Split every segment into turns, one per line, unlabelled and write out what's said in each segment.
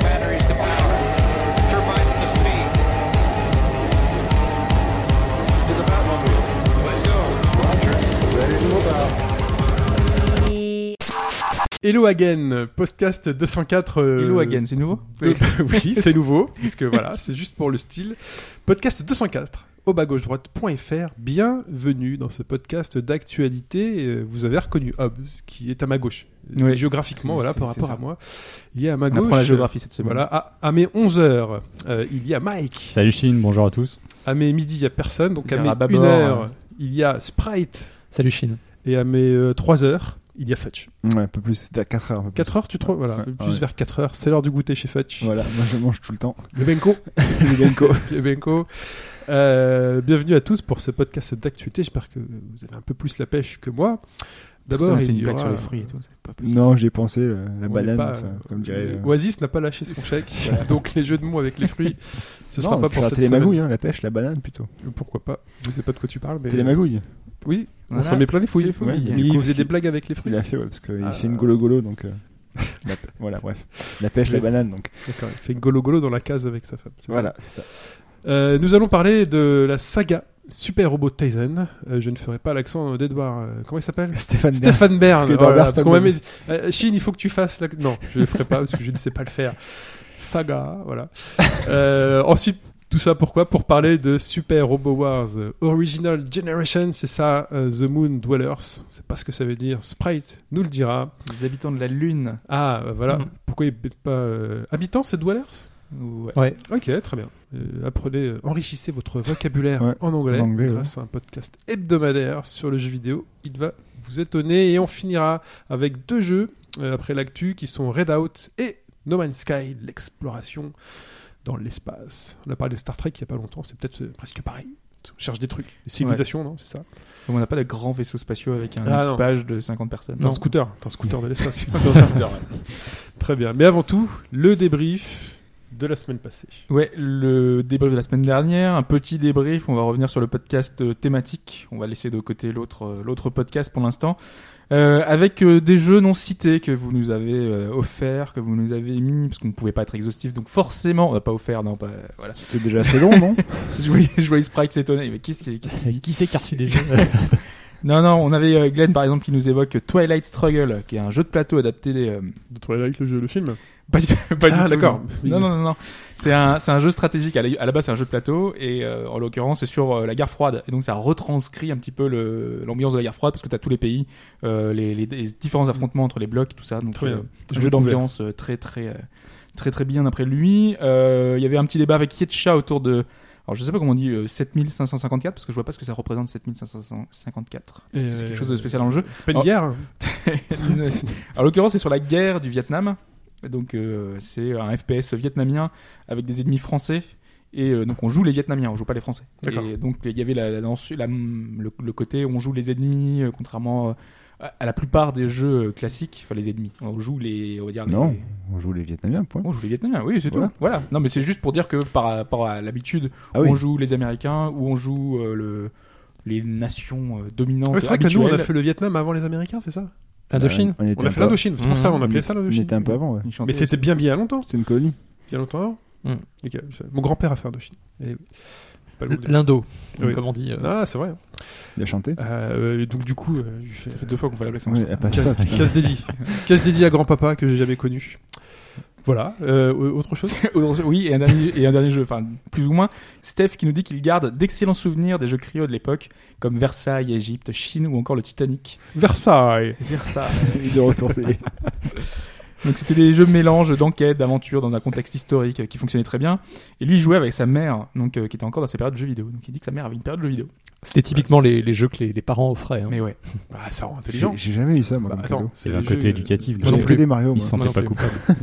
batteries to power. Turbines to speed. To the Batmobile. Let's go.
Hello Again, podcast 204. euh,
Hello again, c'est nouveau
de- oui, c'est nouveau, parce que voilà, c'est juste pour le style. Podcast 204, au bas gauche droite.fr. Bienvenue dans ce podcast d'actualité. Euh, Vous avez reconnu Hobbes, qui est à ma gauche. Euh,
Oui.
Géographiquement,
C'est-
voilà, par
c'est-
rapport
c'est
à
ça.
moi. Il est à ma
On
gauche.
apprend la géographie cette
euh,
semaine.
Voilà, à, à mes 11h, il y a Mike.
Salut Chine, bonjour à tous.
À mes midi, il y a personne. Donc
Il y
à
a
mes
Rababor,
1h,
hein.
il y a Sprite.
Salut Chine.
Et à mes 3h, il y a Fetch.
Ouais, un peu plus, c'était à 4 heures. un peu plus.
4h, tu trouves Voilà,
Ouais.
plus
Ouais.
vers 4h, c'est l'heure du goûter chez Fetch.
Voilà, moi je mange tout le temps.
Le Benko.
Le Benko.
Le Benko. Euh, bienvenue à tous pour ce podcast d'actualité. J'espère que vous avez un peu plus la pêche que moi. D'abord,
Personne a fait
il
une
y
blague
aura-
sur les fruits et tout, c'est pas possible.
Non, j'ai pensé euh, la
on n'est
banane,
pas-
enfin, comme dirait.
euh,
euh,
Oasis n'a pas lâché son chèque, donc les jeux de mots avec les fruits, ce
non,
sera pas
tu
pour
vas à
cette
Télémagouille, hein, la pêche, la banane plutôt.
semaine. Pourquoi pas Je sais pas de quoi tu parles, mais
Télémagouille.
oui, on
Voilà.
s'en met plein les fouilles.
Les fouilles.
Ouais,
Mais
Du
il
coup,
faisait
ce
des
qui-
blagues avec les fruits.
Il a fait, ouais, parce qu'il
Ah,
fait
euh,
une golo-golo, donc. euh, la pê- voilà, bref. La pêche, la
Oui.
banane, donc.
D'accord, il fait golo golo dans la case avec sa femme. c'est ça
Voilà, c'est ça.
Euh, nous allons parler de la saga Super Robot Tyson. Euh, je ne ferai pas l'accent d'Edouard. euh, comment il s'appelle
Stéphane Bern.
Stéphane Bern.
Parce que Edouard
voilà,
Bern, c'est
parce
pas
qu'on m'a
bon.
dit, euh, Chine, il faut que tu fasses. La... Non, je ne le ferai pas parce que je ne sais pas le faire. Saga, voilà. Euh, ensuite, tout ça pourquoi Pour parler de Super Robo Wars euh, Original Generation, c'est ça, euh, The Moon Dwellers. C'est pas ce que ça veut dire. Sprite nous le dira.
Les habitants de la Lune.
Ah, euh, voilà.
Mhm.
Pourquoi il n'est pas euh, habitant, c'est Dwellers
Ouais.
Ouais.
Ok, très bien. Euh, apprenez, euh, enrichissez votre vocabulaire
Ouais,
en anglais,
en anglais,
grâce à un podcast hebdomadaire sur le jeu vidéo. Il va vous étonner et on finira avec deux jeux euh, après l'actu qui sont Redout et No Man's Sky, l'exploration dans l'espace. On a parlé de Star Trek il y a pas longtemps, c'est peut-être euh, presque pareil. On cherche des trucs, des civilisations, non C'est ça
Donc on n'a pas de grands vaisseaux spatiaux avec un
Ah, non.
équipage de 50 personnes.
Un scooter, t'as un scooter de l'espace. Très bien. Mais avant tout, le débrief de la semaine passée.
Ouais, le débrief de la semaine dernière, un petit débrief, on va revenir sur le podcast euh, thématique, on va laisser de côté l'autre euh, l'autre podcast pour l'instant, Euh, avec euh, des jeux non cités que vous nous avez euh, offerts, que vous nous avez mis, parce qu'on ne pouvait pas être exhaustif, donc forcément, on n'a pas offert, non, pas, voilà.
C'était déjà assez long, non
Je voyais, je voyais Sprite s'étonner, mais qu'est-ce qui- qu'est-ce qu'il dit
Qui s'écarte des jeux
Non, non, on avait euh, Glenn par exemple qui nous évoque Twilight Struggle, qui est un jeu de plateau adapté des... euh,
De Twilight, le jeu, le film
Pas du, pas du
Ah,
tout,
d'accord.
Non, non, non, non. non. C'est un, c'est un jeu stratégique. À la, à la base, c'est un jeu de plateau. Et euh, en l'occurrence, c'est sur euh, la guerre froide. Et donc, ça retranscrit un petit peu le- l'ambiance de la guerre froide parce que tu as tous les pays, euh, les, les- les différents affrontements entre les blocs, tout ça. Donc, euh,
Très bien.
un jeu d'ambiance euh, très, très, euh, très, très bien après lui. Euh, Il y avait un petit débat avec Yetcha autour de. Alors, je sais pas comment on dit euh, 7554 parce que je vois pas ce que ça représente 7554. Est-ce que C'est quelque chose de spécial dans le jeu.
C'est pas une
Oh.
guerre
en l'occurrence, c'est sur la guerre du Vietnam. Donc, euh, c'est un FPS vietnamien avec des ennemis français. Et euh, donc, on joue les Vietnamiens, on joue pas les Français.
D'accord.
Et donc, il y avait la, la- dans ce- la- le, le côté où on joue les ennemis, euh, contrairement euh, à à la plupart des jeux euh, classiques. Enfin, les ennemis. On joue les. On va dire. les-
Non, on joue les Vietnamiens, point.
on joue les Vietnamiens, oui, c'est
Voilà.
tout. Voilà. Non, mais c'est juste pour dire que par rapport à l'habitude,
Ah oui,
on joue les Américains ou on joue euh, le, les nations euh, dominantes.
Ouais, c'est vrai que nous, on a
habituelles.
fait le Vietnam avant les Américains, c'est ça
Indochine
on,
On a fait
là
l'Indochine, c'est pour ça
Mmh.
qu'on
On
appelait
est-
ça
On
l'Indochine.
était un peu avant, ouais.
Ils chantaient
Mais c'était bien, bien longtemps.
C'est une colonie.
Bien longtemps.
Mmh.
Ok, je sais. euh, Mon grand-père a fait Indochine. Et- pas le goût de-
L'Indo,
Euh, Oui.
comme on dit. euh,
Ah, c'est vrai.
Il a chanté.
Euh, et donc, du coup, euh, je lui fais.
Ça fait deux fois qu'on fait la
Ah,
hein. blessure.
Ouais, elle passe pas, putain.
Casse dédié. Casse dédié à grand-papa que j'ai jamais connu. Voilà. Euh, au- autre chose
oui, et un, dernier, et un dernier jeu, enfin plus ou moins, Steph qui nous dit qu'il garde d'excellents souvenirs des jeux criots de l'époque, comme Versailles, Égypte, Chine ou encore le Titanic.
Versailles.
Versailles.
Il est de retour, c'est-
Donc c'était des jeux mélange d'enquête, d'aventure dans un contexte historique euh, qui fonctionnait très bien. Et lui il jouait avec sa mère, donc euh, qui était encore dans ses périodes de jeux vidéo. Donc il dit que sa mère avait une période de jeux vidéo.
C'était typiquement les, les jeux que les, les parents offraient. hein.
Mais ouais.
Ah, ça rend
J'ai
intelligent.
j'ai jamais eu ça, moi.
Bah,
comme
attends,
cadeau.
C'est
les
un côté
jeux-
éducatif.
Moi
J'ai
non
déjà.
que
plus.
des Mario, moi.
Ils se
Moi
sentaient
non
pas
plus.
coupables.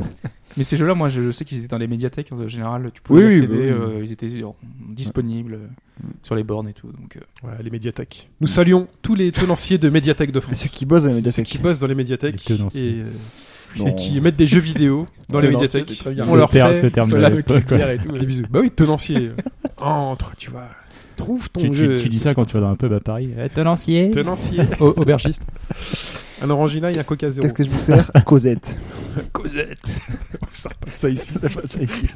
Mais ces jeux-là, moi je, je sais qu'ils étaient dans les médiathèques en général, tu pouvais
Oui,
y
oui,
accéder,
bah oui.
euh, ils étaient euh, disponibles euh, sur les bornes et tout. Donc euh,
Voilà, les médiathèques. Nous saluons tous les tenanciers de médiathèques de
Et
France.
Ceux qui bossent à la
Ceux
médiathèque.
qui bossent dans les médiathèques
Les tenanciers.
et, euh,
Non.
et qui mettent des jeux vidéo dans les
Tenanciers,
médiathèques.
c'est très bien.
On leur
Ce terme-
fait
ce terme
cela
de
avec
l'époque,
les pierres et tout. Des bisous. Bah oui, tenancier. entre, tu vois. Trouve ton
Tu, tu-
jeu.
tu dis ça quand tu vas dans un pub à Paris. Eh, tenancier
Tenancier.
Au- Aubergiste.
Un orangina et un coca zéro.
Qu'est-ce que je vous sers Cosette.
Cosette.
Ça ici, ça pas ça ici.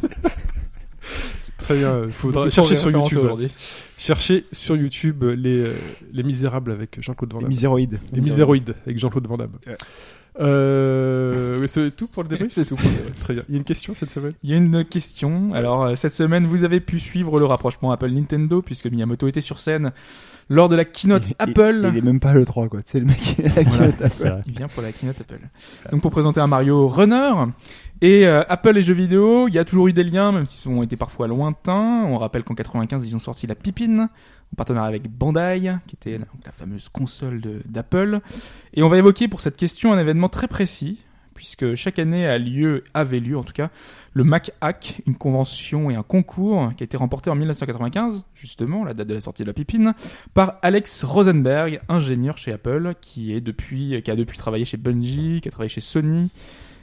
Très bien. euh, Faudra
Beaucoup
chercher
trop
sur
référencé
YouTube.
aujourd'hui.
Cherchez sur YouTube les, euh, les Misérables avec Jean-Claude Van
Les
Damme.
miséroïdes.
Les Miséroïdes avec Jean-Claude Van Damme.
Ouais.
Euh, mais c'est tout pour le débrief
C'est tout pour le
Très bien. Il y a une question cette semaine
Il y a une question. Alors, euh, cette semaine, vous avez pu suivre le rapprochement Apple-Nintendo, puisque Miyamoto était sur scène lors de la keynote
Et- et- et
Apple.
Il est même pas le 3, quoi. Tu sais, le mec qui est
Voilà,
qui est à
c'est vrai.
Il vient pour la keynote Apple. Donc, pour présenter un Mario Runner. Et euh, Apple et jeux vidéo, il y a toujours eu des liens, même s'ils ont été parfois lointains. On rappelle qu'en 95, ils ont sorti la Pipine, en partenariat avec Bandai, qui était la, la fameuse console de- d'Apple. Et on va évoquer pour cette question un événement très précis, puisque chaque année a lieu, avait lieu en tout cas, le Mac Hack, une convention et un concours qui a été remporté en 1995, justement, la date de la sortie de la pipine, par Alex Rosenberg, ingénieur chez Apple, qui, est depuis, qui a depuis travaillé chez Bungie, qui a travaillé chez Sony,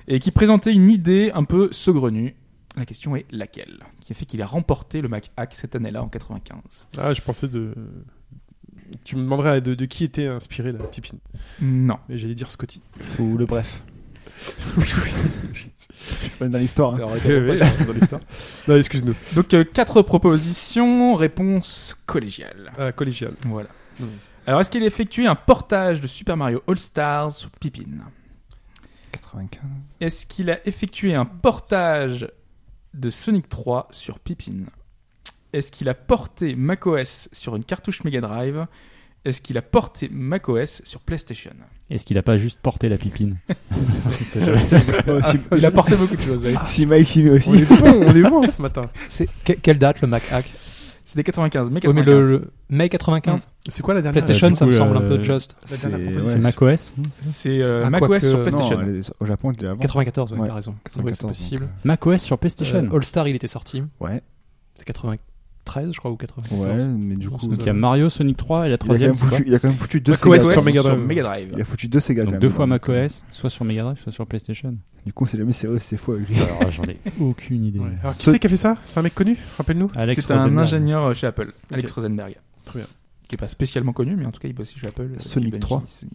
et qui présentait une idée un peu saugrenue. La question est laquelle Qui a fait qu'il a remporté le Mac Hack cette année-là, en 95
Ah, je pensais de. Tu me demanderais de, de qui était inspirée la pipine.
Non.
Mais j'allais dire Scotty.
Ou le bref. Pas dans l'histoire. hein.
Non, excuse-nous.
Donc, euh, quatre propositions, réponse collégiale.
Ah, collégial.
Voilà.
Mm.
Alors, est-ce qu'il a effectué un portage de Super Mario All-Stars sur Pippin
95.
Est-ce qu'il a effectué un portage de Sonic 3 sur Pippin Est-ce qu'il a porté macOS sur une cartouche Mega Drive Est-ce qu'il a porté macOS sur PlayStation
Est-ce qu'il a pas juste porté la pipine C'est joli.
Oh, si-
Il a porté beaucoup de choses. oui.
Si Mike y met aussi.
On est bon, on est bon ce matin.
C'est que- quelle date le Mac Hack
C'était 95, mais
Oh, mais
95.
le, le- mai 95.
C'est quoi la dernière
PlayStation,
du
ça me
coup,
semble hein.
euh,
un peu just.
La dernière
C'est-
proposition.
C'est
ouais.
macOS
C'est euh,
Ah,
macOS
quoique,
sur
euh,
PlayStation.
Non, elle est- au Japon, il est avant.
94, ouais,
Ouais,
t'as raison. C'est vrai que c'est
94,
possible.
donc, euh,
macOS sur PlayStation.
Euh, All Star, il était sorti.
Ouais.
C'est 93, je crois, ou 94.
Ouais, mais du
Non,
coup.
c'est-
Donc il y a Mario, Sonic 3 et la
Il a, quand
troisième.
même
c'est quoi
foutu, il a quand même foutu deux
Mac OS
Sega.
macOS
sur
sur
Mega Drive.
Mega Drive.
Il a foutu deux Sega. quand
Donc
même,
deux fois
dedans.
macOS, soit sur Mega Drive, soit sur PlayStation.
Du coup, on sait jamais si c'est vrai, c'est faux avec lui.
Alors j'en ai aucune idée.
Ouais. Alors, qui c'est qui a fait ça C'est un mec connu Rappelle-nous.
Alex
C'est un
Rosenberg.
ingénieur euh, chez Apple, Alex Rosenberg.
Très bien.
Qui n'est pas spécialement connu, mais en tout cas, il bossait chez Apple. euh,
Sonic
Bungie,
3.
Sony.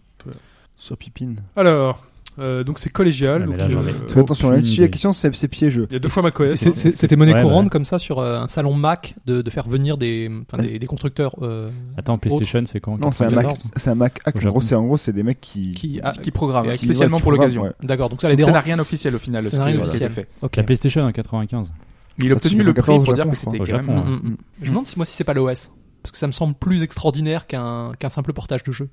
Sur Pipine.
Alors, euh, donc c'est collégial.
Ah, mais
donc,
là, j'en ai-
Parce que
euh,
attention,
aucune
là, si la
idée.
question, c'est c'est piégeux.
Il y a deux fois macOS.
C'est-
hein.
c'est- C'était monnaie
ouais,
courante
ouais.
comme ça sur euh, un salon Mac de, de faire venir des, enfin, des, des constructeurs euh,
Attends, PlayStation, c'est quand
Non, c'est un Mac,
94?
c'est un Mac hack.
Au
En gros,
Japon.
c'est en gros, c'est des mecs qui.
qui.
Ah,
ah,
qui programme
qui-
spécialement
ouais, qui
pour l'occasion.
ouais.
D'accord, donc ça les
Donc, Ça
dérange.
n'a rien officiel au final.
Ça
ce
n'a
qui
rien
est-
officiel.
qui est fait.
Ok.
La PlayStation en 95.
Il a
Sorti
obtenu le prix
94
pour dire
au
que c'était
Japon, hein.
je
quand
crois, au
même.
Japon.
un-
Mm, mm, mm. Je me demande si moi si c'est pas l'OS. Parce que ça me semble plus extraordinaire qu'un qu'un simple portage de jeu.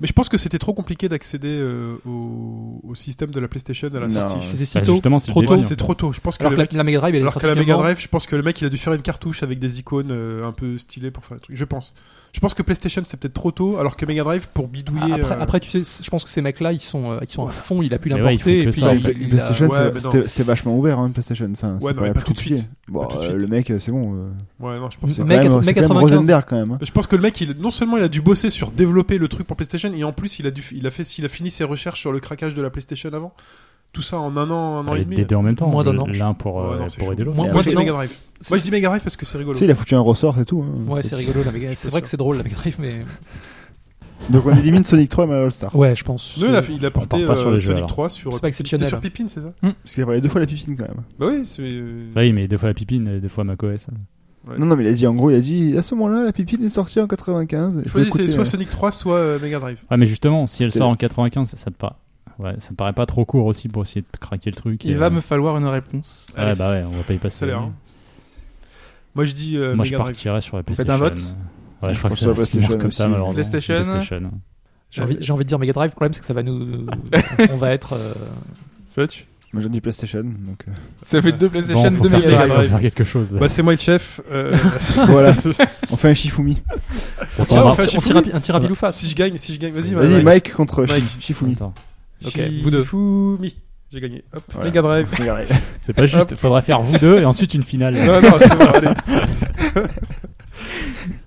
Mais je pense que c'était trop compliqué d'accéder euh, au, au système de la PlayStation à la
Non.
sortie.
C'était si
Bah,
tôt,
justement, c'est
trop
le
tôt.
délire.
C'est trop tôt. Je pense que
Alors
le
que la,
mec-
la Mega Drive, elle est
Alors
sortie
qu'à la Mega
tellement-
Drive, je pense que le mec il a dû faire une cartouche avec des icônes euh, un peu stylées pour faire des trucs. Je pense. Je pense que PlayStation c'est peut-être trop tôt, alors que Mega Drive pour bidouiller.
Ah, Après,
euh,
après, tu sais, c- je pense que ces mecs-là, ils sont, euh, ils sont à fond, il a pu
Mais ouais,
l'importer.
ils font que
et puis,
ça, en
il-
fait.
il a-
PlayStation,
Ouais,
c'est-
mais non.
c'était c'était vachement ouvert, hein, PlayStation. Enfin, c'était
Ouais, non, mais pas tout de
compliqué.
suite.
Bon,
Pas tout de
euh,
suite.
le mec, c'est bon. euh,
Ouais, non, je pense.
c'est
que-
quand
Mec
même-
quatre-
c'est
mec
quand même
95.
Rosenberg quand même. hein.
Je pense que le mec, il, non seulement il a dû bosser sur développer le truc pour PlayStation, et en plus il a dû, il a fait, il a fini ses recherches sur le craquage de la PlayStation avant. Tout ça en un an, un an et
Les
demi.
les deux en même temps.
Moins d'un an.
L'un pour
Ouais,
euh,
non, c'est
pour
chaud.
aider l'autre.
Moi-
Et
Moi, je
après,
dis
Ah, non.
Mega Drive.
c'est-
Moi, je dis Mega Drive parce que c'est rigolo.
Tu sais, il a foutu un ressort, c'est tout. hein.
Ouais, c'est rigolo la Mega. C'est vrai que c'est drôle la Mega Drive, mais
Donc, on élimine Sonic 3 et Mario All-Star.
ouais, je pense.
Sinon, il a, il a porté
part pas sur
euh,
les jeux,
Sonic
alors.
3 sur.
C'est pas exceptionnel.
c'était sur Pippin, c'est ça
Parce qu'il a parlé deux fois la piscine quand même.
Bah oui, c'est. euh,
Oui, mais des fois la pipine, et des fois macOS.
Ouais.
Non, non, mais il a dit en gros, il a dit à ce moment-là, la pipine est sortie en 95. Il faut
Choisissez
écouter,
soit
euh,
Sonic 3, soit euh, Mega Drive.
Ouais, mais justement, si elle
C'était-
sort en 95, ça, ça te pas. Ouais, ça me paraît pas trop court aussi pour essayer de craquer le truc. et,
Il va
euh,
me falloir une réponse.
Ouais, bah ouais, on va pas y passer.
Ça a l'air, hein. Moi, je dis euh,
Moi, je
Mega Drive.
partirais sur la
faites
PlayStation.
un
Ouais, je crois que
pense sur la
ça se marche
PlayStation
comme ça,
aussi.
malheureusement.
PlayStation.
PlayStation.
J'ai envie, j'ai envie de dire Mega Drive. Le problème, c'est que ça va nous, on va être. euh,
Fetch.
Moi, j'ai dit PlayStation. Donc, euh,
Ça fait
Ouais.
deux
Bon,
PlayStation,
faut
deux
faire
Mega
quelque-
Drive.
faut faire quelque chose.
Bah, c'est moi le chef. euh,
voilà. On fait un Shifumi.
On
Ouais,
s'en
on fait
va.
un
on tire, un tirabil ou face.
si je gagne, si je gagne, vas-y,
Vas-y, Mike contre Shi-
Mike.
Shifumi.
Attends.
Ok, vous deux.
Shifumi. J'ai gagné. Hop,
Voilà.
Mega Drive.
Regardez.
C'est pas juste, faudrait faire vous deux et ensuite une finale.
non, non, c'est bon, allez.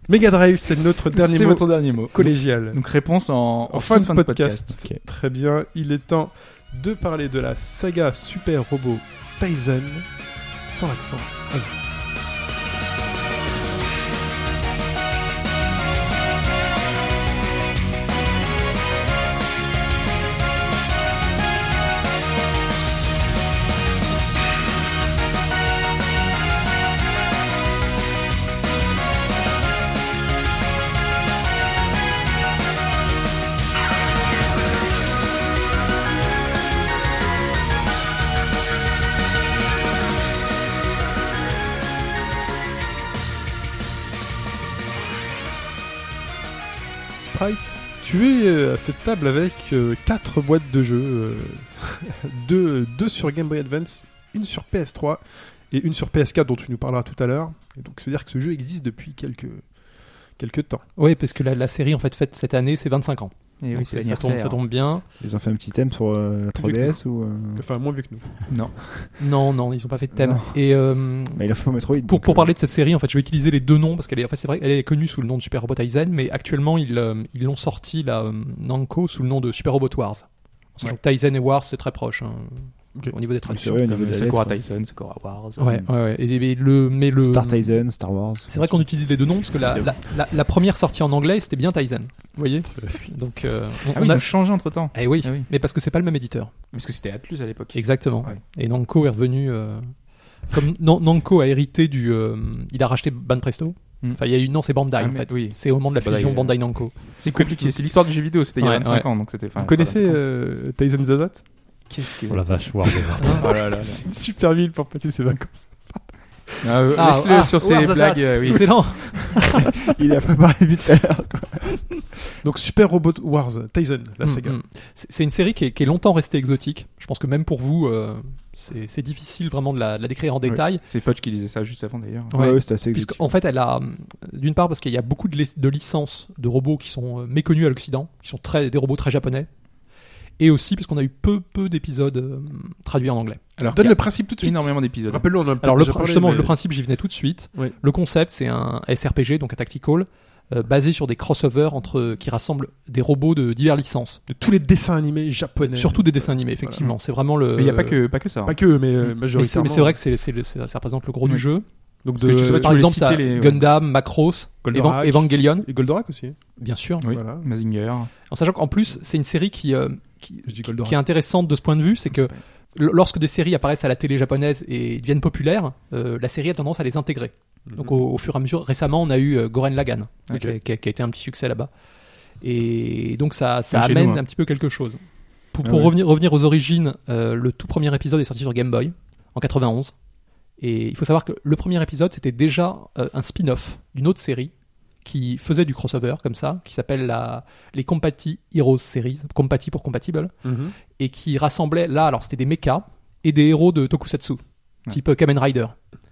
Mega Drive, c'est notre dernier
C'est
mot
votre dernier mot.
collégial.
Donc réponse en,
En fin de
toute
podcast.
Ok.
Très bien, il est temps de parler de la saga Super Robot Tyson sans l'accent. Sprite. Tu es euh, à cette table avec 4 boîtes de jeux, 2 sur Game Boy Advance, une sur PS3 et une sur PS4 dont tu nous parleras tout à l'heure. Et donc c'est-à-dire que ce jeu existe depuis quelques, quelques temps.
Oui, parce que la, la série en fait fête cette année ses 25 ans.
Et
Donc, ça, tombe, ça tombe bien.
Ils ont fait un petit thème sur euh, la 3DS ou. euh,
Enfin, moins vu que nous.
Non, non, ils ont pas fait de thème.
Non.
Et euh,
Bah, il a fait pas Metroid.
pour,
donc,
pour
euh,
parler de cette série, en fait, je vais utiliser les deux noms parce qu'elle est, en fait, c'est vrai, elle est connue sous le nom de Super Robot Aizen, mais actuellement ils euh, ils l'ont sorti la Namco sous le nom de Super Robot Wars. Sachant que Tizen et Wars c'est très proche hein,
Ok.
au niveau des
c'est
traductions.
vrai, au niveau de la
Sakura
lettre, hein.
Tyson, Sakura Wars.
Ouais, ouais, ouais. Et, et le, mais le
Star Tyson, Star Wars.
C'est vrai qu'on utilise les deux noms parce que la, la, la- la première sortie en anglais c'était bien Tizen. Vous voyez Donc euh, on,
Ah oui,
on
ils
a.
ont changé entre temps.
Eh oui,
Ah oui.
mais parce que c'est pas le même éditeur.
Parce que c'était Atlus à l'époque.
Exactement.
Ouais.
Et Namco est revenu. euh, comme Nan- Namco a hérité du. euh, il a racheté Banpresto.
Mm.
Enfin, il y a eu. Non, c'est Bandai
Ah,
en
mais
fait.
oui.
C'est au moment de la
Bandai,
fusion
euh,
Bandai Namco.
C'est compliqué, c'est l'histoire du jeu vidéo, c'était il y a
Ouais,
25
ouais.
ans, donc c'était. enfin,
Vous
Ah, voilà,
connaissez euh, Tyson Zazat
Qu'est-ce que.
Oh la vache, War Wars.
Oh là là là.
C'est une super ville pour passer ses vacances.
Ah, euh,
Ah,
Laisse-le
ah,
sur ces
Warzazat.
blagues. euh, oui.
Excellent.
Il a préparé vite tout à l'heure.
Donc Super Robot Wars, Tyson, la
Mm,
Sega.
mm. C'est c'est une série qui est, qui est longtemps restée exotique. Je pense que même pour vous, euh, c'est c'est difficile vraiment de la, de la décrire en détail.
C'est Fudge qui disait ça juste avant d'ailleurs.
Ouais.
Ouais, ouais, c'était assez exotique.
Puisqu'en fait, elle a, hum, d'une part, parce qu'il y a beaucoup de, lic- de licences de robots qui sont euh, méconnues à l'Occident, qui sont très, des robots très japonais, et aussi parce qu'on a eu peu, peu d'épisodes euh, traduits en anglais.
Alors,
Donne
qu'il
le
y a
principe tout de suite.
énormément d'épisodes. hein.
Rappelle-le, on en a peut-être
Alors, le,
déjà
prin-
parlé,
justement,
mais-
le principe, j'y venais tout de suite.
Oui.
Le concept, c'est un SRPG, donc un tactical, euh, basé sur des crossovers entre, qui rassemblent des robots de diverses licences.
de tous les dessins animés japonais.
Surtout des dessins animés, effectivement. C'est vraiment le.
Euh, Mais il n'y a pas que, Euh, pas que ça. hein.
Pas que, mais euh,
Mais c'est
majoritairement.
mais c'est vrai que c'est- c'est le- c'est- ça représente le gros du
Oui.
jeu. Euh,
Donc
Parce que je sais pas, tu
Par
voulais
exemple,
citer
t'as
les-
Gundam, Macross,
Goldorak.
Evan- Evangelion,
Et Goldorak aussi. hein.
bien sûr.
Oui,
Voilà.
Mazinger.
En sachant qu'en plus, c'est une série qui, euh, qui,
Je dis
qui-
Goldorak.
qui est intéressante de ce point de vue, c'est que
C'est pas-
l- lorsque des séries apparaissent à la télé japonaise et deviennent populaires, euh, la série a tendance à les intégrer.
Mm.
Donc au, au fur et à mesure, récemment, on a eu euh, Goren Lagan,
Ok.
qui, a- qui a, qui a été un petit succès là-bas. Et donc ça, ça
Même chez
amène
nous, hein.
un petit peu quelque chose. Pour,
Ah
pour
ouais.
revenir, revenir aux origines, euh, le tout premier épisode est sorti sur Game Boy en 91. Et il faut savoir que le premier épisode, c'était déjà euh, un spin-off d'une autre série qui faisait du crossover comme ça, qui s'appelle la, les Compati Heroes Series, Compati pour Compatible,
Mhm.
et qui rassemblait là, alors c'était des mechas et des héros de tokusatsu, type euh, Kamen Rider.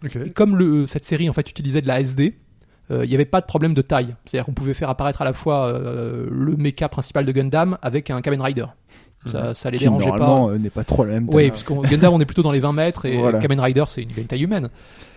Ok.
Et comme le, euh, cette série en fait utilisait de la SD, euh, il n'y avait pas de problème de taille. C'est-à-dire qu'on pouvait faire apparaître à la fois euh, le mecha principal de Gundam avec un Kamen Rider. Ça, ça les
Mhm. Qui,
dérangeait pas.
Normalement, euh, n'est pas trop la même taille.
Oui, parce que Gundam on est plutôt dans les 20 mètres et
Voilà.
Kamen Rider c'est une, il a une taille humaine.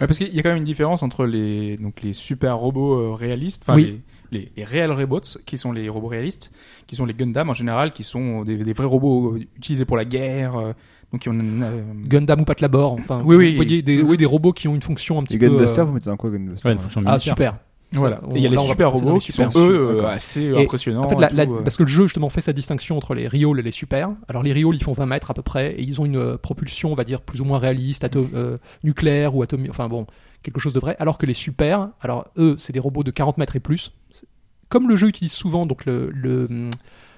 Ouais, parce qu'il y a quand même une différence entre les, donc les super robots euh, réalistes, enfin
Oui.
les, les, les réels robots, qui sont les robots réalistes, qui sont les Gundam en général, qui sont des, des vrais robots euh, utilisés pour la guerre. euh, donc, on, euh,
Gundam ou Patlabor, enfin,
Oui, oui. Mhm.
vous voyez des, oui, des robots qui ont une fonction un petit
Et
peu. euh,
Gunbuster, vous mettez dans quoi Gunbuster hein
Ouais, une fonction
Ah
militaire.
super.
voilà.
Ça,
Et il y a
on- là, on
les
va
super
passer dans
robods
les
qui sont
super.
eux euh,
D'accord.
assez
Et
impressionnants.
En fait, la-
et
la-
tout, euh.
parce que le jeu justement fait sa distinction entre les rioles et les super. Alors les rioles, ils font 20 mètres à peu près et ils ont une euh, propulsion, on va dire, plus ou moins réaliste, ato- euh, nucléaire ou atomique, enfin bon, quelque chose de vrai. Alors que les super, alors eux, c'est des robots de 40 mètres et plus. C'est- Comme le jeu utilise souvent donc le, le, hum,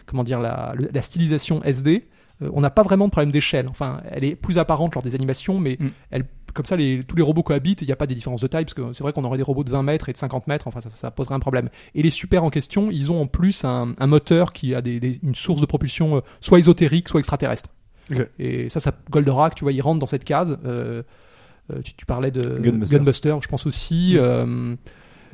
comment dire la, le- la stylisation SD, euh, on n'a pas vraiment de problème d'échelle. Enfin, elle est plus apparente lors des animations, mais
Mm.
elle, comme ça, les, tous les robots cohabitent. Il n'y a pas des différences de taille parce que c'est vrai qu'on aurait des robots de 20 mètres et de 50 mètres. Enfin, ça, ça poserait un problème. Et les super en question, ils ont en plus un, un moteur qui a des, des- une source de propulsion euh, soit ésotérique, soit extraterrestre.
Ok.
Et ça, ça, Goldorak, tu vois, il rentre dans cette case. Euh, euh, tu, tu parlais de
Gunbuster.
je pense
Mm.
aussi. euh,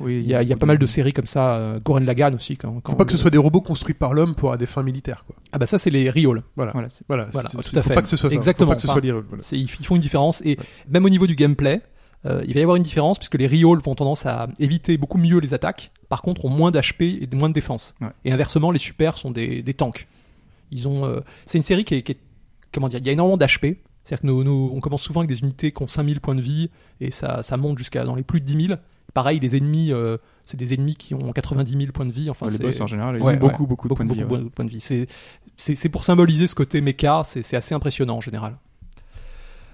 Oui,
Il y a, il y a pas mal de séries comme ça. euh, Goren Lagan aussi. Quand, quand
Faut pas que
le-
ce soit des robots construits par l'homme pour à des fins militaires, quoi.
Ah bah ça, c'est les Rioles.
Voilà, c'est-
Voilà,
Voilà,
c'est-
tout
c'est-
à
faut
fait.
pas que ce soit ça. Faut
Exactement.
pas que ce soit
Enfin,
les rôles, voilà.
C'est- Ils, ils font une différence et même au niveau du gameplay, euh, il va y avoir une différence puisque les Rioles vont tendance à éviter beaucoup mieux les attaques. Par contre, ont moins d'HP et de- moins de défense.
Ouais.
Et inversement, les Super sont des, des tanks. Ils ont. euh, c'est une série qui est, qui est- comment dire Il y a énormément d'HP. C'est-à-dire que nous, nous- on commence souvent avec des unités qui ont 5000 points de vie et ça, ça monte jusqu'à dans les plus de 10 000. Pareil, les ennemis, euh, c'est des ennemis qui ont 90 000 points de vie. Enfin,
les
c'est-
boss en général, ils
Ouais,
ont beaucoup, beaucoup, de points
beaucoup,
de
beaucoup
vie.
de
ouais.
points- points de vie. C'est- C'est c'est pour symboliser ce côté méca, c'est c'est assez impressionnant en général.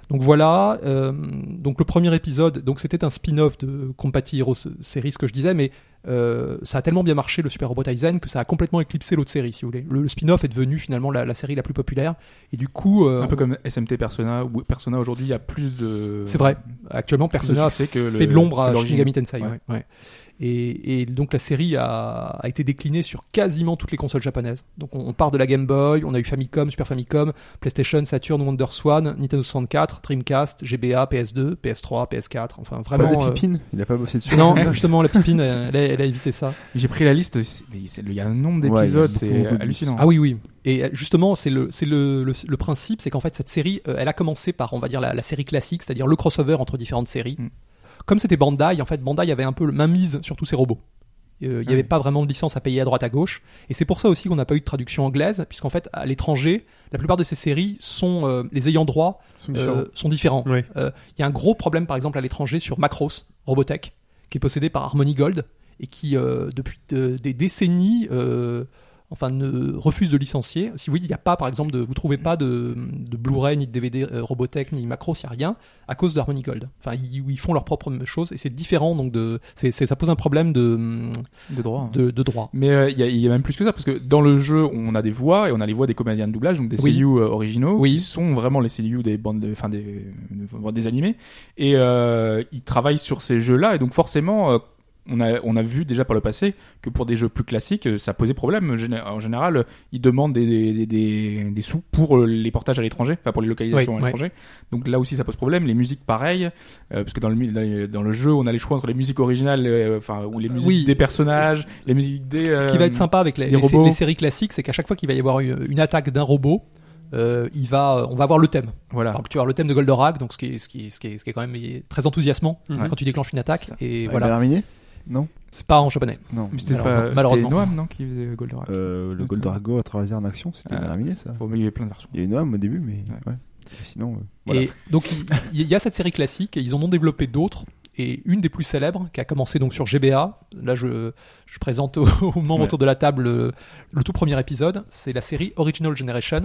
Donc voilà, euh, donc le premier épisode, donc c'était un spin-off de Compati Heroes série, ce que je disais, mais euh, ça a tellement bien marché le Super Robot Aizen que ça a complètement éclipsé l'autre série, si vous voulez. Le, le spin-off est devenu finalement la, la série la plus populaire, et du coup, euh,
Un peu comme SMT Persona, ou Persona aujourd'hui, il y a plus de.
c'est vrai, actuellement
Persona,
Persona
c'est que le,
fait de l'ombre à
que
Shin
l'origine.
Megami Tensei.
Ouais.
ouais, ouais. Et, et donc la série a, a été déclinée sur quasiment toutes les consoles japonaises. Donc on, on part de la Game Boy, on a eu Famicom, Super Famicom, PlayStation, Saturn, Wonder Swan, Nintendo 64, Dreamcast, GBA, PS2, PS3, PS4. Enfin
Pas
vraiment.
la
euh,
pipine, il a pas bossé dessus.
non,
Dommage.
justement, la pipine, elle, a- elle a évité ça.
J'ai pris la liste, c'est- mais c'est- il y a un nombre
Ouais,
d'épisodes,
il y a beaucoup,
c'est
beaucoup de-
hallucinant.
Ah oui, oui. Et euh, justement, c'est le, c'est le, le, le principe, c'est qu'en fait, cette série, euh, elle a commencé par, on va dire, la, la série classique, c'est-à-dire le crossover entre différentes séries.
Mm.
Comme c'était Bandai, en fait, Bandai avait un peu la main mise sur tous ces robots. Euh, Il n'y
Ah
avait
oui.
pas vraiment de licence à payer à droite à gauche. Et c'est pour ça aussi qu'on n'a pas eu de traduction anglaise, puisqu'en fait, à l'étranger, la plupart de ces séries sont, euh, les ayants droit
Sont
euh,
différents.
sont différents. Euh, Il
Oui.
y a un gros problème, par exemple, à l'étranger sur Macros, Robotech, qui est possédé par Harmony Gold et qui, euh, depuis de- des décennies, euh, enfin, ne refuse de licencier. Si vous voulez, il n'y a pas, par exemple, de, vous trouvez pas de, de Blu-ray, ni de DVD euh, Robotech, ni Macros, il n'y a rien, à cause de Harmony Gold. Enfin, ils, ils font leurs propres choses et c'est différent, donc de, c'est- c'est- ça pose un problème de,
de droit.
de, de droit. hein.
Mais euh, il y, a- il y a même plus que ça, parce que dans le jeu, on a des voix, et on a les voix des comédiens de doublage, donc des
Oui.
CU originaux,
Oui.
qui sont vraiment les CU des bandes, de- enfin des, de- des animés, et euh, ils travaillent sur ces jeux-là, et donc forcément, euh, on a, on a vu déjà par le passé que pour des jeux plus classiques, euh, ça posait problème. Géné- En général, euh, ils demandent des, des, des, des sous pour euh, les portages à l'étranger, enfin pour les localisations
Oui,
à l'étranger. Donc là aussi, ça pose problème. Les musiques, pareil, euh, parce que dans le, mi- dans les- dans le jeu, on a les choix entre les musiques originales, euh, enfin, ou les musiques
oui.
des personnages, les musiques
Ce
des.
qui- Ce qui va être
euh,
sympa avec les,
les
les sé-
robots.
les séries classiques, c'est qu'à chaque fois qu'il va y avoir une, une attaque d'un robot, euh, il va, on va avoir le thème.
Voilà.
Donc tu vas avoir le thème de Goldorak, donc ce qui est, ce qui est- ce qui est, ce qui est quand même très enthousiasmant
Mhm.
quand tu déclenches une attaque.
C'est ça.
Et
Ouais,
voilà,
Bernard Minet Non
c'est pas en japonais.
Non.
Mais c'était
Alors,
pas
malheureusement.
malheureusement Noam non qui faisait Goldorak.
Euh, le Goldrago à travers en action, c'était
Euh.
Ah.
Bernard Minet ça.
Bon, mais il y avait plein de versions.
Il y a une âme au début, mais
Ouais.
ouais. Et Sinon, euh, voilà.
Et donc il il y a cette série classique et ils en ont développé d'autres. Et une des plus célèbres, qui a commencé donc sur GBA, là je, je présente aux, aux membres
Ouais.
autour de la table euh, le, tout premier épisode, c'est la série Original Generation.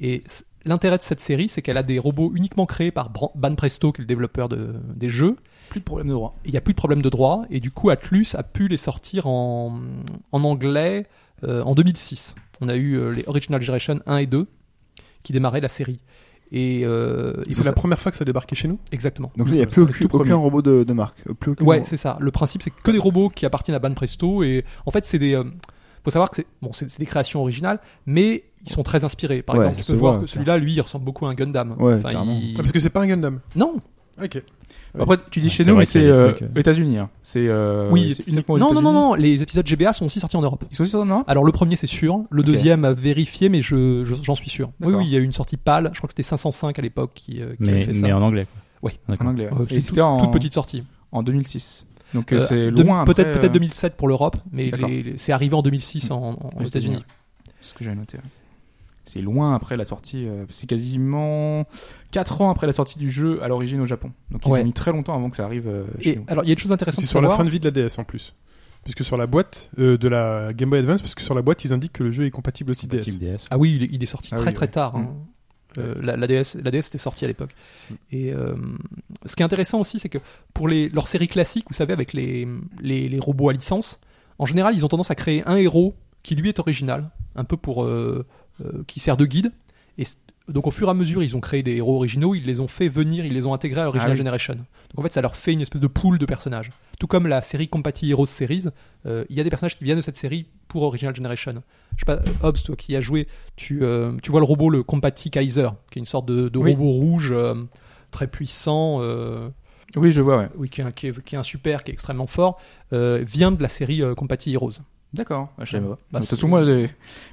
Et c- l'intérêt de cette série, c'est qu'elle a des robots uniquement créés par Bran- Banpresto, qui est le développeur de- des jeux,
Plus de problème de droit.
il n'y a plus de problème de droit et du coup Atlus a pu les sortir en, en anglais euh, en 2006. On a eu euh, les Original Generation 1 et 2 qui démarraient la série. Et, euh, il faut
C'est la
sa-
première fois que ça débarquait chez nous.
Exactement.
Donc là, il n'y a
C'est
plus
le
aucun,
tout premier.
aucun robot de, de marque. euh, Plus aucun
Ouais,
robot.
c'est ça. Le principe, c'est que des robots qui appartiennent à Banpresto. Et en fait, c'est des. euh, faut savoir que c'est bon, c'est c'est des créations originales, mais ils sont très inspirés. Par
Ouais,
exemple, tu
ça
peux
se
voir
voit,
que
ça.
celui-là, lui, il ressemble beaucoup à un Gundam.
Ouais, clairement.
il-
Ah, parce que c'est pas un Gundam.
Non,
Euh,
Ok. Ouais.
Après tu dis
Ah,
Ouais,
chez
c'est
nous
vrai
mais
qu'il
c'est
y a des
euh,
trucs, euh.
États-Unis hein. C'est euh,
oui,
c'est
c'est-
uniquement aux
non, non, non,
États-Unis.
non. Les épisodes GBA sont aussi sortis en Europe.
Ils sont aussi sortis en Europe
Alors le premier c'est sûr, le
Ok.
deuxième à vérifier, mais je je- j'en suis sûr. Oui,
D'accord.
oui, il y a eu une sortie pâle. Je crois que c'était 505 à l'époque qui, euh, qui avait
Mais,
fait ça.
mais en anglais.
Oui.
en anglais. ouais.
Euh,
Et
c'était
c'était
tout-
en
toute petite sortie.
en 2006. Donc euh,
Euh,
c'est
de-
loin
Peut-être
après,
peut-être
euh,
2007 pour l'Europe, mais
D'accord.
les- les- c'est arrivé en 2006 en, en- aux
aux États-Unis.
États-Unis.
C'est ce que j'avais noté. ouais. C'est loin après la sortie, euh, c'est quasiment 4 ans après la sortie du jeu à l'origine au Japon. Donc ils
Ouais.
ont mis très longtemps avant que ça arrive euh, chez
Et
nous.
alors il y a des choses intéressantes.
C'est
à
sur la
savoir.
fin de vie de la DS en plus. Puisque sur la boîte euh, de la Game Boy Advance, parce que sur la boîte, ils indiquent que le jeu est compatible aussi DS.
Team DS.
Ah oui, il est, il est sorti
Ah
très
oui,
très
oui.
tard. hein. Euh, la, la DS, la DS était sortie à l'époque.
Mm.
Et euh, ce qui est intéressant aussi, c'est que pour les, leurs séries classiques, vous savez, avec les, les, les robots à licence, en général, ils ont tendance à créer un héros qui lui est original, un peu pour euh, euh, qui sert de guide. Et c- donc au fur et à mesure, ils ont créé des héros originaux, ils les ont fait venir, ils les ont intégrés à Original
Ah oui.
Generation. Donc en fait, ça leur fait une espèce de pool de personnages. Tout comme la série Compati Heroes Series, euh, il y a des personnages qui viennent de cette série pour Original Generation. Je sais pas, Hobbs, toi qui as joué, tu, euh, tu vois le robot, le Compati Kaiser, qui est une sorte de, de
Oui.
robot rouge euh, très puissant, euh,
Oui, je vois, ouais.
oui, qui, est un, qui est- qui est un super, qui est extrêmement fort, euh, vient de la série euh, Compati Heroes.
D'accord, bah, je savais pas.
Bah,
de toute
c'est-
façon, moi, j'ai- mais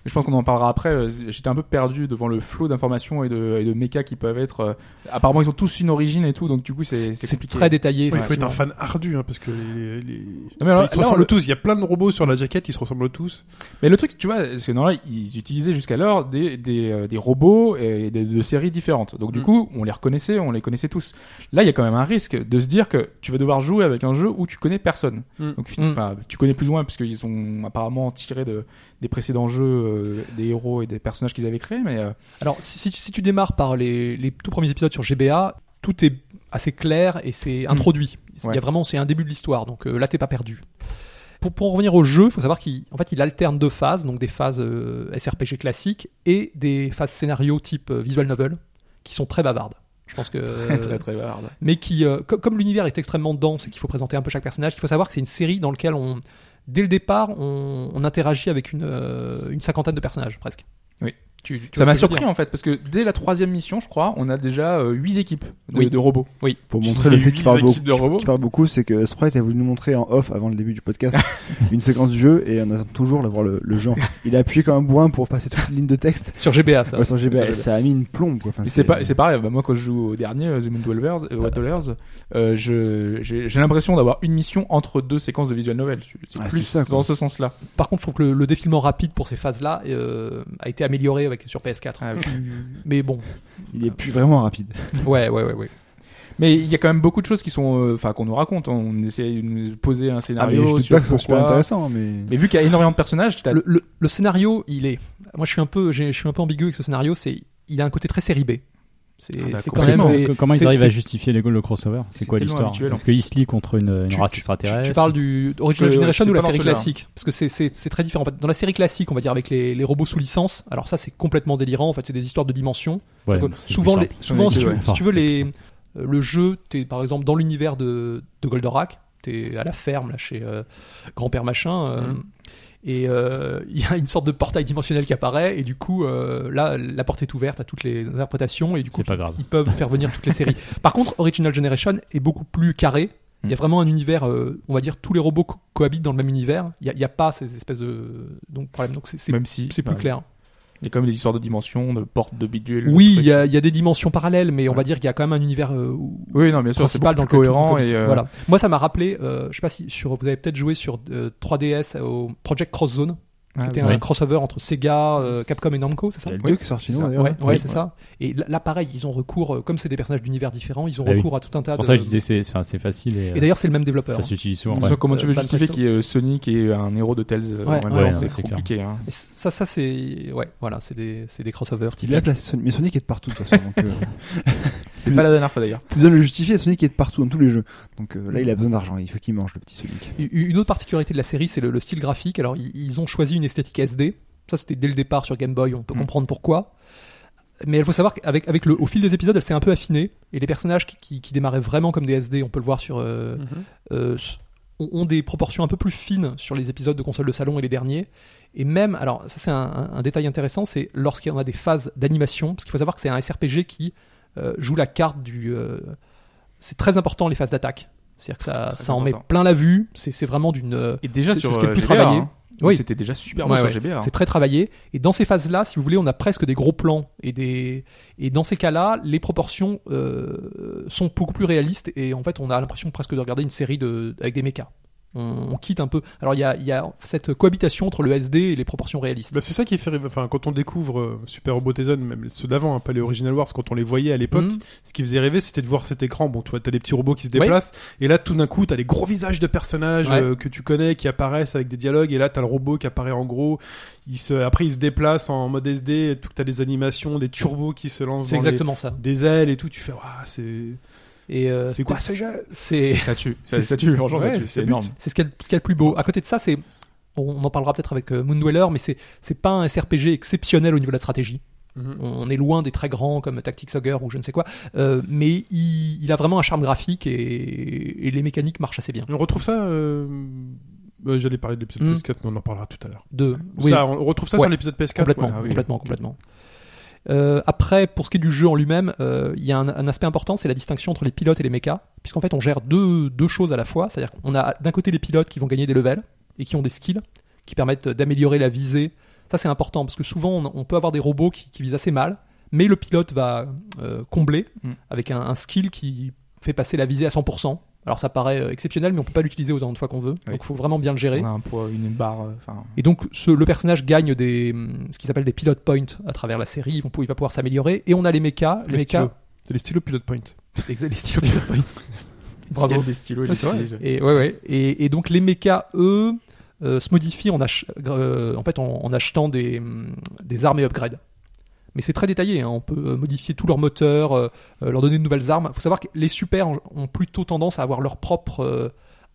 je pense qu'on en parlera après. euh, J'étais un peu perdu devant le flot d'informations et de, et de mécas qui peuvent être. euh, Apparemment, ils ont tous une origine et tout, donc du coup, c'est c'est
C'est
compliqué.
très détaillé.
Ouais, il faut être
effectivement.
un fan ardu, hein, parce que les, les- les-
Non, mais alors,
ils se
là, on
ressemblent
le-
tous. Il y a plein de robots sur la jaquette, ils se ressemblent tous.
Mais le truc, tu vois, c'est que normalement, ils utilisaient jusqu'alors des, des, euh, des robots et des, de séries différentes. Donc du
Mm.
coup, on les reconnaissait, on les connaissait tous. Là, il y a quand même un risque de se dire que tu vas devoir jouer avec un jeu où tu connais personne.
Mm.
Donc
Mm.
enfin, tu connais plus ou moins parce qu'ils ont apparemment tiré de, des précédents jeux euh, des héros et des personnages qu'ils avaient créés, mais euh,
Alors, si, si tu- si tu démarres par les, les tout premiers épisodes sur GBA, tout est assez clair et c'est introduit. Il y
Mm. Ouais.
a vraiment, c'est un début de l'histoire, donc euh, là, t'es pas perdu. Pour, pour en revenir au jeu, il faut savoir qu'il en fait, il alterne deux phases, donc des phases euh, SRPG classiques et des phases scénario type euh, visual novel, qui sont très bavardes. Je pense que
Très, très, très hard.
mais qui, euh, co- comme l'univers est extrêmement dense et qu'il faut présenter un peu chaque personnage, il faut savoir que c'est une série dans laquelle on, dès le départ, on, on interagit avec une, euh, une cinquantaine de personnages presque.
Oui.
Tu- tu- tu
Ça
vois
m'a
ce que je veux
surpris en fait, parce que dès la troisième mission, je crois, on a déjà 8 équipes de,
Oui.
de robots.
Pour montrer le fait qu'il parle
Huit
beaucoup.
équipes de robots.
qu'il parle beaucoup, c'est que Sprite a voulu nous montrer en off avant le début du podcast une séquence du jeu et on attend toujours d'avoir le, le jeu. en fait. Il a appuyé comme un bourrin pour passer toute les lignes de texte.
dire. Sur GBA, ça.
Ouais, sans GBA,
sur GBA.
ça a mis une plombe quoi. Enfin,
Et C'est pas- c'est pareil, bah, moi quand je joue au dernier, euh, The Moon Dwellers, euh, Wattlers, euh, je- j'ai j'ai l'impression d'avoir une mission entre deux séquences de visual novel. C'est
Ah,
plus
c'est ça, quoi.
dans ce sens-là.
Par contre, je trouve que le, le défilement rapide pour ces phases-là euh, a été amélioré avec sur PS4.
Ah oui.
Tu- Mais bon,
Il est plus vraiment rapide.
ouais, ouais, ouais, ouais.
Mais il y a quand même beaucoup de choses qui sont, euh, enfin qu'on nous raconte. On essaie de nous poser un
Ah, mais je
scénario
doute
sur
pas que ce soit super
pourquoi.
intéressant, mais.
Mais vu qu'il y a énormément de personnages, t'as-
Le, le- le scénario, il est. Moi, je suis un peu, j'ai- je suis un peu ambigu avec ce scénario. C'est, il a un côté très série B. C'est
Ah bah,
c'est quand même.
complètement.
Comment,
des-
que- comment
c'est-
ils arrivent
c'est-
à justifier les goals de crossover
C'est
C'est quoi
tellement
l'histoire
habituel, en
Parce qu'ils se lient contre une, une
Tu-
race
tu-
extraterrestre.
Tu, tu parles du Original
Je-
Generation
c'est
ou
pas
la
dans
série
celui-là.
classique Parce que c'est- c'est c'est très différent. En fait, Dans la série classique, on va dire avec les, les robots sous licence, alors ça c'est complètement délirant. En fait, c'est des histoires de dimensions.
Ouais,
Donc,
c'est
souvent,
plus
les-
simple.
souvent
Ouais,
si, tu,
ouais.
si tu veux,
Enfin,
les, euh, le jeu, t'es par exemple dans l'univers de, de Goldorak, t'es à la ferme là, chez euh, grand-père machin. euh,
Mhm.
Et euh, il y a une sorte de portail dimensionnel qui apparaît, et du coup, euh, là, la porte est ouverte à toutes les interprétations, et du coup,
C'est pas grave.
ils peuvent faire venir toutes les séries. Par contre, Original Generation est beaucoup plus carré. Il y a
Mm.
vraiment un univers, euh, on va dire, tous les robots co- cohabitent dans le même univers. Il n'y a, il y a pas ces espèces de donc, problèmes. Donc c'est c'est-
même si
c'est plus
bah,
clair.
Il y a quand même des histoires de dimensions, de portes, de bidules.
Oui,
de
il
trucs.
y, a, il y a des dimensions parallèles, mais on
Ouais.
va dire qu'il y a quand même un univers euh, où-
Oui, non, bien sûr, c'est
principal
beaucoup
dans
plus
le lequel
cohérent
tout le monde
et
cohabite.
euh,
Voilà. Moi, ça m'a rappelé, euh, je sais pas si sur, vous avez peut-être joué sur euh, 3DS au Project Cross Zone,
ah,
qui était
oui.
un crossover entre Sega, euh, Capcom et Namco, c'est ça
Il y a le
Oui,
2 qui est sorti,
c'est
non
ça.
d'ailleurs
Ouais, ouais,
Oui.
c'est ça. Et là, là, pareil, ils ont recours, euh, comme c'est des personnages d'univers différents, ils ont
Bah oui.
recours à tout un tas
C'est pour
de.
ça que je disais c'est c'est- c'est facile et,
Et d'ailleurs, c'est le même
euh,
développeur. hein.
ça s'utilise souvent.
Donc,
ouais.
soit Comment tu veux
Euh, Van
justifier
Presto.
qu'il y ait Sonic qui est un héros de Tales euh,
Ouais,
en même
ouais,
temps,
ouais,
c'est
C'est
clair.
compliqué. hein.
Et c- ça, ça c'est ouais, voilà, c'est des, c'est des crossovers.
Il a classé Sonic, mais Sonic est de partout de toute façon. donc, euh,
C'est pas la dernière fois d'ailleurs.
plus besoin de le justifier, Sonic est de partout dans tous les jeux. Donc euh, là, il a besoin d'argent, il faut qu'il mange le petit Sonic.
U- Une autre particularité de la série, c'est le, le style graphique. Alors, i- ils ont choisi une esthétique SD. Ça, c'était dès le départ sur Game Boy. On peut
Mm.
comprendre pourquoi. Mais il faut savoir qu'avec avec le, au fil des épisodes, elle s'est un peu affinée. Et les personnages qui, qui, qui démarraient vraiment comme des SD, on peut le voir sur, euh,
Mhm.
euh, s- ont, ont des proportions un peu plus fines sur les épisodes de console de salon et les derniers. Et même, alors ça c'est un, un- un détail intéressant, c'est lorsqu'il y en a des phases d'animation, parce qu'il faut savoir que c'est un SRPG qui euh, joue la carte du... euh, c'est très important les phases d'attaque. C'est-à-dire que ça,
Très
ça en met
important.
plein la vue, c'est c'est vraiment d'une... euh,
Et déjà
C'est-
sur
c'est ce qui est
euh,
le plus
GBA,
travaillé.
hein.
Oui.
c'était déjà super
Ouais,
bon sur
ouais.
GBA. hein.
C'est très travaillé. Et dans ces phases-là, si vous voulez, on a presque des gros plans. Et, des... et dans ces cas-là, les proportions euh, sont beaucoup plus réalistes. Et en fait, on a l'impression presque de regarder une série de... avec des mechas. On, on quitte un peu. Alors, il y a, il y a cette cohabitation entre le SD et les proportions réalistes.
Bah, c'est ça qui fait rêver. Enfin, quand on découvre euh, Super Robot Tyson, même ceux d'avant, hein, pas les Original Wars, quand on les voyait à l'époque,
Mhm.
ce qui faisait rêver, c'était de voir cet écran. Bon, tu vois, t'as les petits robots qui se déplacent, et là, tout d'un coup, t'as les gros visages de personnages
Ouais.
euh, que tu connais qui apparaissent avec des dialogues, et là, t'as le robot qui apparaît en gros. Il se, après, il se déplace en mode SD, et tout, t'as des animations, des turbos qui se lancent
C'est
dans les-
exactement ça.
des ailes et tout. Tu fais, Waouh, c'est,
Et euh,
c'est quoi ce jeu
C'est
Ça tue.
C'est-
Ça, ça tue. Franchement,
Ouais,
ça tue.
c'est
C'est
le but.
énorme.
C'est ce qu'il y, a- ce qu'il y a de plus beau. À côté de ça, c'est on en parlera peut-être avec euh, Moon Dweller, mais c'est c'est pas un SRPG exceptionnel au niveau de la stratégie.
Mhm.
On est loin des très grands comme Tactics Ogre ou je ne sais quoi, euh, mais il, il a vraiment un charme graphique et, et les mécaniques marchent assez bien.
On retrouve ça. euh, euh, J'allais parler de l'épisode
Mm.
Mhm.
PS4, mais on en parlera tout à l'heure.
De, oui,
Ça, on retrouve ça
Ouais.
sur l'épisode PS4.
complètement,
ouais, ah oui.
complètement, complètement. Euh, après, pour ce qui est du jeu en lui-même, euh, il y a un, un aspect important, c'est la distinction entre les pilotes et les mechas, puisqu'en fait on gère deux, deux choses à la fois, c'est-à-dire qu'on a d'un côté les pilotes qui vont gagner des levels et qui ont des skills qui permettent d'améliorer la visée. Ça c'est important parce que souvent on, on peut avoir des robots qui, qui visent assez mal, mais le pilote va euh, combler
Mm.
avec un, un skill qui fait passer la visée à 100%. Alors ça paraît euh, exceptionnel, mais on peut pas l'utiliser autant de fois qu'on veut,
Oui.
donc il faut vraiment bien le gérer.
On a un poids, une barre. euh, Enfin,
Et donc, ce- le personnage gagne des, hum, ce qu'ils appellent des pilot points à travers la série. Ils vont pou- Il va pouvoir s'améliorer. Et on a les mechas. Les
Les stylos.
mechas.
C'est les stylos Pilot Point.
les stylos pilot points.
il y
Bravo.
a des stylos. ils
Ouais, c'est vrai.
utilisent.
Et, ouais, ouais. Et, et donc, les mechas, eux, euh, se modifient en, ach- euh, en fait, en, en achetant des, hum, des armes et upgrades. Mais c'est très détaillé. hein. On peut euh, modifier tous leurs moteurs, euh, euh, leur donner de nouvelles armes. Il faut savoir que les super ont plutôt tendance à avoir leur propre. euh,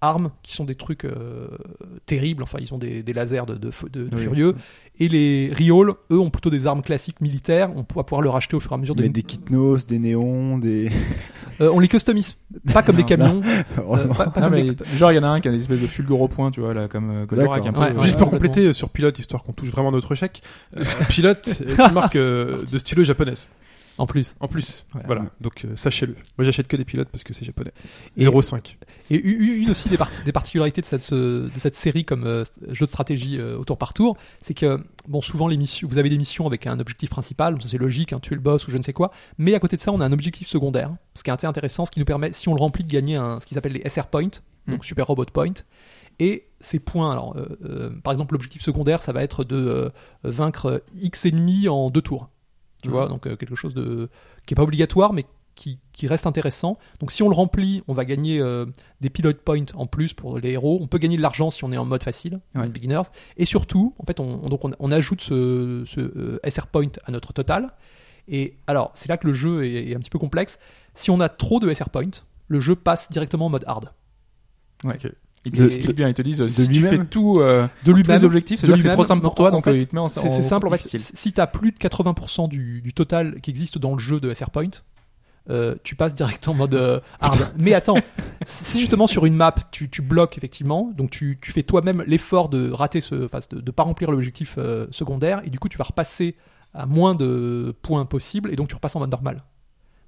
armes qui sont des trucs euh, terribles. Enfin, ils ont des, des lasers de, de feu- de- de
Oui.
furieux. Et les Riol, eux, ont plutôt des armes classiques militaires. On va pouvoir leur acheter au fur et à mesure de.
Mais des kitnos, des néons, des.
Euh, on les customise, pas comme des
Non,
camions. euh,
Heureusement.
pas- pas
Non,
comme des-
mais genre, il y en a un qui a des espèces de fulgore au point, tu vois, là, comme euh, Goldorak, un peu.
D'accord.
Ouais, ouais.
Juste pour
complètement.
compléter euh, sur Pilote, histoire qu'on touche vraiment notre chèque, euh, Pilote est une marque euh, de stylo japonaise.
En plus.
En plus,
Ouais.
voilà. Donc euh, sachez-le. Moi, j'achète que des pilotes parce que c'est japonais.
Et-
0,5.
Et u- u- une aussi des, parti- des particularités de cette, euh, de cette série comme euh, jeu de stratégie euh, au tour par tour, c'est que bon, souvent les missions, vous avez des missions avec un objectif principal, donc ça c'est logique, hein, tuer le boss ou je ne sais quoi, mais à côté de ça on a un objectif secondaire, hein, ce qui est assez intéressant, ce qui nous permet, si on le remplit, de gagner un, ce qu'ils appellent les SR Points, donc Super Robot Point. Et ces points, alors euh, euh, par exemple l'objectif secondaire ça va être de euh, vaincre euh, X ennemis en deux tours, tu
Mhm.
vois, donc euh, quelque chose de, qui n'est pas obligatoire mais qui, qui reste intéressant. Donc si on le remplit, on va gagner... euh, des pilot points en plus pour les héros. On peut gagner de l'argent si on est en mode facile, en
Ouais.
mode beginners. Et surtout, en fait, on, on- donc on, on ajoute ce, ce, euh, SR point à notre total. Et alors, c'est là que le jeu est, est un petit peu complexe. Si on a trop de SR points, le jeu passe directement en mode hard.
Ils
De-
te l'expliquent bien, ils te disent, euh, si tu
lui-même
fais tout, euh,
De
tous les
lui-même,
objectifs,
de
c'est-à-dire que c'est
lui-même.
trop simple pour
Non,
toi,
en
donc
fait,
euh, ils te mettent en
c'est c'est simple en fait.
difficile.
Si tu as plus de 80% du, du total qui existe dans le jeu de SR point, euh, tu passes direct en mode euh, hard. Mais attends, si justement sur une map tu, tu bloques effectivement, donc tu, tu fais toi-même l'effort de rater ce, enfin, de, de pas remplir l'objectif euh, secondaire, et du coup tu vas repasser à moins de points possible, et donc tu repasses en mode normal.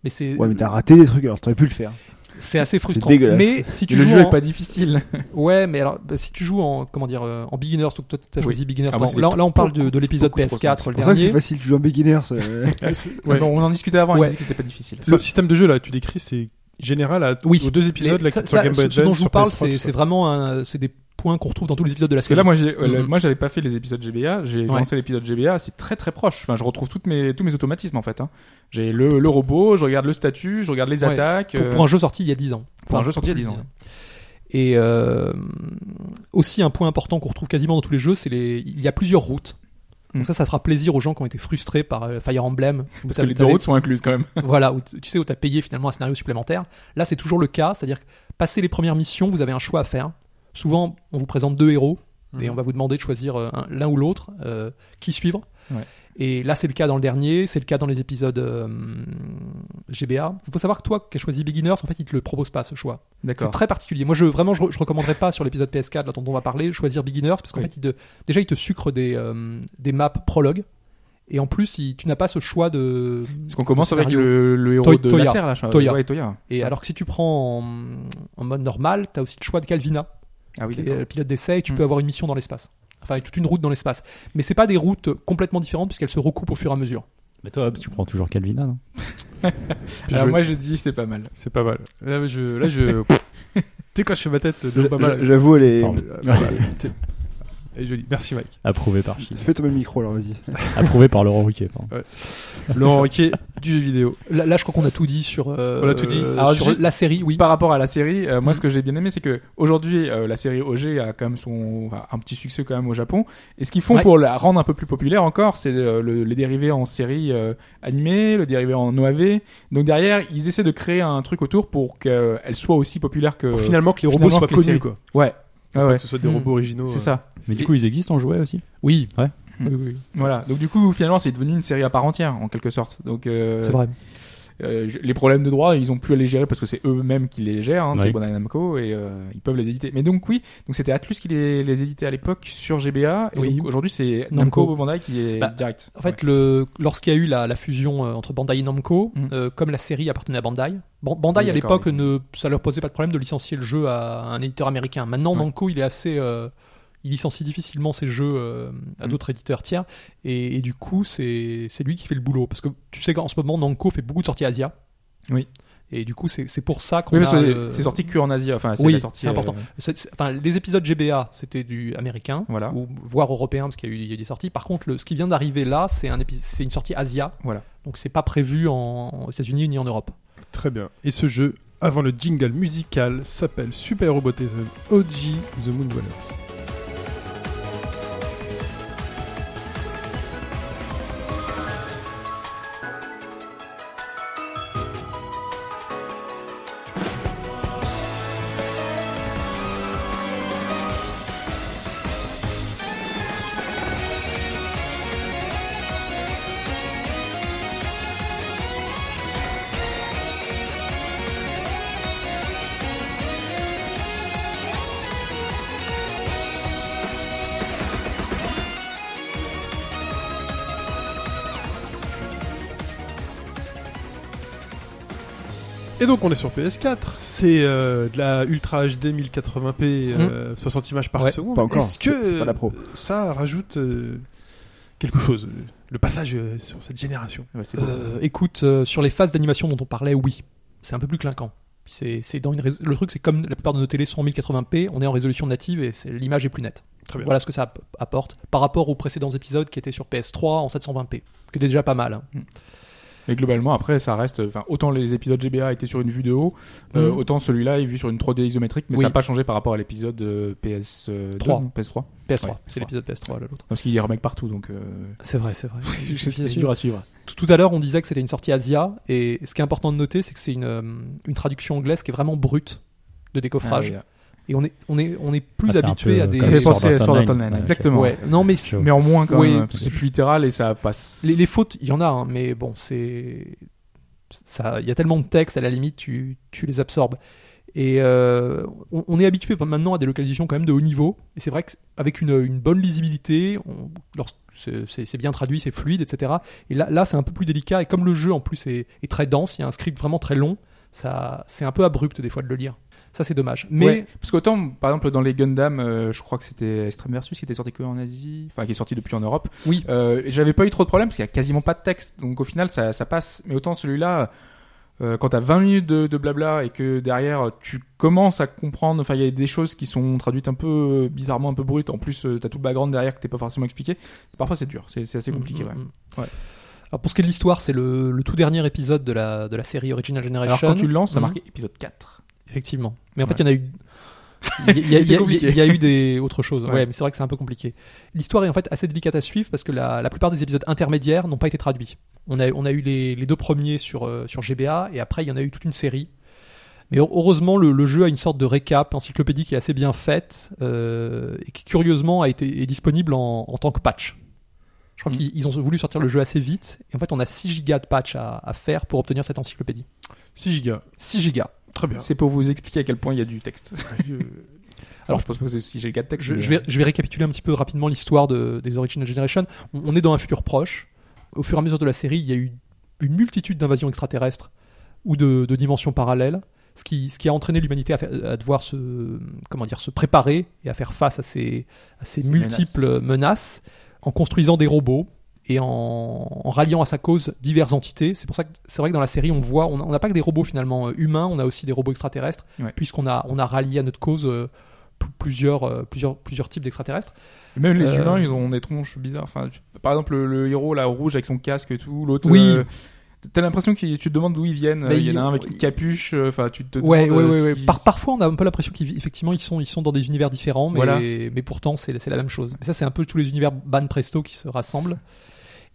Mais c'est
Ouais, mais t'as raté des trucs alors t'aurais pu le faire.
c'est assez frustrant.
dégueulasse.
Mais si tu
le
joues
jeu
en-
est pas difficile.
Ouais, mais alors bah, si tu joues en comment dire euh, en beginners, donc toi t'as
Oui.
choisi beginners.
Ah, moi,
bon,
c'est
là,
des
là, on parle de,
beaucoup,
de l'épisode
beaucoup trop
PS4
simples.
C'est
le
pour ça que c'est
dernier.
facile, tu joues en euh. beginner. ça-
Ouais.
Bon, on en discutait avant,
Ouais.
ils disaient que c'était pas difficile.
Le système de jeu, là, tu décris, c'est général à,
Oui.
aux deux épisodes
Mais
là,
ça-
qui sont sur
ça,
Game Boy
ce, ce dont
Advance,
je vous
sur
parle,
PS3, tout
c'est
ça.
c'est vraiment un- c'est des points qu'on retrouve dans tous les épisodes de la
Parce que
série.
là, moi, j'ai, euh, le-
Mhm.
moi, j'avais pas fait les épisodes GBA. J'ai
Ouais.
lancé l'épisode GBA. C'est très très proche. Enfin, je retrouve toutes mes tous mes automatismes en fait. hein. J'ai le, le robot, je regarde le statut, je regarde les
Ouais.
attaques.
pour,
euh,
pour un jeu sorti il y a 10 ans.
pour un
Enfin,
jeu sorti il y a
plus
10
de
ans.
Et euh, aussi un point important qu'on retrouve quasiment dans tous les jeux, c'est les il y a plusieurs routes.
Mm.
Donc ça, ça fera plaisir aux gens qui ont été frustrés par euh, Fire Emblem. où
Parce que
t'avais-
les deux
t'avais-
routes sont incluses quand même.
voilà, où tu tu sais où t'as payé finalement un scénario supplémentaire. Là, c'est toujours le cas, c'est-à-dire que passer les premières missions, vous avez un choix à faire. Souvent, on vous présente deux héros et
Mhm.
on va vous demander de choisir euh, un- l'un ou l'autre, euh, qui suivre.
Ouais.
Et là, c'est le cas dans le dernier, c'est le cas dans les épisodes euh, GBA. Il faut savoir que toi, qui as choisi Beginners, en fait, ils te le proposent pas ce choix. C'est
D'accord.
très particulier. Moi, je vraiment, je, re- je recommanderais pas sur l'épisode PS4 là, dont on va parler, choisir Beginners, parce qu'en
Oui.
fait, il te- déjà, ils te sucrent des, euh, des maps prologue. Et en plus, il- tu n'as pas ce choix de.
Parce qu'on commence avec
scénario.
le, le héros
Toy-
de
Toya.
la Terre là. je-
Toya.
Ouais, Toya.
Et alors que si tu prends en, en mode normal, tu as aussi le choix de Calvina,
Ah oui.
qui est
d'accord.
le pilote d'essai, et euh, tu
Mm.
peux avoir une mission dans l'espace. Enfin, toute une route dans l'espace. Mais c'est pas des routes complètement différentes puisqu'elles se recoupent au fur et à mesure.
Mais toi, Hobbs, tu prends toujours Calvina, non
Puis
Alors
je-
moi, j'ai dit c'est pas mal.
C'est pas mal. Là, je. Là, je... tu sais, quand je fais ma tête de pas mal. Euh,
J'avoue, elle est.
Pardon.
Elle est jolie. Merci, Mike.
Approuvé par
euh,
Chine.
Fais tomber le micro alors, vas-y.
Approuvé par Laurent Ruquier, pardon.
Laurent Riquet du jeu vidéo.
Là, là, je crois qu'on a tout dit sur, euh,
On a tout dit.
euh,
Alors,
sur
juste-
la série, oui.
Par rapport à la série, euh, moi
Mm.
ce que j'ai bien aimé, c'est que aujourd'hui euh, la série OG a quand même son enfin, un petit succès quand même au Japon. Et ce qu'ils font
Ouais.
pour la rendre un peu plus populaire encore, c'est euh, le- les dérivés en série euh, animée, le dérivé en OAV. Donc derrière, ils essaient de créer un truc autour pour qu'elle soit aussi populaire que.
Pour Euh, finalement que les Ah robots
finalement
soient
que les
connus,
séries-
quoi.
Ouais. Ouais, ouais.
Que ce soit des
Mm.
robots originaux. euh,
C'est ça.
Mais du coup, ils existent en jouet aussi
Oui.
Ouais.
Oui, oui, oui.
Voilà. Donc du coup, finalement, c'est devenu une série à part entière en quelque sorte. Donc euh,
C'est vrai.
euh, je- les problèmes de droit, ils ont pu les gérer parce que c'est eux-mêmes qui les gèrent, hein, c'est
Oui.
Bandai Namco et euh, ils peuvent les éditer. Mais donc oui, donc c'était Atlus qui les, les éditait à l'époque sur GBA et
Oui.
donc aujourd'hui c'est
Namco.
Namco Bandai qui est
Bah,
direct.
En fait, le, lorsqu'il y a eu la, la fusion euh, entre Bandai et Namco,
Mm.
euh, comme la série appartenait à Bandai, Ban- Bandai
Oui,
à
d'accord,
l'époque,
ils
ne, ça leur posait pas de problème de licencier le jeu à un éditeur américain. Maintenant,
Ouais.
Namco, il est assez. euh, il licencie difficilement ses jeux euh, à
Mm.
d'autres éditeurs tiers. Et, et du coup, c'est c'est lui qui fait le boulot. Parce que tu sais qu'en ce moment, Namco fait beaucoup de sorties Asia.
Oui.
Et du coup, c'est c'est pour ça qu'on
Ouais. Oui,
a.
parce que
le-
c'est sorti que en Asie, enfin c'est
Oui,
la sortie,
c'est important.
euh,
c'est- c'est- enfin, les épisodes GBA, c'était du américain,
Voilà.
Ah. ou voire européen, parce qu'il y, a eu- il y a eu des sorties. Par contre, le, ce qui vient d'arriver là, c'est un épi- c'est une sortie Asia.
Voilà.
Donc c'est pas prévu en, aux États-Unis ni en Europe.
Très bien. Et ce jeu, avant le jingle musical, s'appelle Super Robotism OG The Moon Dwellers. Et donc on est sur PS4, c'est euh, de la Ultra HD 1080p, euh, 60 images par
Ouais,
seconde.
Hmm. pas encore,
Est-ce
c'est-
que
c'est pas la pro.
ça rajoute euh, quelque chose, euh, le passage euh, sur cette génération
Ouais, c'est beau.
Euh, écoute, euh, sur les phases d'animation dont on parlait, oui, c'est un peu plus clinquant. Puis C'est, c'est dans une rés- le truc, c'est comme la plupart de nos télés sont en 1080p, on est en résolution native et c'est, l'image est plus nette.
Très bien.
Voilà ce que ça app- apporte par rapport aux précédents épisodes qui étaient sur PS3 en 720p, qui était déjà pas mal. hein.
Mais globalement, après, ça reste. Enfin, autant les épisodes GBA étaient sur une vue de haut, euh,
Mhm.
autant celui-là est vu sur une 3D isométrique, mais
Oui.
ça n'a pas changé par rapport à l'épisode euh, PS3.
Trois.
PS3.
PS3,
Ouais,
c'est l'épisode PS3 là, l'autre.
Parce qu'il y a remake partout, donc. euh,
C'est vrai, c'est vrai.
c'est dur à suivre.
Tout tout à l'heure, on disait que c'était une sortie Asia, et ce qui est important de noter, c'est que c'est une, euh, une traduction anglaise qui est vraiment brute de décoffrage.
Ah,
Et on est, on est, on est
Ah,
plus
c'est un
habitué
peu
à des.
comme
Ça fait
Sword
penser
Art
à Sword Art
Online.
Online,
Ouais, Ah, ok.
exactement.
Ouais, non, mais
Sure.
Mais en moins quand
Oui,
même, hein, parce que c'est plus littéral et ça passe.
Les, les fautes, il y en a, hein, mais bon, c'est. ça- Il y a tellement de textes, à la limite, tu, tu les absorbes. Et euh, on, on est habitué maintenant à des localisations quand même de haut niveau. Et c'est vrai qu'avec une, une bonne lisibilité, on- lorsque c'est c'est- c'est bien traduit, c'est fluide, etc. Et là, là c'est un peu plus délicat. Et comme le jeu en plus est, est très dense, il y a un script vraiment très long, ça c'est un peu abrupt des fois de le lire. Ça, c'est dommage. Mais
Ouais, parce qu'autant, par exemple, dans les Gundam, euh, je crois que c'était Extreme Versus qui était sorti que en Asie, enfin qui est sorti depuis en Europe.
Oui.
Euh, et J'avais pas eu trop de problèmes parce qu'il y a quasiment pas de texte, donc au final ça, ça passe. Mais autant celui-là, euh, quand t'as 20 minutes de, de blabla et que derrière tu commences à comprendre, enfin il y a des choses qui sont traduites un peu euh, bizarrement, un peu brutes. En plus, euh, t'as tout le background derrière que t'es pas forcément expliqué. Parfois c'est dur, c'est c'est assez compliqué.
Mm,
ouais.
mm, mm. Alors, pour ce qui est de l'histoire, c'est le, le tout dernier épisode de la, de la série Original Generation.
Alors quand tu le lances, ça
Mm.
marque épisode 4.
Effectivement. Mais en
Ouais.
fait, il y en a eu. Il y, a- il y a-
C'est
il y a-
compliqué.
il y a eu des autres choses. Ouais,
Ouais.
mais c'est vrai que c'est un peu compliqué. L'histoire est en fait assez délicate à suivre parce que la, la plupart des épisodes intermédiaires n'ont pas été traduits. On a, on a eu les, les deux premiers sur, euh, sur GBA et après il y en a eu toute une série. Mais heu- heureusement, le, le jeu a une sorte de récap encyclopédique qui est assez bien faite euh, et qui curieusement a été est disponible en, en tant que patch. Je crois
Mhm.
qu'ils ils ont voulu sortir le jeu assez vite et en fait on a 6 gigas de patch à, à faire pour obtenir cette encyclopédie.
6 gigas,
6 gigas.
très bien.
C'est pour vous expliquer à quel point il y a du texte. Alors je pense pas que c'est si j'ai le cas de texte.
Ah, Je,
mais, euh,
je vais, je vais récapituler un petit peu rapidement l'histoire de- des Original Generation. On, on est dans un futur proche. Au fur et à mesure de la série, il y a eu une multitude d'invasions extraterrestres ou de, de dimensions parallèles, ce qui, ce qui a entraîné l'humanité à, faire- à devoir se, comment dire, se préparer et à faire face à ces, à ces
Ces
multiples menaces. en construisant des robots et en, en ralliant à sa cause diverses entités. C'est pour ça que c'est vrai que dans la série, on voit, on on n'a pas que des robots finalement euh, humains, on a aussi des robots extraterrestres,
Ouais.
puisqu'on a, on a rallié à notre cause euh, pl- plusieurs, euh, plusieurs, plusieurs types d'extraterrestres.
Et Même les
Euh,
humains, ils ont des tronches bizarres. Enfin, tu- par exemple, le, le héros là rouge avec son casque et tout, l'autre.
Oui.
euh, T'as l'impression que tu te demandes d'où ils viennent.
Bah,
il y en
ils-
a un avec une capuche. euh, Enfin, tu te
Ouais,
demandes.
ouais,
euh,
ouais,
ce
ouais.
qui-
Par- parfois, on a un peu l'impression qu'effectivement, ils sont, ils sont dans des univers différents, mais,
Voilà.
mais pourtant, c'est c'est la même chose. Mais ça, c'est un peu tous les univers Ban Presto qui se rassemblent.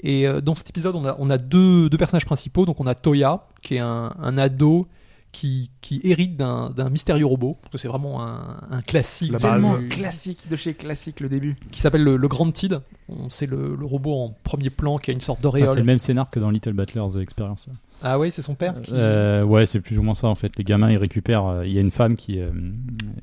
Et euh, dans cet épisode, on a, on a deux, deux personnages principaux. Donc, on a Toya, qui est un, un ado qui, qui hérite d'un d'un mystérieux robot. Parce que C'est vraiment un, un classique.
La
du-
base.
Tellement
du-
classique de chez classique le début.
Qui s'appelle le, le Grand Tid. On- C'est le, le robot en premier plan qui a une sorte
Ah, c'est le
d'auréole.
même scénar que dans Little Battlers euh, Experience. là.
Ah, ouais, c'est son père qui-
Euh, ouais, c'est plus ou moins ça en fait. Les gamins ils récupèrent. euh, Il y a une femme qui, euh,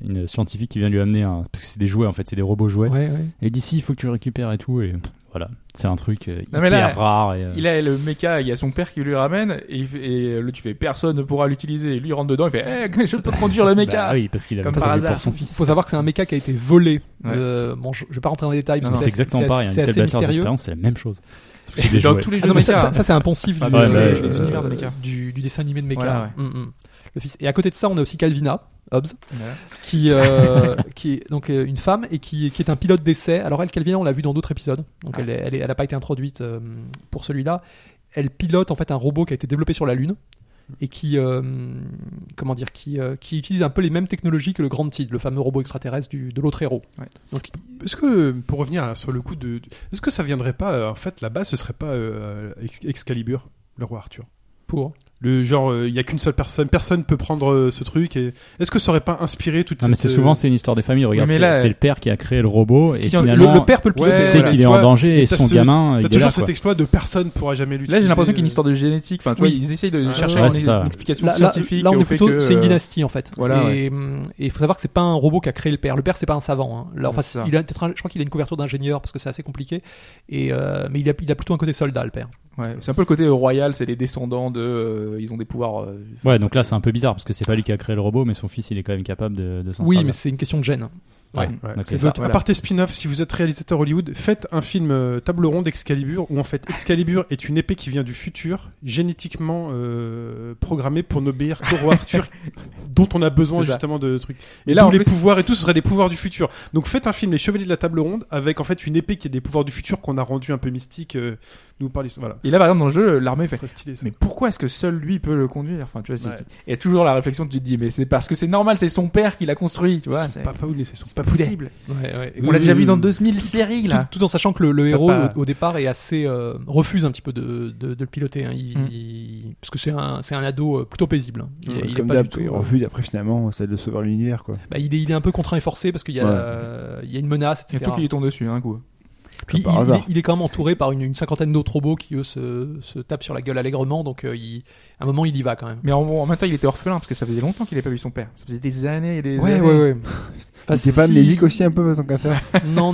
une scientifique qui vient lui amener un. Parce que c'est des jouets en fait, c'est des robots jouets.
Ouais, ouais.
Et d'ici, il faut que tu le récupères et tout. Et pff, voilà, c'est un truc euh,
Non,
hyper
mais là,
rare. Et, euh,
Il a le mecha, il y a son père qui lui ramène et, il fait- et, euh, le tu fais personne ne pourra l'utiliser. Et Lui il rentre dedans, il fait eh, je peux conduire le mecha.
bah oui, parce qu'il a
Comme
pas
par
ça pour
hasard.
son fils.
faut savoir que c'est un méca qui a été volé.
Ouais.
Euh, bon, je, je vais pas rentrer dans les détails.
Non,
parce
non,
que
C'est exactement
assez-
pareil. hein,
c'est
Little
assez
Battlers
mystérieux.
Experience, c'est la même chose. Sauf que C'est des
Dans
jouets.
tous les
Ah
jeux
non, mais ça,
mecha.
ça- ça, c'est un poncif
Ah,
du,
dans
les-
euh,
les
univers de Mecha.
du- du dessin animé de Mecha.
Voilà,
Mm, mm. Le fils. Et à côté de ça, on a aussi Calvina Hobbs,
Voilà.
qui, euh, qui est donc euh, une femme et qui, qui est un pilote d'essai. Alors elle, Calvina, on l'a vu dans d'autres épisodes, donc
Ah.
elle, est- elle, est- elle a pas été introduite euh, pour celui-là. Elle pilote en fait un robot qui a été développé sur la Lune et qui, euh, comment dire, qui, euh, qui utilise un peu les mêmes technologies que le Grand Tid, le fameux robot extraterrestre du, de l'autre héros.
Est-ce que, pour revenir là, sur le coup de. Est-ce que ça viendrait pas. euh, en fait, la base, ce serait pas euh, Ex- Excalibur, le roi Arthur
Pour
Le genre, euh, il y a qu'une seule personne, personne peut prendre euh, ce truc. Et... Est-ce que ça aurait pas inspiré toute
Non, mais
cette,
c'est
euh,
souvent c'est une histoire des familles. Regarde,
mais
c'est
là,
c'est le père qui a créé le robot et
si on- le-
finalement
le père peut le
Ouais,
piloter.
il sait
voilà,
qu'il est
tu
en
vois,
danger
et
et
t'as
son
ce-
gamin
T'as
il est
toujours
là.
cet
quoi.
exploit de personne pourra jamais l'utiliser. euh,
Là j'ai l'impression qu'il y a une histoire de génétique. Enfin, tu
Oui.
vois, ils essayent de
Ouais.
chercher
Ouais,
un-
c'est
une,
ça.
explication
Là, là-
Ah. scientifique.
là, on
au
est
fait
plutôt,
que,
c'est une
euh,
dynastie en fait.
voilà,
et hum, et il faut savoir que c'est pas un robot qui a créé le père. Le père, c'est pas un savant. hein. Là, enfin,
C'est ça.
il a peut-être un- je crois qu'il a une couverture d'ingénieur parce que c'est assez compliqué. Et euh, mais il a, il a plutôt un côté soldat, le père.
Ouais, c'est un peu le côté royal, c'est les descendants de. euh, ils ont des pouvoirs. euh,
Ouais, donc là c'est un peu bizarre parce que c'est pas lui qui a créé le robot, mais son fils il est quand même capable de, de s'en
Oui, mais
servir.
c'est une question de hein. gêne.
Ouais,
Ouais.
ok.
C'est ça.
À
Voilà.
part tes spin-offs, si vous êtes réalisateur Hollywood, faites un film euh, table ronde Excalibur où en fait Excalibur est une épée qui vient du futur, génétiquement euh, programmée pour n'obéir qu'au roi Arthur, dont on a besoin
C'est ça.
justement de trucs.
Mais
Et là,
d'où
en les
les-
pouvoirs et tout, ce serait des pouvoirs du futur. Donc faites un film Les Chevaliers de la Table Ronde avec en fait une épée qui a des pouvoirs du futur qu'on a rendu un peu mystique. euh, nous parler. Voilà.
Et là, par exemple, dans le jeu, l'armée
Ce
fait.
serait stylé. ça.
Mais pourquoi est-ce que seul lui peut le conduire Enfin, tu vois, c'est-
Ouais.
il y a toujours la réflexion, tu te dis, mais c'est parce que c'est normal, c'est son père qui l'a construit, tu vois. C'est
Papa ou c'est son
pas
papounet.
possible.
Ouais, ouais.
On l'a déjà vu dans
Mmh.
2000 séries, là.
Tout, tout en sachant que le, le
T'as
héros
pas-
au, au départ est assez euh, refuse un petit peu de, de, de le piloter, hein. Il-
Mm.
il- parce que c'est un c'est un ado euh, plutôt paisible. hein. Il, est- il est
Comme
pas du
d'hab,
tout.
il
euh,
refuse, après finalement, ça de le sauver l'univers, quoi.
bah, il est il est un peu contraint et forcé parce qu'il y a
Ouais.
euh, il y a une menace,
Il y a
etc.
tout qui lui tombe dessus, d'un coup.
Puis
Comme par
il, il est,
hasard.
il est quand même entouré par une, une cinquantaine d'autres robots qui eux se, se tapent sur la gueule allègrement, donc euh, il- à un moment il y va quand même.
Mais en, en même temps, il était orphelin parce que ça faisait longtemps qu'il n'avait pas vu son père. Ça faisait des années et des années.
Euh,
Il était pas amnésique aussi un peu, tant qu'à faire,
Non,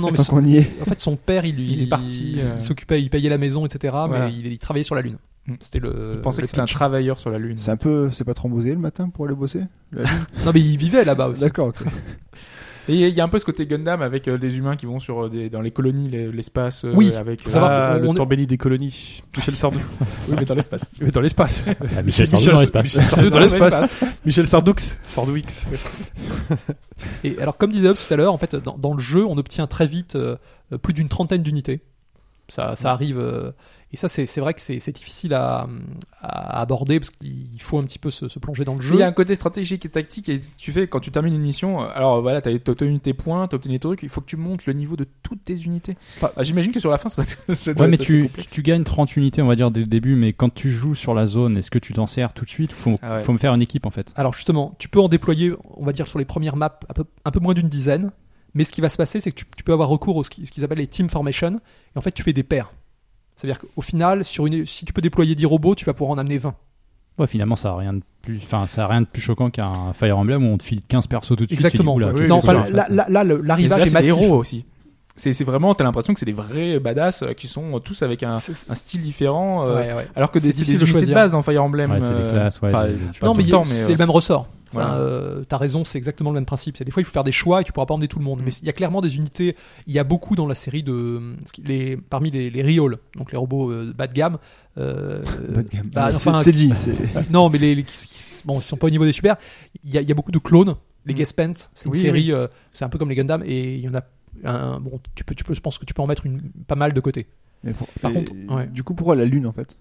non, mais
tant
son-
qu'on y est.
en fait son père il, lui-
Il est parti, euh,
il s'occupait, il payait la maison, etc.
Voilà.
Mais il, il travaillait sur la lune.
Mm.
C'était le.
Il pensait
le
que c'était un
pitch.
travailleur sur la Lune.
C'est un peu, c'est pas trop embosé le matin pour aller bosser
Non mais il vivait là-bas aussi. Euh,
D'accord, ok.
Et il y a un peu ce côté Gundam avec euh, des humains qui vont sur euh, des, dans les colonies, les- l'espace. euh,
Oui,
avec,
faut savoir
Ah,
qu'on-
le
on-
temps béni des colonies. Michel Sardou.
Oui, mais dans l'espace.
Mais dans l'espace.
Ah, Michel Sardou dans l'espace.
Michel Sardou dans l'espace. Michel Sardoux. Sardouix.
Et alors, comme disait Hobbes tout à l'heure, en fait, dans, dans le jeu, on obtient très vite euh, euh, plus d'une trentaine d'unités. Ça,
Mm.
ça arrive. euh, et ça, c'est c'est vrai que c'est c'est difficile à, à aborder parce qu'il faut un petit peu se, se plonger dans le jeu.
Il y a un côté stratégique et tactique et tu fais quand tu termines une mission. euh, Alors voilà, t'as t'as obtenu tes points, t'as obtenu tes trucs. Il faut que tu montes le niveau de toutes tes unités. Enfin, bah, J'imagine que sur la fin, ça doit être- ça doit
Ouais, mais
être assez
tu,
complexe.
tu gagnes 30 unités, on va dire, dès le début, mais quand tu joues sur la zone, est-ce que tu t'en sers tout de suite ou faut,
Ah ouais.
faut me faire une équipe en fait
Alors, justement, tu peux en déployer, on va dire, sur les premières maps, un peu, un peu moins d'une dizaine. Mais ce qui va se passer, c'est que tu, tu peux avoir recours à ce qui- ce qu'ils appellent les team formation. Et en fait, tu fais des paires. C'est-à-dire qu'au final, sur une, si tu peux déployer 10 robots, tu vas pouvoir en amener 20.
Ouais, finalement, ça a rien de plus, enfin, ça a rien de plus choquant qu'un Fire Emblem où on te file 15 persos tout de suite. tu te dis,
Exactement.
oula,
Oui,
qu'est-ce
non,
que
c'est
enfin,
je
sûr.
vais
là,
faire, ça
là- là, le-
Mais
l'arrivage
là,
est,
c'est des
massif.
héros aussi. C'est c'est vraiment, t'as l'impression que c'est des vrais badass euh, qui sont tous avec un,
C'est- c'est-
un style différent. euh,
ouais, ouais.
Alors que
C'est
des, c'est des
difficile de
unités de
choisir.
base dans Fire Emblem.
Ouais, c'est des
euh,
classes, ouais,
enfin,
des- des-
pas
non,
tout
mais
le
il-
temps, mais,
c'est
euh,
le même ressort. Enfin,
Voilà.
euh, T'as raison, c'est exactement le même principe. C'est des fois il faut faire des choix et tu pourras pas emmener tout le monde.
Mm.
Mais il y a clairement des unités. Il y a beaucoup dans la série de ce qui- les parmi les, les Riol, donc les robots euh, bas de gamme. euh,
Pas de gamme.
bah,
C'est-
enfin,
c'est dit. c'est-
non, mais les, les- qui- qui- bon, ils sont pas au niveau des super. Il y a, il y a beaucoup de clones. Les
Mm.
Guest Pants, c'est une
Oui,
série. euh, c'est un peu comme les Gundam et il y en a. Un, bon, tu peux, tu peux, je pense que tu peux en mettre une, pas mal de côté.
Mais pour-
Par
et-
contre, ouais.
du coup, pourquoi la lune en fait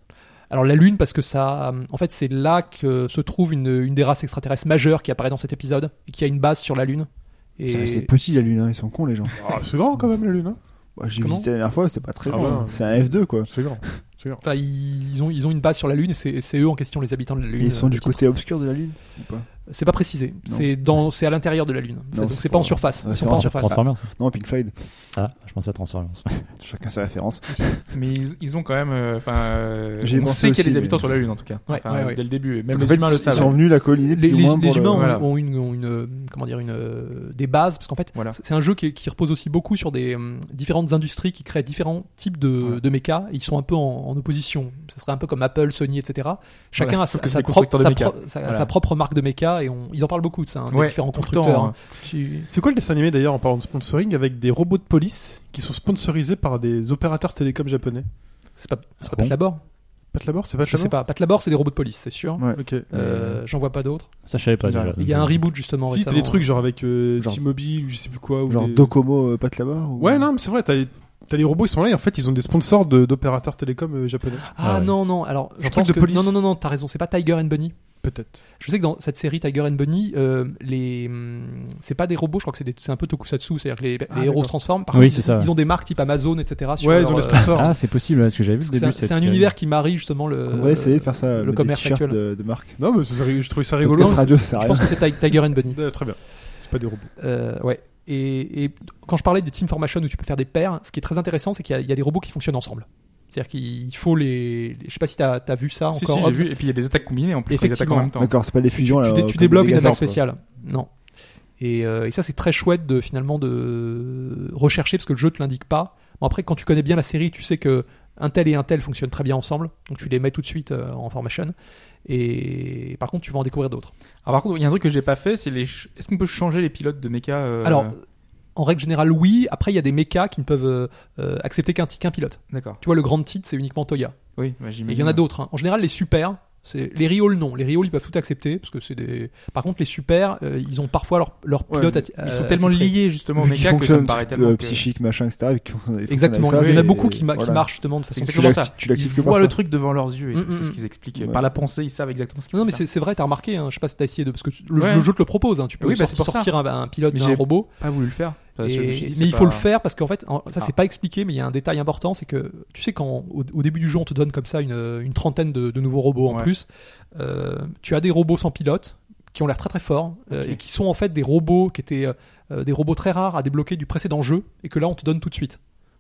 Alors la Lune, parce que ça, euh, en fait, c'est là que se trouve une, une des races extraterrestres majeures qui apparaît dans cet épisode et qui a une base sur la Lune. Et
Putain, C'est petit la lune, hein, ils sont cons les gens.
Ah, c'est grand quand même la lune. Hein.
Bah, J'ai
Comment
visité la dernière fois, c'est pas très
Ah
grand.
ouais.
hein. C'est un F2 quoi.
C'est grand. C'est grand.
enfin, ils ont ils ont une base sur la Lune et c'est c'est eux en question les habitants de la Lune.
Et ils sont
euh,
du
titre.
côté obscur de la lune ou pas
C'est pas précisé.
Non.
C'est dans c'est à l'intérieur de la Lune. En fait,
Non,
donc
c'est
c'est pas
pas-
en surface.
Ouais,
Ils
c'est
sont pas
pas
en
en
surface.
Transformers
Non, Pink Floyd.
Ah, je pensais à Transformers.
Chacun sa référence.
mais ils, ils ont quand même. euh, Enfin, euh,
J'ai
on
pensé
sait qu'il y a
aussi,
des habitants
mais-
sur la Lune en tout cas.
Ouais,
Enfin,
ouais, ouais.
Dès le début, et même
En
les
fait,
humains le
ils sont
savent.
venus la coloniser
Les,
plus ou
les-
moins
les
pour euh, le-
humains ont-
voilà.
ont, une, ont une, euh, comment dire une euh, des bases parce qu'en fait
Voilà.
c'est un jeu qui, qui repose aussi beaucoup sur des euh, différentes industries qui créent différents types de,
Voilà.
de mécas et ils sont un peu en, en opposition ce serait un peu comme Apple Sony etc chacun
Voilà,
a
sauf
sa,
que c'est
sa
des
propre,
constructeurs de
sa,
mécas.
pro- sa-
Voilà.
sa propre marque de méca et on, ils en parlent beaucoup de ça hein, des
Ouais,
différents
tout le
constructeurs
temps,
hein. Tu-
C'est quoi le dessin animé d'ailleurs en parlant de sponsoring avec des robots de police qui sont sponsorisés par des opérateurs télécoms japonais
c'est pas c'est
Ah
pas
bon
Pat Labor
Pat Labor, c'est pas
je sais pas Pat Labor c'est des robots de police c'est sûr
Ouais.
Ok.
Euh, j'en vois pas d'autres
Ça, je savais pas déjà.
il y a un reboot justement
si, t'as
récemment
des trucs genre avec euh,
Genre-
T-Mobile ou je sais plus quoi. Ou
Genre
des-
Docomo, euh, pas de là-bas ou-
Ouais, non, mais c'est vrai, t'as les... t'as les robots, ils sont là et en fait, ils ont des sponsors de- d'opérateurs télécoms euh, japonais.
ah
Ah ouais.
non non alors je
truc
pense
de
que
police.
non non non non t'as raison c'est pas Tiger and Bunny
Peut-être.
Je sais que dans cette série Tiger and Bunny, euh, les hum, c'est pas des robots, je crois que c'est des- c'est un peu tokusatsu, c'est-à-dire que les, les héros
d'accord.
se transforment. Par
Oui,
contre,
c'est
ils,
ça, ouais.
ils ont des marques type Amazon, etc. sur
ouais,
leur,
ils ont des
euh,
sponsors.
Ah, c'est possible, ouais, parce que j'avais vu
parce
le
que
début. de
c'est un-
cette
c'est un
série.
univers qui marie justement
On
Euh, le.
va essayer de faire ça. avec des
commerce
t-shirts
actuel.
de, de marque.
Non, mais c'est- je trouvais ça rigolo.
Podcast radio, ça sert à
Je
rien.
pense que c'est Ti- Tiger and Bunny.
Ouais, très bien. C'est pas des robots.
Euh, ouais. Et, et quand je parlais des team formation où tu peux faire des paires, ce qui est très intéressant, c'est qu'il y, a- il y a des robots qui fonctionnent ensemble. C'est-à-dire qu'il faut les, les- Je sais pas si t'as as vu ça
hein. Si,
encore.
si, j'ai
Hobbs.
vu. Et puis il y a des attaques combinées en plus. quand Ils attaquent en
Effectivement.
même temps.
D'accord, c'est pas des fusions.
tu,
là,
dé-
euh,
tu
comme
débloques
des
une
lasers,
attaque
quoi.
spéciale. Non. Et, euh, et ça, c'est très chouette de finalement de rechercher parce que le jeu te l'indique pas. Bon, après, quand tu connais bien la série, tu sais que un tel et un tel fonctionnent très bien ensemble, donc tu les mets tout de suite euh, en formation. Et par contre, tu vas en découvrir d'autres.
Alors, par contre, il y a un truc que j'ai pas fait, c'est les. ch- Est-ce qu'on peut changer les pilotes de mecha euh,
Alors, en règle générale, oui. Après, il y a des mechas qui ne peuvent euh, euh, accepter qu'un qu'un pilote.
d'accord.
Tu vois, le grand titre, c'est uniquement Toya.
Oui,
Mais
j'imagine.
il y en a d'autres. hein. En général, les super, c'est les Riol non. Les Riol, ils peuvent tout accepter parce que c'est des. Par contre, les super, euh, ils ont parfois leur, leur
Ouais,
pilote.
mais
atti-
Ils
euh,
sont tellement
attitré.
liés justement au
Qui
mecha que ça me
fonctionne,
paraît
euh,
tellement. que-
psychique, machin, etc. qui fonctionne- fonctionne
Exactement.
avec ça,
il y en a
et
beaucoup qui, ma- qui
voilà.
marchent justement de
C'est
façon.
tu
exactement
l'acti-
ça.
tu l'actives
Ils
que par
voient
ça.
le truc devant leurs yeux. et
Mm,
C'est
mm,
ce
mm.
qu'ils expliquent.
Ouais.
Par la pensée, ils savent exactement ce qu'ils
Non mais
font.
c'est c'est vrai, t'as remarqué, hein, je sais pas si t'as essayé de parce que tu- le,
Ouais.
le jeu te le propose, hein, tu peux
Oui, bah,
sorti-
c'est pour
sortir un, un pilote
Mais
d'un
j'ai-
robot,
pas voulu le faire. Parce que
et-
je me suis dit,
mais
c'est
il
pas-
faut le faire parce qu'en fait, en- ça c'est
Ah.
pas expliqué, mais il y a un détail important, c'est que tu sais quand au, au début du jeu on te donne comme ça une, une trentaine de, de nouveaux robots en
Ouais.
plus, euh, tu as des robots sans pilote qui ont l'air très très forts euh,
Ok.
et qui sont en fait des robots qui étaient euh, des robots très rares à débloquer du précédent jeu et que là on te donne tout de suite.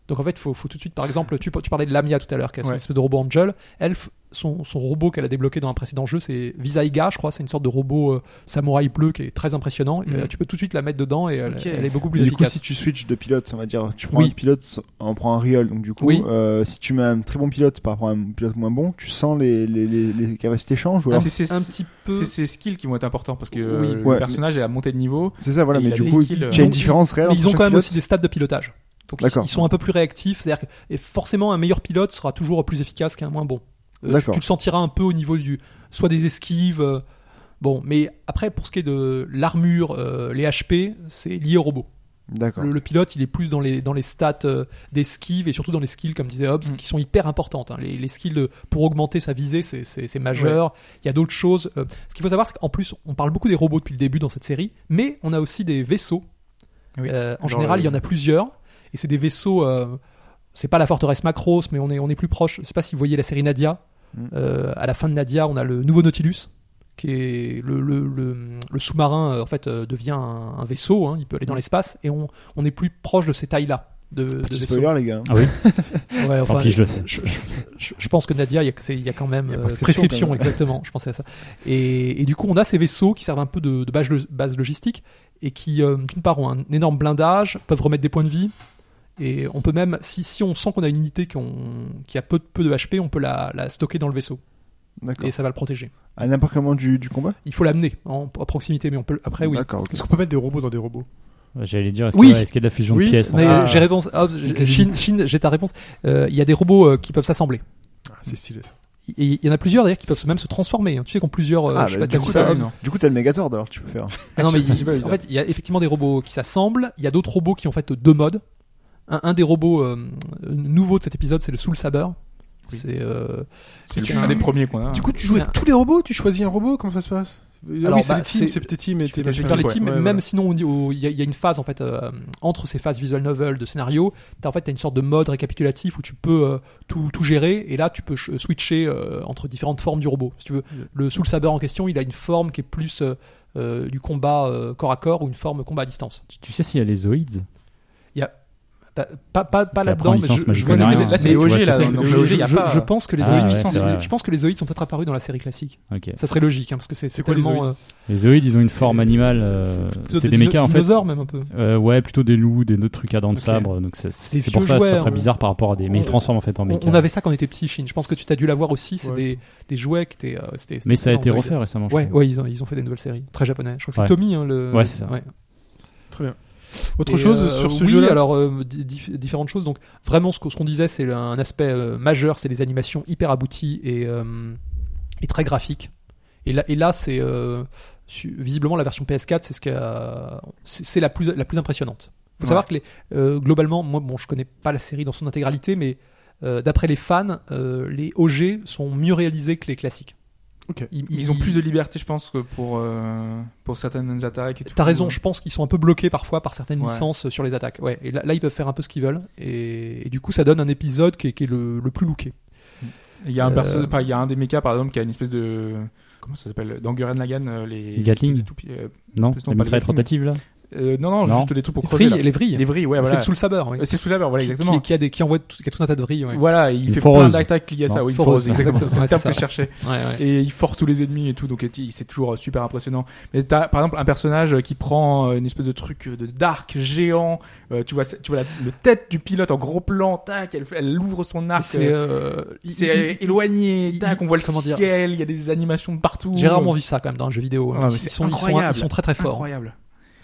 Donc en fait, faut, faut tout de suite, par exemple, tu, tu parlais de Lamia tout à l'heure, qui est
Ouais.
une espèce de robot Angel. Elle, f- son, son robot qu'elle a débloqué dans un précédent jeu, c'est Visaiga, je crois, c'est une sorte de robot euh, samouraï bleu qui est très impressionnant. Et,
Mhm.
euh, tu peux tout de suite la mettre dedans et elle,
Ok.
elle est beaucoup
Mais
plus
du coup,
efficace.
si tu switches de pilote, on va dire, tu prends
Oui.
un pilote, on prend un Riol. Donc, du coup,
Oui.
euh, si tu mets un très bon pilote par rapport à un pilote moins bon, tu sens les, les, les, les capacités changent ou
Ah,
alors.
c'est- c'est-
un petit peu.
C'est ces skills qui vont être importants parce que euh,
Oui.
le
Ouais,
personnage est à monter de niveau.
C'est ça, voilà,
Il
mais
a
du
des
coup,
skills,
tu
euh,
as
ils ont-
une différence réelle.
Mais ils
entre
ont
chaque
quand même
pilote.
aussi des stades de pilotage. Donc ils,
D'accord.
ils sont un peu plus réactifs. C'est-à-dire que et forcément, un meilleur pilote sera toujours plus efficace qu'un moins bon. Euh, tu,
D'accord.
tu le sentiras un peu au niveau du. soit des esquives. euh, bon, mais après, pour ce qui est de l'armure, euh, les HP, c'est lié au robot.
D'accord.
Le, le pilote, il est plus dans les, dans les stats euh, d'esquive et surtout dans les skills, comme disait Hobbes,
Mm.
qui sont hyper importantes. hein. Les, les skills de- pour augmenter sa visée, c'est- c'est c'est majeur. Il y a d'autres choses. euh, ce qu'il faut savoir, c'est qu'en plus, on parle beaucoup des robots depuis le début dans cette série, mais on a aussi des vaisseaux.
Oui.
Euh, en
Genre
général,
le-
il y en a plusieurs. Et c'est des vaisseaux. euh, c'est pas la forteresse Macros, mais on est, on est plus proche. Je sais pas si vous voyez la série Nadia.
Mm.
Euh, à la fin de Nadia, on a le nouveau Nautilus qui est le, le- le- le sous-marin euh, en fait euh, devient un, un vaisseau, hein, il peut aller dans l'espace et on, on est plus proche de ces tailles-là de, de
Petit
vaisseaux.
spoiler, les gars.
Ouais,
Tant
enfin,
pis, je le sais.
je, je pense que Nadia, il y a, c'est- il y a quand même
Il y a
euh,
prescription,
prescription,
quand même.
exactement. Je pensais à ça. Et, et du coup, on a ces vaisseaux qui servent un peu de, de base, lo- base logistique et qui, euh, d'une part, ont un énorme blindage, peuvent remettre des points de vie. Et on peut même, si, si on sent qu'on a une unité qui, ont- qui a peu, de- peu de HP, on peut la, la stocker dans le vaisseau
D'accord.
et ça va le protéger.
À n'importe quel moment du, du combat
Il faut l'amener en- à proximité, mais on peut après oui.
D'accord, ok.
Est-ce qu'on peut mettre des robots dans des robots
J'allais dire, est-ce
Oui.
qu'il y a- est-ce qu'il y a de la fusion
Oui,
de pièces en
Mais
fait
Ah.
j'ai réponse. Hobbes, j'ai-
Exhibit.
Chine, Chine, j'ai ta réponse. Euh, Il y a des robots euh, qui peuvent s'assembler.
Ah, C'est stylé ça.
Et Il y en a plusieurs d'ailleurs qui peuvent même se transformer. hein. Tu sais qu'on plusieurs. euh,
Ah,
je sais
bah,
pas, t'as
du, coup,
vu
ça,
ça,
t'as,
Hobbes
non.
du coup, t'as le Megazord alors tu peux faire.
Ah non, mais
Je sais pas,
il-
j'ai pas vu
en
ça.
fait, il y a effectivement des robots qui s'assemblent. Il y a d'autres robots qui ont en fait deux modes. Un, un des robots euh, nouveau de cet épisode, c'est le Soul Saber.
Oui.
C'est euh,
C'est
c'est
un
un-
des premiers qu'on a.
Du coup, tu joues
C'est
avec
un-
tous les robots Tu choisis un robot Comment ça se passe Ah
Alors,
oui, c'est
bah,
les teams,
c'est-
c'est tes teams et
Tu
tes
peux
machins.
faire les
ouais,
teams.
ouais,
même
voilà.
sinon, on dit- au- il y, a- il y a une phase en fait euh, entre ces phases visual novel de scénario. T'as en fait t'as une sorte de mode récapitulatif où tu peux euh, tout, tout gérer et là tu peux ch- switcher euh, entre différentes formes du robot. Si tu veux, le Soul Saber en question, il a une forme qui est plus euh, euh, du combat euh, corps à corps ou une forme combat à distance.
Tu- Tu sais s'il y a les zoïdes
Pas, pas, pas, pas
qu'elle
là-dedans,
prend une
mais je,
licence
je
Magic
vois les-
Online,
mais-
hein.
Là, c'est les
Tu vois ce
OG.
que
Là,
c'est
dans le
je, je-
OG, il y a
je-
pas. euh,
je pense que les
Ah,
zoïdes
ouais,
ils sont-
c'est vrai.
je pense que les zoïdes sont peut-être apparus dans la série classique.
Ok.
Ça serait logique, hein, parce que c'est c'est
C'est quoi les
tellement,
zoïdes
euh,
Les zoïdes, ils ont une forme animale. euh,
plutôt
C'est des mécas en
dino-
fait.
dinosaures même un peu.
Euh, ouais, plutôt des loups, des autres trucs à dents de
Ok.
sabre. Donc c'est- c'est
Des
c'est pour
vieux
ça que ça
jouets,
serait
on-
bizarre par rapport à des. Oh, Mais ils se
on-
transforment en fait en
On,
mecha.
on avait ça quand on était petit, Chine. Je pense que tu t'as dû l'avoir aussi. C'est
Ouais.
des, des jouets qui étaient. euh, c'était- c'était
Mais ça a été
excellent,
refait récemment. je
zoïdes. Ouais,
crois.
ouais, ils ont, ils ont fait des nouvelles séries. Très japonais. Je crois que c'est
Ouais.
Tommy. hein, le...
Ouais, c'est ça.
Très bien. Autre
Et,
chose
euh,
sur ce
oui,
jeu-là
alors euh, di- diff- différentes choses. Donc vraiment, ce qu'on ce qu'on disait, c'est le- un aspect euh, majeur, c'est les animations hyper abouties et, euh, et très graphiques. Et là, et là, c'est euh, su- visiblement la version PS4, c'est ce qui a- c'est c'est la plus la plus impressionnante. Faut
Ouais.
savoir que les, euh, globalement, moi, bon, je connais pas la série dans son intégralité, mais euh, d'après les fans, euh, les OG sont mieux réalisés que les classiques.
Ok.
Ils,
Ils ont plus de liberté, je pense, que pour euh, pour certaines attaques. et tout.
T'as raison, je pense qu'ils sont un peu bloqués parfois par certaines
Ouais.
licences euh, sur les attaques. Ouais, et là, là, ils peuvent faire un peu ce qu'ils veulent. Et, et du coup, ça donne un épisode qui est, qui est le, le plus looké.
Il y a un perso-
Euh,
enfin, il y a un des mechas par exemple qui a une espèce de comment ça s'appelle dans Gurren Lagann euh, les
Les Gatling
les tout- euh,
Non,
Plus non,
les
pas les
mitraillettes
Gatling.
rotatives là
Euh, non, non,
Non.
juste des trucs pour
Les
creuser.
vrilles,
là.
les vrilles.
Les vrilles, ouais,
C'est
voilà.
sous le sabre. oui.
Ouais, C'est sous la mer, voilà,
Qui-
exactement.
Qui, qui a des, qui envoie tout, qui a tout un tas de vrilles. Ouais.
Voilà, il
Une
fait
foreuse.
plein d'attaques liées à ça.
Non,
Oui, une
foreuse,
foreuse, exactement. C'est
exactement,
le
ouais,
terme
c'est
que je
ça.
cherchais.
Ouais, ouais.
Et il fore tous les ennemis et tout, donc et- c'est toujours euh, super impressionnant. Mais t'as par exemple un personnage euh, qui prend euh, une espèce de truc euh, de dark géant. euh, tu vois, c'est- tu vois la, le tête du pilote en gros plan. Tac, elle, elle ouvre son arc.
C'est
euh,
euh, il-
c'est
il-
euh, éloigné.
il-
Tac, on voit le
comment dire,
ciel. Il y a des animations de partout.
J'ai rarement vu ça quand même dans un jeu vidéo.
Ouais,
hein.
Ah, mais
ils,
c'est
sont, ils, sont,
incroyable.
ils sont très très forts.
Incroyable.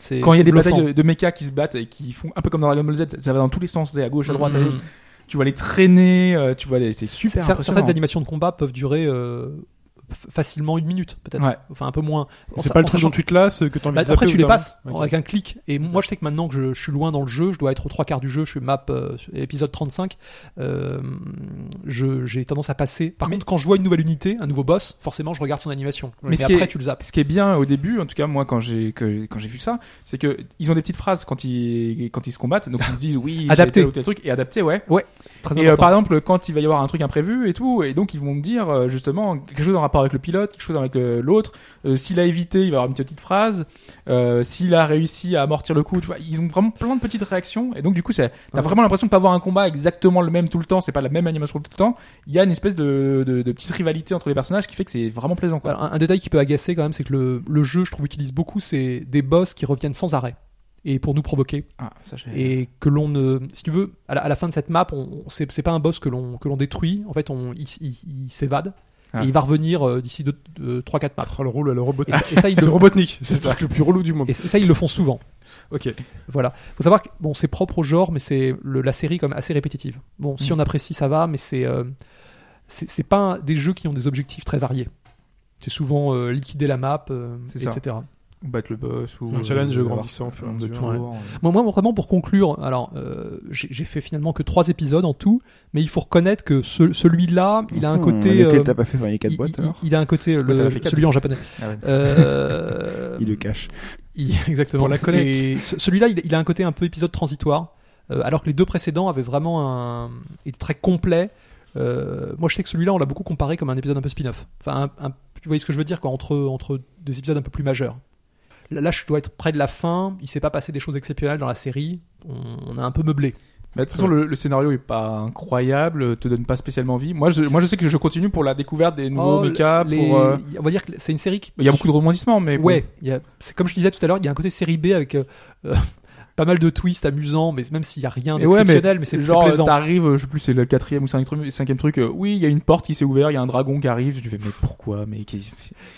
C'est-
Quand il y a
hein. c'est
des
bluffant.
batailles de, de mechas qui se battent et qui font un peu comme dans Dragon Ball Z, ça va dans tous les sens, c'est à gauche, à droite, à gauche.
Mhm.
Tu vois les traîner, euh, tu vois les, c'est super
Cer-
impressionnant.
Certaines animations de combat peuvent durer euh, f- facilement une minute peut-être.
Ouais.
Enfin un peu moins. En
C'est
sa-
pas le
en
truc
sachant-
dont tu te lasses que t'as envie
Bah,
de zapper
après
au
tu les
bout d'un
passes
moment.
avec un clic et moi je sais que maintenant que je, je suis loin dans le jeu je dois être aux trois quarts du jeu je suis map euh, sur- épisode 35 euh, je- j'ai tendance à passer par contre quand je vois une nouvelle unité un nouveau boss forcément je regarde son animation
Mais
mais,
ce qui
après
est-
tu le zappes
ce qui est bien au début, en tout cas moi quand j'ai que- quand j'ai vu ça, c'est que ils ont des petites phrases quand ils quand ils se combattent, donc ils se disent oui, j'ai
Adapté.
tel ou tel truc et adapté ouais.
Très
Et euh,
important.
par exemple quand il va y avoir un truc imprévu et tout, et donc ils vont me dire euh, justement quelque chose en rapport avec le pilote, quelque chose avec euh, l'autre. Euh, s'il a évité, il va avoir une petite phrase. Euh, s'il a réussi à amortir le coup, tu vois, ils ont vraiment plein de petites réactions et donc du coup c'est t'as
Ouais.
vraiment l'impression de pas avoir un combat exactement le même tout le temps, c'est pas la même animation tout le temps. Il y a une espèce de, de, de petite rivalité entre les personnages qui fait que c'est vraiment plaisant quoi.
Voilà, un, un détail qui peut agacer quand même, c'est que le, le jeu, je trouve, utilise beaucoup c'est des boss qui reviennent sans arrêt et pour nous provoquer
Ah, ça, j'ai-
et que l'on ne, si tu veux, à la, à la fin de cette map, on, on- c'est c'est pas un boss que l'on que l'on détruit. En fait, on il, il- il s'évade
Ah.
et il va revenir euh, d'ici 3-4 maps.
Oh, le rôle, le robot.
Et ça, et ça, ils
C'est
le,
Robotnik, c'est le truc le plus relou du monde.
et ça, ils le font souvent.
Ok.
Voilà. Faut savoir que bon, c'est propre au genre, mais c'est le- la série comme assez répétitive. Bon, si
Mm.
on apprécie, ça va, mais c'est euh, c'est c'est pas un- des jeux qui ont des objectifs très variés. C'est souvent euh, liquider la map, euh,
C'est ça.
etc.
ou battre le boss ou euh,
Un challenge
ou
grandissant au fur et à
de
mesure.
tour.
Moi, moi, vraiment pour conclure, alors euh, j'ai j'ai fait finalement que trois épisodes en tout, mais il faut reconnaître que ce- celui-là, il a un
Hmm,
côté.
Lesquels
euh,
t'as pas fait enfin, les quatre
il,
boîtes
il-
alors
il a un côté le-
Ouais, t'en as fait quatre.
celui en japonais.
Ah ouais.
Euh,
Il le cache.
Il- Exactement.
Pour la connect.
Et ce- celui-là, il, il a un côté un peu épisode transitoire, euh, alors que les deux précédents avaient vraiment un. étaient très complet. Euh, moi, je sais que celui-là, on l'a beaucoup comparé comme un épisode un peu spin-off. Enfin, un- un- tu voyez ce que je veux dire, quoi, entre, entre deux épisodes un peu plus majeurs. Là, là, je dois être près de la fin. Il s'est pas passé des choses exceptionnelles dans la série. On, on a un peu meublé.
Mais de toute façon, le, le scénario est pas incroyable, te donne pas spécialement envie. Moi, je, moi, je sais que je continue pour la découverte des nouveaux
Oh,
mechas.
les-
Pour, euh,
On va dire que c'est une série qui.
Il y a beaucoup de rebondissements, mais bon.
Ouais, il y a- c'est comme je disais tout à l'heure, il y a un côté série B avec euh, euh, pas mal de twists amusants, mais même s'il y a rien
Et ouais, mais
d'exceptionnel, mais, c'est c'est
Genre,
plaisant.
t'arrives, euh, je sais plus, c'est le quatrième ou cinquième truc. Cinquième truc euh, oui, il y a une porte qui s'est ouverte, il y a un dragon qui arrive. Je fais, mais pourquoi Mais qu'est-ce-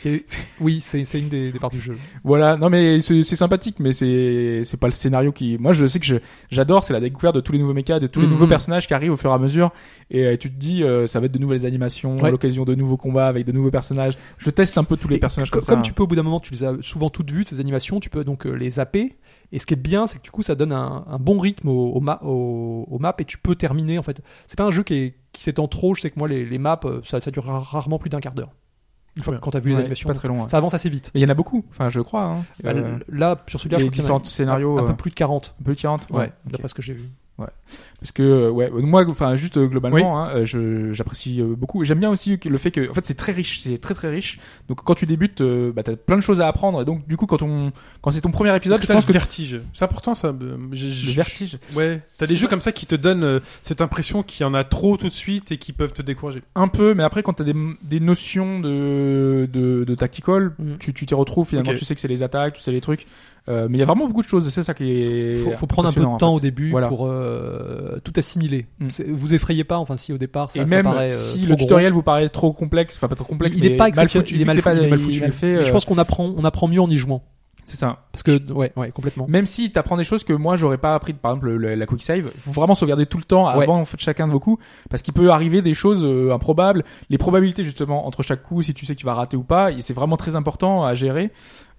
Et- oui, c'est c'est une des, des parts du jeu.
voilà. Non, mais c'est c'est sympathique, mais c'est c'est pas le scénario qui. Moi, je sais que je- j'adore, c'est la découverte de tous les nouveaux mechas, de tous les
Mhm.
nouveaux personnages qui arrivent au fur et à mesure. Et euh, tu te dis, euh, ça va être de nouvelles animations,
Ouais.
l'occasion de nouveaux combats avec de nouveaux personnages. Je teste un peu tous les
Et
personnages
co-
comme, ça.
tu peux au bout d'un moment, tu les as souvent toutes vues, ces animations, tu peux donc euh, les zapper. Et ce qui est bien, c'est que du coup, ça donne un, un bon rythme au, au, ma- au- au map et tu peux terminer. En fait, c'est pas un jeu qui, est- qui s'étend trop. Je sais que moi, les, les maps, euh, ça, ça dure ra- rarement plus d'un quart d'heure. Une fois que- quand t'as vu les
Ouais,
animations,
pas très long. ouais.
ça avance assez vite.
Mais il y en a beaucoup, enfin je crois. Hein.
Bah,
Euh,
l- Là, sur celui-là, je
les
crois qu'il y en a
différents scénarios,
un
euh,
peu plus de 40.
un peu 40.
Ouais,
Ouais. ok.
d'après ce que j'ai vu.
Parce que euh, ouais, euh, moi enfin juste euh, globalement hein, euh, je j'apprécie euh, beaucoup. J'aime bien aussi que- le fait que en fait c'est très riche, c'est très très riche. Donc quand tu débutes euh, bah t'as plein de choses à apprendre et donc du coup quand on quand c'est ton premier
Parce
épisode,
que
je
t'as le
pense que
vertige. C'est important ça. euh, j'ai-
le
j'ai-
vertige.
Ouais. T'as des
C'est-
jeux comme ça qui te donnent euh, cette impression qu'il y en a trop tout de suite et qui peuvent te décourager.
un peu, mais après quand t'as des, des notions de, de, de tactical,
Mhm.
tu tu t'y retrouves finalement.
Ok.
Tu sais que c'est les attaques, tu sais les trucs. Euh, mais il y a vraiment beaucoup de choses. C'est ça qui est.
faut, faut prendre un peu
impressionnant,
de
en
temps
fait.
au début
Voilà.
pour euh, tout assimiler.
Mm.
C'est- Vous effrayez pas, enfin si au départ ça,
et
ça
même
paraît, euh,
si
trop
le
gros.
tutoriel vous paraît trop complexe, enfin pas trop complexe,
il
mais
n'est pas
mal
exceptionnel,
foutu,
il est
vu
mal
qu'il
foutu.
pas-
il est mal
il est
foutu.
mal fait,
Mais
euh,
je pense qu'on apprend, on apprend mieux en y jouant.
c'est ça.
Parce que ouais, ouais, complètement.
Même si t'apprends des choses que moi j'aurais pas appris, par exemple le- la quick save, faut vraiment sauvegarder tout le temps
Ouais.
avant f- chacun de vos coups, parce qu'il peut arriver des choses euh, improbables, les probabilités justement entre chaque coup, si tu sais que tu vas rater ou pas, et c'est vraiment très important à gérer.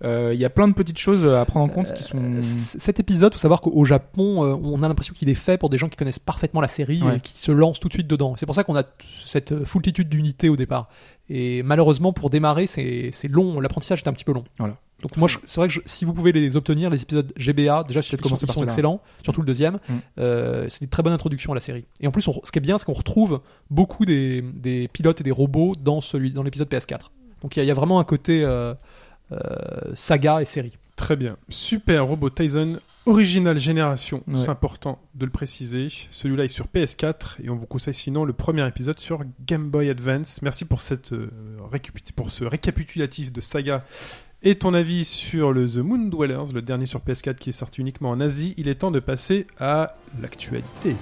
Euh, Il y a plein de petites choses à prendre en compte qui sont.
Euh, C- Cet épisode, faut savoir qu'au Japon, euh, on a l'impression qu'il est fait pour des gens qui connaissent parfaitement la série
Ouais.
et qui se lancent tout de suite dedans. C'est pour ça qu'on a t- cette euh, foultitude d'unités au départ. Et malheureusement, pour démarrer, c'est c'est long. L'apprentissage est un petit peu long.
Voilà.
Donc moi, je- c'est vrai que je- si vous pouvez les obtenir, les épisodes GBA, déjà ils sont,
commencer par
ils sont
celui-là.
excellents, surtout le deuxième.
Mm.
Euh, c'est une très bonne introduction à la série. Et en plus, on re- ce qui est bien, c'est qu'on retrouve beaucoup des, des pilotes et des robots dans celui dans l'épisode PS4. Donc il y, a- il y a vraiment un côté euh, euh, saga et série.
Très bien. Super Robot Tyson, original génération,
Ouais.
c'est important de le préciser. Celui-là est sur PS4 et on vous conseille sinon le premier épisode sur Game Boy Advance. Merci pour, cette, euh, récapit- pour ce récapitulatif de saga. Et ton avis sur le The Moon Dwellers, le dernier sur PS4 qui est sorti uniquement en Asie, il est temps de passer à l'actualité.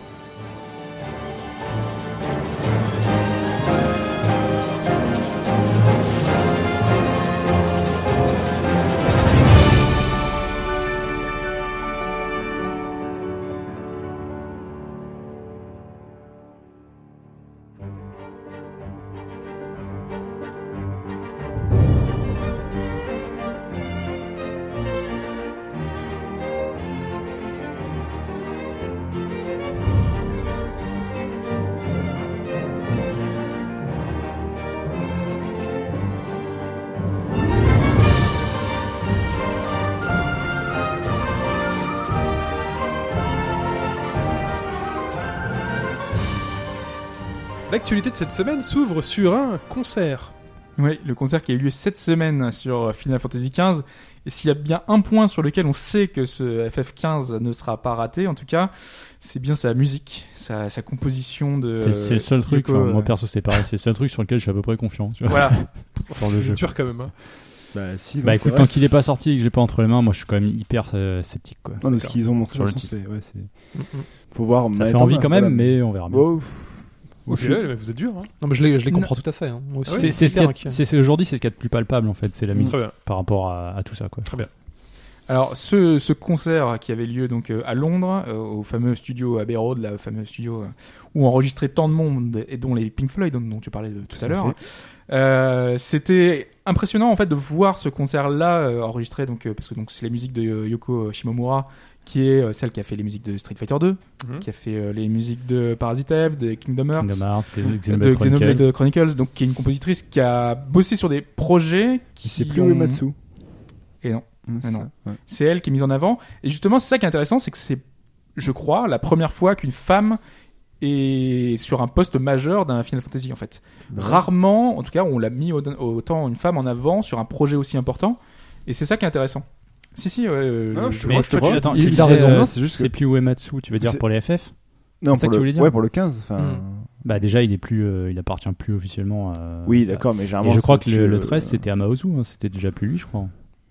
L'actualité de cette semaine s'ouvre sur un concert.
Oui, le concert qui a eu lieu cette semaine sur euh, Final Fantasy XV. Et s'il y a bien un point sur lequel on sait que ce FF15 ne sera pas raté, en tout cas, c'est bien sa musique, sa, sa composition de.
C'est c'est le seul truc,
Yoko,
enfin, moi
euh,
perso c'est pareil, c'est le seul truc sur lequel je suis à peu près confiant tu vois,
Voilà.
sur le
C'est
jeu.
dur quand même. hein.
Bah, si,
Bah
non, c'est
écoute,
vrai.
tant qu'il est pas sorti et que je l'ai pas entre les mains, moi je suis quand même hyper euh, sceptique quoi.
Non, mais ce qu'ils ont montré, de
Sur
toute
le
façon, c'est. Ouais, c'est-
Mm,
Faut voir.
Ça
mais
fait
attends, Oh,
envie quand
voilà.
même, mais on verra bien.
Bon, pff,
Au final, mais vous êtes dur. hein.
Non, mais je les, je les
Non.
comprends tout à fait. hein. Moi
Ah
aussi,
C'est- c'est ce qu'il y
hyper
a-
inquiet.
c'est- c'est- aujourd'hui, c'est ce qu'il y a de plus palpable en fait, c'est la musique
Très bien.
par rapport à, à tout ça quoi.
Alors, ce, ce concert qui avait lieu donc euh, à Londres, euh, au fameux studio Abbey Road, là, au fameux studio euh, où enregistrait tant de monde, et dont les Pink Floyd, dont, dont tu parlais de- tout à l'heure, euh, c'était impressionnant en fait de voir ce concert-là euh, enregistré, donc, euh, parce que donc, c'est la musique de euh, Yoko Shimomura, qui est euh, celle qui a fait les musiques de Street Fighter 2,
Mhm.
qui a fait euh, les musiques de Parasite Eve, de Kingdom Hearts,
Kingdom Hearts, les-
de
Xenoblade Chronicles.
euh,
Xenoblade Chronicles, donc qui est une compositrice qui a bossé sur des projets qui
C'est plus
hein.
ont-
Uematsu.
Et non.
Hum, c'est
Et non.
ça, ouais.
c'est elle qui est mise en avant. Et justement, c'est ça qui est intéressant, c'est que c'est, je crois, la première fois qu'une femme est sur un poste majeur d'un Final Fantasy, en fait.
Bah
Rarement, en tout cas, on l'a mis au- autant une femme en avant sur un projet aussi important. Et c'est ça qui est intéressant. Si, si, ouais. euh,
Non, Ah, je te
Mais
vois, je te
toi, tu-
vois.
attends,
Il- il
tu
a
disais,
raison,
euh,
non, c'est juste que-
C'est plus Uematsu, tu veux dire
C'est-
pour les FF
Non,
C'est ça
pour
que tu
le-
voulais dire
Ouais, pour le 15. Enfin.
Bah déjà, il est plus, euh, il appartient plus officiellement. à-
euh, Oui, d'accord, mais
à-
généralement.
Et je crois
si
que le,
tu-
le 13 c'était Amaozu, hein, c'était déjà plus lui, je crois.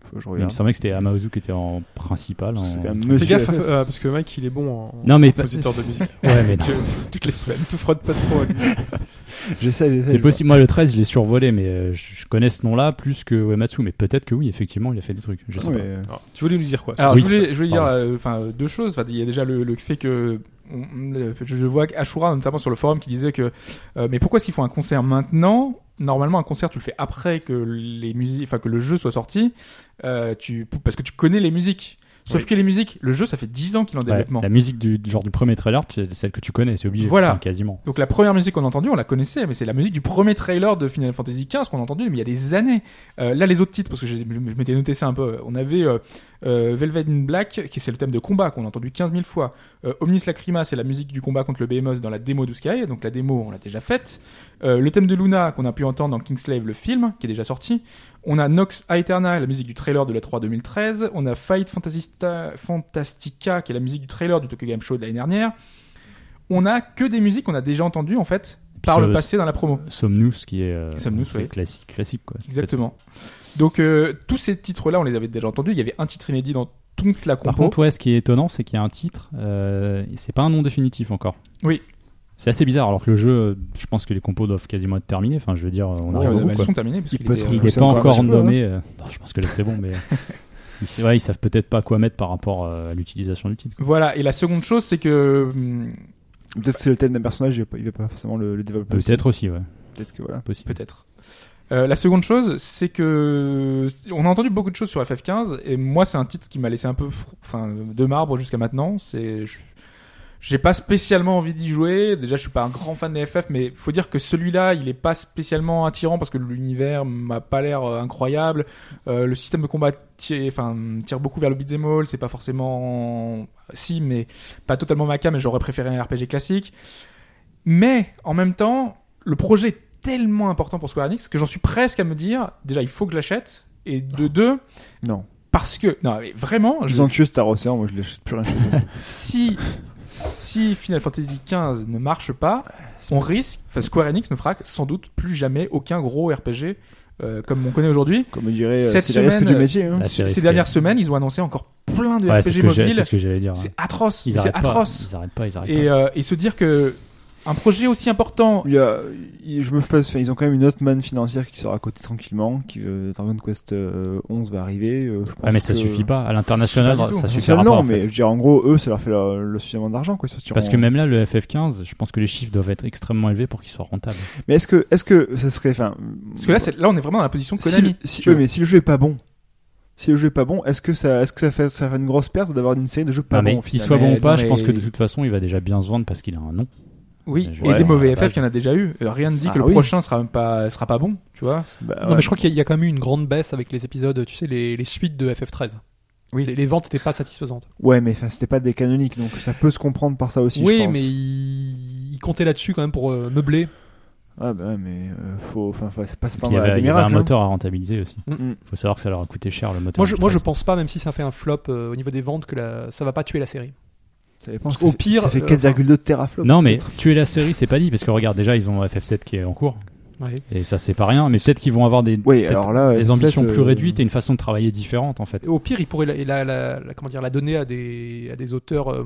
Faut que Je
Il me
Oh, regarde.
semblait que c'était Amaozu qui était en principal. en-
C'est quand même
Fais
monsieur.
gaffe, euh, parce que Mike, il est bon en
Non mais pas-
compositeur de musique.
ouais, mais non.
Toutes les semaines, tout frotte pas trop. à lui.
J'essaie, j'essaie. je
C'est
vois.
possible. Moi, le 13, je l'ai survolé, mais euh, je je connais ce nom-là plus que Uematsu. Mais peut-être que oui, effectivement, il a fait des trucs.
Ah
Je sais
Non,
pas.
mais, euh,
Alors, tu voulais nous dire quoi ça
Alors,
Oui.
je voulais, je voulais dire
Pardon.
euh, enfin, euh, deux choses. Enfin, il y a déjà le, le fait que on- on- le- je je vois Ashura notamment sur le forum qui disait que euh, mais pourquoi est-ce qu'ils font un concert maintenant Normalement, un concert, tu le fais après que les musiques, enfin que le jeu soit sorti, euh, tu pour- parce que tu connais les musiques. Sauf
Oui.
que les musiques, le jeu, ça fait 10 ans qu'il est en
Ouais,
développement.
la musique du genre du premier trailer, c'est celle que tu connais, c'est obligé.
Voilà.
Enfin, quasiment.
Donc la première musique qu'on a entendue, on la connaissait, mais c'est la musique du premier trailer de Final Fantasy XV qu'on a entendue, mais il y a des années. Euh, là, les autres titres, parce que j'ai- je, je m'étais noté ça un peu, on avait euh, euh, Velvet in Black, qui c'est le thème de combat qu'on a entendu 15 000 fois. Euh, Omnis Lacrima, c'est la musique du combat contre le Behemoth dans la démo de Sky, donc la démo, on l'a déjà faite. Euh, le thème de Luna, qu'on a pu entendre dans Kingslave, le film, qui est déjà sorti. On a Nox Aeterna, la musique du trailer de la 3 2013. On a Fight Fantasista- Fantastica, qui est la musique du trailer du Tokyo Game Show de l'année dernière. On a que des musiques qu'on a déjà entendues, en fait,
Puis
par
ce-
le passé dans la promo.
Somnus qui est, euh,
Somnus,
qui
ouais.
est classique, classique quoi. C'est
Exactement. Donc, euh, tous ces titres-là, on les avait déjà entendus. Il y avait un titre inédit dans toute la
Par
compo.
contre, ouais, ce qui est étonnant, c'est qu'il y a un titre, euh, et c'est pas un nom définitif encore.
Oui.
C'est assez bizarre, alors que le jeu, euh, je pense que les compos doivent quasiment être terminés. Enfin, je veux dire, on
Ouais,
arrive
ouais,
au bout,
ils
quoi.
bah, sont terminés. Parce
Il
qu'il
peut
était,
être
euh,
Il
Ouais,
n'est
c'est
pas
encore un
encore
petit peu,
nommé. euh, non, je pense que là, c'est bon, mais euh, ils, sa- ouais, ils savent peut-être pas quoi mettre par rapport euh, à l'utilisation du titre.
Voilà. Et la seconde chose, c'est que hum,
Peut-être que c'est le thème d'un personnage, il va pas- il va pas forcément le, le développer.
Peut-être aussi, ouais,
Peut-être que voilà.
possible.
peut-être. Euh, la seconde chose, c'est que on a entendu beaucoup de choses sur FF15 et moi c'est un titre qui m'a laissé un peu fr- enfin de marbre jusqu'à maintenant. C'est je- j'ai pas spécialement envie d'y jouer. Déjà je suis pas un grand fan des FF, mais faut dire que celui-là il est pas spécialement attirant parce que l'univers m'a pas l'air euh, incroyable. Euh, le système de combat tire, enfin tire beaucoup vers le beat'em all. C'est pas forcément si mais pas totalement ma cam. Mais j'aurais préféré un RPG classique. Mais en même temps le projet est tellement important pour Square Enix que j'en suis presque à me dire déjà il faut que je l'achète et de deux
Non.
Parce que, non, mais vraiment, je,
Ils ont tué Star Ocean, moi je l'achète plus rien. chez eux.
si, si Final Fantasy XV ne marche pas, on risque, enfin Square Enix ne fera sans doute plus jamais aucun gros RPG euh, comme on connaît aujourd'hui.
Comme dirait, euh,
Cette
c'est les risques
semaine,
du métier. hein.
Ah, c'est
Ces
risqué.
dernières semaines, ils ont annoncé encore plein de
Ouais, c'est ce
RPG
que j'ai-
mobiles.
c'est ce que j'allais dire.
C'est
ouais.
atroce,
Ils
c'est
arrêtent pas.
atroce.
Ils arrêtent pas, ils arrêtent
Et,
pas.
euh, et se dire que un projet aussi important
Il y a, il- je me passe, enfin, ils ont quand même une autre manne financière qui sort à côté tranquillement, qui euh, Dragon Quest euh, 11 va arriver. euh, je
Ouais,
pense
Ah, mais ça
que-
suffit pas. À
suffit
l'international,
pas du tout.
ça
Enfin,
suffira
non,
pas. en
mais
fait.
je veux dire, en gros, eux, ça leur fait leur- le suffisamment d'argent, quoi. ils sortiront-
Parce que même là, le FF15, je pense que les chiffres doivent être extrêmement élevés pour qu'ils soient rentables.
Mais est-ce que, est-ce que ça serait, enfin.
parce que là, c'est- là, on est vraiment dans la position
si,
Konami.
le- si-
tu
oui,
vois.
mais si le jeu est pas bon, si le jeu est pas bon, est-ce que ça, est-ce que ça fait, ça fait une grosse perte d'avoir une série de jeux pas
Non, mais
bons au
qu'il
final
soit
Mais-
bon ou pas,
non,
je pense
mais-
que de toute façon, il va déjà bien se vendre parce qu'il a un nom.
Oui,
Je-
et
Ouais,
des
à
mauvais
la
FF,
base.
il y en a déjà eu. Euh, Rien ne dit
Ah
que le
oui.
prochain sera même pas sera pas bon, tu vois.
Bah,
Non,
ouais.
mais je crois qu'il y, a- il y a quand même eu une grande baisse avec les épisodes, tu sais, les, les suites de FF13.
Oui.
Les, les ventes n'étaient pas satisfaisantes.
Ouais, mais enfin, c'était pas des canoniques, donc ça peut se comprendre par ça aussi. je
oui,
pense.
mais ils ils comptaient là-dessus quand même pour euh, meubler.
Ah bah ouais, mais euh, faut, enfin, faut- c'est pas
Il y,
s'attendre à
avait,
des
il y avait un
miracles. hein.
moteur à rentabiliser aussi.
Mm.
faut savoir que ça leur a coûté cher le moteur.
Moi je, moi, je
13.
pense pas, même si ça fait un flop euh, au niveau des ventes, que la- ça va pas tuer la série.
Ça dépend.
Parce
ça
qu'au
fait-
pire,
ça fait
euh,
4,2 teraflops.
Non, mais tuer la série, c'est pas dit. Parce que regarde, déjà, ils ont FF7 qui est en cours.
Ouais.
Et ça, c'est pas rien. Mais peut-être qu'ils vont avoir des,
Oui,
peut-être
alors là,
des
FF7,
ambitions plus
euh,
réduites et une façon de travailler différente en fait.
Et Au pire, ils pourraient la, la- la- la- comment dire, la donner à des, à des auteurs euh,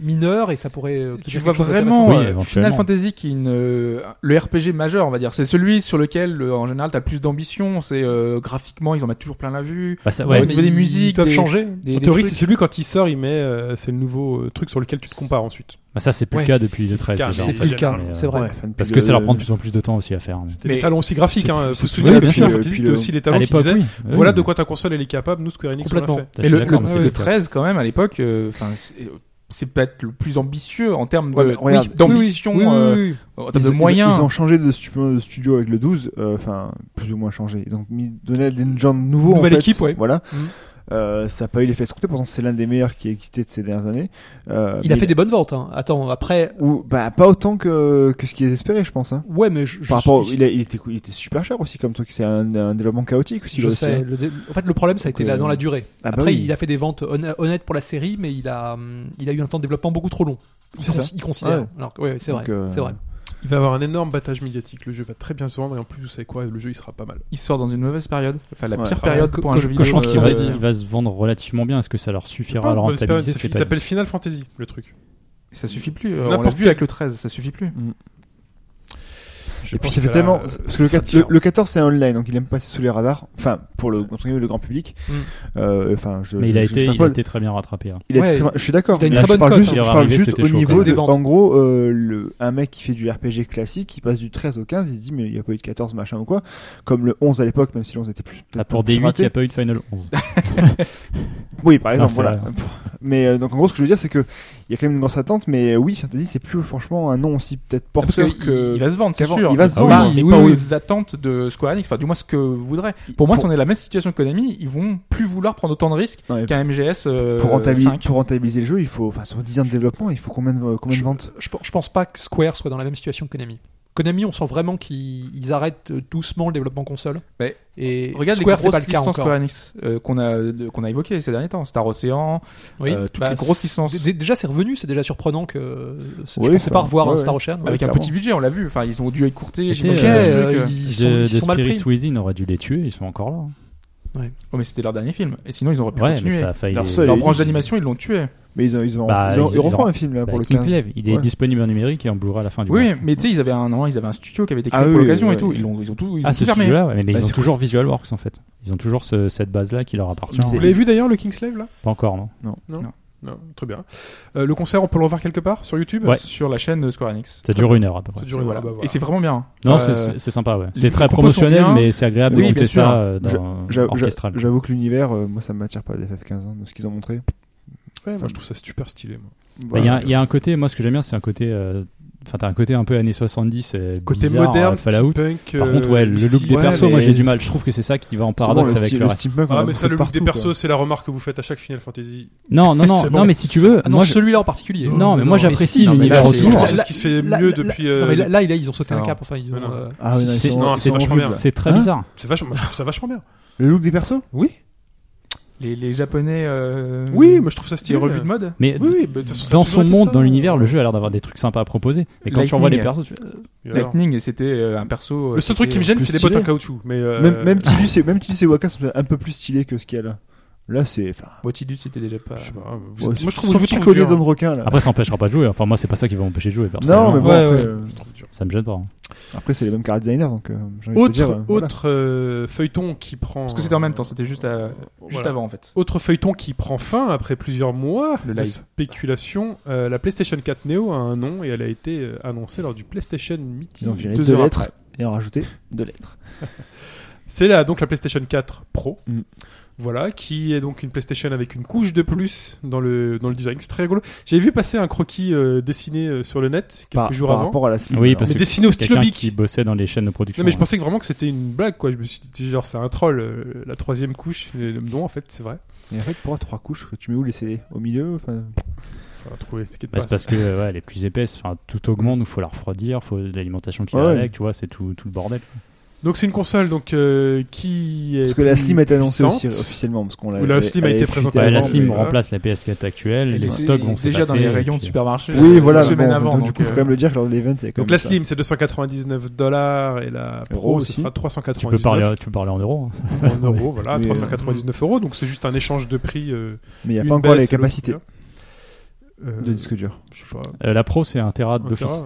mineurs et ça pourrait. euh,
Tu
obtenir
vois
quelque chose
vraiment
Oui,
euh,
éventuellement.
Final Fantasy qui est une, euh, le RPG majeur, on va dire. C'est celui sur lequel, euh, en général, t'as le plus d'ambition. C'est euh, graphiquement, ils en mettent toujours plein la vue.
Bah, ça-
Ouais,
ouais,
au
mais
niveau des
ils
musiques,
peuvent
des-
changer.
des-
En
des
théorie,
trucs.
c'est celui quand il sort, il met, euh, c'est le nouveau euh, truc sur lequel tu te compares ensuite.
bah, ça, c'est plus
Ouais.
le cas depuis le 13.
C'est
déjà, en
C'est
fait.
plus le cas,
Mais, euh,
c'est vrai.
ouais, euh, enfin, depuis
Parce
le-
que ça leur prend de plus en plus de temps aussi à faire. mais-
C'était
Mais-
des talons aussi graphiques,
C'est-
hein.
c'est-
Faut se souvenir
oui,
que
bien
Final
sûr.
Fantasy,
Puis
c'était
le-
aussi les
À
talents qui
l'époque,
disaient
oui.
voilà
Oui.
de quoi ta console elle est capable, nous Square Enix on l'a
Complètement.
fait.
Ça, je
Et
suis
le,
d'accord,
le-
mais c'est hein.
le
le cas.
13, quand même, à l'époque, euh, enfin, c'est- c'est peut-être le plus ambitieux en termes
Ouais, mais
de-
regarde.
oui, d'ambition,
Oui, oui,
euh,
oui, oui.
en
Ils,
termes de
ils-
moyens. hein.
ils ont changé de studio, de studio avec le 12, euh, enfin plus ou moins changé. Ils ont mis, donné des gens nouveaux.
Nouvelle
en fait,
équipe, ouais.
Voilà.
Mhm.
Euh, ça n'a pas eu l'effet escompté. Pourtant, c'est l'un des meilleurs qui a existé de ces dernières années. Euh,
Il a
mais-
fait des bonnes ventes. hein. Attends, après.
Ou bah pas autant que que ce qu'ils espéraient, je pense. Hein.
Ouais, mais je, je-
Par rapport, au-
je-
il, a- il était, il était super cher aussi comme truc. C'est un, un développement chaotique aussi.
je
là aussi,
sais.
hein.
le dé- En fait, le problème, ça a
Donc,
été là,
euh,
dans la durée.
Ah bah
Après,
oui.
il a fait des ventes honn- honnêtes pour la série, mais il a, hum, il a eu un temps de développement beaucoup trop long. Il,
C'est
cons-
ça. Ah
il considère.
Ouais.
Alors que- ouais, ouais, c'est
Donc,
vrai.
euh,
C'est vrai.
Il va avoir un énorme battage médiatique. Le jeu va très bien se vendre et en plus, vous savez quoi, le jeu il sera pas mal.
Il sort dans une mauvaise période. Enfin, la
Ouais.
pire période
Co-
pour un
co-
jeu vidéo.
Que je pense qu'il
euh,
va,
euh,
il va se vendre relativement bien. Est-ce que ça leur suffira à leur
Pas- c'est pas-
rentabiliser
Il
c'est pas
s'appelle
dit.
Final Fantasy le truc.
Ça suffit plus. euh, On l'a
N'importe
vu
quel-
avec le 13, ça suffit plus.
Je
Et puis
pense
ça fait
que là,
tellement
euh,
parce que le,
ça
quat-
tire.
le- le 14 c'est online donc il aime passer sous les radars. Enfin pour le entre guillemets, le grand public.
Mm.
Euh, Enfin je.
Mais
je-
il a
je
été, il a
extrapole.
été très bien rattrapé. hein.
Il a
Ouais,
été très- je suis d'accord.
il a une
mais
très
je
bonne
parle
cote,
juste,
hein.
je
Il est
parle
arrivé,
juste
c'était
au
chaud,
niveau
quand
de,
même.
en gros, euh, le, un mec qui fait du RPG classique, qui passe du 13 au 15, il se dit, mais il n'y a pas eu de 14, machin ou quoi. Comme le 11 à l'époque, même si le 11 était plus,
Ah,
peut-être
pour
plus
D8, il
raté.
n'y a pas eu de Final 11.
Oui, par exemple,
c'est
voilà.
vrai.
Mais, euh, donc, en gros, ce que je veux dire, c'est que, il y a quand même une grosse attente, mais euh, oui, Fantasy, c'est plus, franchement, un nom aussi peut-être
Parce
porteur
qu'il
que...
il va se vendre, c'est
qu'avant,
sûr.
il va se
Ah oui,
vendre.
mais
Oui,
pas
oui.
aux attentes de Square Enix. Enfin, du moins ce que voudrait. Pour moi, si on est dans la même situation que Konami, ils vont plus vouloir prendre autant de risques
Ouais,
qu'un MGS euh,
pour, rentabiliser-
5.
pour rentabiliser le jeu, il faut, enfin, sur 10 ans de développement, il faut combien de, combien de ventes?
Je, pe- je pense pas que Square soit dans la même situation que Konami. Konami, on sent vraiment qu'ils ils arrêtent euh, doucement le développement console.
Ouais.
Et
Regarde
Square,
les
c'est
grosses
pas le cas
licences
encore.
Square Enix euh, qu'on a de- qu'on a évoquées ces derniers temps, Star Ocean.
Oui.
Euh, toutes les grosses licences.
d- d- Déjà, c'est revenu, c'est déjà surprenant que euh, c'est- je
Oui,
pensais
ça-
pas revoir
ouais,
un
ouais.
Star Ocean.
Ouais,
avec un
clairement.
petit budget, on l'a vu. Enfin, ils ont dû écourter.
Et
j'imagine,
tu sais,
le
euh,
truc.
ils-
The,
sont- ils
The
sont mal
Spirits
pris.
Within aurait dû les tuer, ils sont encore là.
Oh, mais c'était leur dernier film. Et sinon, ils auraient pu
Ouais, mais
continuer.
ça a failli
leur,
les-
leur
les-
branche d'animation, ils l'ont tué.
Mais ils ont, ils ont,
Bah,
ils ont,
ils-
ils refont
ils ont-
un film, là, pour
Bah,
le
King
15.
Cleve, il est
Ouais.
disponible en numérique et en Blu-ray à la fin du
Oui,
mois.
mais tu sais, ils avaient un, non, ils avaient un studio qui avait été créé
Ah
pour
oui,
l'occasion
oui,
et tout.
oui.
Ils ont, ils ont tout, ils ont
Ah,
tout
ce
fermé.
studio-là, ouais, mais
Bah,
ils ont
c'est
toujours Visual Works en fait. Ils ont toujours ce- cette base-là qui leur appartient.
Vous
Vous
hein.
l'avez vu d'ailleurs le Kingslave là
Pas encore, non
Non, très bien. Euh, le concert, on peut le revoir quelque part sur YouTube
Ouais.
Sur la chaîne de Square Enix.
Ça dure une heure à peu près.
Ça dure une
Voilà.
heure, bah, voilà.
Et c'est vraiment bien.
Non,
Euh,
c'est- c'est c'est sympa, ouais.
les
C'est très
compos sont
promotionnel,
bien.
mais c'est agréable
Oui, bien
d'écouter
sûr.
ça euh, dans
J'a- j'a-
orchestral.
J'avoue que l'univers, euh, moi, ça m'attire pas des FF15, hein, de ce qu'ils ont montré.
Ouais, moi je trouve ça super stylé. moi.
Bah, Il y a-
Voilà.
il y, a un côté, moi ce que j'aime bien, c'est un côté. euh, Enfin, t'as un côté un peu années 70, euh,
Côté
bizarre, euh,
moderne,
Fallout.
steampunk,
Par
euh,
contre, ouais, le look
mystique.
des
ouais,
persos, moi
mais-
j'ai du mal. Je trouve que c'est ça qui va en
C'est bon,
paradoxe
le
avec
style-
le
le
reste.
steampunk, on
Ah,
l'a
mais ça,
montré
le look des
partout, quoi.
persos, c'est la remarque que vous faites à chaque Final Fantasy.
Non, non, non,
C'est bon.
non, mais si tu veux,
Ah non,
moi, je-
celui-là en particulier.
Non, mais moi, j'apprécie
non, mais
l'univers
là,
autour.
c'est-
Je pense que c'est
là-
ce qui se fait
là-
mieux
là-
depuis.
Non,
euh,
mais là, là, il a- ils ont sauté un
Non.
cap. Enfin, ils ont.
Non, non.
euh,
Ah ouais, non, ils
c'est-
sont-
non,
ils
c'est
sont
vachement
horribles.
bien.
c'est très
Hein
bizarre.
C'est vachement, moi, je trouve ça vachement bien.
Le look des persos
Oui.
les, les japonais euh,
Oui, mais je trouve ça
les
stylé.
revues de mode.
Mais
Oui, oui, bah, de toute façon, ça a
Mm. dans
toujours
son
été
monde,
ça.
dans l'univers, le jeu a l'air d'avoir des trucs sympas à proposer. Mais quand tu envoies les
Lightning.
persos, tu fais,
Et alors
Lightning, et c'était euh, un perso. euh,
Le seul truc qui me
était,
gêne,
plus
c'est les bottes
stylé.
en caoutchouc. Mais euh,
Même, même Tidus et, même Tidus et Waka sont un peu plus stylés que ce qu'il y a là. Là, c'est. enfin,
euh, Nautilus, c'était déjà pas.
je sais pas, vous-
ouais,
moi, je trouve,
sans
je vous trouve
picoler
dur,
dans
hein.
le requin, là.
après, ça empêchera pas de jouer. Enfin, moi, c'est pas ça qui va m'empêcher de jouer. personnellement.
non, mais bon,
Ouais,
après,
ouais.
euh,
Je trouve dur.
Ça me gêne pas.
après, c'est les mêmes car designers, donc euh, j'ai envie de te
Autre,
dire. euh, voilà.
autre euh, feuilleton qui prend.
Parce que c'était en
euh,
même temps, c'était juste,
euh,
à- juste
Voilà.
avant en fait.
Autre feuilleton qui prend fin après plusieurs mois
Le
de
live.
spéculation. euh, la PlayStation 4 Neo a un nom et elle a été euh, annoncée lors du PlayStation
Ils ont
Meeting
viré
deux
deux
heures
lettres
après.
et en rajouté deux lettres.
C'est là donc la PlayStation 4 Pro.
Mm.
Voilà, qui est donc une PlayStation avec une couche de plus dans le, dans le design. C'est très rigolo. J'ai vu passer un croquis euh, dessiné euh, sur le net quelques
Par,
jours
par
avant.
rapport à la Slim.
Oui,
alors.
parce
Mais
que
dessiné au stylo
Quelqu'un
bic.
qui bossait dans les chaînes de production. hein.
Non mais je pensais que vraiment que c'était une blague quoi. Je me suis dit genre c'est un troll euh, la troisième couche. Et Non en fait c'est vrai.
Et en fait, pour avoir trois couches, tu mets où les CD Au milieu enfin,
Enfin trouver. t'inquiète
Bah,
pas,
c'est parce que euh, ouais, elle est plus épaisse, enfin, tout augmente, il faut la refroidir, faut de l'alimentation qui
Ouais,
va
ouais.
avec, tu vois, c'est tout, tout le bordel.
Donc c'est une console donc euh, qui est
Parce que la
plus
Slim a été annoncée
puissante.
aussi officiellement. Parce qu'on l'a.
Ou la Slim a
elle
été
est fuitée
présentée
Ouais, la
avant,
Slim
mais-
voilà.
remplace la PS4 actuelle,
Elle
les
était
stocks vont
déjà dans
s'effacer,
les
et
rayons de
puis- euh,
supermarché.
Oui, voilà.
Une semaine
bon,
avant.
donc, du
donc,
coup,
euh,
faut quand même le dire que lors de l'event, il y a quand
Donc
même
la
ça.
Slim c'est 299 dollars et la Pro
Euros
ce
aussi.
sera
Tu peux,
399
parler, tu peux parler en euros. hein.
en euros voilà
Oui, euh,
399 euros donc c'est juste un échange de prix. euh,
Mais il n'y a
une
pas encore
baisse et l'autre
les capacités
bien. Euh,
de disque dur.
Je sais pas.
Euh, la Pro, c'est 1 Tera
un
d'office.
tera, hein.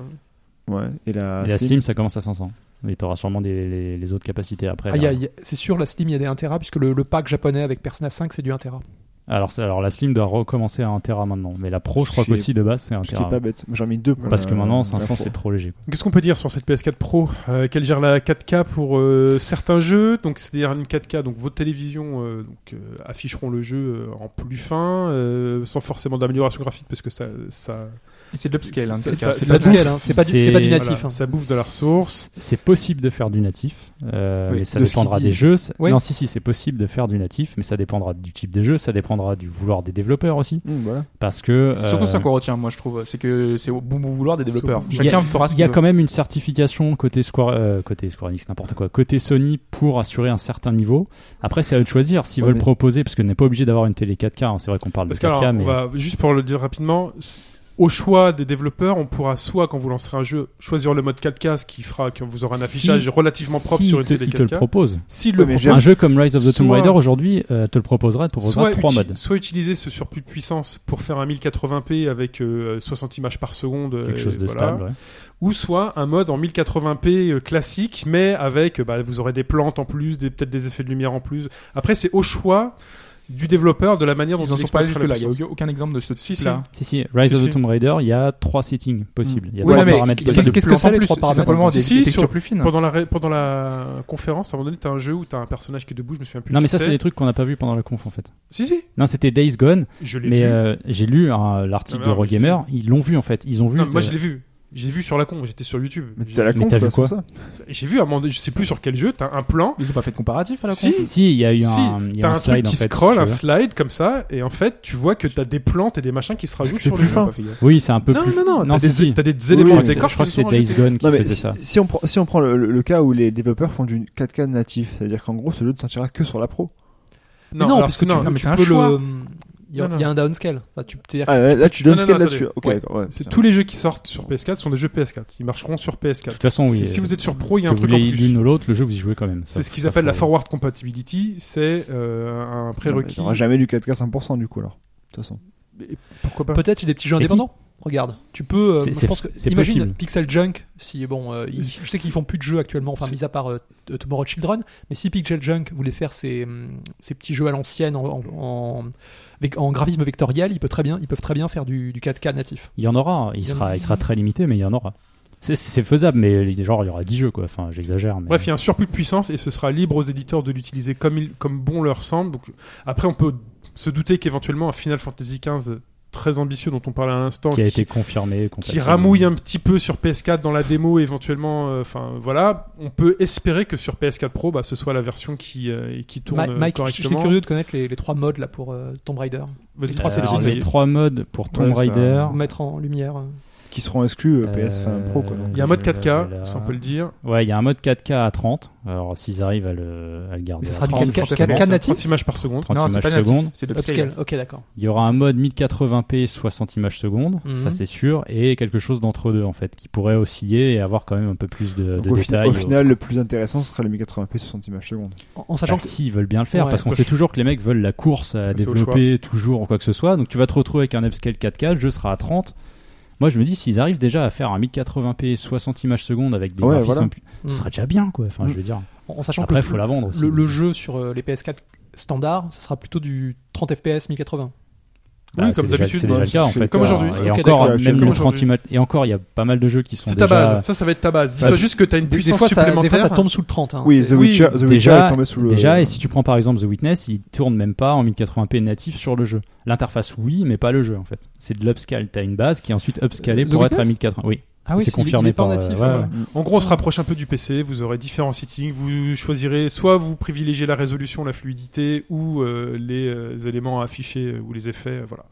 Ouais. Et la
et la
Slim.
Steam, ça commence à 500. Mais t'auras sûrement des, les, les autres capacités après.
Ah, il y a-
alors.
il y a- c'est sûr, la Slim, il y a des 1 Tera, puisque le, le pack japonais avec Persona 5, c'est du 1 Tera.
Alors, c'est- alors la Slim doit recommencer à 1 Tera maintenant. Mais la Pro, je
Ce
crois
qui est-
qu'aussi de base, c'est 1
Ce qui est
Tera.
pas bête. J'en ai mis deux. pour
Parce
la-
que maintenant,
la
500,
Pro.
c'est trop léger. quoi.
Qu'est-ce qu'on peut dire sur cette PS4 Pro euh, Qu'elle gère la 4K pour euh, certains jeux, donc c'est-à-dire une 4K, donc vos télévisions euh, donc, euh, afficheront le jeu euh, en plus fin, euh, sans forcément d'amélioration graphique, parce que ça, ça,
Et c'est de l'upscale. hein,
Ça-
c'est
ça-
car-
ça-
c'est
C'est
de
de
la
l'upscale, hein. c'est pas, du-
C'est-
c'est pas du
voilà,
natif. hein.
voilà, ça bouffe de la ressource.
C'est possible de faire du natif, euh,
Oui,
mais ça
de ce
dépendra
qu'ils
des
disent.
jeux. C'est-
Oui.
Non, si, si, c'est possible de faire du natif, mais ça dépendra du type de jeu, ça dépendra du vouloir des développeurs aussi.
Mmh, voilà.
Parce que.
C'est surtout
euh,
ça qu'on retient, moi je trouve, c'est que c'est au bon bon vouloir des développeurs.
Il y a-
Chacun fera ce
Il y
qu'il
a
veut.
quand même une certification côté Square, euh, côté Square Enix, n'importe quoi, côté Sony pour assurer un certain niveau. Après, c'est à eux de choisir s'ils
Ouais,
veulent
mais-
proposer, parce qu'on n'est pas obligé d'avoir une télé 4K. hein. C'est vrai qu'on parle
Parce que
de 4K,
alors,
mais euh,
on va, juste pour le dire rapidement, s- au choix des développeurs, on pourra soit, quand vous lancerez un jeu, choisir le mode 4K, ce qui fera que vous aurez un
Si-
affichage relativement propre
s'ils
sur une
te,
télé
ils te le
4K.
proposent.
S'il
Ouais,
le
mais
propose,
j'ai-
Un jeu comme Rise of the Tomb
soit-
Raider aujourd'hui euh, te le proposera, te proposera
soit,
trois
uti-
modes.
soit utiliser ce surplus de puissance pour faire un 1080p avec euh, 60 images par seconde,
Quelque
euh,
chose de
voilà.
stable. ouais.
ou soit un mode en 1080p euh, classique, mais avec, euh, bah, vous aurez des plantes en plus, des- peut-être des effets de lumière en plus. Après, c'est au choix du développeur de la manière dont
Ils en
il
sont pas allés
exploitera
jusque-là,
la
il n'y a
puissance.
aucun- aucun exemple de ce
Si, si.
type-là.
Si, si, Rise
Si,
of the
si.
Tomb Raider, il y a trois settings possibles. Il y a
Oui,
trois
non, mais
paramètres
il y a-
possibles.
qu'est-ce que c'est, les
plus
trois
C'est
paramètres
simplement des
Si,
des textures
sur-
plus fines.
Pendant la, ré- pendant la conférence, à un moment donné, t'as un jeu où t'as un personnage qui est debout, je me souviens plus.
Non, mais
qui
ça, c'est des
c'est.
trucs qu'on n'a pas vu pendant la conf en fait.
Si, si,
Non, c'était Days Gone,
je l'ai
mais
vu.
euh, j'ai lu hein, l'article
Non,
de
mais non, mais
Rogamer, ils l'ont vu en fait. Ils ont vu.
Non, mais moi,
de-
je l'ai vu. J'ai vu sur la con, j'étais sur YouTube.
Mais t'es à la
Mais
con, toi,
t'as vu
c'est pour
quoi
ça.
J'ai vu à un moment donné, je sais plus sur quel jeu, t'as un plan.
Ils ont pas fait de comparatif à la
Si,
conf
Si, il y a eu
si,
un, il y a
t'as un,
slide
truc qui
en fait, si
scroll,
tu
un
veux.
slide comme ça, et en fait, tu vois que t'as des plantes et des machins qui se rajoutent
c'est
sur
plus
le jeu.
fin.
Oui, c'est un peu
Non,
plus.
non, non, t'as
si,
des,
si.
t'as des
Oui,
éléments
mais
de
Je
décor.
crois que
qui
c'est
sont rajoutés.
Days Gone qui
Non, mais
faisait
si,
ça.
si on prend, si on prend le, le- le cas où les développeurs font du 4K natif, c'est-à-dire qu'en gros, ce jeu ne sortira que sur la pro.
Non,
non,
alors,
parce que
non,
tu,
non, mais
tu
c'est un
peux
choix.
le. Il y, a-
Non, non.
il y a un downscale. Enfin, tu, c'est-à-dire
Ah, là, là, tu donnes
non, non,
scale
non,
là-dessus. Ok,
attendez.
d'accord, ouais.
c'est tous les jeux qui sortent sur PS4 sont des jeux PS4. Ils marcheront sur
De
PS4.
toute façon, oui.
Si, si
euh,
vous êtes sur Pro, il y a
que
un
vous
truc en
l'ayez
plus.
l'une ou l'autre, le jeu vous y jouez quand même. Ça,
C'est ce qu'ils
ça
appellent la
faut-
forward compatibility. C'est euh, un
Non, mais
prérequis.
T'auras jamais du 4K 100% du coup, alors. De toute façon.
Pourquoi pas
Peut-être chez des petits jeux
Mais si.
indépendants. Regarde, tu peux. euh,
C'est-
je
c'est-
pense que.
c'est
Imagine
possible.
Pixel Junk. Si bon, euh, ils- je sais qu'ils font plus de jeux actuellement. Enfin,
C'est-
mis à part euh, euh, Tomorrow Children, mais si Pixel Junk voulait faire ces petits jeux à l'ancienne en, en, en- avec- en graphisme vectoriel, ils peuvent très bien, ils peuvent très bien faire du, du 4K natif.
Il y en aura. Il
Il y en
sera,
a-
il sera très limité, mais il y en aura. C'est- C'est faisable, mais il- genre il y aura 10 jeux quoi. Enfin, j'exagère. mais-
Bref, il y a un surplus de puissance et ce sera libre aux éditeurs de l'utiliser comme, il- comme bon leur semble. Donc, après, on peut se douter qu'éventuellement un Final Fantasy XV très ambitieux dont on parlait à l'instant,
qui a été confirmé.
qui ramouille un petit peu sur PS4 dans la démo éventuellement. euh, Enfin voilà, on peut espérer que sur PS4 Pro, bah, ce soit la version qui, euh, qui tourne
Ma-
euh,
Mike, j'étais
correctement.
curieux de connaître les, les trois modes là pour euh, Tomb Raider.
Vas-y,
les trois
vas-y,
settings.
les
vas-y.
trois modes pour Tomb
Ouais, ça-
Raider.
Pour mettre en lumière. euh,
qui seront exclus euh,
Euh,
PS enfin, Pro. Quoi.
Il y a un mode
Je
4K,
l'ai
ça on
là.
peut le dire.
Ouais, il y a un mode 4K à 30. Alors, s'ils arrivent à le, à le garder.
Mais ça sera
à
du
30,
4K,
30,
4K natif
30 images par seconde.
30
non, c'est
images
pas natif,
secondes.
c'est de
Upscale, ok, d'accord.
Il y aura un mode 1080p 60 images secondes,
Mhm.
ça c'est sûr, et quelque chose d'entre deux en fait, qui pourrait osciller et avoir quand même un peu plus de,
Donc,
de
au, fi-
Euh, détails.
au final, le plus intéressant ce sera le 1080p 60 images secondes.
En, en
Bah,
sachant que
s'ils veulent bien le faire,
Ouais,
parce qu'on
ça,
sait
je-
toujours que les mecs veulent la course à
C'est au
développer toujours ou quoi que ce soit, donc tu vas te retrouver avec un upscale 4K, le jeu sera à 30. Moi je me dis, s'ils arrivent déjà à faire un 1080p 60 images secondes avec des
Ouais,
graphismes,
voilà.
plus- ce sera déjà bien quoi, enfin je veux dire.
En en sachant
Après,
que
faut
le,
la vendre aussi.
le, le jeu sur euh, les PS4 standard, ça sera plutôt du 30 FPS 1080.
Bah,
oui,
c'est
comme
déjà-
d'habitude.
C'est déjà le cas en fait.
Comme aujourd'hui.
Et
Ok,
encore,
d'accord,
même
comme
le 30
aujourd'hui.
images. Et encore, il y a pas mal de jeux qui sont
C'est ta
déjà.
base, ça, ça va être ta base. Dis-toi
Bah,
juste que t'as une
Des
puissance
fois, ça, des
supplémentaire.
fois, ça tombe sous le 30.
Ah,
hein.
Oui, The
C'est-
Witcher, The Witcher
Déjà-
est tombé sous le.
Déjà, et si tu prends par exemple The Witness, il tourne même pas en 1080p natif sur le jeu. L'interface, oui, mais pas le jeu en fait. C'est de l'upscale. T'as une base qui est ensuite upscalée
The
pour être à
Witness
1080. Oui,
Ah oui, il-
c'est
il est
confirmé
pas
par, euh,
natif,
ouais,
ouais.
ouais.
En gros, on se rapproche un peu du PC, vous aurez différents settings, vous choisirez soit vous privilégiez la résolution, la fluidité, ou euh, les euh, éléments affichés euh, ou les effets, euh, voilà,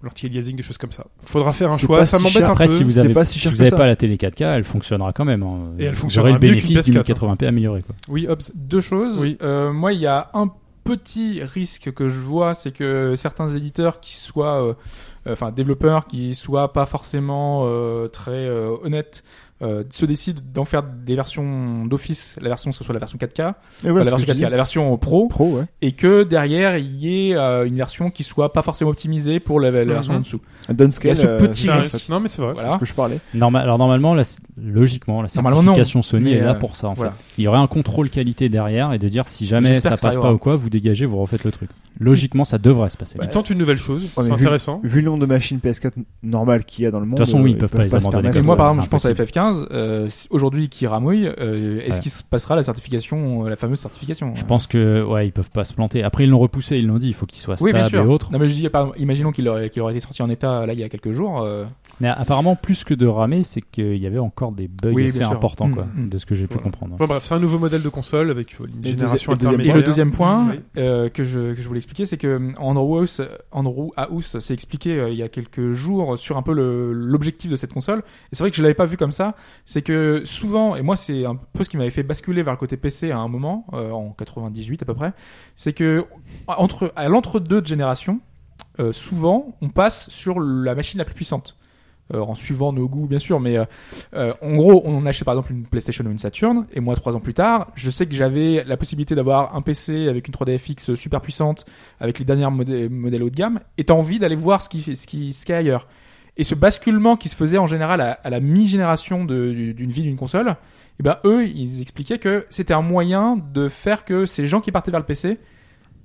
ou l'anti-aliasing, des choses comme ça. Faudra faire un
C'est
choix,
pas
ça
si
m'embête
cher.
un
Après,
peu.
si vous
c'est
avez,
pas si
si
cher
vous
que
avez
ça.
pas la télé 4K, elle fonctionnera quand même. hein.
Et elle
Vous
fonctionnera
aurez
mieux
le
qu'une
bénéfice du
PS4, hein.
1080p amélioré. Quoi.
Oui, Hobbs.
Deux choses.
Oui.
Euh, moi, il y a un petit risque que je vois, c'est que certains éditeurs qui soient, euh, euh, enfin développeurs qui soient pas forcément euh, très euh, honnêtes, euh, se décident d'en faire des versions d'office, la version que ce soit la version 4K,
Et
enfin,
voilà,
la
ce que
version
je
4K,
dis.
la version pro,
Pro, ouais.
et que derrière il y ait euh, une version qui soit pas forcément optimisée pour la, la version
Mhm.
en dessous.
Un downscale.
Il y a ce
euh,
petit
c'est ça,
Ouais,
c'est
Nice. Non, mais c'est vrai.
Voilà.
ce que je parlais.
Normal, alors normalement, la- logiquement, la
Normalement, non.
certification Sony
Mais,
est là
euh,
pour ça. En
voilà.
fait. Il y aurait un contrôle qualité derrière et de dire si jamais
J'espère
ça
que ça
passe
arrivera.
pas ou quoi, vous dégagez, vous refaites le truc. Logiquement, ça devrait se passer.
Ils tentent une nouvelle chose,
mais
c'est
vu-
intéressant.
Vu le nombre de machines PS4 normales qu'il y a dans le monde.
façon, oui,
euh,
ils peuvent pas les
se
abandonner
permettre.
Et
comme
moi,
ça,
par
c'est
exemple, je pense à FF15.
impossible.
euh, si- Aujourd'hui, qui ramouille, euh, est-ce
Ouais.
qu'il se passera la certification, euh, la fameuse certification
Je pense que ouais, ils peuvent pas se planter. Après, ils l'ont repoussé, ils l'ont dit, il faut qu'ils soient
Oui, bien
stables et
sûr.
autres.
Non, mais je dis, par- imaginons qu'il aurait, qu'il aurait été sorti en état là il y a quelques jours. euh,
Mais apparemment, plus que de ramer, c'est qu'il y avait encore des bugs
Oui, bien
assez
sûr.
importants, quoi,
Mm, mm.
de ce que j'ai pu
Voilà.
comprendre.
Enfin, bref, c'est un nouveau modèle de console avec euh, une
Et
génération
Et
deuxième- et Voilà.
intermédiaire.
le deuxième point
Oui.
euh, que, je, que je voulais expliquer, c'est que euh, Andrew House, Andrew House s'est expliqué euh, il y a quelques jours sur un peu le- l'objectif de cette console. Et c'est vrai que je l'avais pas vu comme ça. C'est que souvent, et moi c'est un peu ce qui m'avait fait basculer vers le côté PC à un moment, euh, en 98 à peu près, c'est que entre, à l'entre-deux de génération, euh, souvent on passe sur la machine la plus puissante. Euh, en suivant nos goûts bien sûr mais euh, euh, en gros on achetait par exemple une PlayStation ou une Saturn et moi trois ans plus tard je sais que j'avais la possibilité d'avoir un PC avec une 3DFX euh, super puissante avec les dernières modè- modèles haut de gamme et t'as envie d'aller voir ce qui fait- ce qui ce qu'il y a ailleurs et ce basculement qui se faisait en général à, à la mi-génération de- du- d'une vie d'une console et ben eux ils expliquaient que c'était un moyen de faire que ces gens qui partaient vers le PC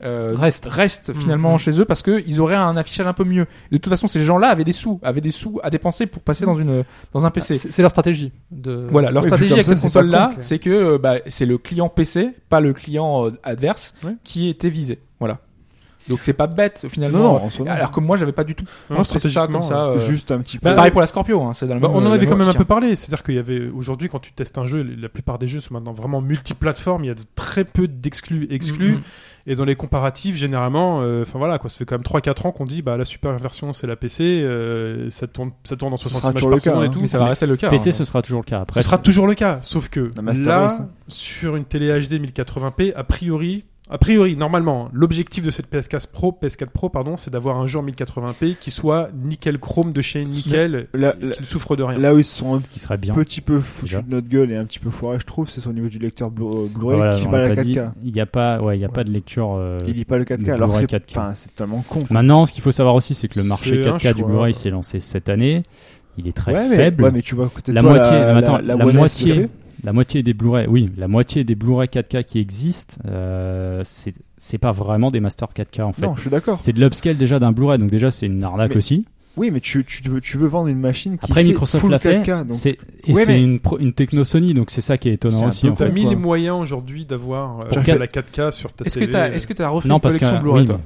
euh,
Reste.
restent finalement
Mhm.
chez eux parce que ils auraient un affichage un peu mieux. De toute façon, ces gens-là avaient des sous, avaient des sous à dépenser pour passer dans une dans un PC.
Ah, C'est c'est leur stratégie. De...
Voilà, leur
Oui, vu
stratégie
comme
avec
ça,
cette
c'est pas
console-là,
con, quoi.
c'est que euh, bah, c'est le client PC, pas le client euh, adverse,
Ouais.
qui était visé. Voilà. Donc c'est pas bête
Non,
finalement.
non, en soi, non.
Alors que moi, j'avais pas du tout
Non,
pensé ça
stratégiquement,
comme ça. euh,
Juste un petit peu.
bah,
c'est pareil pour la Scorpio, hein, c'est dans le
Bah,
même-
on en
le
avait quand même un
optique,
peu parlé, c'est-à-dire qu'il y avait aujourd'hui quand tu testes un jeu, la plupart des jeux sont maintenant vraiment multiplateformes, il y a de- très peu d'exclus exclus
Mhm.
et dans les comparatifs généralement euh, enfin voilà quoi, ça fait quand même 3 4 ans qu'on dit bah la super version c'est la PC, euh, ça tourne ça tourne en 60
sera
images
toujours
par
le cas,
seconde et
hein.
tout.
Mais ça va rester le cas.
PC,
hein.
ce sera toujours le cas. Après,
Ce sera toujours le cas, sauf que
La Master
là,
Race, hein.
sur une télé HD 1080p, a priori, a priori, normalement, hein, l'objectif de cette PS4 Pro, PS4 Pro, pardon, c'est d'avoir un jeu en 1080p qui soit nickel chrome de chez nickel,
La-
qui
la-
ne souffre de rien.
Là où ils se sont un
ce qui serait bien.
petit peu foutus
Déjà. Bah,
de notre gueule et un petit peu foiré, je trouve, c'est au niveau du lecteur Blu- Blu-ray
Voilà,
qui
on
bat
l'a
la
pas dit.
4K.
Il n'y a pas, ouais, il y a pas de lecture. euh,
Il lit pas le 4K,
Le
alors que
Blu-ray
c'est
4K.
enfin, c'est totalement con. quoi.
Maintenant, ce qu'il faut savoir aussi, c'est que le marché
C'est un
4K du
choix.
Blu-ray s'est lancé cette année. Il est très
ouais, mais,
faible.
ouais, mais tu vois, à côté de
La
toi,
moitié-
la,
mais attends, la
One S,
moitié-
le fait.
La moitié des Blu-ray, oui, la moitié des Blu-ray 4K qui existent, euh, c'est c'est pas vraiment des masters 4K en fait.
Non, je suis d'accord.
C'est de l'upscale déjà d'un Blu-ray, donc déjà c'est une arnaque
Mais-
aussi.
Oui, mais tu, tu veux, tu veux vendre une machine qui
Après
fait
Microsoft
full
l'a fait,
4K, donc
c'est- et
Ouais,
c'est
mais-
une, pro- une techno Sony, donc c'est ça qui est
C'est
étonnant
un
aussi
peu
en
T'as
fait.
con.
mis
quoi.
les moyens aujourd'hui d'avoir euh,
Pour
de
quatre-
la 4K sur ta
Est-ce que
télé.
t'as, est-ce que t'as refait
Non,
une
parce qu'un-
collection Blu-ray,
oui,
toi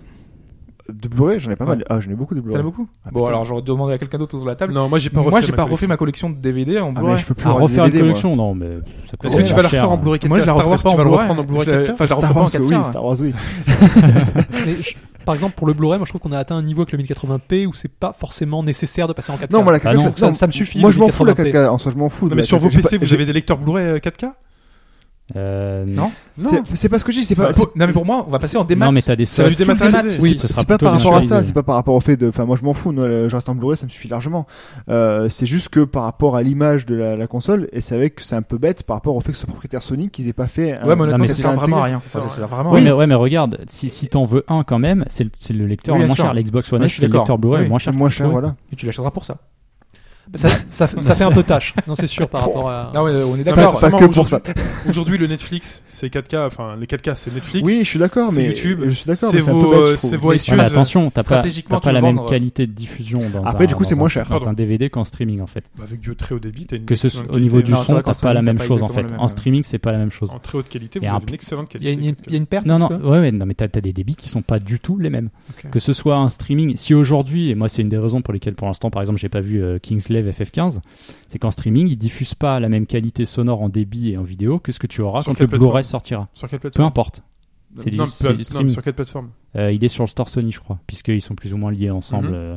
de Blu-ray, j'en ai pas mal. Ah, j'en ai beaucoup de
T'en as
Blu-ray.
beaucoup
Ah,
Bon,
putain.
alors j'aurais demandé à quelqu'un d'autre autour de la table.
Non, moi j'ai pas refait.
Moi, j'ai
ma
pas
collection.
refait ma collection de DVD en
Ah, mais
Blu-ray.
je peux plus
à
avoir des
refaire une
DVD, moi.
collection, non, mais ça coûte
Est-ce que tu
pas
vas la
cher,
refaire en
hein.
Blu-ray 4K
Moi, je la
Star
referai
Wars,
pas
tu
en
vas le
Blu-ray.
reprendre en Blu-ray
Je la-
4K
enfin, je la
Star
reprends en
Wars,
4K,
oui,
hein.
Star Wars, oui.
Mais je-
par exemple, pour le Blu-ray, moi je trouve qu'on a atteint un niveau avec le 1080p où c'est pas forcément nécessaire de passer en 4K.
Non, moi, la 4K,
Ah non,
ça-
ça-
non,
ça me suffit,
Moi,
le
je m'en fous, la
1080p.
4K. En soi, je m'en fous.
Non,
de
mais
la
sur vos
4K, j'ai
PC,
pas-
vous avez des lecteurs Blu-ray euh, 4K
Euh,
Non.
Non.
C'est c'est pas ce que je dis, c'est
Enfin,
pas.
pour- Non, mais pour moi, on va passer en démat.
Non, mais t'as des
Ça va
Euh,
softs.
du dématérialisé.
Oui,
c'est-
ce sera
c'est pas
plutôt
par rapport à ça,
insurréaliste.
c'est pas par rapport au fait de. Enfin, moi je m'en fous, non, le- je reste en Blu-ray, ça me suffit largement. Euh, c'est juste que par rapport à l'image de la, la console, et c'est vrai que c'est un peu bête par rapport au fait que ce propriétaire Sony qu'ils aient pas fait. un-
Ouais, mais honnêtement,
mais
ça
c'est
sert vraiment à
intégré.
rien.
C'est ça,
Ça
ouais.
sert vraiment à
Ouais,
rien.
mais, ouais, mais regarde, si, si t'en veux un quand même, c'est le, c'est le lecteur
Oui,
le
bien
moins
sûr.
cher. L'Xbox One
Ouais, je
X,
suis
c'est le
d'accord.
lecteur Blu-ray
Oui.
le moins cher.
Moins cher,
Ouais.
voilà.
Et tu l'achèteras pour ça.
Ça, ça, ça fait un peu tâche. Non, c'est sûr par rapport à.
Non, Ah ouais, on est
Non,
d'accord.
mais
pas
forcément,
que pour
aujourd'hui- Aujourd'hui, le Netflix, c'est 4K. Enfin, les 4K, c'est Netflix.
Oui, je suis d'accord,
c'est
mais.
YouTube,
Je suis d'accord,
c'est
mais c'est un
vos,
peu bête,
euh,
je trouve.
c'est vos
Mais-
Ouais,
iTunes.
mais attention, t'as pas,
stratégiquement,
t'as pas
tu
la
le
même
vendre.
qualité de diffusion dans
Après,
un,
du coup,
dans
c'est
un-
moins cher.
dans
Pardon.
un DVD qu'en streaming en fait.
Bah, avec du très haut débit, t'as une
Que ce
excellente
au niveau
qualité.
du
Non, c'est
son,
vrai qu'en
t'as pas la
streaming,
même
t'as pas
chose en
exactement
fait.
le même,
En streaming, c'est pas la même chose.
En très haute qualité, vous
Et un-
avez une excellente
Il y, a
qualité.
une- il y a une- il y a une perte.
Non, non,
parce que-
ouais, ouais, non, mais t'as t'as des débits qui sont pas du tout les mêmes.
Ok.
Que ce soit un streaming, si aujourd'hui, et moi c'est une des raisons pour lesquelles pour l'instant, par exemple, j'ai pas vu euh, Kingslave FF15, c'est qu'en streaming, ils diffusent pas la même qualité sonore en débit et en vidéo que ce que tu auras
Sur
quand le
quelle
Blu-ray
plateforme
sortira.
Sur quelle
Peu
plateforme
importe. C'est du,
Non,
c'est
peu-
du
non,
streaming.
mais sur quelle plateforme
Euh, il est sur le store Sony, je crois, puisqu'ils sont plus ou moins liés ensemble. euh,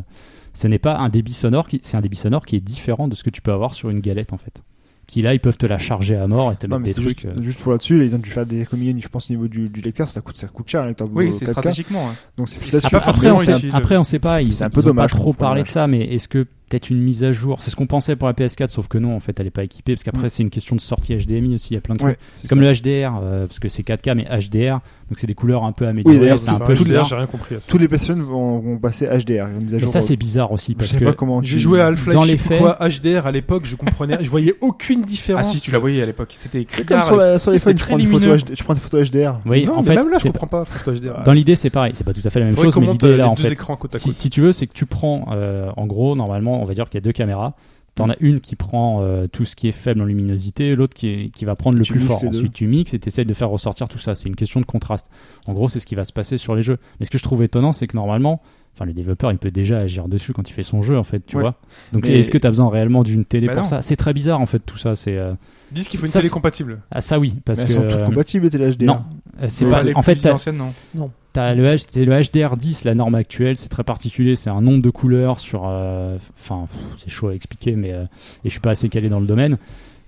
ce n'est pas un débit sonore, qui, c'est un débit sonore qui est différent de ce que tu peux avoir sur une galette en fait. Qui là, ils peuvent te la charger à mort et te
Non,
mettre
mais
des
c'est
trucs.
juste,
euh,
juste pour là-dessus, ils ont dû faire des communes, je pense, au niveau du, du lecteur, ça coûte, ça coûte cher, un lecteur
Oui,
Blu-ray
c'est
4K.
stratégiquement. hein.
Donc c'est plus
C'est
là-dessus.
pas
après, on
forcément
sait,
utile.
après, on sait pas. Ils,
C'est un
ils
peu
ont
dommage,
pas
je
trop
trouve,
parlé
pour
de ça, mais est-ce que peut-être une mise à jour C'est ce qu'on pensait pour la PS4, sauf que non, en fait, elle est pas équipée, parce qu'après, c'est une question de sortie HDMI aussi. Il y a plein de
Ouais,
trucs.
c'est
Comme
ça.
le HDR, euh, parce que c'est 4K, mais HDR, donc c'est des couleurs un peu
Oui,
améliorées.
d'ailleurs,
c'est un
c'est
peu
tout
D'ailleurs,
bizarre.
j'ai rien compris à ça.
Tous les personnes vont, vont passer HDR. ils vont mise à
Mais
jour.
ça, c'est bizarre aussi,
Je
parce
sais
que
pas comment.
J'ai
tu-
joué à Half-Life,
dans
je sais
les
plus
faits-
quoi, HDR à l'époque, je comprenais, je voyais aucune différence.
Ah si, tu la voyais à l'époque. C'était
C'est comme sur, la, sur les
C'était
feuilles, tu
très
prends, une photo
lumineux.
HD tu prends des photos HDR.
Oui,
non,
en
mais
fait,
même là, je
c'est
comprends pas. Faut que je dirais.
Dans l'idée, c'est pareil, c'est pas tout à fait la même
Faudrait
chose,
qu'on
mais
monte
l'idée est
euh, les
là en
deux
fait.
écrans côte à
Si,
côte.
si tu veux, c'est que tu prends, euh, en gros, normalement, on va dire qu'il y a deux caméras. T'en as une qui prend euh, tout ce qui est faible en luminosité, l'autre qui, est- qui va prendre le
Tu
plus
mixes
fort.
les deux.
Ensuite, tu mixes et tu de faire ressortir tout ça. C'est une question de contraste. En gros, c'est ce qui va se passer sur les jeux. Mais ce que je trouve étonnant, c'est que normalement, enfin, le développeur, il peut déjà agir dessus quand il fait son jeu, en fait, tu
Ouais.
vois. Donc,
Mais-
est-ce que t'as besoin réellement d'une télé
Bah
pour
non.
ça C'est très bizarre, en fait, tout ça. C'est euh,
Dis qu'il faut une
Ça,
télé
c'est-
compatible.
ah ça oui, parce
Mais elles
que
sont toutes
euh,
compatibles, les télé HDR.
non, euh, c'est
Mais
pas.
les
En fait,
plus
t'as-
anciennes, non.
T'as le H, c'est le HDR10, la norme actuelle, c'est très particulier, c'est un nombre de couleurs sur, euh, enfin, pff, c'est chaud à expliquer, mais euh, et je suis pas assez calé dans le domaine.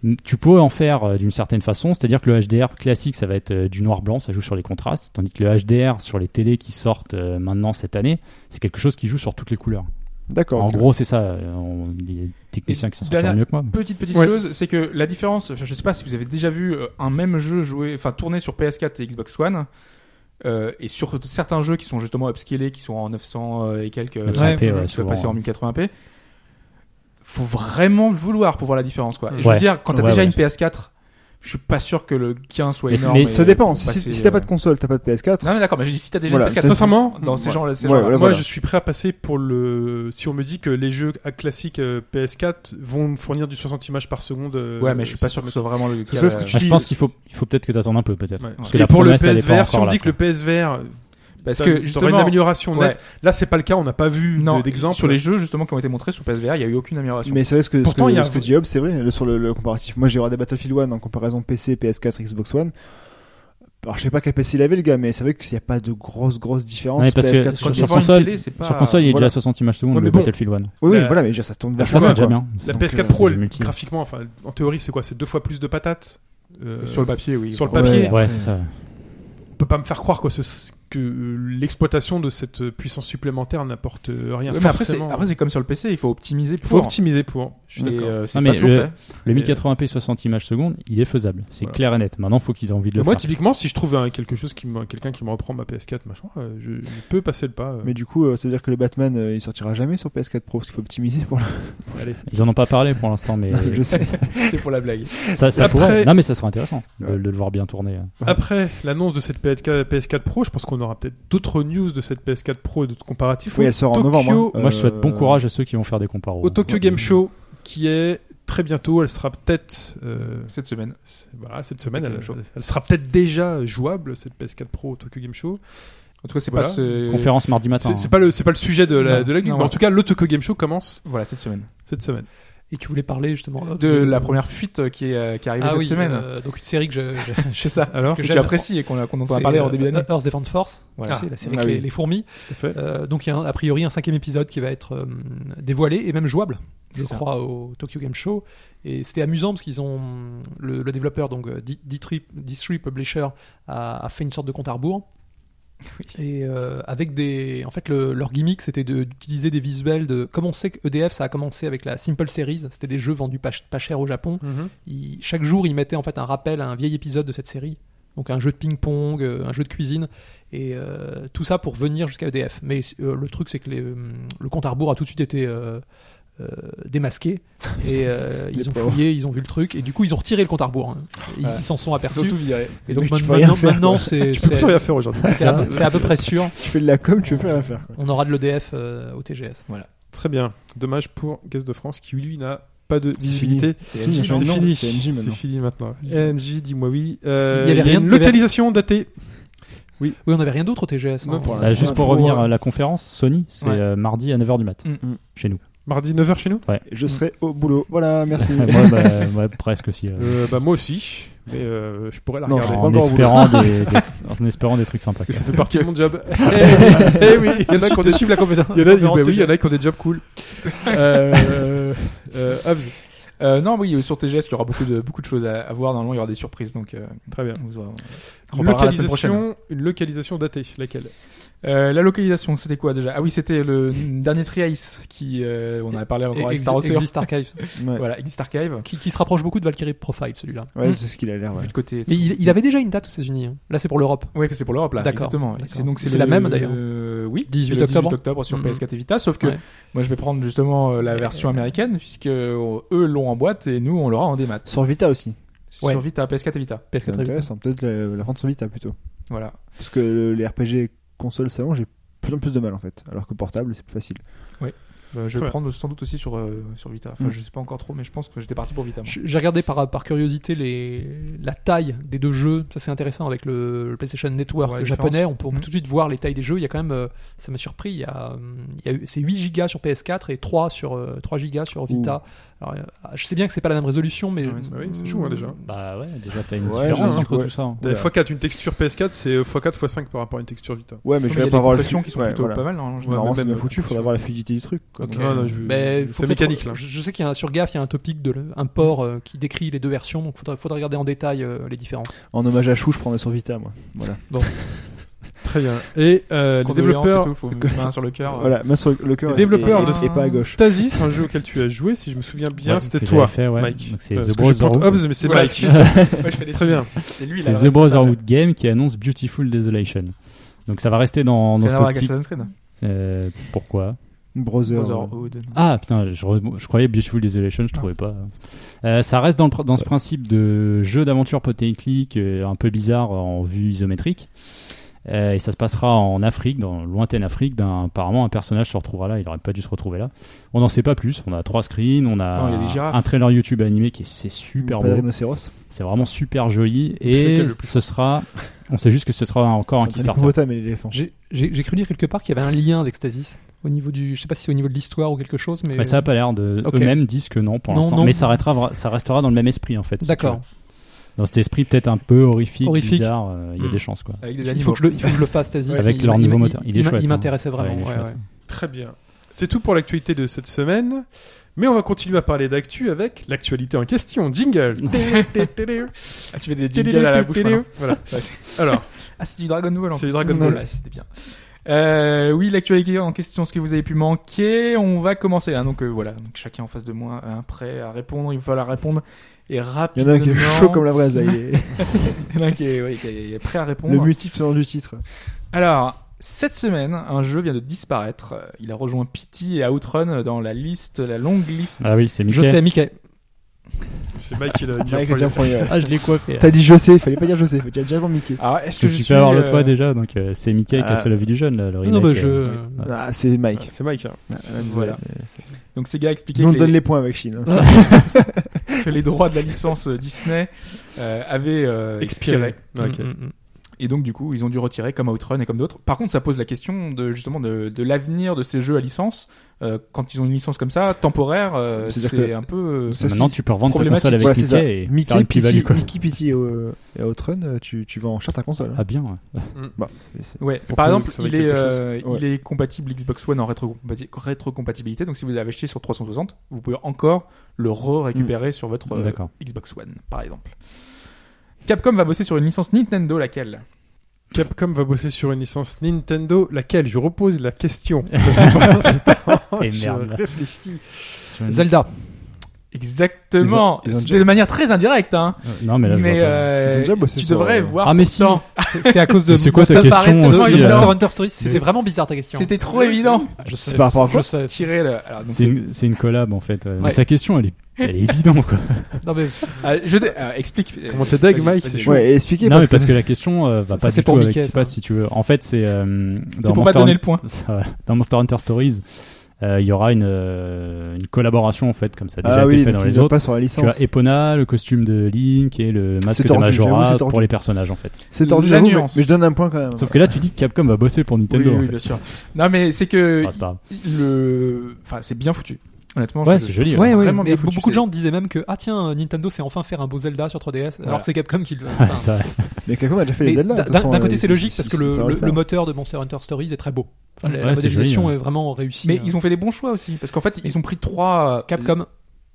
M- Tu peux en faire euh, d'une certaine façon, c'est-à-dire que le HDR classique, ça va être euh, du noir-blanc, ça joue sur les contrastes, tandis que le HDR sur les télés qui sortent euh, maintenant cette année, c'est quelque chose qui joue sur toutes les couleurs.
D'accord.
en
ok.
gros, c'est ça. euh, on- les techniciens
Et
qui s'en sortiront
dernière-
mieux que moi.
Petite petite
Ouais.
chose, c'est que la différence, je sais pas si vous avez déjà vu euh, un même jeu joué, enfin tourné sur PS4 et Xbox One, euh, et sur certains jeux qui sont justement upscalés, qui sont en 900 et quelques, euh,
900p, ouais,
qui peuvent
souvent,
passer en
ouais.
1080p. Faut vraiment le vouloir pour voir la différence, quoi. Et Je veux
Ouais.
dire, quand t'as
Ouais,
déjà
ouais.
une PS4, je suis pas sûr que le gain soit
Mais-
énorme.
mais
et
Ça dépend.
pour
Si,
passer, euh,
si- si t'as
euh,
pas de console, t'as pas de PS4.
Non mais d'accord, mais j'ai dit si t'as déjà
Voilà,
une PS4,
c'est-
sincèrement,
dans ces
ouais.
gens, ces
Ouais,
gens-là.
voilà,
Moi,
voilà.
je suis prêt à passer pour le. Si on me dit que les jeux à- classiques euh, PS4 vont me fournir du 60 images par seconde. euh,
Ouais, mais je suis pas sûr que
sur-
ce soit vraiment le cas.
C'est ça, ce que
euh,
tu
Enfin, je
dis-
pense qu'il faut, il faut peut-être que t'attendes un peu, peut-être.
Ouais.
Parce que
Et
la
pour le
promesse, elle est pas
PSVR, si
encore
on
là,
dit que
quoi.
le PSVR.
Parce
t'as-
que
t'auras
justement,
une amélioration euh,
ouais.
nette. Là, c'est pas le cas. On n'a pas vu
Non,
de- d'exemple.
sur les jeux justement qui ont été montrés sous PSVR, il y a eu aucune amélioration.
Mais c'est vrai ce que,
Pourtant,
ce
il y
que,
a-
ce que dit Hobbes, c'est vrai, le- sur le, le comparatif. Moi, j'ai regardé Battlefield 1 en comparaison PC, PS4, Xbox One. Alors, je sais pas quel PC il avait, le gars, mais c'est vrai qu'il n'y a pas de grosse, grosse différence.
Ouais, parce que
PS4,
sur-
Quand tu
sur
vois une
console-
télé, c'est pas-
Sur console, il est déjà
voilà.
à 60 images secondes,
Ouais,
le
mais bon.
Batgirl One.
Oui, oui,
la-
voilà, mais déjà, ça tourne vers
Ah, Ça,
ça,
c'est déjà
quoi.
bien.
La
Donc,
PS4
euh,
Pro,
c'est
elle-
multi.
graphiquement, enfin, en théorie, c'est quoi C'est deux fois plus de patates. euh,
sur le papier, oui.
sur le
Enfin,
papier.
Ouais, c'est ça.
on peut pas me faire croire que, ce- que euh, l'exploitation de cette euh, puissance supplémentaire n'apporte euh, rien.
Ouais, mais après, c'est-
forcément.
après, hein. c'est comme sur le PC, il faut optimiser
il
pour.
faut optimiser pour. Je suis
Et,
d'accord.
euh, c'est
Non,
pas
mais
toujours
le-
fait.
Mais-
Le 1080p 60 images secondes, il est faisable. C'est
Voilà.
clair et net. Maintenant, faut qu'ils aient envie de le
moi,
faire.
typiquement, si je trouve un- quelque chose qui me- quelqu'un qui me reprend ma PS4, machin, euh, je, je peux passer le pas. euh.
Mais du coup, euh, ça veut dire que le Batman, euh, il sortira jamais sur PS4 Pro, parce qu'il faut optimiser pour le.
Allez.
Ils en ont pas parlé pour l'instant, mais
je sais.
C'était pour la blague.
ça, ça
Après-
pourrait. Non, mais ça serait intéressant de,
Ouais.
de le voir bien tourner.
Après l'annonce de cette PS4, PS4 Pro, je pense qu'on aura peut-être d'autres news de cette PS4 Pro et d'autres comparatifs.
Oui,
Au
elle sort en
Tokyo-
novembre. hein.
Moi, je souhaite bon
Euh,
courage à ceux qui vont faire des comparos.
Au Tokyo Game Show, qui est très bientôt, elle sera peut-être. euh,
Cette semaine.
c'est- voilà, cette semaine,
Tokyo
elle,
Game
elle sera peut-être déjà jouable, cette PS4 Pro au Tokyo Game Show.
En tout cas, c'est
Voilà.
pas ce.
Conférence mardi matin. hein.
C'est c'est pas le c'est pas le sujet de la
Non.
de la nuit,
Non,
mais en
ouais.
tout cas le Tokyo Game Show commence
Voilà, cette semaine.
cette semaine.
Et tu voulais parler justement hop,
de
ce-
la première fuite euh, qui est, euh, qui est arrivée
ah
cette
oui,
semaine.
euh, donc une série que je, je-
c'est ça.
Alors
que
j'aime.
j'apprécie et qu'on a- qu'on en
c'est,
a parlé en
euh,
début d'année.
Earth Defense Force,
Voilà.
tu sais, la série
Ah
avec
oui.
les, les fourmis.
Tout à fait.
Euh, donc il y a un- a priori un cinquième épisode qui va être euh, dévoilé et même jouable, je
C'est ça.
crois, au Tokyo Game Show. Et c'était amusant parce qu'ils ont le, le développeur donc euh, D- D3 D3 Publisher a, a fait une sorte de compte à rebours. Et euh, avec des, en fait, le- leur gimmick, c'était de- d'utiliser des visuels de. Comme on sait que EDF, ça a commencé avec la Simple Series. C'était des jeux vendus pas, ch- pas cher au Japon. Ils- chaque jour, ils mettaient en fait un rappel à un vieil épisode de cette série. Donc un jeu de ping-pong, euh, un jeu de cuisine, et euh, tout ça pour venir jusqu'à EDF. Mais euh, le truc, c'est que les, hum, le compte à rebours a tout de suite été euh, euh, démasqué. Et euh,
Les
ils ont
pauvres.
fouillé, ils ont vu le truc, et du coup, ils ont retiré le compte à rebours. hein. Ils
Ouais.
ils s'en sont aperçus.
viré.
Et donc
Mais tu peux rien
maintenant,
faire,
maintenant,
quoi.
c'est
Tu peux
c'est-
plus rien faire aujourd'hui.
c'est à, c'est à peu près sûr.
Tu fais de la com, tu peux plus rien faire. quoi.
On aura de l'EDF euh, au TGS.
Très bien. Dommage pour Guest de France qui, lui, n'a pas de
C'est
visibilité.
C'est NJ maintenant.
fini.
C'est NJ
C'est
maintenant.
fini maintenant. NJ, dis-moi oui. Euh,
Il y avait
il y a
rien-
une
il y avait-
localisation datée.
Oui, on n'avait rien d'autre au TGS. hein.
Non, pour
Là, juste
Ouais,
pour
pour,
revenir
euh,
à la conférence, Sony, c'est
Ouais.
euh, mardi à 9h du mat,
Mm.
chez nous.
Mardi 9h chez nous
Je serai au boulot. Voilà, merci.
moi, bah, ouais, presque aussi. euh.
Euh, bah, Moi aussi. Mais euh, je pourrais la
Non,
regarder.
j'ai
en,
pas encore
espérant des, des- en espérant des trucs sympas.
Parce que ça fait partie de mon job. Eh oui, il y en a qui ont des la compétence. Il y en a, bah oui, il y en a qui ont des jobs cool. euh, euh, Hobbs,
Euh, non, oui, sur TGS, il y aura beaucoup de, beaucoup de choses à, à voir. Normalement, il y aura des surprises. Donc, euh,
très bien.
on vous aura- on
Une
reparlera la semaine prochaine.
localisation, une localisation datée, laquelle
Euh, la localisation, c'était quoi déjà Ah oui, c'était le dernier Tri-Ice qui. euh, on en a parlé
Et-
encore avec
Exi-
Star Ocean.
Exist Archive,
Ouais.
Voilà, Exist Archive.
qui, qui se rapproche beaucoup de Valkyrie Profile, celui-là.
Ouais,
Mm.
c'est ce qu'il a l'air. ouais.
Vu de côté.
Mais il, il avait déjà une date aux États-Unis. hein. Là, c'est pour l'Europe.
Oui, c'est pour l'Europe là.
D'accord,
Exactement.
d'accord.
C'est donc
C'est la
le-
même, d'ailleurs.
euh, oui.
18
c'est le
octobre.
sur
Mhm.
PS4 et Vita. Sauf que
Ouais.
moi, je vais prendre justement euh, la
Ouais.
version américaine puisque euh, eux l'ont en boîte et nous on l'aura en démat.
Sur Vita aussi.
Ouais.
Sur Vita, PS4 et Vita.
C'est
PS4
intéressant. Peut-être la, la rendre sur Vita plutôt.
Voilà.
Parce que le- les RPG console salon, j'ai de plus en plus de mal en fait. Alors que portable, c'est plus facile.
Euh, je
Très
vais
bien.
prendre sans doute aussi sur euh, sur Vita. Enfin,
Mm.
Mhm.
je sais pas encore trop, mais je pense que j'étais parti pour Vita. moi.
J'ai regardé par, par curiosité les, la taille des deux jeux. Ça, c'est intéressant avec le, le PlayStation Network
Ouais, la
japonais. On peut on peut
Mmh.
Mhm.
tout de suite voir les tailles des jeux. Il y a quand même, euh, ça m'a surpris, il y a, hum, il y a eu- c'est 8 gigas sur PS4 et 3 sur euh, 3 gigas sur Vita. Alors, euh, je sais bien que c'est pas la même résolution, mais
Ah ouais,
Bah oui, c'est chaud hein, déjà.
Bah ouais, déjà t'as une
Ouais,
différence
j'avoue,
entre
ouais.
tout ça. hein.
T'as
Oula.
x4, une texture PS4, c'est euh, x4 x5 par rapport à une texture Vita.
Ouais,
Mais
mais je
il y
vais
a
pas
des
avoir
compressions qui sont
ouais,
plutôt
voilà.
pas mal normalement. en général.
Normalement,
mais
c'est
même,
bien foutu,
euh,
faudrait voir la fluidité du truc. quoi.
Ok.
Donc, euh,
non, je-
Mais faut
c'est
peut-être-
mécanique là. Mmh.
Je, je sais qu'il y a un- sur GAF, il y a un topic, de le- un port euh, qui décrit les deux versions, donc faudrait, faudrait regarder en détail euh, les différences.
En hommage à Chou, je prendrais sur Vita, moi. Voilà.
Très bien. Et euh, les
Condoléances et
développeurs
tout, faut mettre main hein, sur le cœur.
Voilà, main sur le- le cœur.
Les développeurs
et-
de-
et pas à gauche.
Tazis, un jeu auquel tu as joué, si je me souviens bien,
Ouais,
c'était
que
toi,
j'avais fait, ouais.
Mike.
Donc c'est
Parce
The
que je
Bros.
porte
Road.
Hobbs, mais c'est
Voilà,
Mike.
euh, Moi, je fais des
Très bien.
C'est lui
C'est The Brotherhood Game qui annonce Beautiful Desolation. Donc ça va rester dans, dans cette optique. Euh, pourquoi
Brother. euh,
Brotherhood.
Ah putain, je, re- je croyais Beautiful Desolation, je trouvais pas. Euh, ça reste dans, le pr- dans ce principe de jeu d'aventure point and click, euh, un peu bizarre en vue isométrique. Euh, et ça se passera en Afrique, dans lointaine Afrique. d'un- apparemment, un personnage se retrouvera là. Il aurait pas dû se retrouver là. On n'en sait pas plus. On a trois screens, on
Non, il y a des
a
girafes.
un trailer YouTube animé qui est c'est super
Pas
beau.
de rhinocéros.
C'est vraiment super joli.
C'est
Et
lequel le plus
ce sera. On sait juste que ce sera encore un
C'est un
Kickstarter.
hippopotame et l'éléphant.
J'ai- J'ai j'ai cru dire quelque part qu'il y avait un lien avec Stasis, au niveau du, je sais pas si c'est au niveau de l'histoire ou quelque chose, mais...
Mais Bah, ça a pas l'air de.
Ok.
Eux-mêmes disent que non pour
Non,
l'instant.
non.
Mais ça, arrêtera vra- ça restera dans le même esprit en fait. si tu
D'accord.
veux. dans cet esprit peut-être un peu horrifique,
Horrifique.
bizarre. euh, Il y a
Mm.
des chances quoi.
Avec des
Il faut,
animaux.
que je le, il faut que je le fasse, Stasis.
Avec
Il
leur
m'a-
niveau
il m'a-
moteur. Il est
m'a-
chouette,
Il
hein.
m'intéressait
Ouais, il
vraiment.
est
ouais,
chouette.
ouais.
Très bien. C'est tout pour l'actualité de cette semaine. Mais on va continuer à parler d'actu avec l'actualité en question. Jingle.
Ah, tu fais des jingles à la bouche. maintenant.
Voilà.
Ouais, c'est-
Alors,
ah, c'est du Dragon Ball en
C'est
plus.
du Dragon Ball.
Ouais, c'était bien. Euh, oui, l'actualité en question, ce que vous avez pu manquer, on va commencer. hein. donc euh, voilà, donc, chacun en face de moi, un prêt à répondre, il va falloir répondre et
Il y
rapidement.
en a un qui est chaud comme la braise, là, il est-
Il y en a un qui est, ouais, qui est- qui est prêt à répondre.
le multiple selon du titre.
Alors, cette semaine, un jeu vient de disparaître. Euh, Il a rejoint Pity et Outrun dans la liste, la longue liste.
Ah oui, c'est
Je
Mickey.
sais, Mickey.
c'est Mike qui l'a dit. en
Mike est déjà
premier.
euh,
premier. ouais.
Ah, je l'ai coiffé.
T'as dit je sais, fallait pas dire je sais, faut dire déjà avant Mickey.
Alors, est-ce
Je
que
me
je
suis
suis
fait avoir
euh,
l'autre fois déjà, donc euh, c'est Mickey qui a
ah.
sauvé la vie du jeune, là, le
Non, non, bah,
remake,
je.
euh,
euh,
Ah, c'est
Ah,
Mike.
C'est Mike. hein.
voilà. Donc Sega a expliqué
Nous on
que,
donne
les,
les points avec Chine. hein.
que les droits de la licence euh, Disney euh, avaient euh, expiré.
Ok.
mm, mm, mm.
Et donc, du coup, ils ont dû retirer comme Outrun et comme d'autres. Par contre, ça pose la question de justement de, de l'avenir de ces jeux à licence. Euh, quand ils ont une licence comme ça, temporaire, euh,
C'est-à-dire
c'est
que-
un peu. euh,
Ça,
Maintenant,
c'est-
tu peux revendre sa
problématique.
console avec
Voilà, c'est ça.
Mickey et
Mickey,
faire une plus-value,
Pity,
quoi.
Mickey, Pity et, euh, et Outrun, euh, tu, tu vas en cher ta console. hein.
Ah bien, ouais.
Bah, c'est- c'est-
Ouais,
Pour
par
que
exemple,
ça vaille
il est,
quelque chose.
euh,
Ouais.
il est compatible Xbox One en rétrocompati- rétrocompatibilité. Donc, si vous l'avez acheté sur 360, vous pouvez encore le
Hmm.
re-récupérer sur votre euh,
D'accord.
Xbox One, par exemple. Capcom va bosser sur une licence Nintendo, laquelle
Capcom va bosser sur une licence Nintendo, laquelle je repose la question. Parce que pendant ce temps,
Et
je
merde.
réfléchis.
Zelda.
Exactement.
Ils ont- ils ont
C'est
déjà-
de manière très indirecte, hein.
Non, mais là, je vois pas.
euh,
Ils ont déjà bossé
tu
sur,
devrais
euh,
voir.
Ah, mais si.
pourtant.
C'est c'est à cause de.
Mais c'est quoi ta
Monster
question
Barrett,
aussi,
non, et
là
Monster Hunter Stories. C'est
C'est-
vraiment bizarre ta question.
C'était trop évident.
Je sais.
C'est par rapport à quoi
je sais.
Tirer le- alors, donc,
C'est une, c'est une collab en fait. Euh,
Ouais.
Mais sa question, elle est, elle est bidon quoi.
Non mais
euh, je dé- euh, explique.
Comment t'es deg,
Vas-y,
Mike,
vas-y.
c'est chaud.
Ouais, et expliquez
non, mais
parce,
parce que
que.
la question euh, va
Ça,
pas
c'est
du
pour
tout avec
Mickey,
je sais pas
ça.
si tu veux. En fait, c'est euh,
C'est
dans
pour pas
Monster
donner le point.
Voilà. dans Monster Hunter Stories, euh, il y aura une, euh, une collaboration en fait, comme ça a déjà
Ah
été
oui,
fait
donc
dans
ils
les
ont
autres.
pas sur la
Tu as
licence.
Epona, le costume de Link et le masque de
tordu, j'avoue,
Majora
c'est tordu.
pour les personnages en fait.
C'est tordu,
la
j'avoue, mais,
nuance.
mais je donne un point quand même.
Sauf que là, tu dis que Capcom va bosser pour
Oui,
Nintendo.
oui,
en fait.
bien sûr. Non, mais Ah, c'est que
Enfin, c'est pas grave.
le, enfin, c'est bien foutu. Honnêtement,
Ouais,
je-
c'est
je
joli,
trouve
ouais, hein.
ça
ouais,
vraiment
mais
bien foutu.
beaucoup de
C'est-
gens disaient même que ah tiens Nintendo sait enfin faire un beau Zelda sur 3DS alors
Voilà.
que c'est Capcom qui le
Ouais,
enfin,
ça-
Mais Capcom a déjà fait
mais
les Zelda. de
D'un
toute façon,
d'un
euh,
côté c'est
ça-
logique
ça-
parce
ça-
que le,
ça va
le-
faire.
le moteur de Monster Hunter Stories est très beau. Enfin, la,
Ouais,
la
c'est joli,
modélisation
ouais.
est vraiment réussie.
Mais
hein.
ils ont fait des bons choix aussi, parce qu'en fait, ils ont pris trois euh,
Capcom.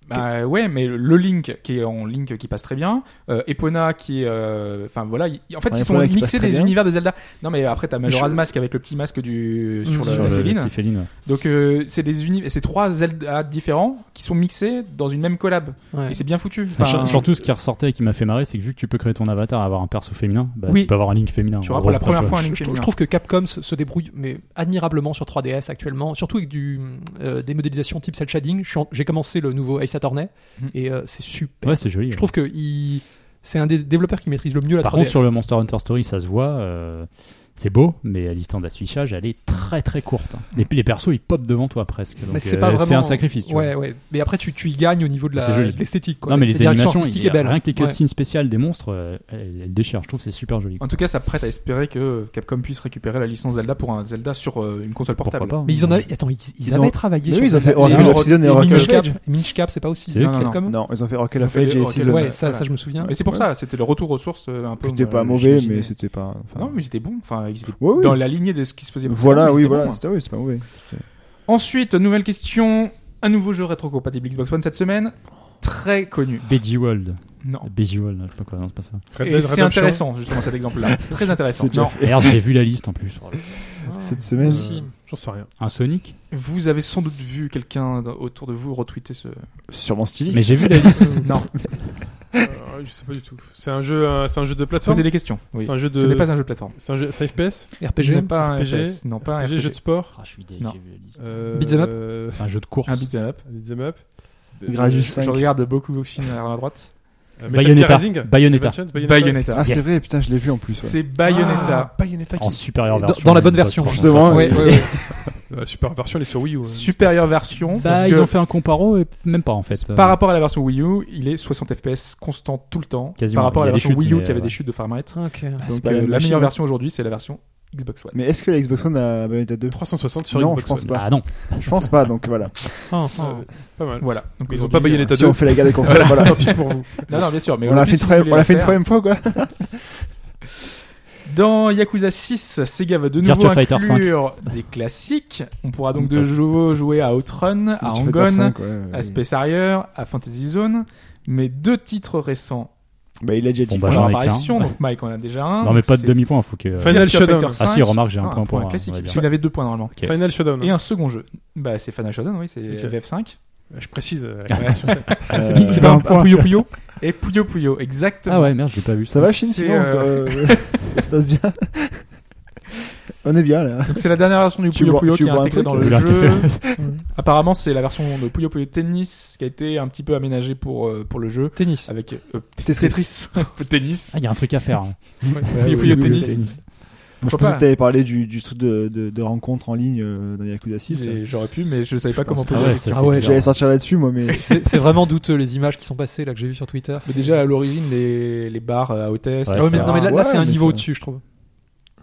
Bah ouais, mais le Link qui est en Link qui passe très bien, euh, Epona qui est, euh, enfin voilà, il- en fait
Ouais,
ils sont
Epona qui
mixés
passe très
des
bien.
univers de Zelda. Non mais après t'as Majora's
Je-
Mask avec le petit masque du sur,
Mmh.
le,
Mm. sur
la
le,
euh, féline.
petit féline, ouais.
Donc euh, c'est des uni- c'est trois Zelda différents qui sont mixés dans une même collab
Ouais.
et c'est bien foutu. Enfin,
Enfin, sur- Surtout, ce qui ressortait et qui m'a fait marrer, c'est que vu que tu peux créer ton avatar et avoir un perso féminin, bah,
Oui.
tu peux avoir un Link féminin.
tu
en
vois,
gros,
pour la première
tu vois.
fois un Link
Je, trou-
féminin.
je trouve que Capcom se, se débrouille mais admirablement sur 3DS actuellement, surtout avec du, euh, des modélisations type cel shading. Je suis en- J'ai commencé le nouveau Ace Attorney
Mhm.
et euh, c'est super.
Ouais, c'est joli.
Je trouve que il- c'est un des développeurs qui maîtrise le mieux la
Par
3DS.
contre, sur le Monster Hunter Story, ça se voit. euh, c'est beau, mais la distance d'affichage, elle est très très courte. Les, les persos, ils popent devant toi presque. Donc,
mais c'est
euh,
pas vraiment
c'est un sacrifice. Tu
ouais,
vois.
ouais. Mais après, tu, tu y gagnes au niveau de la-
C'est joli.
de l'esthétique. quoi.
Non, mais
La
les
direction
animations,
artistique
il-
est belle.
rien que les
Ouais.
cutscenes spéciales des monstres, euh, elles, elles déchirent. Je trouve que c'est super joli.
En tout cas, ça prête à espérer que Capcom puisse récupérer la licence Zelda pour un Zelda sur euh, une console
Pourquoi
portable.
pas hein.
Mais ils en avaient, attends, ils, ils
Ils
avaient
ont-
travaillé
Mais
sur
oui, ils ont
Zelda.
fait Oracle
Les-
of Season et
les
Oracle of
Minish Cap-
Age.
Minish Cap, c'est pas aussi
C'est
eux qui-
Capcom
Non, ils ont fait Oracle
Ils ont
of
fait
Age
les-
et
Oracle
Season.
of
Ouais,
Age.
ça,
Voilà.
ça, je me souviens.
Mais c'est pour ça, c'était le retour aux sources euh, un peu.
C'était
euh,
pas mauvais,
j'imagine.
mais c'était pas. enfin,
Non, mais ils étaient bons. Enfin, ils étaient
Ouais, oui.
dans la lignée de ce qui se faisait.
Voilà,
précédemment,
oui,
ils étaient
voilà,
bons.
c'était oui, c'est pas mauvais.
hein. Ensuite, nouvelle question. Un nouveau jeu rétrocompatible Xbox One cette semaine. Très connu.
BG World.
Non.
BG World, je sais pas quoi, non, c'est pas ça.
Red
Et
Dead
c'est
Redemption.
intéressant, justement, cet exemple-là. Très intéressant.
C'est déjà
Non.
Merde, j'ai vu la liste en plus.
Ah.
Cette semaine.
Si.
Euh, J'en sais rien.
Un Sonic
Vous avez sans doute vu quelqu'un d- autour de vous retweeter ce.
Sûrement styliste.
Mais j'ai vu la liste.
Non.
Euh, je sais pas du tout. C'est un jeu, euh, c'est un jeu de plateforme.
Posez des questions. Oui.
C'est un jeu de.
Ce n'est pas un jeu de plateforme.
C'est un jeu. C'est un FPS.
Ce n'est
RPG.
pas un
RPG,
FPS, Non, pas un
Jeu
RPG.
jeu de sport.
Ah, je suis deg,
Non.
j'ai vu la liste.
Euh,
Beat'em up.
euh,
Un jeu de course.
Un beat'em up.
Beat'em up.
Gradius
Je- Je
5.
regarde beaucoup de films à la droite.
Euh, Metal Gear
Bayonetta.
Rising.
Bayonetta.
Invention,
Bayonetta.
Ah, c'est
Yes.
vrai, putain, je l'ai vu en plus. ouais.
C'est Bayonetta.
Ah, Bayonetta qui
En supérieure
Dans-
version.
dans la bonne
Xbox
version,
justement.
360.
Ouais, ouais, ouais.
La super version, elle est sur Wii U. hein.
Supérieure version.
Bah,
parce
ils
que
ont fait euh, un comparo et même pas en fait.
Par rapport à la version Wii U, il est 60 FPS constant tout le temps.
Quasiment.
Par rapport à
Il y
la
a des
version
chutes,
Wii U
mais,
qui avait
ouais.
des chutes de Fahrenheit.
Ok.
Ah, c'est
Donc
pas
euh,
la
la,
même machine,
meilleure
hein.
version aujourd'hui, c'est la version Xbox One.
Mais est-ce que la Xbox One a Bayonetta 2
360 sur
Non,
Xbox
je pense
One.
pas.
Ah non,
Je pense pas, donc voilà.
Ah, ah.
Euh, Pas mal.
Voilà. Donc
Ils ont
aujourd'hui,
pas Bayonetta
Si on
2.
fait la guerre des consoles, voilà.
Tant pis pour vous.
euh, Non, non, bien sûr. Mais
On l'a
aujourd'hui,
fait,
si
une troisième-
vous voulez
on l'a fait une
la faire,
troisième fois, quoi.
Dans Yakuza 6, Sega va de
Virtua
nouveau
Fighter
inclure des classiques. On pourra donc
C'est
de
pas
nouveau jouer à Outrun, à
Tu fais
Angon,
Tor 5, ouais, ouais.
à Space Harrier, à Fantasy Zone. Mais deux titres récents
Bah, il a déjà dit.
Bon, bah,
font
j'en
leur
ai qu'un.
apparition. Donc Mike en a déjà un.
non mais pas de
C'est
demi-point, faut que.
Final
Virtua
Showdown.
Fighter
Ah si,
5,
remarque, j'ai un
Ah,
point pour moi,
classique.
on va dire.
Tu n'avais deux points normalement.
Ok.
Final Showdown. hein.
Et un second jeu. Bah, c'est Final Showdown, oui, c'est
Ok.
FF5.
Je précise. euh,
Euh,
c'est pas un point. Puyo Puyo. Et Puyo Puyo, exactement.
Ah ouais, merde, j'ai pas vu
Ça va, Shin
C'est,
Sinon,
euh,
euh, ça se passe bien. On est bien, là.
Donc c'est la dernière version du
Tu
Puyo
bois-
Puyo
tu
qui est
bois un
intégrée
truc,
dans
euh,
le
Oula,
jeu.
t'as
Apparemment, c'est la version de Puyo Puyo Tennis qui a été un petit peu aménagée pour euh, pour le jeu
Tennis.
avec euh,
Tetris.
Tetris, tennis.
Ah, il y a un truc à faire. hein.
Ouais,
oui,
Puyo Puyo
oui,
Tennis.
tennis. Je
Pourquoi
pensais
pas
que t'avais parlé du, du truc de, de, de rencontre en ligne euh, dans Yakuza 6. là.
J'ai- J'aurais pu, mais je savais pas
Je
comment poser
pense-
ah
la
ouais,
question.
ça,
Ah ouais.
c'est
J'allais
bizarre.
sortir là-dessus, moi, mais.
C'est c'est vraiment douteux les images qui sont passées là que j'ai vues sur Twitter.
Mais déjà à l'origine les les bars euh, à hôtesse. etc.
Ouais,
Ah ouais, mais, non, mais là, là,
Ouais,
c'est un
mais
niveau
ça-
au-dessus, je trouve.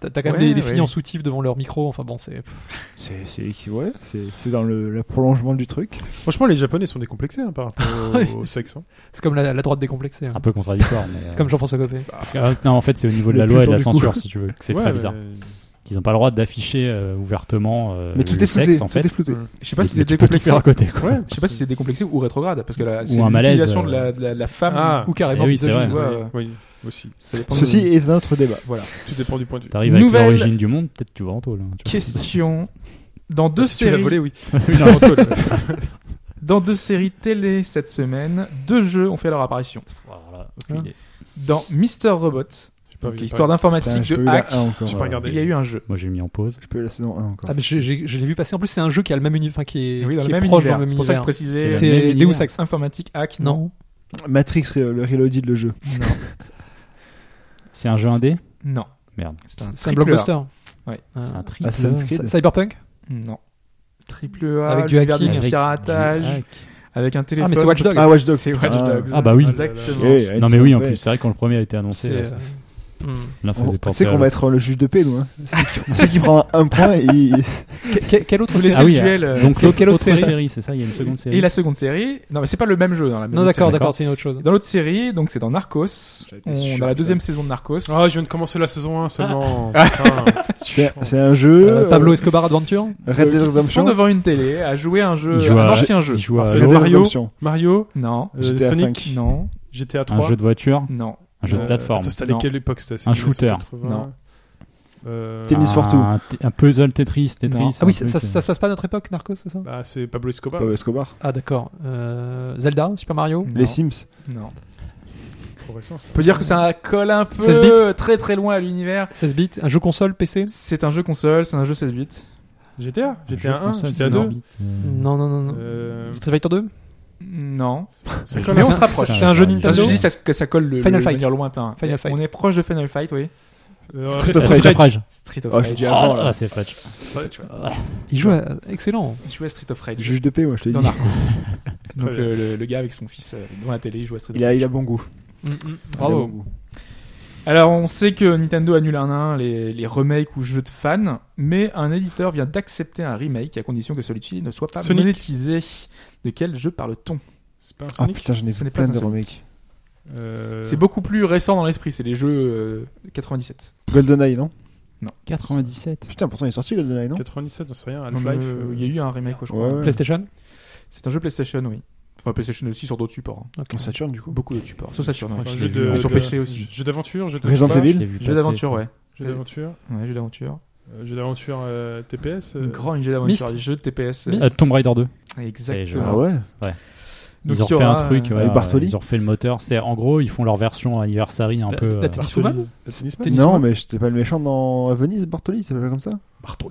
T'as t'as quand même
Ouais,
les, les
ouais.
filles en soutif devant leur micro. Enfin bon, c'est. pff,
C'est c'est équivalent, c'est c'est dans le, le prolongement du truc.
Franchement, les Japonais sont décomplexés hein, par rapport au sexe. hein.
C'est comme la, la droite décomplexée. hein.
un peu contradictoire. mais, euh,
Comme Jean-François Copé.
parce que, euh, non, en fait, c'est au niveau de
Le
la
plus
loi et de
fort
la
du coup.
censure, si tu veux. que C'est
Ouais,
très
mais-
bizarre. Qu'ils n'ont pas le droit d'afficher euh, ouvertement euh,
Mais tout
le
est flouté,
sexe, en
tout
fait.
est flouté.
Je sais pas si
Mais
c'est
tu peux tout
décomplexé.
faire à côté, quoi.
Ouais.
Je sais pas si c'est décomplexé ou rétrograde, parce que la, c'est
un malaise,
l'utilisation
euh.
de la, de la, de la femme
Ah.
ou carrément
Eh oui, c'est
misogyne,
vrai.
quoi.
Oui, oui, aussi.
Ça dépend de-
Ceci est un autre débat.
Voilà.
Tout dépend du point de vue.
T'arrives
Nouvelle-
avec l'origine du monde, peut-être tu vas en taule. hein, tu vois.
Question. Dans deux,
Bah, si tu l'as
séries,
volé, oui.
dans deux séries télé cette semaine, deux jeux ont fait leur apparition.
Alors Oh là, aucune
Hein
idée.
Dans Mr. Robot,
J'ai pas
donc
vu,
histoire
Putain,
d'informatique
j'ai pas
de
eu la Ah,
hack,
un encore.
J'ai
Ouais.
pas regardé.
il y a eu un jeu.
Moi, j'ai mis en pause.
J'ai pas eu la saison 1 encore.
Ah, mais je, je- je l'ai vu passer. En plus, c'est un jeu qui a le même univers, enfin qui est,
Oui, dans
qui
le
est
même
proche dans
univers.
le
C'est
même
pour ça que je
univers.
précisais.
C'est
le même
Deus
univers.
Ex.
Informatique hack, non.
Non,
Matrix, euh, le reloaded, le jeu.
C'est un jeu indé
Non.
Merde.
C'est un,
c'est un
triple A.
blockbuster.
Ouais.
Euh,
C'est un tri.
Assassin's
Cy-
Creed.
Cyberpunk
Non. Triple A,
Avec du
univers
hacking,
du piratage, avec, un téléphone.
mais c'est Watch Dogs.
Ah, Watch Dogs.
C'est
putain.
Watch Dogs.
Ah bah oui.
Exactement.
Eh, eh,
Non mais oui, en
ouais.
plus, c'est vrai quand le premier a été annoncé,
C'est,
euh,
euh, hmm.
l'info
On-
faisait
Tu sais qu'on va être le juge de paix, nous. Hein. Celui qui prendra un point, il...
Que- que- Quelle autre
Vous laissez
Ah oui,
le duel. euh,
Donc
Quelle
l'autre
autre
autre
série
série, c'est ça, il y a une seconde série.
et la seconde série. Non, mais c'est pas le même jeu dans la même
Non, d'accord,
série.
d'accord, c'est une autre chose.
Dans l'autre série, donc c'est dans Narcos.
J'avais été
On
sûr
a la
que
deuxième saison de Narcos.
Ah, je viens de commencer la saison 1 seulement.
c'est c'est un jeu.
Euh, Pablo
euh,
Escobar Adventure
Red Dead
Ils sont
Redemption.
devant une télé à jouer à un jeu,
Il joue
euh, un
à-
ancien jeu.
Il joue à
Red Dead
Mario.
Redemption.
Mario,
Non,
euh,
GTA
Sonic,
V.
non,
GTA 3.
un jeu de voiture,
non.
un jeu de
Euh,
plateforme,
attends, C'était
Non.
à quelle époque c'était
Un shooter.
1980.
Non.
Euh,
Tennis.
un,
for two.
t- un puzzle Tetris, Tetris.
Non.
un
Ah oui, ça,
truc,
ça,
euh,
ça se passe pas à notre époque, Narcos, c'est ça
Bah, c'est Pablo Escobar.
Pablo Escobar.
Ah d'accord. Euh, Zelda, Super Mario
Non.
Les Sims.
Non.
C'est trop récent. ça.
On peut dire que ça colle un peu
16 bits.
très très loin à l'univers.
16 bits, un jeu console, PC
C'est un jeu console, c'est un jeu 16 bits.
GTA
euh, un
GTA
jeu
1
console,
GTA
c'est
2
Orbit, euh,
Non, non, non, non.
Euh,
Street Fighter 2
Non.
C'est
Mais
quoi
on
la-
se rapproche.
C'est un jeu
Parce que
Parce
Nintendo
que je dis ça- que ça colle le
Final
le- de
Fight.
manière lointain.
Final Fight.
On est proche de Final Fight, oui.
Euh,
Street
Red
of
Dead
Rage.
Street
Rage.
Street of
of Rage.
Oh, je
Rage.
dis avant,
Ah,
là.
c'est Fudge.
Ça, tu vois.
Il joue à... Excellent.
Il jouait à Street of Rage.
Juge de paix, moi, je te
dans
dis.
Narcos. Donc
Très bien.
le, le- le gars avec son fils euh, devant la télé, il joue à Street of
Il a, il a bon goût.
Mm,
Il a bon
Bravo.
goût.
Alors on sait que Nintendo annule un à un les, les remakes ou jeux de fans, mais un éditeur vient d'accepter un remake à condition que celui-ci ne soit pas
Sonic.
monétisé. De quel jeu parle-t-on
C'est pas un
Ah
Sonic
putain, j'en ai
Ce n'est
vu
pas
plein
un
de
Sonic.
remakes.
Euh,
C'est beaucoup plus récent dans l'esprit, c'est les jeux euh, 97.
GoldenEye, non
97.
Putain, pourtant il est sorti GoldenEye, non
97, j'en sais rien.
Euh, Il
Half-Life. euh,
y a eu un remake, quoi, je crois.
Ouais, ouais.
PlayStation
C'est un jeu PlayStation, oui. Enfin PlayStation aussi sur d'autres supports. hein.
Ok.
On Saturne, du coup.
Beaucoup d'autres supports. Sur Saturn,
enfin,
ouais.
jeu
l'ai
de-
Et sur
de-
PC aussi.
Jeu d'aventure. Jeu de
Resident
combat,
Evil.
Je l'ai vu
Jeu
passer,
d'aventure,
ça.
ouais.
Jeu d'aventure.
Ouais, jeu d'aventure.
euh, Jeu d'aventure euh, TPS. euh,
Grand jeu d'aventure,
Myst.
jeu de TPS. euh,
Euh, Tomb Raider 2.
Exactement.
Ah ouais
Donc,
ils ont
il y
refait un
aura,
truc,
euh,
ouais,
avec Bartoli.
ils ont refait le moteur. C'est en gros, ils font leur version anniversary un
La-
peu.
la
euh,
tennis
Bartoli.
woman
Tennisman
Tennis
Non,
Man.
mais j'étais pas le méchant dans à Venise, Bartoli, ça s'appelle comme ça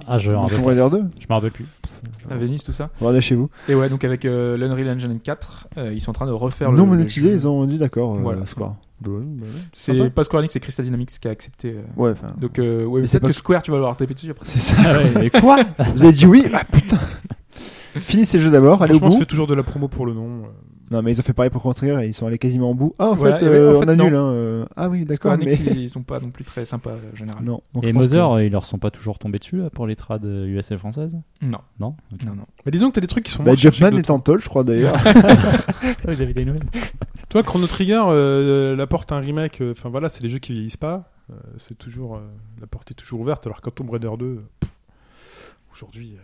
Ah, je me
Dans
rappelle,
Tomb Raider 2
je me rappelle plus.
à Venise, tout ça.
Regardez chez vous.
Et ouais, donc avec euh, l'Unreal Engine 4, euh, ils sont en train de refaire le.
Non
le
monétisé,
jeu.
ils ont dit d'accord. euh,
Voilà.
Square.
C'est
Sympa.
pas Square Enix, c'est Crystal Dynamics qui a accepté. euh.
Ouais, enfin.
Donc, euh, ouais,
Mais c'est
peut-être
pas-
que Square, tu vas leur taper dessus après.
C'est ça.
Ah ouais, mais quoi
Vous avez dit oui Ah putain Finissez le jeu d'abord, allez au
Franchement,
bout.
c'est toujours de la promo pour le nom. euh.
Non, mais ils ont fait pareil pour contraire et ils sont allés quasiment en bout. Ah, en
Voilà,
fait,
et ouais,
euh,
en
on
fait,
annule. Hein. euh. Ah oui,
Square
d'accord, mais.
Enix, ils, ils sont pas non plus très sympas, euh, généralement.
Non. Donc,
Et
je pense que-
Mother, euh, ils leur sont pas toujours tombés dessus là, pour les trades euh, USL françaises
Non,
Non Ok.
non, non.
Mais disons que t'as des trucs qui
euh,
sont.
Bah,
moins cherchés que
Jumpman
d'autres.
est en toll, je crois d'ailleurs.
Vous avez des nouvelles
Tu vois, Chrono Trigger euh, la porte à un remake. euh, Enfin voilà, c'est les jeux qui vieillissent pas. euh, c'est toujours euh, la porte est toujours ouverte. Alors quand Tomb Raider 2, euh, pff, aujourd'hui, euh,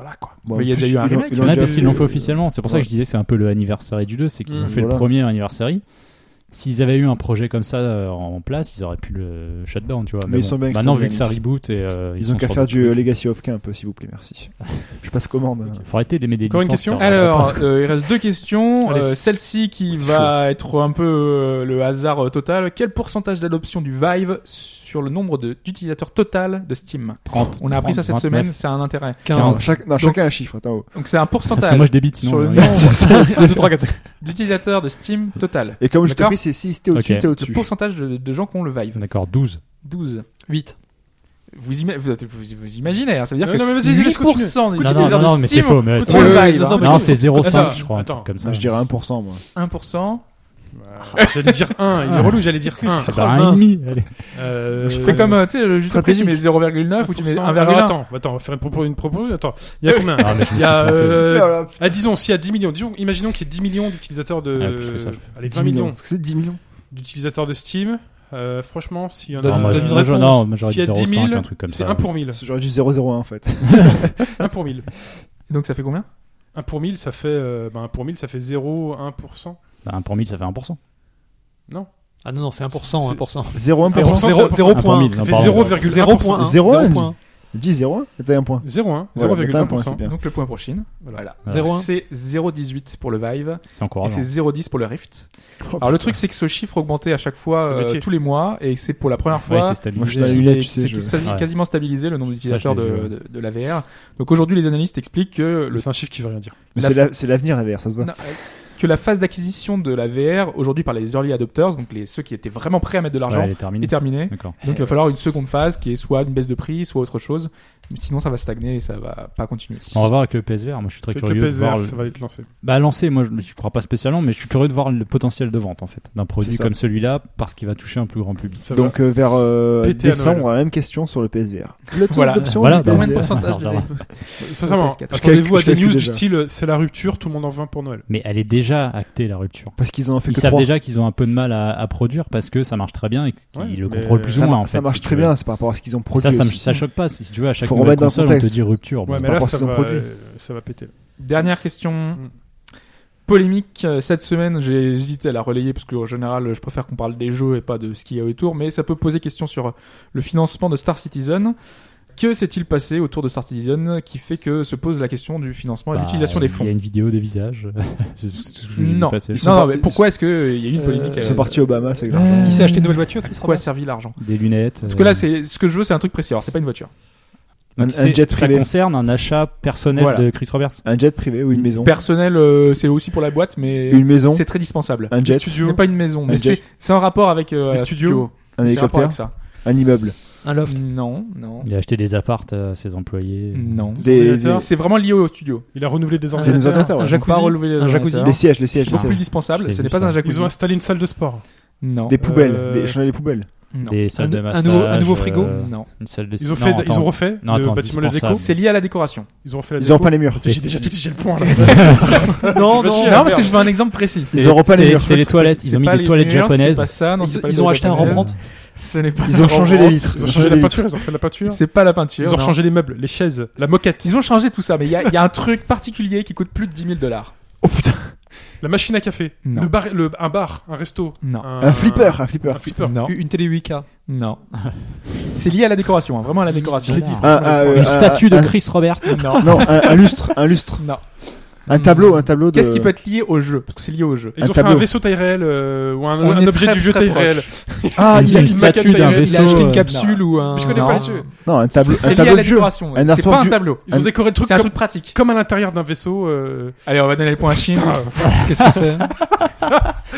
voilà quoi.
Bon,
Mais il y a
en plus,
déjà eu un
ils l'ont-
remake, hein.
ils
Il y
l'ont
en a
déjà
parce qu'ils l'ont
eu,
fait
euh,
officiellement. C'est pour ça que je disais c'est un peu le anniversary du 2, c'est qu'ils
Mm,
ont fait le
voilà.
premier anniversary. S'ils avaient eu un projet comme ça euh, en place, ils auraient pu le shutdown, tu vois.
Mais ils sont bien que
maintenant,
ça
vu que ça
organise.
reboot et euh, ils,
Ils ont
sont
qu'à
sur
faire
d'autres
du
trucs.
Legacy of Kain un peu, s'il vous plaît, merci. Je passe commande. hein.
Faut arrêter d'aimer des
Encore une
licences,
question
car-
Alors, euh, il reste deux questions.
Allez.
Euh, Celle-ci qui
C'est
va être un peu euh, le hasard euh, total. Quel pourcentage d'adoption du Vive sur le nombre de- d'utilisateurs total de Steam
30,
On a appris ça cette
30,
semaine,
29.
c'est un intérêt.
15.
Non, chaque- non, chacun un chiffre, attends. oh.
Donc c'est un
Parce que
pourcentage
moi je débite sinon.
sur le
hein,
nombre d'utilisateurs de Steam total.
Et comme je t'ai
D'accord.
pris, c'est si t'es au-dessus,
Ok.
t'es
Le
au-dessus.
pourcentage de, de gens qui ont le Vive.
D'accord, 12.
12.
8.
Vous, ima- vous, êtes- vous- vous imaginez, hein,
Ah,
ça veut dire
Non,
que
non, mais vas-y, laisse
8% des
Non, non,
utilisateurs
non,
de
mais c'est
Steam
faux. Mais ouais,
ont
c'est
Ouais,
faux.
le
ouais,
Vive.
non,
hein.
mais
Non,
je-
Bah,
c'est 0,5,
Attends,
je crois. un truc
attends.
Comme ça.
Moi, je dirais 1%, moi.
1%.
Ah, J'allais dire 1, il est relou, j'allais dire Oh, 1.
Ah bah, un et demi, allez.
Je fais comme, euh, tu sais, le juste après, tu mets 0,9 ou tu mets 1,1.
Alors attends, attends, on va faire une proposition. Une propo- attends, il y a combien
Ah, mais je me
Il y a,
suis planté.
euh,
Voilà.
ah, disons, s'il y a 10 millions, disons, imaginons qu'il y ait 10 millions d'utilisateurs de.
Ah, plus que ça, je-
allez, 20 millions
Parce que C'est 10 millions.
d'utilisateurs de Steam. Euh, franchement, s'il y en a.
Donne-
Non, moi,
donne
je-
une
moi, je-
réponse.
non, moi, j'aurais
S'il y
dit
a 10 000,
0,5, un truc comme
c'est
ça.
1 pour 1000.
J'aurais dit 001 en fait.
1 pour 1000.
Donc ça fait combien
1 pour 1000, ça fait, euh, ben, 1 pour 1000, ça fait 0,1%.
Bah, un pour 1000, ça fait 1%.
Ah non, non, c'est 1%,
C'est-
1%.
0,1%.
0, 0
pour
point.
mille,
Ça fait
pardon.
0,1%.
hein.
0,1.
0,1.
Dis 0, et t'as un point.
0,1.
Voilà, t'as un point, c'est
0,1%.
bien.
Donc le point pour Chine.
Voilà.
0,1.
C'est 0,18 pour le Vive
C'est
et
encourageant.
c'est 0,10 pour le Rift.
Oh,
Alors le truc c'est que ce chiffre augmentait à chaque fois
C'est
euh,
métier.
tous les mois et c'est pour la première
Ouais,
fois
c'est
Moi, je
stabilisé.
t'ai eu là,
Et
tu
c'est
sais. je-
quasi-
Ouais.
quasiment stabilisé le nombre d'utilisateurs
Ça, je l'ai
de,
vu,
de- de la VR. Donc aujourd'hui, les analystes expliquent que, le,
C'est un chiffre qui veut rien dire.
Mais
la-
c'est la- c'est l'avenir, la VR, ça se voit.
Non, euh, que la phase d'acquisition de la VR, aujourd'hui par les early adopters, donc les, ceux qui étaient vraiment prêts à mettre de
Ouais,
l'argent,
elle est terminée.
est terminée.
D'accord.
Donc il va falloir une seconde phase qui est soit une baisse de prix, soit autre chose. Sinon, ça va stagner et ça va pas continuer.
On va voir avec le PSVR. Moi, je suis très
Avec
curieux
le
de voir.
PSVR,
le-
ça va aller te lancer.
Bah, lancé, moi, je ne crois pas spécialement, mais je suis curieux de voir le potentiel de vente, en fait, d'un produit
ça.
comme celui-là, parce qu'il va toucher un plus grand public.
Ça va.
Donc euh, vers euh,
Pété à
décembre,
Noël.
on a la même question sur le PSVR. Le taux
Voilà.
d'adoption
Voilà,
du
bah,
Combien de
PSVR.
pourcentage
on verra.
de-
Sincèrement,
PS4.
attendez-vous à
Je
des
calcule
news du
déjà.
style euh, c'est la rupture, tout le monde en veut pour Noël.
Mais elle est déjà actée, la rupture.
Parce qu'ils en ont fait
Ils
que
savent
3.
déjà qu'ils ont un peu de mal à, à produire parce que ça marche très bien et qu'ils
Ouais,
le
mais
contrôlent plus
Ça,
ou moins.
mar-
en
ça
fait,
marche
si
très
tu veux.
bien, c'est par rapport à ce qu'ils ont produit.
Ça, ça, me,
aussi.
ça choque pas. Si si tu veux, à chaque
Faut
nouvelle
remettre dans le
console, on te
contexte.
dit rupture. Bon,
Ouais,
Ah, c'est
mais
par
là,
rapport à
ça
ce qu'ils ont
va,
produit.
euh, ça va péter.
Dernière question.
Mm.
Polémique euh, cette semaine, j'ai hésité à la relayer parce qu'en général, je préfère qu'on parle des jeux et pas de ce qu'il y a autour, mais ça peut poser question sur le financement de Star Citizen. Que s'est-il passé autour de Star Citizen qui fait que se pose la question du financement et de
bah,
l'utilisation des fonds
Il y a une vidéo des visages. C'est tout ce que j'ai vu
Non,
passer.
Ils sont
Non, non,
par-
mais pourquoi est-ce qu'il y a eu une polémique
Ils
euh,
sont partis Obama, c'est clair.
Euh,
Qui s'est acheté une nouvelle voiture qui
À
se
quoi a
ramasse
servi
Euh,
l'argent
Des lunettes. euh,
Parce que là, c'est ce que je veux, c'est un truc précis. Alors, c'est pas une voiture.
Un- un
c'est-
jet
ça
privé.
concerne un achat personnel
Voilà.
de Chris Roberts.
Un jet privé ou une maison.
Personnel, euh, c'est aussi pour la boîte, mais
Une maison,
c'est très dispensable.
un jet,
Ce n'est pas une maison, mais
Un
c'est
jet.
c'est en rapport avec euh,
Les studios.
studio.
un
C'est en rapport
hélicoptère,
avec ça.
un immeuble.
Un loft.
Non, non,
Il a acheté des appartes à ses employés.
non.
Des, des,
ordinateurs.
C'est vraiment lié au studio.
Il a renouvelé des
des
ordinateurs.
Ah, ordinateurs,
Un
ouais.
jacuzzi.
Pas relevé les
Un jacuzzi.
ordinateurs.
Les sièges, les
C'est
sièges, les
beaucoup plus
sièges.
Je l'ai
dispensable. Ce
vu,
n'est pas
ça.
un
Ah, Ils
jacuzzi.
ont installé une salle de sport.
Non.
Des poubelles,
Euh,
des, je ai des poubelles.
Non.
Des salles
Un-
de
un
massage.
nouveau- un nouveau frigo
euh,
Non.
Une salle de
Ils ont,
non,
fait,
attends.
ils ont refait
Non,
le
attends,
bâtiment de la déco.
dispensable.
C'est lié à la décoration.
Ils ont refait la
Ils ont
déco.
repeint les murs.
Putain, J'ai déjà tout dit, j'ai le point. là.
Non,
Vas-y,
Oh non.
alors.
Non, mais c'est- je veux un exemple précis.
C'est-
Ils auront pas les
c'est-
murs,
C'est les toilettes. Ils
C'est
ont mis
pas
des
les
toilettes
murs, C'est pas
japonaises.
ça. non,
Ils-
c'est pas
ils
les
ont
toilettes
acheté un
japonaises.
Rembrandt.
Ce n'est pas.
Ils
un
ont changé les
Rembrandt.
vitres.
Ils ont changé la
les
peinture, ils ont fait la peinture.
C'est pas la peinture.
Ils ont
non.
changé les meubles, les chaises, la moquette,
Ils ont changé tout ça, mais il y, a- il y a un truc particulier qui coûte plus de 10 000 dollars.
Oh putain,
la machine à café,
Non.
le bar, le- un bar, un resto,
Non.
un flipper, un flipper.
un flipper.
Non.
Une télé 8K.
Non. C'est lié à la décoration, hein, vraiment à la décoration.
Je l'ai dit.
Un- un-
Une
Euh,
un-
statue de
un-
Chris Roberts.
Non.
Non, un un lustre, un lustre.
Non.
Un tableau, un tableau de.
Qu'est-ce qui peut être lié au jeu Parce que c'est lié au jeu.
Ils
Un
ont fait un
tableau.
vaisseau taille réelle euh, ou un,
On
un
est
objet
très,
du jeu
très
taille
proche.
réelle.
Ah, il a une
maquette
statue d'un
aérienne,
vaisseau.
Il a acheté une
euh,
capsule ou un.
Je connais
Non.
pas les jeux.
Non, un tableau, un
C'est lié à
tableau de
la
jeu.
décoration.
Un
C'est pas
artwork
un
du-
tableau.
Ils ont
Un-
décoré le truc
C'est un
comme,
truc pratique.
comme à l'intérieur d'un vaisseau. euh,
Allez, on va donner le point à Chine.
Qu'est-ce que c'est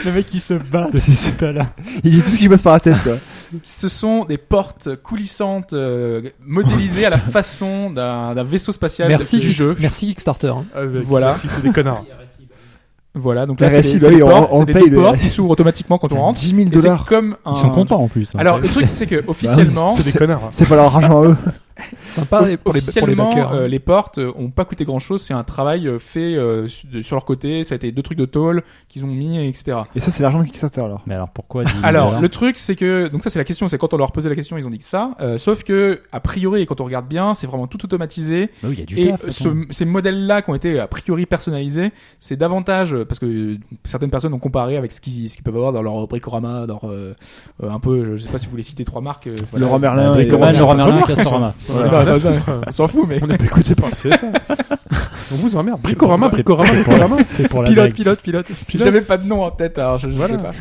Le mec qui se
Bah,
bat de ces états-là.
Il dit tout ce qui passe par la tête. quoi.
Ce sont des portes coulissantes euh, modélisées à la façon d'un d'un vaisseau spatial
Merci
du jeu.
Kick- Merci Kickstarter. hein.
avec-
Voilà.
Si c'est des connards.
Voilà, donc
La
là, c'est
RSI,
c'est
bah
des
oui, on-
portes,
on
c'est des
paye
deux
le-
portes qui s'ouvrent automatiquement quand on rentre.
10 000
Et c'est
dollars.
comme un-
Ils sont contents en plus. hein.
Alors, le truc, c'est que officiellement,
C'est des connards.
C'est pas leur argent à eux.
Sympa les- pour les pour les
Officiellement,
backers. hein.
euh, les portes euh, ont pas coûté grand chose. C'est un travail euh, fait euh, su- de- sur leur côté. Ça a été deux trucs de tôle qu'ils ont mis, etc.
Et ça, c'est l'argent de Kickstarter alors.
Mais alors pourquoi dix mille
Alors,
dollars
le truc, c'est que donc ça, c'est la question. C'est quand on leur posait la question, ils ont dit que ça. Euh, sauf que a priori, quand on regarde bien, c'est vraiment tout automatisé.
Bah oui, il y a du
et
taf.
ce-
attends.
ces modèles-là, qui ont été a priori personnalisés, c'est davantage euh, parce que euh, certaines personnes ont comparé avec ce qu'ils ce qu'ils peuvent avoir dans leur bricorama, dans leur, euh, euh, un peu. Je, je sais pas si vous voulez citer trois marques. euh, voilà.
Laurent Merlin. et-
Bricoman, Laura
Merlin,
Merlin,
Merlin,
Ah, Castorama.
Voilà.
Bah,
Voilà,
bah,
c'est
bah,
contre-
On s'en fout, mais
On n'est pas écouté par le CSA. On vous emmerde. Bricorama,
C'est-
bricorama,
c'est pour
bricorama.
la- C'est pour la
pilote,
blague.
pilote, pilote,
Pilote.
J'avais pas de nom en tête, alors je, je
Voilà.
sais pas.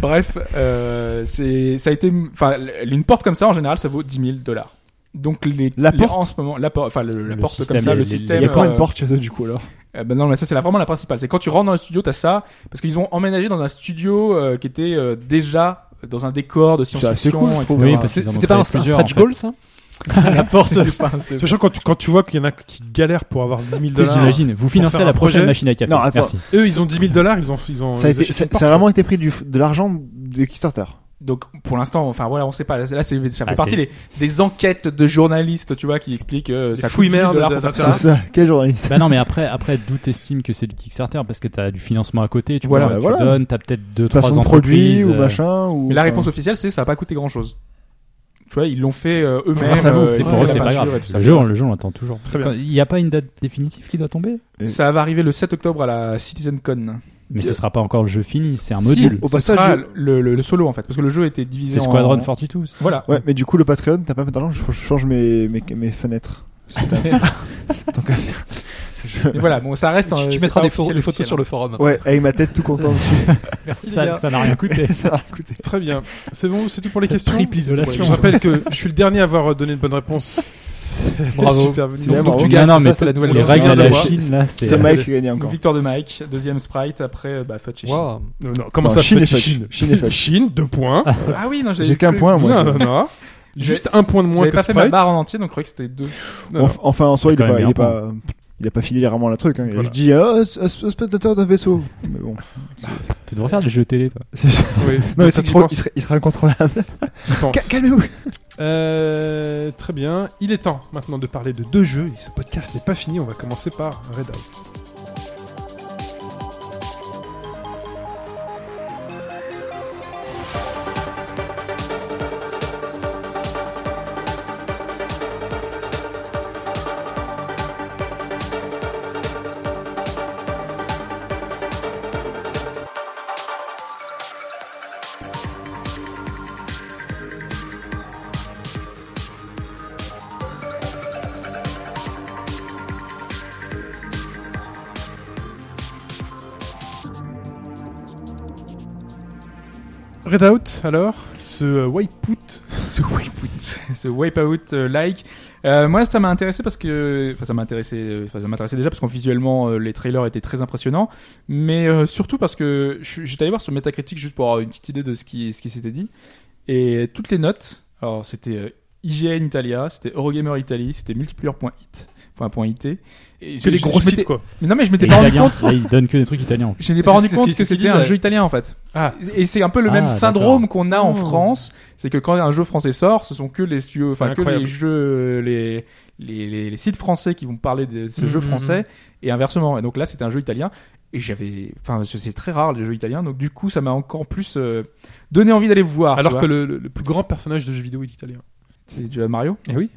Bref, euh, c'est, ça a été, enfin, l- une porte comme ça, en général, ça vaut 10 000 dollars. Donc, les,
La
les-
porte
en ce moment, la, por- enfin, le- la
Le
porte
système,
comme ça,
les-
le
les-
système.
Il y a combien
euh,
de portes chez eux du coup alors
euh, ben non, mais ça, c'est la- vraiment la principale. C'est quand tu rentres dans le studio, t'as ça, parce qu'ils ont emménagé dans un studio euh, qui était euh, déjà dans un décor de
C'est assez
science-fiction,
cool, je trouve.
etc.
Oui,
Ouais,
parce
C'est-
qu'ils en ont
C'était pas un
créé plusieurs,
stretch
en fait.
goal ça
ça porte des pinceaux.
Sachant quand tu, quand tu vois qu'il y en a qui galèrent pour avoir 10 000
Tu sais,
dollars.
J'imagine. Vous financerez
faire
la
un
prochaine
projet.
machine à café.
Non, attends.
Merci.
Eux, ils ont 10 000 dollars, ils ont, ils ont.
Ça a,
ils
été-
achètent
ça-
une porte.
ça a vraiment été pris du, f- de l'argent de Kickstarter.
Donc pour l'instant, enfin voilà, on sait pas. Là, c'est- là, c'est ça fait
Ah,
partie
c'est-
des, des enquêtes de journalistes, tu vois, qui expliquent euh,
Des
ça
fouilles
coûte 10 000
merdes
dollars
de-
pour
de-
faire
de-
ça.
C'est ça. Quel journaliste
Bah non, mais après, après d'où t'estimes que c'est du Kickstarter Parce que t'as du financement à côté, tu,
Voilà,
peux- tu
voilà.
donnes, t'as peut-être deux, trois
Façon de produit
entreprises.
ou
euh,
machin ou.
Mais la
enfin,
réponse officielle, c'est ça a pas coûté grand chose. Tu vois, ils l'ont fait euh, eux-mêmes.
Grâce à vous,
euh,
c'est
ils
C'est
ont
pour
fait
eux,
la
c'est pas
peinture
grave.
et tout ça.
Le jour, le jour, on l'attend toujours.
Très bien.
Quand- Il n'y a pas une date définitive qui doit tomber
Ça va arriver le 7 octobre à la CitizenCon.
Mais ce sera pas encore le jeu fini, c'est un
Si,
module.
Au
ce
passage,
sera
je-
le, le- le solo en fait, parce que le jeu était divisé
C'est
en.
Squadron 42. c'est ça
Voilà.
Ouais, mais du coup, le Patreon, t'as pas d'argent, je, je change mes, mes, mes fenêtres. C'est un- Tant qu'à faire. Je-
Mais voilà, bon, ça reste.
Tu,
un-
tu
c'est
mettras
pas
des pho-
officiel,
des photos
officiel. hein.
sur le forum.
Ouais, avec ma tête tout contente.
Merci les
Ça
gars.
ça n'a rien coûté.
Ça va, écoutez.
Très bien. C'est bon, c'est tout pour les questions.
triple isolation.
Je rappelle que je suis le dernier à avoir euh, donné une bonne réponse.
Bravo.
Super.
C'est
Donc,
bien,
donc
bravo.
tu
gagnes,
gagnes.
non,
ça,
mais
c'est la nouvelle
les
version.
règles à
Rien à
la
voir.
Chine, là, c'est.
C'est Mike qui a gagné
Donc,
encore.
Victoire de Mike, deuxième sprite, après euh, bah, Fudge et Chine.
Wow.
Non, non, comment
Non,
ça
Chine
fait
et Fudge.
Chine
Chine et Fudge.
Chine, deux points.
Ah oui, non, j'avais
J'ai qu'un
cru-
point, moi.
non, non, non. Juste un point de moins
J'avais
que
pas fait ma
Sprite.
barre en entier, donc je croyais que c'était deux.
Non,
Enf- Enfin, en soi, il est
Quand
pas,
même
il est
bien
pas, il a pas filé vraiment la truc. Hein. Il a
Voilà.
juste dit, ah, es- es- spectateur d'un vaisseau. Mais bon.
Tu devrais faire des jeux télé, toi.
C'est-
Oui.
Non, mais
c'est
c'est trop, il sera, il sera incontrôlable. Ca- Calmez-vous.
Euh, très bien. Il est temps maintenant de parler de deux jeux. Et ce podcast n'est pas fini. On va commencer par Redout. Redout, alors, ce euh, Wipeout.
ce wipeout, ce wipeout euh, like. Euh, moi, ça m'a intéressé parce que, enfin, ça m'a intéressé, euh, enfin, ça m'intéressait déjà parce qu'en visuellement, euh, les trailers étaient très impressionnants, mais euh, surtout parce que je suis- j'étais allé voir sur Metacritic juste pour avoir une petite idée de ce qui, ce qui s'était dit, et toutes les notes. Alors, c'était euh, IGN Italia, c'était Eurogamer Italy, c'était multiplayer.it, enfin, point .it. Et je-
Que les
je-
gros
je m'étais-
sites, quoi.
Mais non, mais je
Les
m'étais pas rendu
Italiens,
compte.
là, ils donnent que des trucs italiens.
Je n'ai
C'est
pas rendu
ce qui-
compte
c'est
que
ce qu'ils
c'était un
disent.
jeu italien en fait.
Ah. Mmh.
Et c'est un peu le
Ah,
même syndrome
d'accord.
qu'on a en France, c'est que quand un jeu français sort, ce sont que les studios, enfin
C'est
que les
incroyable.
jeux, les, les, les, les sites français qui vont parler de ce
Mmh,
Mhm,
jeu français et inversement. Et donc là, c'était un jeu italien et j'avais, enfin, c'est c'est très rare les jeux italiens, donc du coup, ça m'a encore plus euh, donné envie d'aller voir.
alors que
Ah, tu, vois.
le, le- le plus grand personnage de jeux vidéo est italien.
C'est du Mario.
Eh oui.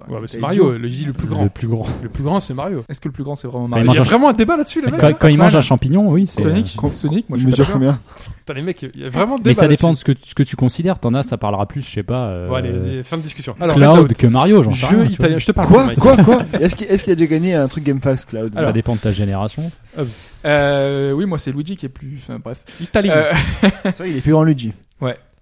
Bah,
Ouais, mais c'est
t'es
Mario.
idiot.
Le, je dis le plus grand.
Le
Le,
plus grand.
plus grand, c'est Mario.
Est-ce que le plus grand c'est vraiment
il
Mario
Il y
mange
a
un-
vraiment un débat là-dessus, les mecs. hein
Quand, quand il mange un champignon, oui, c'est. euh,
Sonic, Sonic, moi je suis
Il
pas
mesure
d'accord.
combien
Putain, les mecs, il y a vraiment un débat.
Mais ça dépend de
là-dessus.
ce que, ce que tu considères. T'en as, ça parlera plus, je sais pas. euh,
Bon, allez, vas-y, fin de discussion. Alors,
Cloud que Mario, j'en
Redout, jeu
sais rien, tu vois.
italien. Je te parle.
Quoi
Mike.
Quoi Quoi Est-ce qu'il est-ce qu'il a déjà gagné un truc GameFAQs Cloud
Ça dépend de ta génération.
Euh, oui, moi c'est Luigi qui est plus, enfin bref.
Italien.
Euh,
C'est vrai, il est plus grand Luigi.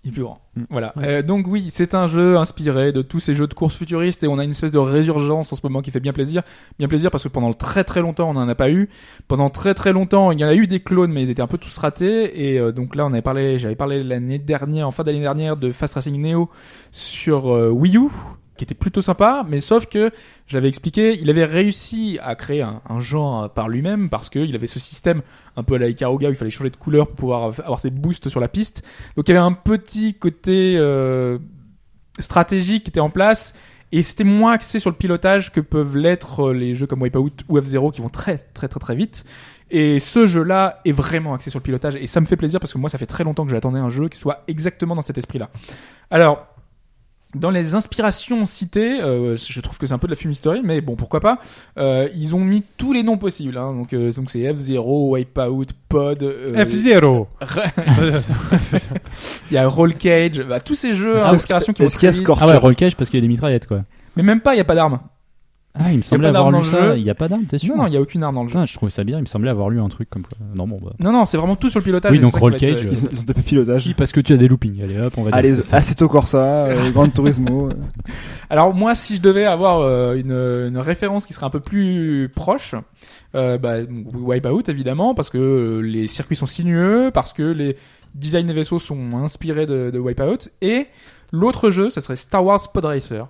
Il est plus grand.
Mm.
Voilà. Euh, donc oui, c'est un jeu inspiré de tous ces jeux de course futuristes et on a une espèce de résurgence en ce moment qui fait bien plaisir. Bien plaisir parce que pendant très très longtemps on n'en a pas eu. Pendant très très longtemps il y en a eu des clones mais ils étaient un peu tous ratés et euh, donc là on avait parlé, j'avais parlé l'année dernière, en fin d'année dernière de Fast Racing Neo sur euh, Wii U qui était plutôt sympa, mais sauf que je l'avais expliqué, il avait réussi à créer un, un genre par lui-même parce qu'il avait ce système un peu à la Ikaruga où il fallait changer de couleur pour pouvoir avoir ses boosts sur la piste. Donc il y avait un petit côté euh, stratégique qui était en place et c'était moins axé sur le pilotage que peuvent l'être euh, les jeux comme Wipeout ou F-Zero qui vont très très très très vite. Et ce jeu-là est vraiment axé sur le pilotage et ça me fait plaisir parce que moi ça fait très longtemps que j'attendais un jeu qui soit exactement dans cet esprit-là. Alors dans les inspirations citées, euh, je trouve que c'est un peu de la fumisterie, mais bon, pourquoi pas. Euh, ils ont mis tous les noms possibles, hein. donc euh, donc c'est F-Zero, Wipeout, Pod, euh,
F-Zero.
il y a Roll Cage, bah, tous ces jeux
Est-ce
à
que-
inspiration qui vont
est-ce qu'il y a
très vite.
Scorcher
Ah ouais, roll cage parce qu'il y a des mitraillettes, quoi.
Mais même pas, il y a pas d'armes.
Ah, il me semblait
pas d'arme
avoir
dans
lu
le jeu.
ça. Il n'y a pas d'arme, t'es sûr
Non, non, il y a aucune arme dans le jeu.
Putain, je trouvais ça bien. Il me semblait avoir lu un truc comme quoi. Non, bon, bah.
Non, non, c'est vraiment tout sur le pilotage.
Oui,
et
donc
c'est ça qui va
Roll
être-
Cage,
Ils
euh,
sont ils sont tapés pilotage.
Si, parce que tu as des loopings. Allez, hop, on va dire.
Allez, ah,
que c'est ça.
Assetto Corsa, euh, Gran Turismo. euh.
Alors moi, si je devais avoir euh, une, une référence qui serait un peu plus proche, euh, bah, Wipeout évidemment, parce que euh, les circuits sont sinueux, parce que les designs des vaisseaux sont inspirés de, de Wipeout, et l'autre jeu, ça serait Star Wars Pod Racer.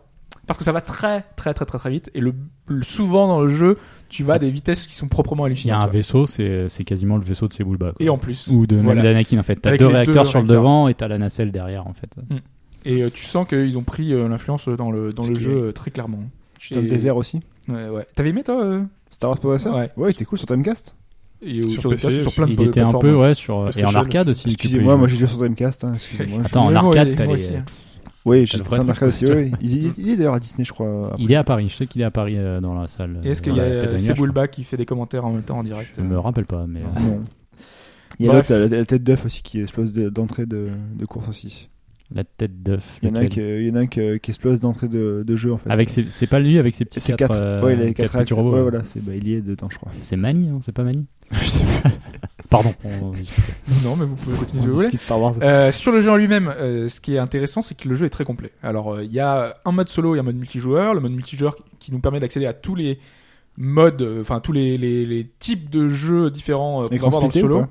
parce que ça va très très très très très vite et le, le- souvent dans le jeu tu vas à des vitesses qui sont proprement
Il y a
hallucinantes.
un
quoi.
vaisseau, c'est c'est quasiment le vaisseau de Sebulba. quoi.
Et en plus.
Ou de
Voilà.
même d'Anakin en fait. T'as
Avec
deux
les deux
réacteurs sur le
réacteurs.
devant et t'as la nacelle derrière en fait.
Et euh, tu sens qu'ils ont pris euh, l'influence dans le dans
Ce
le
qui
jeu euh, très clairement.
Je suis dans le
Et-
désert aussi.
Ouais ouais. T'avais aimé toi euh,
Star Wars Progressor
Ouais.
Ouais, c'était cool sur Timecast.
et, ou
Sur
sur,
PC,
sur plein de
Il était un
plateformes.
peu ouais sur et
PlayStation,
en arcade aussi. tu peux y
Excusez-moi,
jouer.
moi j'ai joué sur Timecast. Excusez-moi. je-
Attends, en
Mais moi,
arcade,
oui,
t'as
moi
les-
aussi, hein.
Oui,
t'as
j'ai
le
fait un
vrai
arcade aussi. oui, oui. Il, il- il est d'ailleurs à Disney, je crois.
Il est à Paris. Je sais qu'il est à Paris euh, dans la salle.
Et est-ce
dans
qu'il y a
la tête
euh,
d'Ania, je
Sebulba qui fait des commentaires en même temps en
crois.
direct
Je me rappelle pas, mais euh,
Non. Il y a
Bref.
l'autre, la, la tête d'œuf aussi qui explose de- d'entrée de, de course aussi.
la tête d'œuf.
Il y en a un
lequel
qui, il y en a un qui, qui explose d'entrée de, de jeu en
euh,
fait.
Avec ses- c'est pas lui avec ses petits
c'est
quatre,
quatre,
euh,
ouais, les
quatre
quatre actes.
petits robots.
Ouais,
ouais.
voilà, c'est bah, il y est dedans, je crois.
C'est Mani, hein, c'est pas Mani.
je sais pas.
Pardon. on-
Non mais vous pouvez continuer si
On
vous voulez.
discute Star Wars.
Euh, sur le jeu en lui-même, euh, ce qui est intéressant, c'est que le jeu est très complet. Alors, euh, il y a un mode solo et un mode multijoueur. Le mode multijoueur qui nous permet d'accéder à tous les modes, euh, enfin tous les, les, les types de jeux différents euh, qu'on va
Écran
avoir dans le
splitté ou
solo.
pas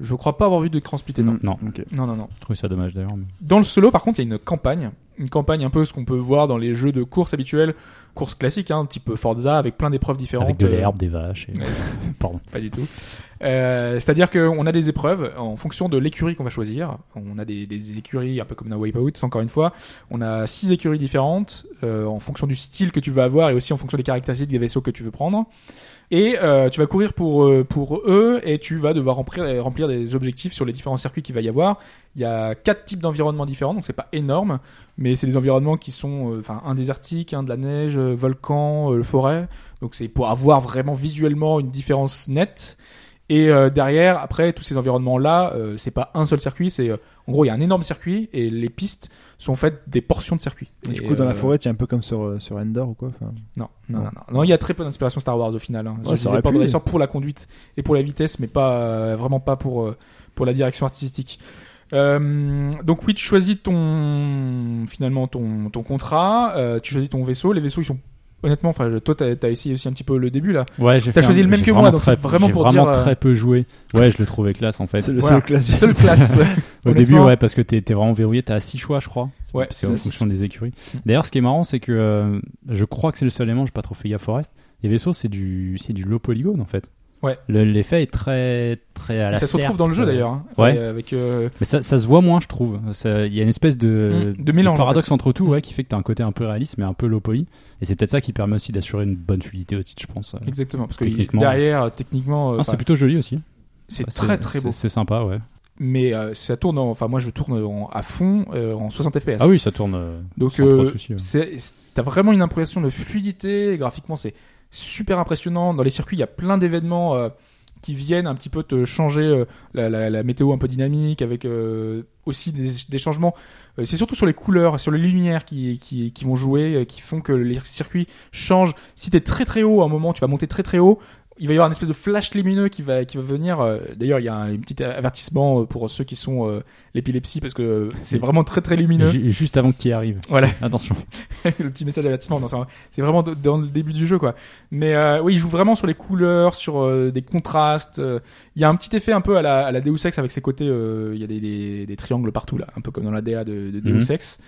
Je crois pas avoir vu d'écran splitté, non.
Mm,
Non.
ok.
Non, non, non.
Je trouve ça dommage d'ailleurs. mais-
Dans le solo, par contre, il y a une campagne. Une campagne un peu ce qu'on peut voir dans les jeux de course habituels, course classique, hein, type Forza, avec plein d'épreuves différentes.
Avec de
euh,
l'herbe, des vaches. et-
Ouais.
Pardon.
pas du tout. Euh, C'est-à-dire qu'on a des épreuves en fonction de l'écurie qu'on va choisir. On a des, des écuries un peu comme dans Wipeout, encore une fois. On a six écuries différentes euh, en fonction du style que tu vas avoir et aussi en fonction des caractéristiques des vaisseaux que tu veux prendre. Et euh, tu vas courir pour euh, pour eux et tu vas devoir remplir, remplir des objectifs sur les différents circuits qu'il va y avoir. Il y a quatre types d'environnements différents, donc c'est pas énorme, mais c'est des environnements qui sont, euh, enfin, un désertique, un de la neige, euh, volcan, euh, forêt. Donc c'est pour avoir vraiment visuellement une différence nette. Et euh, derrière, après tous ces environnements-là, euh, c'est pas un seul circuit, c'est euh, en gros il y a un énorme circuit et les pistes sont faites des portions de circuit.
Et Du
Et,
coup, dans la
euh,
forêt, tu es un peu comme sur, euh, sur Endor ou quoi. enfin.
non, non, non, non. Non, il y a très peu d'inspiration Star Wars au final. Hein.
Ouais,
Je
ça
disais
aurait
Pod
pu.
Racer pour la conduite et pour la vitesse, mais pas euh, vraiment pas pour euh, pour la direction artistique. Euh, donc oui, tu choisis ton finalement ton ton contrat, euh, tu choisis ton vaisseau. Les vaisseaux, ils sont honnêtement, enfin, je- toi, t'as as essayé aussi un petit peu le début là.
Ouais, j'ai
T'as
fait
choisi
un-
le même
j'ai
que moi,
vraiment
donc
très-
c'est vraiment
j'ai
pour
vraiment
dire, euh,
très peu joué. Ouais, je le trouvais classe en fait.
C'est le
voilà.
seul classique.
Seule classe.
Au début,
Honnêtement.
ouais, parce que t'es t'es vraiment verrouillé, t'as 6 choix, je crois. C'est-
Ouais,
c'est
c'est
en
ça,
fonction des écuries.
Mm.
D'ailleurs, ce qui est marrant, c'est que euh, je crois que c'est le seul élément, j'ai pas trop fait gaffe au reste. Les vaisseaux, c'est du, c'est du low polygone en fait.
Ouais.
Le- L'effet est très, très à la
ça se retrouve
serpe,
dans le jeu
euh,
d'ailleurs. hein.
Ouais.
Et Avec euh,
Mais ça, ça se voit moins, je trouve. Ça- Il y a une espèce de,
Mm, de mélange,
paradoxe entre tout,
Mm.
ouais, qui fait que t'as un côté un peu réaliste, mais un peu low poly. Et c'est peut-être ça qui permet aussi d'assurer une bonne fluidité au titre, je pense. Ah,
exactement parce que
Techniquement.
derrière euh, techniquement, euh, enfin,
c'est plutôt joli aussi.
c'est
Ah,
très très
c'est-
beau.
C'est sympa, ouais.
Mais euh, ça tourne, en- enfin moi je tourne en- à fond euh, en 60 fps.
Ah oui, ça tourne. euh,
Donc
sans trop de
euh,
soucis, ouais.
c'est- c'est- t'as vraiment une impression de fluidité. Graphiquement, c'est super impressionnant. Dans les circuits, il y a plein d'événements euh, qui viennent un petit peu te changer euh, la, la- la météo un peu dynamique, avec euh, aussi des, des changements. Euh, c'est surtout sur les couleurs, sur les lumières qui, qui, qui vont jouer, euh, qui font que les circuits changent. Si t'es très très haut, à un moment, tu vas monter très très haut. Il va y avoir une espèce de flash lumineux qui va qui va venir. euh, D'ailleurs, il y a un, petit avertissement euh, pour ceux qui sont euh, l'épilepsie parce que euh, c'est vraiment très très lumineux
Ju- Juste avant qu'il arrive.
Voilà.
Attention.
le petit message d'avertissement. Non, c'est un- c'est vraiment de- dans le début du jeu, quoi. Mais euh, oui, il joue vraiment sur les couleurs, sur euh, des contrastes. euh. Il y a un petit effet un peu à la, à la Deus Ex avec ses côtés. euh, il y a des, des- des triangles partout là, un peu comme dans la DA de, de Deus
Mhm.
Ex,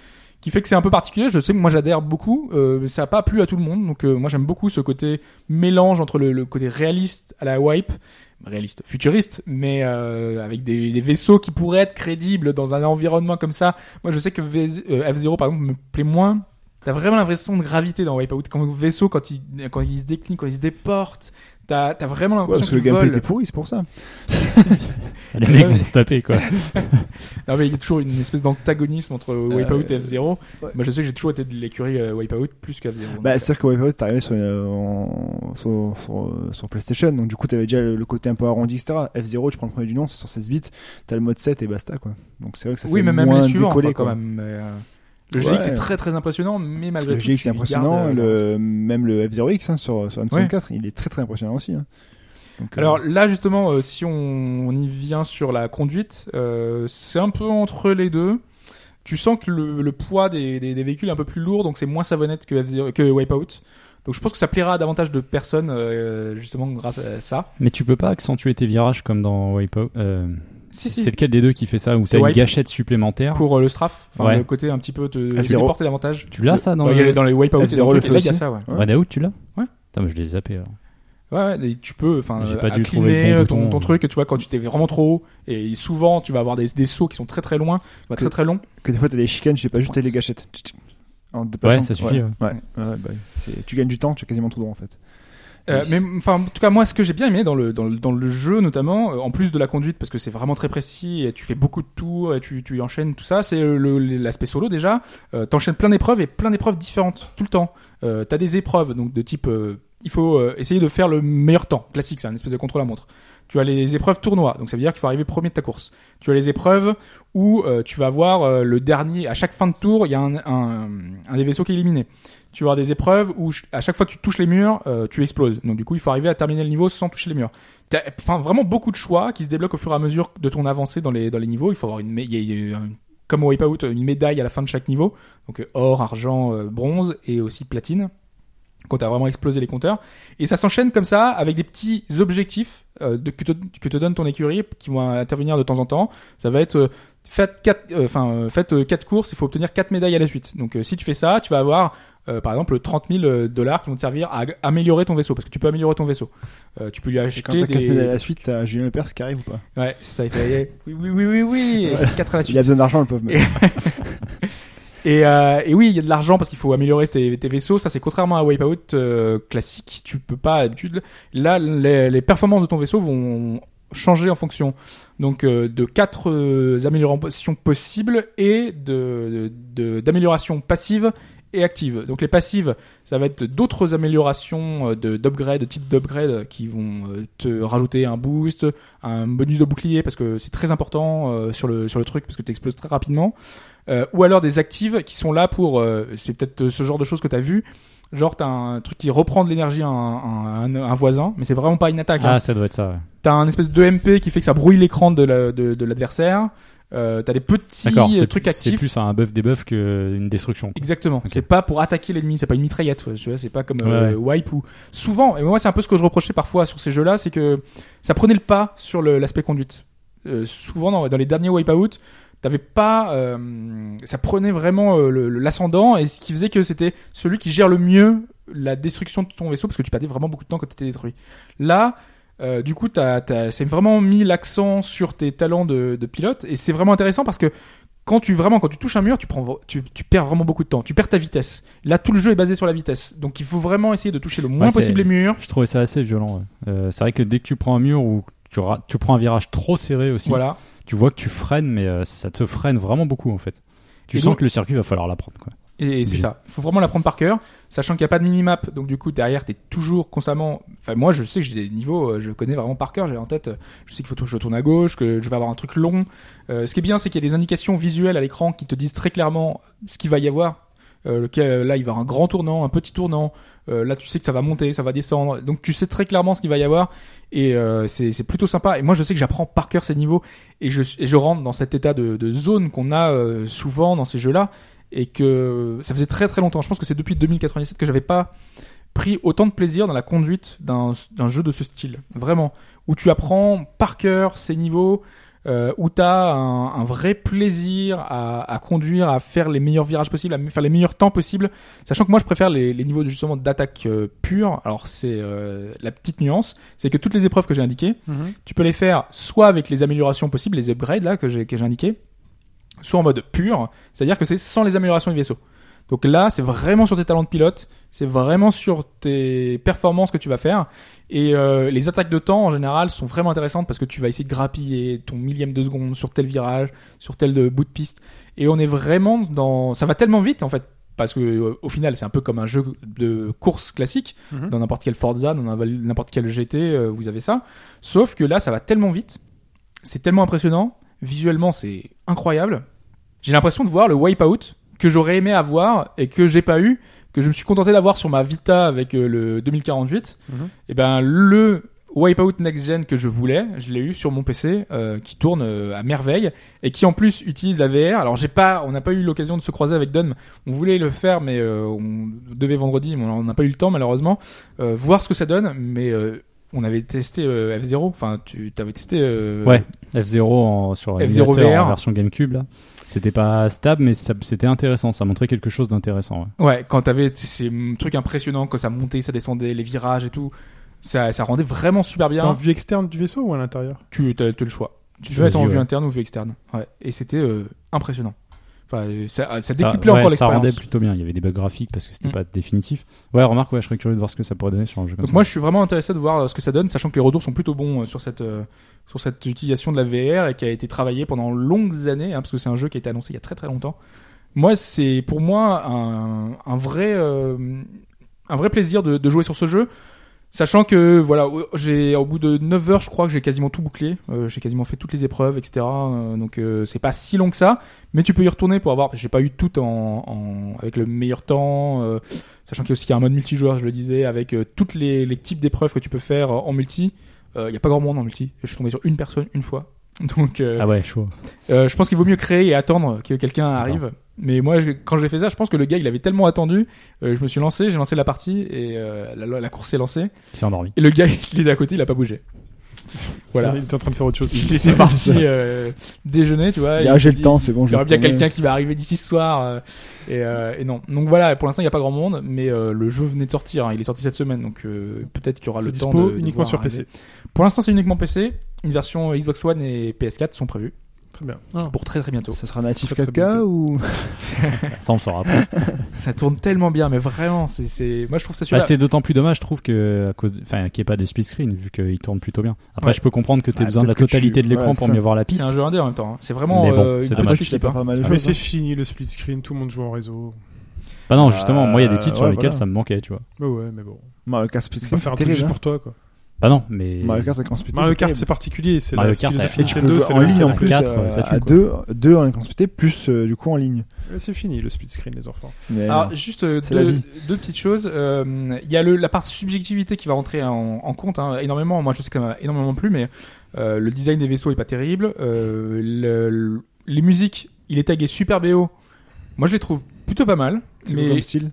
qui fait que c'est un peu particulier. Je sais que moi j'adhère beaucoup. euh, mais ça a pas plu à tout le monde, donc euh, moi j'aime beaucoup ce côté mélange entre le, le côté réaliste à la wipe réaliste, futuriste, mais euh, avec des, des vaisseaux qui pourraient être crédibles dans un environnement comme ça. Moi, je sais que V- euh, F0 par exemple me plaît moins. T'as vraiment l'impression de gravité dans Wipeout. Quand le vaisseau, quand il, quand il se décline, quand il se déporte, t'as t'as vraiment
Ouais,
l'impression
parce que
qu'il
le gameplay
vole.
était pourri, c'est pour ça.
Les mecs
Ouais.
vont se taper, quoi.
Non, mais il y a toujours une espèce d'antagonisme entre Wipeout et F0.
ouais.
Moi, je sais que j'ai toujours été de l'écurie euh, Wipeout plus qu'F0. Donc,
Bah,
euh,
c'est-à-dire que Wipeout, t'arrivais sur, une- en- sur, sur, euh, sur PlayStation, donc du coup, t'avais déjà le, le côté un peu arrondi, etc. F0, tu prends le premier du nom, c'est sur 16 bits, t'as le mode 7 et basta, quoi. Donc c'est vrai que ça
oui,
fait
mais même
moins
les suivants,
décoller,
quoi, quand
quoi.
même. mais, euh, le
Ouais.
GX c'est très très impressionnant, mais malgré
Le
tout.
GX
tu
c'est
y
impressionnant,
gardes, euh,
le, même le F0X hein, sur, sur N64, il est très très impressionnant aussi. hein. Donc, euh,
Alors là justement, euh, si on, on y vient sur la conduite, euh, c'est un peu entre les deux. Tu sens que le, le poids des, des- des véhicules est un peu plus lourd, donc c'est moins savonnette que, F0 que Wipeout. Donc je pense que ça plaira à davantage de personnes euh, justement grâce à ça.
Mais tu peux pas accentuer tes virages comme dans Wipeout. Euh,
Si, si.
C'est lequel des deux qui fait ça Ou
C'est
t'as une
Wipe.
gâchette supplémentaire
Pour euh, le strafe, enfin
Ouais.
le côté un petit peu de
F-Zero.
supporter davantage.
Tu l'as ça dans
Bah,
le
il y a les- dans les wipeouts,
F-Zero,
c'est dans le
le
truc, et là, il y a
aussi.
ça, ouais.
Ouais.
One Out, tu l'as
Ouais.
Putain, mais je l'ai zappé alors.
Ouais, ouais, et tu peux, enfin,
J'ai
euh,
pas dû
incliner
trouver le bon
ton,
bouton.
ton truc, et tu vois, quand tu t'es vraiment trop haut, et souvent, tu vas avoir des, des sauts qui sont très très loin, bah, très très longs.
Que des fois, t'as des chicanes, j'ai pas juste t'as des gâchettes. Tch, tch. En te déplaçant.
Ouais, ça suffit,
Ouais. Ouais, ouais, bah, c'est- tu gagnes du temps, tu as quasiment tout droit en fait.
Euh,
Oui.
mais enfin, en tout cas, moi, ce que j'ai bien aimé dans le, dans le, dans le jeu, notamment, euh, en plus de la conduite, parce que c'est vraiment très précis, et tu fais beaucoup de tours, et tu, tu enchaînes tout ça, c'est le- l'aspect solo déjà. Euh, T'enchaînes plein d'épreuves, et plein d'épreuves différentes, tout le temps. Euh, T'as des épreuves, donc de type, euh, il faut euh, essayer de faire le meilleur temps, classique, c'est un espèce de contrôle à montre. Tu as les épreuves tournois, donc ça veut dire qu'il faut arriver premier de ta course. Tu as les épreuves où euh, tu vas avoir euh, le dernier, à chaque fin de tour, il y a un, un, un des vaisseaux qui est éliminé tu vas avoir des épreuves où ch- à chaque fois que tu touches les murs, euh, tu exploses. Donc du coup, il faut arriver à terminer le niveau sans toucher les murs. T'as enfin, vraiment beaucoup de choix qui se débloquent au fur et à mesure de ton avancée dans les, dans les niveaux. Il faut avoir une, mé- il y a- il y a une- comme au Wipeout, une médaille à la fin de chaque niveau. Donc euh, or, argent, euh, bronze et aussi platine. Quand t'as vraiment explosé les compteurs. Et ça s'enchaîne comme ça avec des petits objectifs euh, de- que, te, que te donne ton écurie qui vont intervenir de temps en temps. Ça va être... euh, Faites quatre, euh, enfin, euh, faites euh, quatre courses, il faut obtenir quatre médailles à la suite. Donc, euh, si tu fais ça, tu vas avoir euh, par exemple 30 000 dollars qui vont te servir à ag- améliorer ton vaisseau parce que tu peux améliorer ton vaisseau Euh, tu peux lui
Et quand
acheter
t'as 4 médailles à
des
la suite, t'as Julien Lepers qui arrive ou pas
ouais c'est ça il fait eh, oui oui oui oui oui
Voilà.
4 à la
Il a
suite
besoin d'argent, le pauvre. mec.
et, euh, et oui il y a de l'argent parce qu'il faut améliorer tes, tes vaisseaux ça c'est contrairement à Wipeout euh, classique tu peux pas d'habitude là les, les performances de ton vaisseau vont changer en fonction donc euh, de quatre euh, améliorations possibles et de de- d'améliorations passives et actives. Donc les passives, ça va être d'autres améliorations euh, de d'upgrade, de type d'upgrade euh, qui vont euh, te rajouter un boost, un bonus de bouclier parce que c'est très important euh, sur le sur le truc parce que tu exploses très rapidement. Euh, ou alors des actives qui sont là pour euh, c'est peut-être ce genre de choses que tu as vu. Genre t'as un truc qui reprend de l'énergie à un, à un- à un voisin, mais c'est vraiment pas une attaque. hein.
Ah, ça doit être ça. ouais.
T'as un espèce de MP qui fait que ça brouille l'écran de la- de de l'adversaire. Euh, T'as des petits
D'accord,
euh,
c'est
trucs
plus- C'est
actifs.
plus un buff debuff qu'une destruction. quoi.
Exactement.
Ok.
C'est pas pour attaquer l'ennemi, c'est pas une mitraillette, ouais, tu vois, c'est pas comme euh,
Ouais,
Wipe ou souvent et moi c'est un peu ce que je reprochais parfois sur ces jeux-là, c'est que ça prenait le pas sur le- l'aspect conduite. Euh, souvent dans, dans les derniers Wipeout, t'avais pas euh, ça prenait vraiment euh, le- le- l'ascendant et ce qui faisait que c'était celui qui gère le mieux la destruction de ton vaisseau parce que tu perdais vraiment beaucoup de temps quand t'étais détruit. Là, euh, du coup, t'as, t'as- c'est vraiment mis l'accent sur tes talents de, de pilote et c'est vraiment intéressant parce que quand tu vraiment quand tu touches un mur, tu prends, tu, tu perds vraiment beaucoup de temps, tu perds ta vitesse. Là, tout le jeu est basé sur la vitesse, donc il faut vraiment essayer de toucher le moins
Ouais, c'est-
possible les murs.
Je trouvais ça assez violent. ouais. Euh, c'est vrai que dès que tu prends un mur ou tu, ra- tu prends un virage trop serré aussi,
Voilà.
tu vois que tu freines, mais euh, ça te freine vraiment beaucoup en fait. Tu
Et
sens
donc-
que le circuit va falloir l'apprendre. quoi.
Et c'est
Obligé.
ça. Il faut vraiment l'apprendre par cœur, sachant qu'il n'y a pas de minimap. Donc du coup, derrière, t'es toujours constamment. Enfin, moi, je sais que j'ai des niveaux, euh, je connais vraiment par cœur. J'ai en tête, euh, je sais qu'il faut que je tourne à gauche, que je vais avoir un truc long. Euh, ce qui est bien, c'est qu'il y a des indications visuelles à l'écran qui te disent très clairement ce qu'il va y avoir. Euh, lequel- euh, là, il va y avoir un grand tournant, un petit tournant. Euh, là, tu sais que ça va monter, ça va descendre. Donc, tu sais très clairement ce qu'il va y avoir. Et euh, c'est c'est plutôt sympa. Et moi, je sais que j'apprends par cœur ces niveaux. Et je, et je rentre dans cet état de, de zone qu'on a euh, souvent dans ces jeux-là et que ça faisait très très longtemps. Je pense que c'est depuis 2097 que j'avais pas pris autant de plaisir dans la conduite d'un d'un jeu de ce style. Vraiment. Où tu apprends par cœur ces niveaux, euh, où tu as un, un vrai plaisir à, à conduire, à faire les meilleurs virages possibles, à me- faire les meilleurs temps possibles. Sachant que moi je préfère les, les niveaux justement d'attaque euh, pure. Alors c'est euh, la petite nuance, c'est que toutes les épreuves que j'ai indiquées, tu peux les faire soit avec les améliorations possibles, les upgrades là que j'ai que j'ai indiqué, soit en mode pur, c'est-à-dire que c'est sans les améliorations du vaisseau. Donc là, c'est vraiment sur tes talents de pilote, c'est vraiment sur tes performances que tu vas faire. Et euh, les attaques de temps en général sont vraiment intéressantes parce que tu vas essayer de grappiller ton millième de seconde sur tel virage, sur tel euh, bout de piste. Et on est vraiment dans, ça va tellement vite en fait. Parce que euh, au final, c'est un peu comme un jeu de course classique,
Mhm.
dans n'importe quel Forza, dans n'importe quel GT, euh, vous avez ça. Sauf que là, ça va tellement vite, c'est tellement impressionnant, visuellement, c'est incroyable. J'ai l'impression de voir le Wipeout que j'aurais aimé avoir et que j'ai pas eu, que je me suis contenté d'avoir sur ma Vita avec euh, le 2048.
Mhm.
Et ben le Wipeout Next Gen que je voulais, je l'ai eu sur mon PC euh, qui tourne euh, à merveille et qui en plus utilise la VR. Alors j'ai pas, on n'a pas eu l'occasion de se croiser avec Don. On voulait le faire, mais euh, on devait vendredi, mais on n'a pas eu le temps malheureusement. Euh, voir ce que ça donne, mais euh, on avait testé euh, F0. Enfin, tu t'avais testé. euh,
Ouais. F0 en- sur
F0
émulateur en
VR.
version GameCube là. C'était pas stable mais ça- c'était intéressant, ça montrait quelque chose d'intéressant. ouais.
Ouais, quand t'avais t- ces mm, trucs impressionnants, quand ça montait, ça descendait, les virages et tout, ça, ça rendait vraiment super
T'es en
bien.
vue externe du vaisseau ou à l'intérieur
Tu as, le choix. Tu
Tu
veux être en
choisis,
vue
ouais.
interne ou vue externe. Ouais. Et c'était euh, impressionnant. Enfin, euh, ça, ça
Ça,
décuplait
ouais,
encore
ça rendait
l'expérience.
plutôt bien, il y avait des bugs graphiques parce que c'était
Mm.
pas définitif. Ouais, remarque ouais, je serais curieux de voir ce que ça pourrait donner sur un jeu comme
Donc
ça.
moi, je suis vraiment intéressé de voir euh, ce que ça donne, sachant que les retours sont plutôt bons euh, sur cette euh, sur cette utilisation de la VR et qui a été travaillée pendant longues années, hein, parce que c'est un jeu qui a été annoncé il y a très très longtemps. Moi, c'est pour moi un, un vrai euh, un vrai plaisir de, de jouer sur ce jeu. Sachant que voilà, au- j'ai au bout de 9 heures, je crois que j'ai quasiment tout bouclé. Euh, j'ai quasiment fait toutes les épreuves, etc. Euh, donc euh, c'est pas si long que ça, mais tu peux y retourner pour avoir. J'ai pas eu tout en, en- avec le meilleur temps, euh, sachant qu'il y a aussi qu'il y a un mode multijoueur, je le disais, avec euh, toutes les, les types d'épreuves que tu peux faire euh, en multi. Il y a pas grand monde en multi. Je suis tombé sur une personne une fois. Donc euh,
Ah ouais, chaud.
euh, je pense qu'il vaut mieux créer et attendre que quelqu'un arrive. Mais moi, je- quand j'ai fait ça, je pense que le gars, il avait tellement attendu. euh, je me suis lancé, j'ai lancé la partie et euh, la, la course s'est lancée.
Il s'est endormi.
Et le gars, il était à côté, il a pas bougé. Voilà.
Putain, Il était en train de faire autre chose.
Il était parti euh, déjeuner, tu vois.
Il dit,
et
ah, j'ai le
dit,
temps, c'est bon,
Il y
je vais
aura bien
retourner.
quelqu'un qui va arriver d'ici ce soir. euh, et, euh, et non. Donc voilà, pour l'instant, il n'y a pas grand monde, mais euh, le jeu venait de sortir. hein, il est sorti cette semaine, donc euh, peut-être qu'il y aura
C'est
le temps
dispo
de- de
uniquement
voir
sur
arriver.
PC.
Pour l'instant, c'est uniquement PC. Une version euh, Xbox One et PS4 sont prévues
Très bien.
pour très très bientôt.
Ça sera natif
Très, très
4K
bientôt.
ou
Ça on le saura après.
Ça tourne tellement bien, mais vraiment, c'est, c'est... moi je trouve ça
Bah,
super.
c'est d'autant plus dommage, je trouve, que, à cause, enfin, qu'il n'y ait pas de split screen, vu qu'il tourne plutôt bien. Après,
Ouais.
je peux comprendre que tu as
Ouais,
besoin de la
peut-être que
totalité
tu-
de l'écran
voilà,
pour
ça.
mieux voir la
c'est
piste.
un jeu indé en même temps. hein. C'est vraiment
Mais bon,
euh,
c'est
une
dommage.
petite
Peut-être qu'il y a
équipe, hein.
pas pas mal de
Ah, Mais
choses.
c'est fini le split screen, tout le monde joue en réseau.
Bah non, justement, moi, il y a des
Euh,
titres sur
ouais,
lesquels
voilà.
ça me manquait, tu vois.
Mais Bah ouais, mais bon.
hein. Mario Kart Speed
Tu peux
Screen,
faire
c'est
un truc
terrible.
juste
hein.
pour toi quoi.
Bah non, mais.
Mario Kart, ça commence péter,
Mario
c'est
Kart
terrible.
c'est particulier, c'est
Mario
la
Kart,
philosophie
ouais.
Et tu
Nintendo,
peux
c'est
jouer en
le-
ligne en
Mario
plus,
Kart,
euh,
ça tue,
à
quoi.
deux, deux en compétition, plus euh, du coup en ligne.
Ouais, C'est fini le split screen les enfants.
Mais,
Alors, juste euh,
C'est la
deux,
vie.
deux petites choses. Euh, Il y a le, la part subjectivité qui va rentrer en, en compte hein, énormément. Moi, je sais qu'elle m'a énormément plu, mais euh, le design des vaisseaux est pas terrible. Euh, le- le- les musiques, il est tagué super BO. Moi, je les trouve plutôt pas mal,
c'est quoi
mais
comme style.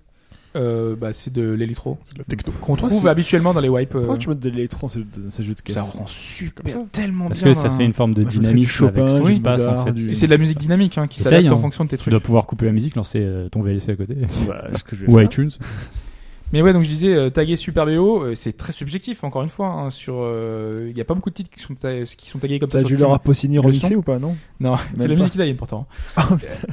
euh, bah, c'est de l'électro
C'est de la techno.
qu'on
Pourquoi
trouve
c'est-
habituellement dans les wipes. euh,
Pourquoi tu mets de l'électron dans ce- dans ces jeux de
ça
caisse
rend
comme
super
ça.
tellement
Parce
bien.
que ça
hein.
fait une forme de
Moi, je mettrais du
dynamisme avec
Chopin,
ce
du
qui se passe, en
Mozart,
fait.
du-
Et c'est de la musique dynamique hein, qui
Essaye,
s'adapte en
hein.
fonction de tes
Tu
trucs.
dois pouvoir couper la musique, lancer euh, ton VLC à côté.
Bah, ce que je vais
Ou
faire.
iTunes.
Mais ouais, donc je disais, euh, taguer Super BO, euh, c'est très subjectif, encore une fois. hein, sur, euh, il y a pas beaucoup de titres qui sont, ta- qui sont tagués comme ça.
T'as
sur
dû
Steam.
leur apociner
Le
remixer
son.
ou pas, non
Non, c'est la
pas. Ah,
musique italienne pourtant. Euh,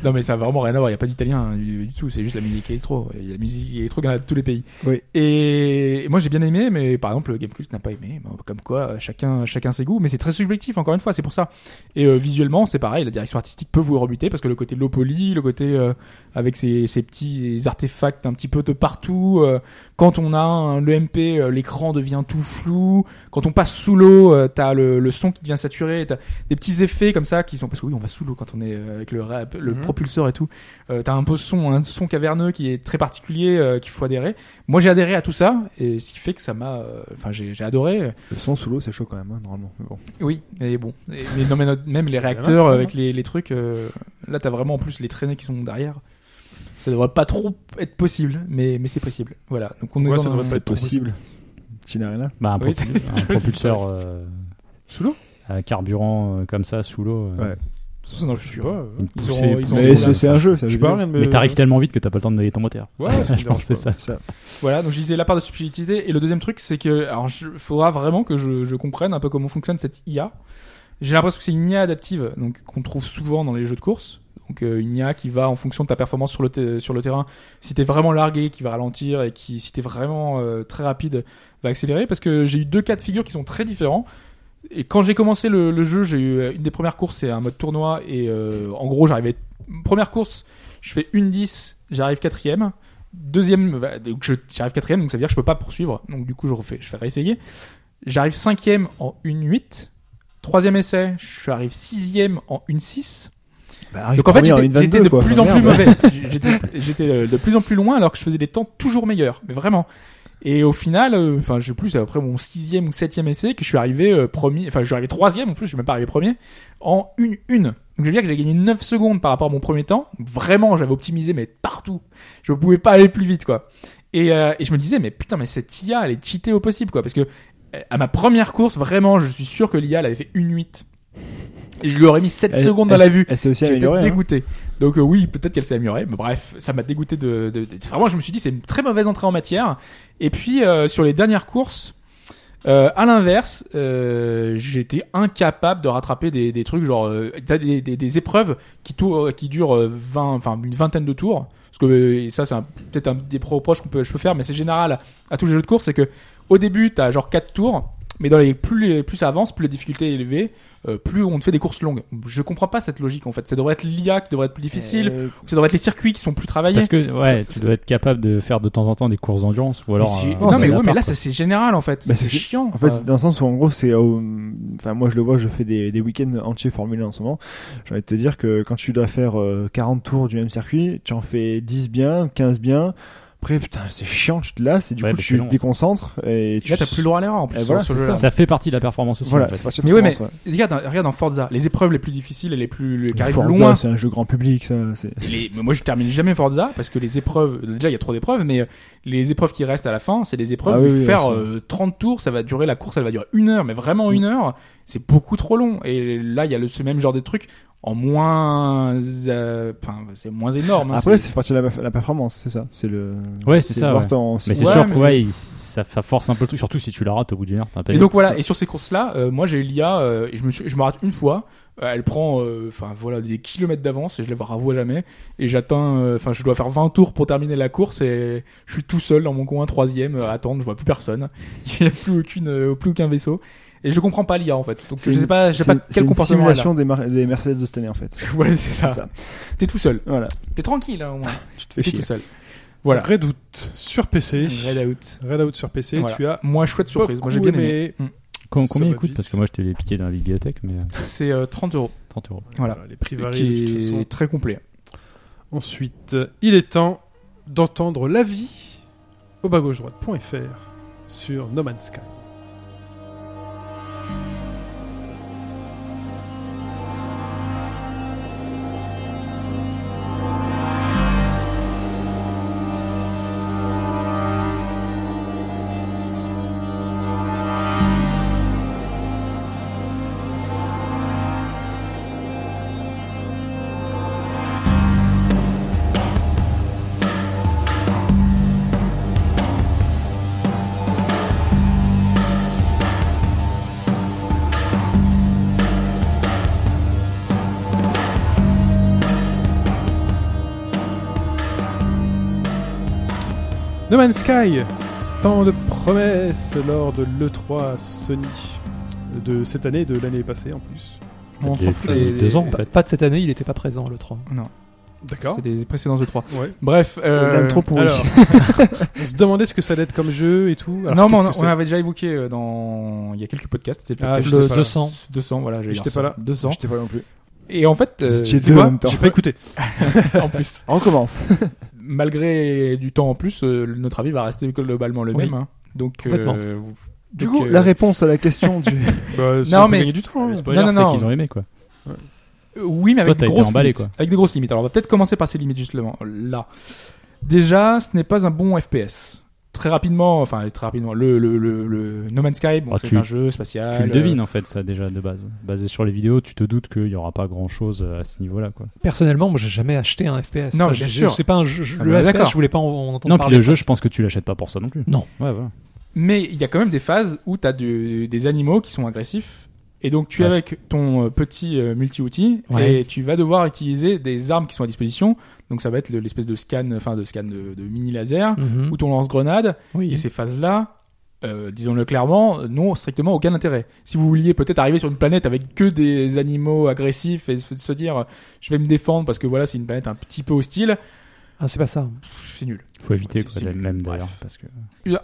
non, mais ça a vraiment rien à voir. Il y a pas d'italien hein, du, du tout. C'est juste la musique électro. Il y a la musique électro qu'il y en a de tous les pays.
Oui.
Et, et moi, j'ai bien aimé, mais par exemple, Gamecult n'a pas aimé. Bon, Comme quoi, euh, chacun, chacun ses goûts. Mais c'est très subjectif, encore une fois. C'est pour ça. Et euh, visuellement, c'est pareil. La direction artistique peut vous rebuter parce que le côté low poly, le côté euh, avec ses, ses petits artefacts un petit peu de partout. euh, quand on a un, le MP, euh, l'écran devient tout flou. Quand on passe sous l'eau, euh, t'as le, le son qui devient saturé. T'as des petits effets comme ça qui sont parce que oui, on va sous l'eau quand on est euh, avec le rap, le
Mhm.
propulseur et tout. Euh, t'as un beau son, un son caverneux qui est très particulier, euh, qu'il faut adhérer. Moi, j'ai adhéré à tout ça et ce qui fait que ça m'a, euh, enfin, j'ai j'ai adoré.
Le son sous l'eau, c'est chaud quand même, hein, normalement. Mais bon.
Oui, mais bon. Et- mais non, mais no- même les réacteurs avec les, les trucs, euh, là, t'as vraiment en plus les traînées qui sont derrière. Ça devrait pas trop être possible, mais, mais c'est possible. Voilà. Donc on est
Ouais,
dans
ça
un-
devrait pas
C'est
être trop
possible. Tina Arena.
Bah, un,
Oui,
propu-
c'est-
un
oui, c'est
propulseur
ça.
euh,
Sous l'eau
à carburant euh, comme ça, sous l'eau. euh,
Ouais.
Ça, c'est dans le
Je sais
futur.
pas.
une
Ils
poussée-
ont- ils ont-
poussée
Mais
de-
c'est c'est un jeu, ça.
Je sais pas rien de me-
Mais t'arrives tellement vite que t'as pas le temps de noyer ton moteur.
Ouais, ça me
Je pense
dérange
que c'est
pas.
ça.
Voilà, donc je disais la part de subtilité. Et le deuxième truc, c'est que, alors, je, faudra vraiment que je, je comprenne un peu comment fonctionne cette IA. J'ai l'impression que c'est une IA adaptive, donc qu'on trouve souvent dans les jeux de course. Donc euh, une IA qui va en fonction de ta performance sur le, te- sur le terrain. Si t'es vraiment largué, qui va ralentir et qui, si t'es vraiment euh, très rapide, va accélérer. Parce que j'ai eu deux cas de figure qui sont très différents. Et quand j'ai commencé le, le jeu, j'ai eu euh, une des premières courses, c'est un mode tournoi. Et euh, en gros, j'arrivais première course, je fais une 10, j'arrive quatrième. Deuxième, bah, donc je- j'arrive quatrième, donc ça veut dire que je peux pas poursuivre. Donc du coup, je refais, je fais réessayer. J'arrive cinquième en une 8. Troisième essai, je arrive sixième en une 6. Donc en fait,
premier en
j'étais
une 22,
j'étais de
quoi. Ah,
plus en
Enfin,
plus mauvais. J'étais- J'étais euh, de plus en plus loin alors que je faisais des temps toujours meilleurs. Mais vraiment. Et au final, euh, enfin, j'ai plus c'est après mon sixième ou septième essai que je suis arrivé euh, premier, enfin, je suis arrivé troisième en plus, je suis même pas arrivé premier en une une. Donc je veux dire que j'ai gagné 9 secondes par rapport à mon premier temps. Vraiment, j'avais optimisé, mais partout. Je pouvais pas aller plus vite, quoi. Et, euh, et je me disais, mais putain, mais cette IA, elle est cheatée au possible, quoi. Parce que à ma première course, vraiment, je suis sûr que l'IA elle avait fait une 8. Et je lui aurais mis 7
Elle-
secondes dans
elle-
la vue.
Elle s'est aussi
J'étais
améliorée. hein.
dégoûté. Donc euh, oui, peut-être qu'elle s'est améliorée, mais bref, ça m'a dégoûté de, de- de- Vraiment, je me suis dit, c'est une très mauvaise entrée en matière. Et puis, euh, sur les dernières courses, euh, à l'inverse, euh, j'étais incapable de rattraper des, des trucs, genre... euh, t'as des, des- des épreuves qui, tour- qui durent euh, 20, enfin, une vingtaine de tours. Parce que euh, et ça, c'est un- peut-être un des reproches qu'on peut, je peux faire, mais c'est général à tous les jeux de course, c'est que au début, t'as genre 4 tours, mais dans les, plus, les- plus ça avance, plus la difficulté est élevée, euh, plus on te fait des courses longues. Je comprends pas cette logique en fait. Ça devrait être l'IA qui devrait être plus difficile,
Euh,
ça devrait être les circuits qui sont plus travaillés.
Parce que ouais, tu dois être capable de faire de temps en temps des courses d'endurance ou alors.
Mais si-
euh,
non,
un
mais, oui,
mode à
mais
part,
là, ça c'est général en fait.
Bah,
c'est
c'est-
chiant.
En fait,
Enfin,
c'est dans le sens où, en gros, c'est. au- Enfin, moi, je le vois, je fais des, des week-ends entiers Formule 1 en ce moment. J'ai envie de te dire que quand tu dois faire euh, 40 tours du même circuit, tu en fais 10 bien, 15 bien. Après, putain, c'est chiant, tu te lasses et du
Ouais,
coup,
mais
tu
c'est
te
long.
déconcentres et tu.
là, t'as plus le droit à l'erreur en
Eh,
plus.
voilà,
sur
c'est
ce jeu-là.
ça.
Ça fait partie de la performance aussi.
Voilà,
en fait.
c'est parti de
Mais oui,
France, ouais.
Regarde, regarde en Forza, les épreuves les plus difficiles et les plus les qui arrivent
Forza,
loin
c'est un jeu grand public, ça. c'est-
Les- mais moi, je termine jamais Forza parce que les épreuves, déjà, il y a trop d'épreuves, mais euh, les épreuves qui restent à la fin, c'est des épreuves
Ah
où
oui, oui,
faire
oui,
euh, 30 tours, ça va durer, la course, elle va durer une heure, mais vraiment
Mm.
une heure, c'est beaucoup trop long. Et là, il y a le, ce même genre de truc en moins, euh, enfin, c'est moins énorme. hein,
Après,
c'est-
c'est parti de la, la performance, c'est ça. C'est le.
Ouais, c'est ça,
voir
ouais.
ton-
Mais c'est
Ouais,
sûr que
mais-
ouais, il- ça ça force un peu le truc, surtout si tu la rates au bout d'une heure. t'as pas
Et
dit.
donc voilà, et sur ces courses-là, euh, moi j'ai eu l'IA, euh, et je me, suis- je me rate une fois, euh, elle prend euh, enfin voilà, des kilomètres d'avance, et je la revois jamais, et j'atteins, euh, enfin je dois faire 20 tours pour terminer la course, et je suis tout seul dans mon coin, troisième, euh, à attendre, je vois plus personne, il n'y a plus, aucune, euh, plus aucun vaisseau, et je comprends pas l'IA en fait, donc je
C'est
sais
une-
pas, je sais pas
c'est- c'est
quel
une
comportement elle a.
simulation des, mar- des Mercedes de cette année, en fait.
Ouais, c'est ça,
C'est ça. Ah.
t'es tout seul,
Voilà,
t'es tranquille hein, au moins,
tu te fais
t'es
chier.
tout seul. Voilà,
Redout sur PC.
Redout.
Redout sur PC,
Voilà.
tu as
Moi chouette surprise, moi j'ai bien
beaucoup
aimé,
aimé.
Com-
ça
combien
va
il coûte
vite.
Parce que moi je te l'ai piqué dans la bibliothèque, mais euh,
c'est euh, 30 euros,
30 euros.
Voilà.
les prix varient de toute
qui
façon.
est très complet.
Ensuite, euh, il est temps d'entendre l'avis au bas gauche droite.fr sur No Man's Sky. No Man's Sky, tant de promesses lors de l'E3 Sony de cette année, de l'année passée en plus.
On
Depuis-
s'en fout
depuis
des-
deux ans en
des-
fait.
Pas de cette année, il n'était pas présent le 3.
C'est des précédents de 3.
Ouais.
Bref, euh,
L'intro pourrie.
Alors, on se demandait ce que ça allait être comme jeu et tout. Alors,
non, mais
qu'est-ce
on,
que
on
c'est
avait déjà évoqué euh, dans il y a quelques podcasts, c'était le
Ah,
podcast
j'étais
de-
pas là.
200.
200, voilà, j'ai
J'étais pas là.
200.
J'étais pas là non plus.
Et en fait, euh,
étiez
tu
deux en
vois,
même temps.
J'ai pas écouté.
en plus,
On commence.
malgré du temps en plus, euh, notre avis va rester globalement le
Oui.
même. hein. Donc,
Complètement.
euh,
Du
donc,
coup,
euh,
la réponse à la question du.
Bah, ça
Non,
peut
mais-
gagner du temps.
Le
hein.
spoiler,
non, non,
c'est
non.
qu'ils ont aimé quoi.
Euh, Oui, mais
Toi,
avec des
t'as été
grosses
emballé,
limites.
quoi.
Avec des grosses limites. Alors, on va peut-être commencer par ces limites justement. Là, déjà, ce n'est pas un bon FPS. Très rapidement, enfin très rapidement, le, le, le, le No Man's Sky, bon,
Ah,
c'est
tu-
un jeu spatial.
Tu le
euh,
devines en fait ça déjà de base. Basé sur les vidéos, tu te doutes qu'il n'y aura pas grand chose à ce niveau-là quoi.
Personnellement, moi, j'ai jamais acheté un FPS.
Non,
Enfin,
bien
je-
sûr.
C'est pas un jeu. je-
Ah,
le
bah,
FPS,
d'accord.
je voulais pas en, en entendre
Non, puis
parler.
le jeu, je pense que tu l'achètes pas pour ça non plus.
Non.
Ouais, voilà.
Mais il y a quand même des phases où tu as des animaux qui sont agressifs. Et donc tu es
Ouais.
avec ton euh, petit euh, multi-outil
Ouais.
et tu vas devoir utiliser des armes qui sont à disposition. Donc ça va être le- l'espèce de scan, enfin de scan de, de mini laser
Mhm.
ou ton lance-grenade.
Oui.
Et ces phases-là, euh, disons-le clairement, euh, n'ont strictement aucun intérêt. Si vous vouliez peut-être arriver sur une planète avec que des animaux agressifs et se se dire euh, je vais me défendre parce que voilà c'est une planète un petit peu hostile,
Ah, c'est pas ça.
pff, c'est nul.
Faut éviter
C'est-
quoi,
c'est
d'être
nul.
même
Ah, Bref.
d'ailleurs parce que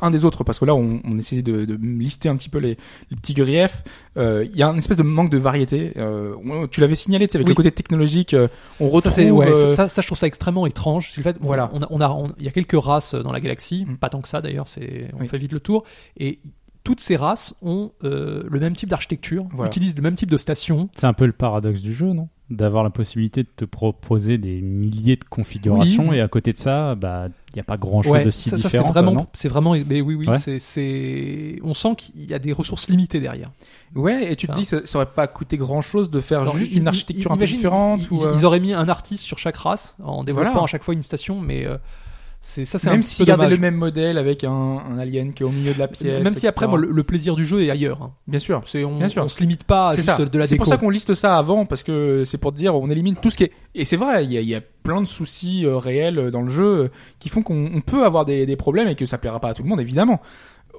un des autres parce que là on, on essayait de, de lister un petit peu les, les petits griefs Euh, il y a une espèce de manque de variété Euh, on- tu l'avais signalé tu sais, avec
Oui.
le côté technologique euh, on
Ça,
retrouve
c'est- ouais,
euh,
ça, ça- ça, je trouve ça extrêmement étrange. C'est le fait,
Voilà.
voilà. On a, on a, on- il y a quelques races dans la galaxie,
Mm.
pas tant que ça d'ailleurs. C'est, on
Oui.
fait vite le tour. Et toutes ces races ont euh, le même type d'architecture,
Voilà.
utilisent le même type de station.
c'est un peu le paradoxe du jeu, non d'avoir la possibilité de te proposer des milliers de configurations
Oui.
et à côté de ça, bah il n'y a pas grand chose
Ouais,
de si
ça, ça, c'est
différent. quoi,
vraiment,
non
c'est vraiment, mais oui, oui,
Ouais.
c'est, c'est, on sent qu'il y a des ressources limitées derrière.
Ouais, et tu te
Enfin.
dis, ça, ça aurait pas coûté grand chose de faire
Alors,
juste
i-
une
i-
architecture un peu
imagine,
différente
Ils,
ou, euh,
ils auraient mis un artiste sur chaque race en développant
Voilà.
à chaque fois une station, mais euh, c'est ça, c'est un
Même
petit
s'ils
peu
gardaient le
dommage.
même modèle avec un, un alien qui est au milieu de la pièce.
Même si après,
etc.
moi, le, le plaisir du jeu est ailleurs. hein.
Bien sûr.
C'est, on,
Bien sûr.
on se limite pas à
C'est
Ah, juste
ça.
de la
C'est
déco.
pour ça qu'on liste ça avant parce que c'est pour dire on élimine tout ce qui est. Et c'est vrai, il y, a- il y a plein de soucis euh, réels euh, dans le jeu euh, qui font qu'on on peut avoir des, des problèmes et que ça plaira pas à tout le monde évidemment.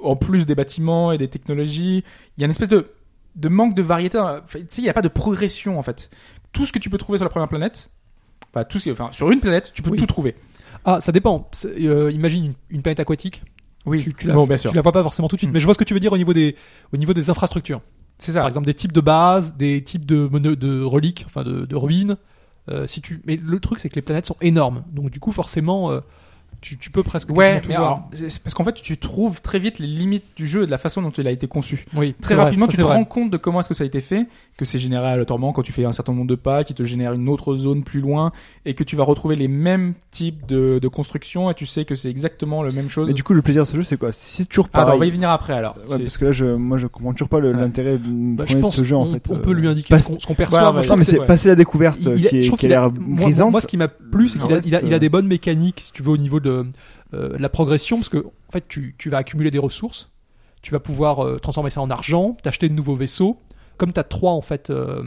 En plus des bâtiments et des technologies, il y a une espèce de de manque de variété. Enfin, tu sais, il n'y a pas de progression en fait. Tout ce que tu peux trouver sur la première planète, enfin, tout ce- enfin sur une planète, tu peux
Oui.
tout trouver.
Ah, ça dépend. C'est- euh, imagine une, une planète aquatique.
Oui.
Tu, tu la,
Bon, bien sûr.
tu la vois pas forcément tout de suite,
Mm.
mais je vois ce que tu veux dire au niveau des, au niveau des infrastructures.
C'est
Par
ça.
exemple, des types de bases, des types de, mono- de reliques, enfin de, de ruines. Euh, si tu... Mais le truc, c'est que les planètes sont énormes. Donc, du coup, forcément, euh, tu, tu peux presque
Ouais,
quasiment tout
mais
voir.
alors, c'est- c'est parce qu'en fait, tu trouves très vite les limites du jeu et de la façon dont il a été conçu.
Oui,
Très
c'est vrai,
rapidement,
ça,
tu
c'est
te
vrai.
rends compte de comment est-ce que ça a été fait, que c'est généré aléatoirement quand tu fais un certain nombre de pas, qui te génère une autre zone plus loin, et que tu vas retrouver les mêmes types de, de constructions, et tu sais que c'est exactement la même chose.
Mais du coup, le plaisir de ce jeu, c'est quoi C'est toujours
Ah,
pareil.
non, on va y venir après alors.
Ouais,
C'est-
parce que là, je, moi, je comprends toujours pas le-
Ouais.
l'intérêt
Bah,
premier
je
de
pense
ce jeu, en
qu'on-
fait.
on
euh,
peut lui indiquer
parce-
ce qu'on- ce qu'on perçoit.
Voilà,
moi, je
ouais.
Non, mais
trouve que
c'est
ouais.
passer la découverte euh,
Il- il
qui,
a- je
est-
trouve
qui a
qu'il a-
l'air
moi-
grisante.
Moi, ce qui m'a plu, c'est
Le
qu'il a, il a-
reste,
il a des
euh,
bonnes mécaniques, si tu veux, au niveau de euh, la progression, parce que en fait, tu, tu vas accumuler des ressources, tu vas pouvoir euh, transformer ça en argent, t'acheter de nouveaux vaisseaux. Comme tu as trois en fait euh,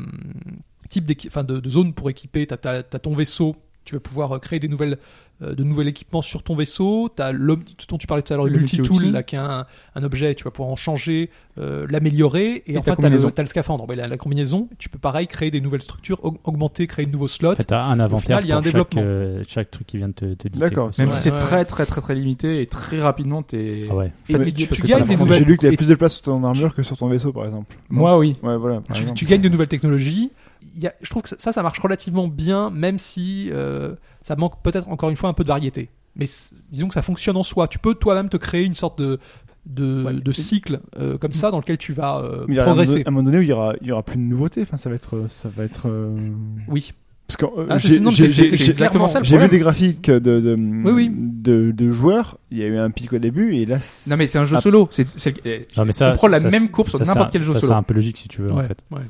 types d'équi- enfin, de, de zones pour équiper, tu as, ton vaisseau, tu vas pouvoir euh, créer des nouvelles euh, de nouveaux équipements sur ton vaisseau, tu as l'homme ce dont tu parlais tout à l'heure, le
Le multi-outil.
multi-tool, là, qui est un, un objet, tu vas pouvoir en changer, euh, l'améliorer, et,
Et ta
enfin, tu as le,
combinaison.
t'as le scaphandre, mais la, la combinaison, tu peux pareil créer des nouvelles structures, aug- augmenter, créer de nouveaux slots.
En fait, t'as un inventaire
final, il y a
pour
un
chaque,
développement.
euh, chaque truc qui vient de te, te dicter,
D'accord.
quoi.
Même
Ouais,
si c'est
ouais,
très très très très limité et très rapidement t'es
Ah ouais.
Et
fatigué
tu-
parce
tu
que c'est
gagnes
la
des
première
J'ai
nouvelles-
fois.
lu que t'avais
et-
plus de place sur ton armure que sur ton vaisseau, par exemple.
Moi oui.
Ouais, voilà. par
tu,
exemple.
tu gagnes de nouvelles technologies. Il y a- je trouve que ça, ça marche relativement bien, même si euh, ça manque peut-être encore une fois un peu de variété. Mais c- disons que ça fonctionne en soi. Tu peux toi-même te créer une sorte de, de,
Ouais, mais-
de cycle euh, comme ça dans lequel tu vas euh,
Mais il y aura un moment-
progresser.
À un moment donné où il y aura, il y aura plus de nouveautés. Enfin, ça va être, ça va être. euh,
Oui,
Parce que euh,
Ah, c'est-
j'ai-
sinon,
j'ai-
c'est- c'est-
j'ai-
c'est
j'ai-
exactement ça le
J'ai vu
problème.
des graphiques de, de,
oui.
de, de joueurs. Il y a eu un pic au début et là. c'est-
Non mais c'est un jeu
Ah.
solo. C'est c'est- eh,
Non, mais ça,
On prend la
ça,
même
c'est-
courbe sur
ça,
n'importe
c'est
quel
un-
jeu
ça,
solo.
C'est un peu logique si tu veux en
Ouais,
fait.
ouais.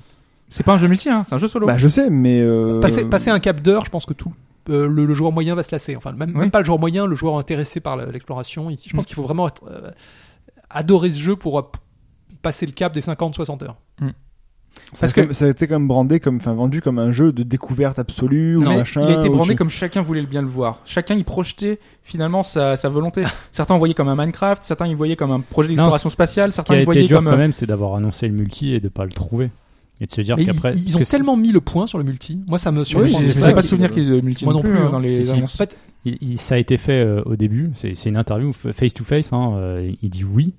c'est pas un jeu multi, hein, c'est un jeu solo.
Bah, je sais, mais. euh,
Passer, passer un cap d'heure, je pense que tout euh, le, le joueur moyen va se lasser. Enfin, même,
Oui.
même pas le joueur moyen, le joueur intéressé par le- l'exploration. Il- Je pense qu'il faut vraiment être, euh, adorer ce jeu pour euh, p- passer le cap des 50-60 heures.
ça
parce
a quand
que-
même- ça a été quand même brandé comme, enfin, vendu comme un jeu de découverte absolue ou
Non, mais
machin.
il a été
où
brandé
tu-
comme chacun voulait le bien le voir. Chacun y projetait finalement sa, sa volonté. certains voyaient comme un Minecraft, certains y voyaient comme un projet d'exploration spatiale,
Ce qui
certains
a
y
été
voyaient
dur
comme
quand
euh,
même, c'est d'avoir annoncé le multi et de pas le trouver. Et de se dire
Mais ils-
qu'après.
ils,
parce
ont
que c'est-
tellement mis le point sur le multi. Moi, ça me
Oui,
Oui,
surprend.
c'est
j'ai
ça
j'ai euh, pas
qui-
de souvenir qu'il y ait de multi
Moi
non
non
plus,
plus,
hein,
hein.
dans
Si,
les
si.
En
annonces.
fait,
il- il- ça a été fait euh, au début, c'est c'est une interview f- face to face, hein, euh, il dit oui,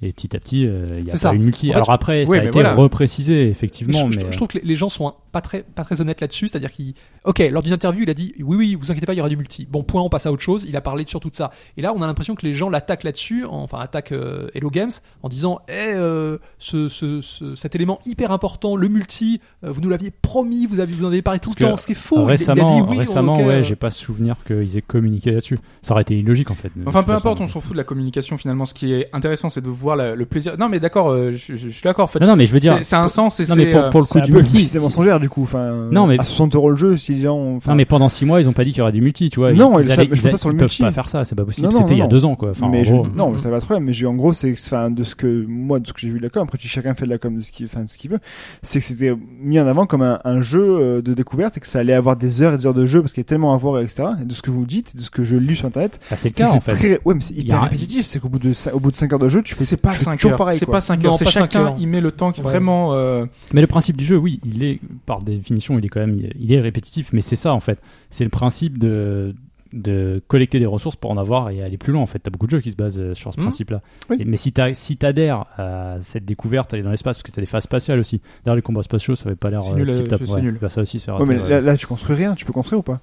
et petit à petit, euh, il y
C'est
a pas
ça.
une multi.
En fait,
Alors après, ça
oui,
a
mais
été
voilà.
reprécisé, effectivement,
je, je-
mais euh,
je trouve que les- les gens sont un- pas très, pas très honnêtes là-dessus. C'est-à-dire qu'il, ok, lors d'une interview, il a dit, oui, oui, vous inquiétez pas, il y aura du multi. Bon, point, on passe à autre chose. Il a parlé sur tout ça. Et là, on a l'impression que les gens l'attaquent là-dessus, en- enfin, attaquent euh, Hello Games en disant, eh, euh, ce, ce- ce- cet élément hyper important, le multi, euh, vous nous l'aviez promis, vous, avez, vous en avez parlé tout
Parce
le
que
temps, ce qui est faux. Il-
récemment,
il a dit, oui,
récemment,
ok, euh,
ouais, j'ai pas souvenir qu'ils aient communiqué là-dessus. Ça aurait été illogique en fait. de
Enfin,
toute
peu
façon.
importe, on s'en fout de la communication finalement. Ce qui est intéressant, c'est de voir la- le plaisir. Non, mais d'accord, euh, je, je- je suis d'accord. En fait,
Non, non, mais je veux dire,
c'est c'est un sens et
non mais
c'est,
pour,
euh,
pour le
C'est
coup
un
du
peu une
multi,
publicité
c'est-
mensongère du coup. Enfin,
Non, mais-
à 60 euros le jeu, si les gens. ont- enfin,
Non mais pendant 6 mois ils ont pas dit qu'il y aurait du multi, tu vois.
Non,
ils,
ils
avaient-
savent- je
ils
sais
a-
pas sur
ils
le
peuvent
multi.
pas faire ça, c'est pas possible.
Non, non,
C'était il y a
non.
deux ans quoi. Enfin,
mais
en
je-
gros,
non, mais ça va très bien. Mais j'ai en gros, c'est que- enfin de ce que moi, de ce que j'ai vu de la com. Après, tu, chacun fait de la com de ce qu'il, enfin de ce qu'il veut. C'est que c'était mis en avant comme un, un jeu euh, de découverte et que ça allait avoir des heures et des heures de jeu parce qu'il y a tellement à voir, etc. Et de ce que vous dites, de ce que je lis sur internet,
bah, c'est le
c'est
cas
que c'est
en fait.
très, ouais, mais c'est
Il y
hyper
a un-
répétitif. C'est qu'au bout de cin- au bout de 5 heures de jeu, tu fais,
C'est pas
tu fais
5
toujours
heures.
pareil.
C'est
quoi.
pas 5
Non,
heures. C'est
pas cinq
chacun
heures.
il met le temps qui
Ouais.
vraiment. euh,
Mais le principe du jeu, oui, il est par définition, il est quand même, il est répétitif. Mais c'est ça en fait. C'est le principe de de collecter des ressources pour en avoir et aller plus loin en fait. T'as beaucoup de jeux qui se basent euh, sur ce
Mhm.
principe-là.
Oui.
Et- Mais si t'as- si t'adhères à cette découverte, aller dans l'espace, parce que t'as des phases spatiales aussi. D'ailleurs les combats spatiaux, ça avait pas l'air
C'est
euh,
nul, euh,
tip-top.
c'est
ouais.
nul.
Bah, ça aussi, c'est
Ouais,
raté.
mais
ouais.
là, là, tu construis rien. Tu peux construire ou pas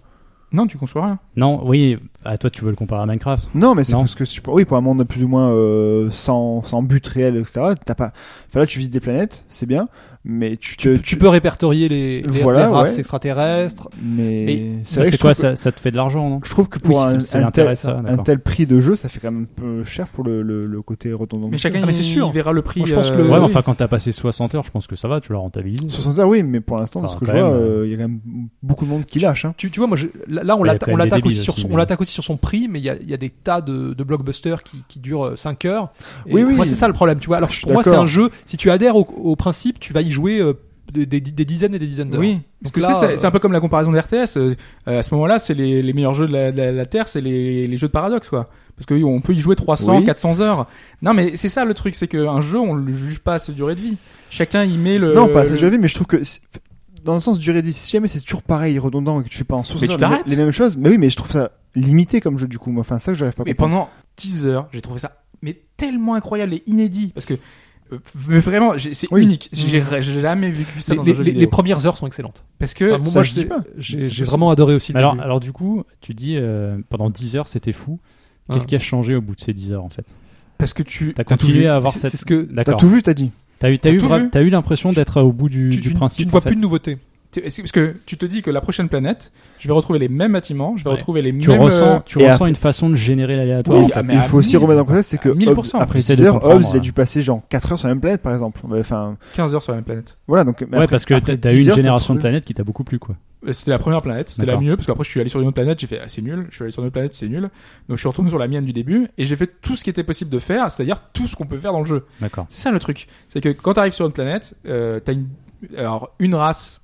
Non, tu conçois rien.
Non, oui, à toi tu veux le comparer à Minecraft.
Non, mais c'est
Non.
parce que tu, oui, pour un monde plus ou moins euh, sans, sans but réel, etc. T'as pas. Enfin là, tu visites des planètes, c'est bien, mais tu te,
Tu peux répertorier les, les-
Voilà,
les races
ouais.
extraterrestres.
Mais
Mais
Ça,
vrai que
c'est
je
quoi
trouve que-
ça, ça te fait de l'argent, non
Je trouve que pour
Oui,
un,
ça- ça
un tel,
l'intéresse, ça,
un
d'accord.
tel prix de jeu, ça fait quand même un peu cher pour le, le, le côté redondant.
Mais chacun,
Ah, mais c'est
il
sûr.
verra le prix.
Moi, je pense que le-
Ouais,
Euh,
mais
oui.
enfin, quand t'as passé 60 heures, je pense que ça va, tu la rentabilises.
60 heures, oui, mais pour l'instant, de
Enfin,
ce que je
quand
vois,
même,
euh, il y a quand même beaucoup de monde qui lâche. Hein.
Tu, tu vois, moi, je- là, là, on
Ouais,
l'atta-
il y a quand
on
même des
l'attaque
débiles
aussi, sur
aussi,
son-
mais-
on l'attaque aussi sur son prix, mais il y a, il y a des tas de, de blockbusters qui, qui durent 5 heures. Et
Oui, oui.
Moi, c'est ça le problème, tu vois. Alors,
Je suis
pour moi, c'est
d'accord.
un jeu, si tu adhères au, au principe, tu vas y jouer euh, des, des- des dizaines et des dizaines d'heures.
Oui, parce
Donc
que
là,
c'est- c'est
euh,
c'est un peu comme la comparaison de RTS. euh, euh, à ce moment-là, c'est les, les meilleurs jeux de la, de la- de la Terre, c'est les, les jeux de paradoxe, quoi. Parce que oui, on peut y jouer 300,
Oui.
400 heures. Non, mais c'est ça le truc, c'est qu'un jeu, on le juge pas à sa durée de vie. Chacun y met le.
non, pas ça,
le-
je l'avais, mais je trouve que c'est- dans le sens durée de vie, si jamais c'est toujours pareil, redondant, et que tu fais pas en 60
Mais tu
heures
t'arrêtes.
les, les mêmes choses, mais oui, mais je trouve ça limité comme jeu du coup. Moi, enfin, ça que j'arrive pas à
Mais
comprendre.
pendant 10 heures, j'ai trouvé ça mais tellement incroyable et inédit parce que euh, mais vraiment, j'ai- c'est
Oui.
unique. J'ai j'ai jamais vécu ça
Mmh. Les,
dans
les-
un jeu
les-
vidéo.
les premières heures sont excellentes.
Parce que
Enfin, moi,
ça,
moi,
je dis
j'ai-
pas. C'est
j'ai j'ai
possible.
vraiment adoré aussi.
Mais
le
Alors,
début.
alors, du coup, tu dis euh, pendant 10 heures, c'était fou. Qu'est-ce
Hein.
qui a changé au bout de ces 10 heures en fait
parce que tu
T'as
t'as tout vu.
continué à avoir
C'est-
cette.
c'est ce que-
T'as
D'accord.
tout vu, t'as dit.
T'as eu, t'as
T'as
eu,
tout
vra-
vu.
t'as eu l'impression d'être au bout du,
tu,
du
tu-
principe.
tu ne
en
vois
fait.
plus de nouveautés.
Tu- est-ce que- parce que tu te dis que la prochaine planète, je vais retrouver les mêmes bâtiments, je vais
Ouais.
retrouver les
Tu
mêmes
ressens, tu
et
ressens
après-
une façon de générer l'aléatoire.
euh, Oui,
en
ah,
fait.
mais
Il
à
faut aussi
1000,
remettre en contexte, c'est que
à 1000%.
Hobbes- après
J'essaie
10
de
heures, Hobbes,
comprendre,
il a
ouais.
dû passer genre 4 heures sur la même planète, par exemple. Enfin,
15 heures sur la même planète.
voilà, donc. mais
ouais,
après-
parce que
après
t'as t'as
10
eu une
heures, t'as
génération de
trouvé-
planètes qui t'a beaucoup plu, quoi.
Euh, C'était la première planète, c'était la
D'accord.
mieux, parce qu'après je suis allé sur une autre planète, j'ai fait ah, c'est nul, je suis allé sur une autre planète, c'est nul. Donc je suis retourné sur la mienne du début et j'ai fait tout ce qui était possible de faire, c'est-à-dire tout ce qu'on peut faire dans le jeu.
D'accord.
C'est ça le truc, c'est que quand t'arrives sur une planète, euh, t'as une, alors une race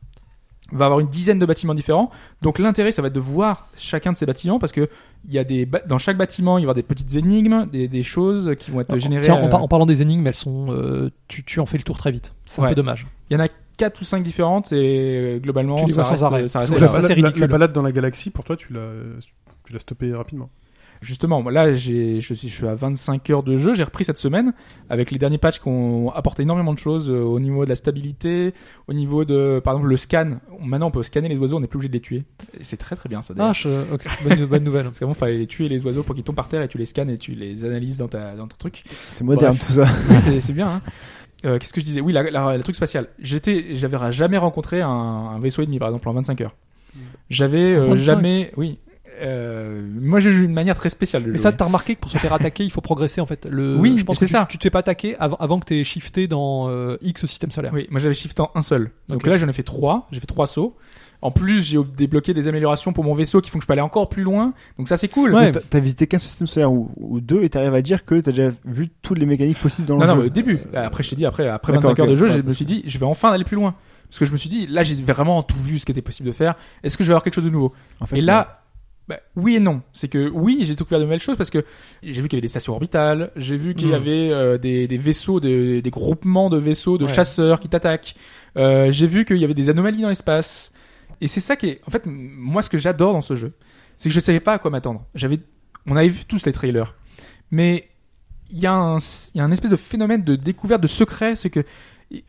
va avoir une dizaine de bâtiments différents, donc l'intérêt ça va être de voir chacun de ces bâtiments parce que il y a des ba- dans chaque bâtiment il va y avoir des petites énigmes, des, des choses qui vont être générées.
Tiens,
euh,
en, par- en parlant des énigmes, elles sont, euh, tu, tu en fais le tour très vite. C'est un
Ouais.
peu dommage.
Il y en a quatre ou cinq différentes et euh, globalement
Tu les
ça,
vois sans
reste,
arrêt.
ça reste
Donc,
Ouais,
la,
ça,
balade-
c'est
la-
ridicule.
la balade dans la galaxie, pour toi, tu l'as, tu l'as stoppé rapidement.
Justement, moi, là, j'ai, je suis, je suis à 25 heures de jeu. J'ai repris cette semaine avec les derniers patchs qui ont apporté énormément de choses euh, au niveau de la stabilité, au niveau de, par exemple, le scan. Maintenant, on peut scanner les oiseaux, on n'est plus obligé de les tuer. Et c'est très très bien ça. D'ailleurs.
Ah, je- ok, bonne, bonne nouvelle.
Parce qu'avant, il fallait les tuer les oiseaux pour qu'ils tombent par terre et tu les scannes et tu les analyses dans ta, dans ton truc.
C'est moderne
Bref.
tout ça.
Oui, c'est c'est bien. hein. Euh, Qu'est-ce que je disais Oui, la, la- le truc spatial. J'étais, j'avais ra- jamais rencontré un, un vaisseau ennemi, par exemple, en 25 heures.
Mm.
J'avais euh,
25?
jamais, oui. Euh, moi, j'ai eu une manière très spéciale de
Mais
jouer.
ça, t'as remarqué que pour se faire attaquer, il faut progresser en fait. Le,
Oui,
je pense
c'est
que tu-
ça.
Tu, te fais pas attaquer avant, avant que t'aies shifté dans euh, X système solaire.
Oui, moi j'avais shift en un seul. Donc
Ok.
là j'en ai fait trois, j'ai fait trois sauts. En plus j'ai débloqué des améliorations pour mon vaisseau qui font que je peux aller encore plus loin. Donc ça c'est cool.
Mais t'as- T'as visité qu'un système solaire ou, ou deux et t'arrives à dire que t'as déjà vu toutes les mécaniques possibles dans
Non,
le
non, mais
jeu.
au début. Après je t'ai dit, après, après
D'accord,
25 heures
ok.
de jeu,
Ouais,
je me
parce
suis
que-
dit je vais enfin aller plus loin. Parce que je me suis dit là j'ai vraiment tout vu ce qui était possible de faire. Est-ce que je vais avoir quelque chose de nouveau
En fait,
Et là... bah, oui et non. C'est que oui, j'ai découvert de nouvelles choses parce que j'ai vu qu'il y avait des stations orbitales, j'ai vu
Mm.
qu'il y
Mhm.
avait euh, des, des vaisseaux, des, des groupements de vaisseaux, de
Ouais.
chasseurs qui t'attaquent. Euh, j'ai vu qu'il y avait des anomalies dans l'espace. Et c'est ça qui est, en fait, m- moi, ce que j'adore dans ce jeu, c'est que je savais pas à quoi m'attendre. J'avais, on avait vu tous les trailers, mais il y a un, il y a un espèce de phénomène de découverte de secrets, c'est que,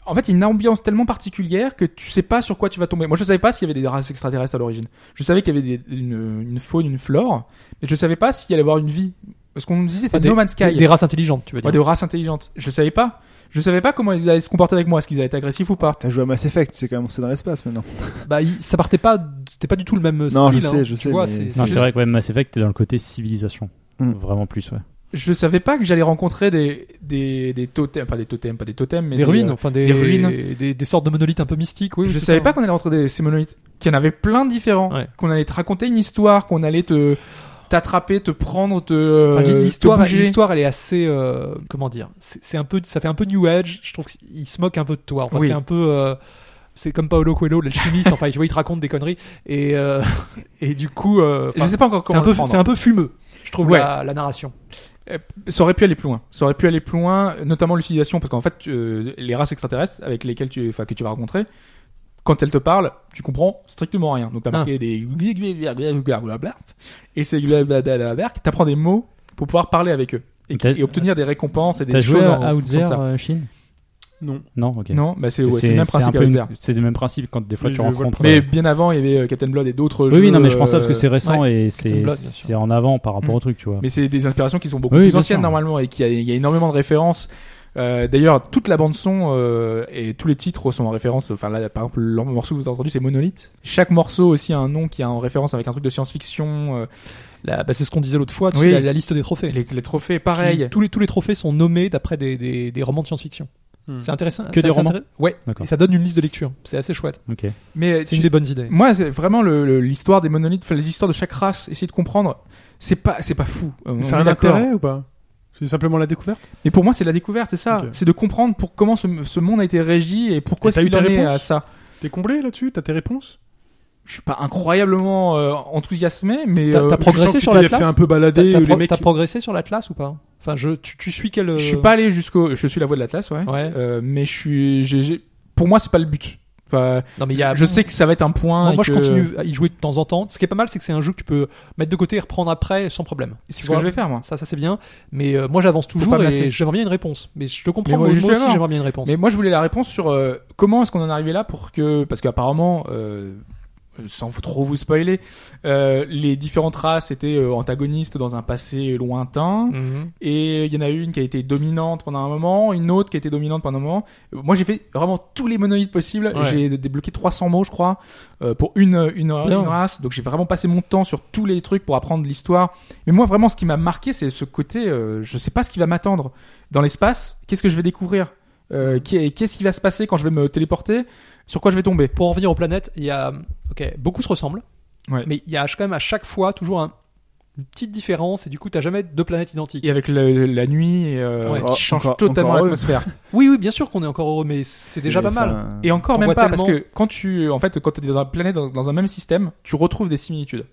en fait, il y a une ambiance tellement particulière que tu sais pas sur quoi tu vas tomber. Moi, je savais pas s'il y avait des races extraterrestres à l'origine. Je savais qu'il y avait des- une, une faune, une flore, mais je savais pas s'il y allait avoir une vie. Parce qu'on nous disait
Enfin,
c'était No Man's Sky.
Ah, Des, des races intelligentes, tu veux
Ouais,
dire.
des races intelligentes. Je savais pas. Je savais pas comment ils allaient se comporter avec moi. Est-ce qu'ils allaient être agressifs ou pas
T'as joué à Mass Effect, tu sais quand même, c'est dans l'espace maintenant.
Bah, il- ça partait pas, c'était pas du tout le même
Non,
style.
je
hein.
sais, je
Tu
sais,
vois,
mais-
c'est-
Non,
c'est-
c'est vrai que ouais, Mass Effect, t'es dans le côté civilisation.
Hmm.
Vraiment plus, ouais.
Je savais pas que j'allais rencontrer des, des, des totems, pas des totems, pas des totems, mais
des ruines,
euh,
enfin des,
des ruines.
des, des sortes de monolithes un peu mystiques. Oui,
je
c'est
savais
ça.
pas qu'on allait rencontrer des, ces monolithes, qu'il y en avait plein de différents,
Ouais.
qu'on allait te raconter une histoire, qu'on allait te t'attraper, te prendre, te
Enfin,
euh,
l'histoire,
te bouger.
l'histoire, elle est assez, euh, comment dire, c'est c'est un peu, ça fait un peu New Age. Je trouve qu'il se moque un peu de toi. Enfin,
Oui.
c'est un peu, euh, c'est comme Paolo Coelho, l'alchimiste. enfin, tu vois, il te raconte des conneries et euh, et du coup, euh,
Je
enfin,
sais pas encore
c'est un
comment
peu,
le
c'est
prendre.
un peu fumeux. Je trouve
Ouais.
la, la narration.
Ça aurait pu aller plus loin. Ça aurait pu aller plus loin, notamment l'utilisation, parce qu'en fait, tu- euh, les races extraterrestres avec lesquelles tu, enfin, que tu vas rencontrer, quand elles te parlent, tu comprends strictement rien. Donc t'as marqué des blablabla, et c'est blablabla, t'apprends des mots pour pouvoir parler avec eux et,
T'as-
et obtenir des récompenses et des
T'as joué
choses en
à
fonction de
Outzer,
ça.
euh, Chine
Non.
Non, ok.
Non, bah c'est ouais, c'est le même
un
principe
peu
avec
une-
Zer.
c'est le même principe quand des fois
Oui,
tu
je vois le
rencontres.
Mais
euh,
bien avant, il y avait euh, Captain Blood et d'autres
oui,
jeux.
oui, non, mais je pense ça
euh,
parce que c'est récent
ouais.
et
Blood,
c'est
bien
c'est en avant par rapport
Mm.
au truc, tu vois.
Mais c'est des inspirations qui sont beaucoup
Oui,
plus
bien
anciennes
sûr.
normalement et qui a- il y a énormément de références. Euh, D'ailleurs, toute la bande son euh, et tous les titres sont en référence. Enfin, là, par exemple, le morceau que vous avez entendu, c'est Monolith. Chaque morceau aussi a un nom qui est en référence avec un truc de science-fiction. euh,
La- bah, c'est ce qu'on disait l'autre fois, tu
Oui.
sais, la, la liste des trophées.
les, les trophées, pareil.
Qui- tous, les, tous les trophées sont nommés d'après des, des- des romans de science-fiction.
Hmm.
C'est intéressant.
Que
c'est
des
assez
romans
intéress- Ouais.
D'accord.
Et ça donne une liste de lecture. C'est assez chouette.
Ok.
Mais
C'est
tu-
une des bonnes idées.
Moi, c'est vraiment le- le- l'histoire des monolithes, enfin, l'histoire de chaque race, essayer de comprendre, c'est pas, c'est pas fou. Euh, on
Mais
est
Ça a un
d'accord.
intérêt ou pas C'est simplement la découverte
Mais pour moi, c'est de la découverte, c'est ça.
Ok.
C'est de comprendre pour comment ce, ce monde a été régi et pourquoi
Et t'as
est-ce
eu
qu'il
ta
en est
réponse
à ça.
T'es comblé là-dessus T'as tes réponses
Je suis pas incroyablement euh, enthousiasmé, mais
T'as-
euh,
t'as
je
progressé
sens que
sur
tu
la
t'es
classe
fait
T'es
un
un
peu-
peu baladé,
T'as
les
pro-
mecs.
t'as progressé sur l'Atlas ou pas Enfin, je, tu, tu suis quel. euh,
Je suis pas allé jusqu'au. Je suis la voie de l'Atlas, ouais.
Ouais.
Euh, mais je suis. j'ai- j'ai- Pour moi, c'est pas le but. Enfin,
Non, mais il y a.
je sais que ça va être un point.
Moi,
et
moi, je
que-
continue à y jouer de temps en temps. Ce qui est pas mal, c'est que c'est un jeu que tu peux mettre de côté et reprendre après sans problème.
C'est
Tu
ce que
vois,
je vais faire, moi.
Ça, ça c'est bien. Mais euh, moi, j'avance toujours
pas me lasser.
et j'aimerais bien une réponse. Mais je te
Mais
comprends.
moi,
Moi, moi
justement.
aussi, j'aimerais bien une réponse.
Mais moi, je voulais la réponse sur euh, comment est-ce qu'on en est arrivé là pour que, parce qu'apparemment, euh, sans trop vous spoiler, euh, les différentes races étaient euh, antagonistes dans un passé lointain.
Mhm.
Et il y en a une qui a été dominante pendant un moment, une autre qui a été dominante pendant un moment. Euh, Moi, j'ai fait vraiment tous les monolithes possibles.
Ouais.
J'ai dé- débloqué 300 mots, je crois, euh, pour une, une,
Bien.
une race. Donc, j'ai vraiment passé mon temps sur tous les trucs pour apprendre l'histoire. Mais moi, vraiment, ce qui m'a marqué, c'est ce côté, euh, je sais pas ce qui va m'attendre. Dans l'espace, qu'est-ce que je vais découvrir Euh, qui est- Qu'est-ce qui va se passer quand je vais me téléporter Sur quoi je vais tomber
Pour en revenir aux planètes, il y a. Ok, beaucoup se ressemblent.
Ouais.
Mais il y a quand même à chaque fois toujours un- une petite différence et du coup, t'as jamais deux planètes identiques.
Et avec le- la nuit, et, euh,
Ouais.
qui change
Encore-
totalement
encore
l'atmosphère.
Oui, oui, bien sûr qu'on est encore heureux, mais c'est déjà pas mal.
enfin,
Et encore
On
même
voit
pas,
tellement-
parce que quand tu, en fait, quand t'es dans un planète, dans, dans un même système, tu retrouves des similitudes.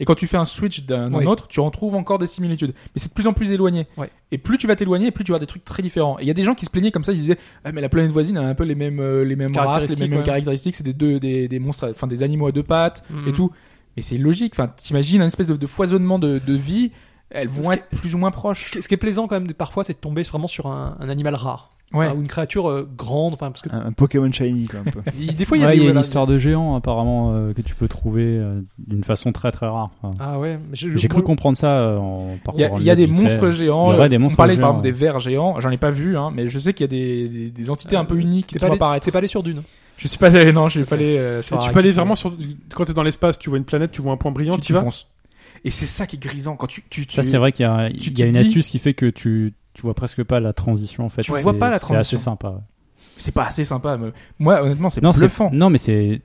Et quand tu fais un switch d'un à un
Oui.
autre, tu retrouves encore des similitudes. Mais c'est de plus en plus éloigné.
Ouais.
Et plus tu vas t'éloigner, plus tu vas avoir des trucs très différents. Et il y a des gens qui se plaignaient comme ça, ils disaient, ah, mais la planète voisine elle a un peu les mêmes, euh, les mêmes races, les
Caractéristiques,
mêmes
ouais.
caractéristiques, c'est des deux, des, des monstres, à- enfin des animaux à deux pattes et
Mhm.
tout. Et c'est logique. Enfin, t'imagines un espèce de, de foisonnement de, de vie. Elles
Ce
vont
qui-
être plus ou moins proches.
Ce qui, ce qui est plaisant quand même des- parfois, c'est de tomber vraiment sur un, un animal rare
Ouais.
Enfin, ou une créature euh, grande. Enfin, parce que
un, un Pokémon Shiny, quoi, un peu.
il- des fois,
Ouais,
il y a des
une
voilà,
histoire de géant apparemment euh, que tu peux trouver euh, d'une façon très très rare. Enfin,
Ah ouais. mais je-
J'ai cru
moi-
comprendre ça euh, en
Il y a,
parcourant
il
le
y a des
net vite fait.
monstres géants.
Il y aurait
euh,
des
on
monstres
parlait par
géants,
exemple des
ouais. vers
vers géants. J'en ai pas vu, hein, mais je sais qu'il y a des, des, des entités un peu
Euh,
uniques
T'es
qui
pas,
vont
allé-
apparaître.
t'es pas allé sur Dune.
Je suis pas allé, non, je suis pas allé. euh, sur
Et tu
Arrakis.
peux aller vraiment sur. Quand t'es dans l'espace, tu vois une planète, tu vois un point brillant,
Tu,
tu vas
fonces. Et c'est ça qui est grisant quand tu. tu,
Ça
tu-
c'est vrai qu'il y a,
tu
il y a
te
une
dis-
astuce qui fait que tu tu vois presque pas la transition en fait.
Tu
C'est-
vois pas la
C'est
transition.
assez sympa. ouais.
C'est pas assez sympa. mais- Moi, honnêtement, c'est
Non, c'est
bluffant.
Non mais c'est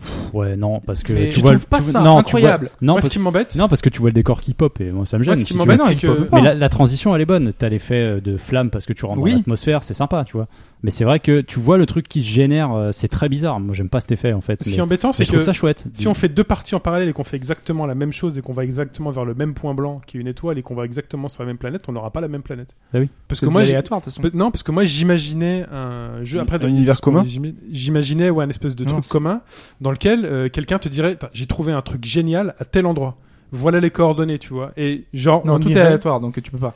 Pff, ouais non parce que
Mais
tu
je
vois le-
trouve pas
tu-
ça
non, tu vois-
incroyable.
Non
Moi, ce
parce...
qui m'embête.
non parce que tu vois le décor qui pop et moi ça me gêne.
Moi, ce qui
si tu
m'embête,
veux.
c'est
tu peux
que.
pas.
Mais la, la transition elle est bonne. T'as l'effet euh, de flamme parce que tu rentres
Oui.
dans l'atmosphère, c'est sympa, tu vois. Mais c'est vrai que tu vois le truc qui se génère, euh, c'est très bizarre. Moi j'aime pas cet effet en fait.
Ce qui
mais-
est embêtant,
mais
c'est
je trouve
que
ça chouette.
si on fait deux parties en parallèle et qu'on fait exactement la même chose et qu'on va exactement vers le même point blanc qui est une étoile et qu'on va exactement sur la même planète, on n'aura pas la même planète.
Bah oui.
Parce que moi, j'ai-
aléatoire, de toute façon.
Pe- Non, parce que moi j'imaginais un jeu après
Un univers commun
j'im- J'imaginais ouais, un espèce de
Non,
truc
c'est-
commun dans lequel euh, quelqu'un te dirait Tain, j'ai trouvé un truc génial à tel endroit. Voilà les coordonnées, tu vois. Et genre
Non,
on
tout est
irait-
aléatoire, donc tu peux pas.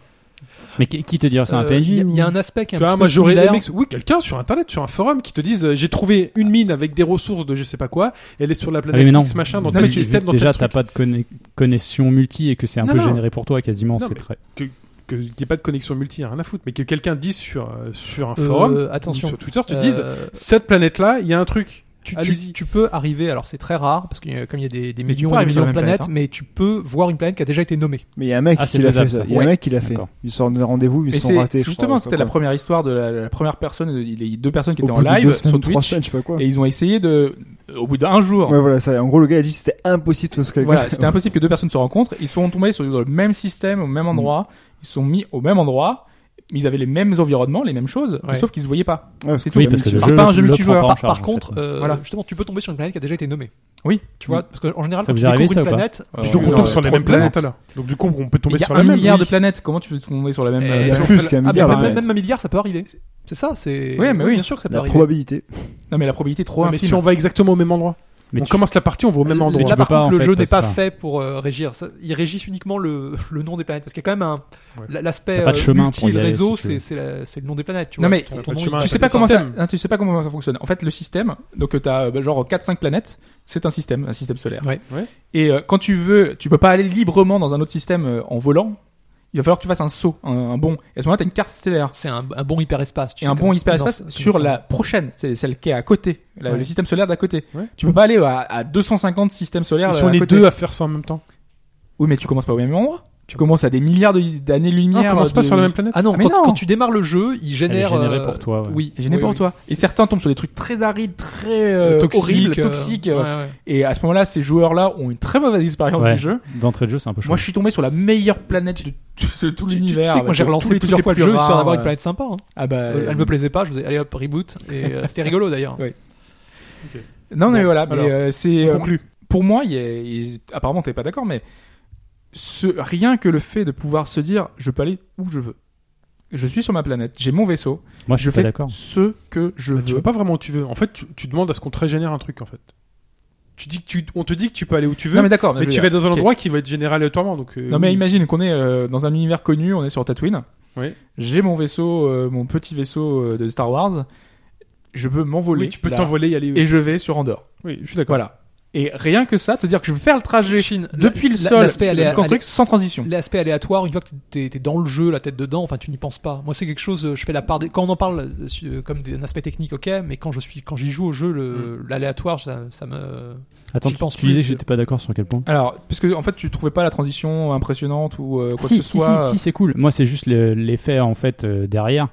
Mais qui, qui te dirait c'est un
Euh,
PNJ
Il y a-
ou- Ah
il y, a un aspect qui est
Tu vois,
un petit
moi
peu
j'aurais
similaire.
aimé que- oui, quelqu'un sur internet, sur un forum qui te dise euh, j'ai trouvé une mine avec des ressources de je sais pas quoi, elle est sur la
Ah oui, mais
planète
non.
X machin dans
Non, mais
tel
vu que
système dans
déjà
tel
t'as
truc.
pas de conne- connexion multi et que c'est un
Non,
peu
non.
généré pour toi quasiment.
Non,
c'est
mais-
très.
Que- Qu'il n'y ait pas de connexion multi, y a rien à foutre, mais que quelqu'un dise sur, euh, sur un
Euh,
forum, ou
attention.
sur Twitter, tu
Euh,
dises cette planète-là, il y a un truc.
tu,
allez-y.
tu, tu peux arriver, alors c'est très rare, parce que euh, comme il y a des, des
Mais tu
millions
peux
et des
arriver sur
millions
la
de
même
planètes,
planète, hein.
mais tu peux voir une planète qui a déjà été nommée.
Mais il y a un mec
Ah,
qui
c'est
l'a fait,
faisable,
ça.
ça.
Il y a un
Ouais.
mec qui l'a fait.
D'accord.
Ils sortent de rendez-vous, ils
Mais
se
c'est
sont ratés.
c'est
je
justement,
crois,
c'était
quoi.
la première histoire de la, la première personne, il y a deux personnes qui
Au
étaient
bout
en
de
live
deux semaines,
sur
trois
Twitch
semaines, je sais pas quoi.
et ils ont essayé de, au bout d'un jour,
Ouais, voilà, ça. En gros, le gars a dit que c'était impossible de se calculer.
Voilà, c'était impossible que deux personnes se rencontrent. Ils sont tombés sur dans le même système, au même
Mm.
endroit. Ils se sont mis au même endroit. Ils avaient les mêmes environnements, les mêmes choses,
Ouais.
sauf qu'ils se voyaient pas.
Ouais, parce que
Oui,
t'as
parce que
mis-
le
C'est pas un jeu
le
multijoueur.
prend pas en
Par, par
charge, en
contre,
fait.
euh,
Voilà.
justement, tu peux tomber sur une planète qui a déjà été nommée.
Oui.
Tu vois, parce qu'en général,
Ça
quand
vous
tu
est arrivé,
découvres
ça,
une
ou pas
planète,
Donc on
euh,
tombe sur les
trois
mêmes planètes
planètes.
alors. Donc du coup on peut
Il
tomber
y
sur
a
la
un
même.
milliard
oui.
de planètes. Comment tu veux tomber sur la même
Eh,
euh,
Il y a
sur-
plus qu'un
ah,
milliard
mais
de
même,
planètes.
même un milliard, ça peut arriver. C'est ça, c'est.
Oui, mais oui.
Bien sûr que ça peut
La
arriver.
probabilité.
Non, mais la probabilité est trop
Ouais, mais
infime.
si on va exactement au même endroit.
Mais
on
tu-
commence la partie, on va au même
Euh,
Là,
Mais
endroit.
tu
Là,
peux
par
pas, en
contre, le
fait,
jeu n'est
parce
pas
que-
fait pour euh, régir. Ça- Ils régissent uniquement le, le nom des planètes. Parce qu'il y a quand même un.
Ouais.
l- L'aspect
T'as pas de
euh,
chemin
multi
pour y
le
aller,
réseau,
si tu veux.
c'est- c'est la- c'est le nom des planètes. Tu
Non,
vois.
mais
Ton-
t'as
ton
pas de
nom,
chemin,
il-
tu sais
pas
pas
de
comment ça,
système.
hein, tu sais pas comment ça fonctionne. En fait, le système, donc tu as genre 4-5 planètes, c'est un système, un système solaire.
Ouais.
Ouais.
Et euh, quand tu veux, tu peux pas aller librement dans un autre système euh, en volant. Il va falloir que tu fasses un saut, un, un bond. Et à ce moment-là, tu as une carte stellaire
C'est un, un bon hyperespace. tu
et
sais,
un
comme-
bon hyperespace
comme ça,
sur
comme ça.
la prochaine, c'est celle qui est à côté, la-
Ouais.
le système solaire d'à côté.
Ouais.
Tu peux pas aller à, à 250 systèmes solaires.
Ils
euh,
sont
à
les
côté.
deux à faire ça en même temps.
Oui, mais tu commences pas au même endroit. Tu commences à des milliards de-
Non,
d'années-lumière.
on commence pas
de-
sur la même planète.
Ah non,
Ah, mais
quand,
non.
quand tu démarres le jeu, il
Elle est
génère.
générée
euh,
pour toi. ouais.
Oui,
Et gêné
oui,
pour
oui.
toi. Et certains tombent sur des trucs très arides, très euh,
Toxique,
horribles,
euh,
toxiques.
ouais,
euh,
ouais.
Et à ce moment-là, ces joueurs-là ont une très mauvaise expérience
Ouais.
du jeu.
D'entrée de jeu, c'est un peu chaud.
Moi, je suis tombé sur la meilleure planète de tout, de tout
Tu- tu-
l'univers.
Tu sais que moi
avec
j'ai
tous les
relancé
trucs
plusieurs
les
fois le
plus
jeu histoire
rares,
d'avoir une
euh,
planète sympa. hein.
Ah bah,
Euh,
euh,
Elle me plaisait pas, je faisais allez hop, reboot. Et euh, c'était rigolo d'ailleurs.
Non, mais
Bon,
voilà. mais,
alors,
euh, c'est euh,
Conclu.
pour moi, il y a- il- apparemment, t'es pas d'accord, mais ce, rien que le fait de pouvoir se dire, je peux aller où je veux. Je suis sur ma planète, j'ai mon vaisseau, Ah,
Moi, je
je
suis pas
fais
d'accord.
ce que je
Tu veux
veux.
pas vraiment où tu veux. En fait, tu, tu demandes à ce qu'on te régénère un truc en fait. Tu dis que tu, on te dit que tu peux aller où tu veux,
Non, mais
mais,
d'accord. je veux
tu
dire,
vas dans un
ok.
endroit qui va être généré aléatoirement. Donc, euh,
Non mais
oui.
imagine qu'on est euh, dans un univers connu, on est sur Tatooine.
Oui.
J'ai mon vaisseau, euh, mon petit vaisseau euh, de Star Wars. Je peux m'envoler.
Oui, tu peux
là,
t'envoler y aller. euh,
Et je vais sur Andorre.
oui, je suis d'accord.
Voilà. Et rien que ça, te dire que je vais faire le trajet
Chine, la-
depuis le
la-
sol
l'aspect alé-
jusqu'en
alé-
truc sans transition.
L'aspect aléatoire, une fois que t'es t'es dans le jeu, la tête dedans, enfin tu n'y penses pas. Moi c'est quelque chose, euh, je fais la part des... quand on en parle euh, su- comme d'un aspect technique, ok, mais quand je suis, quand j'y joue au jeu, le- l'aléatoire, ça, ça me.
Attends,
j'y
tu
pense
tu disais
plus.
que j'étais pas d'accord sur quel point
Alors, parce que en fait, tu trouvais pas la transition impressionnante ou euh, quoi
si,
que ce
si,
soit.
si, si, c'est cool. Moi, c'est juste le- l'effet en fait euh, derrière.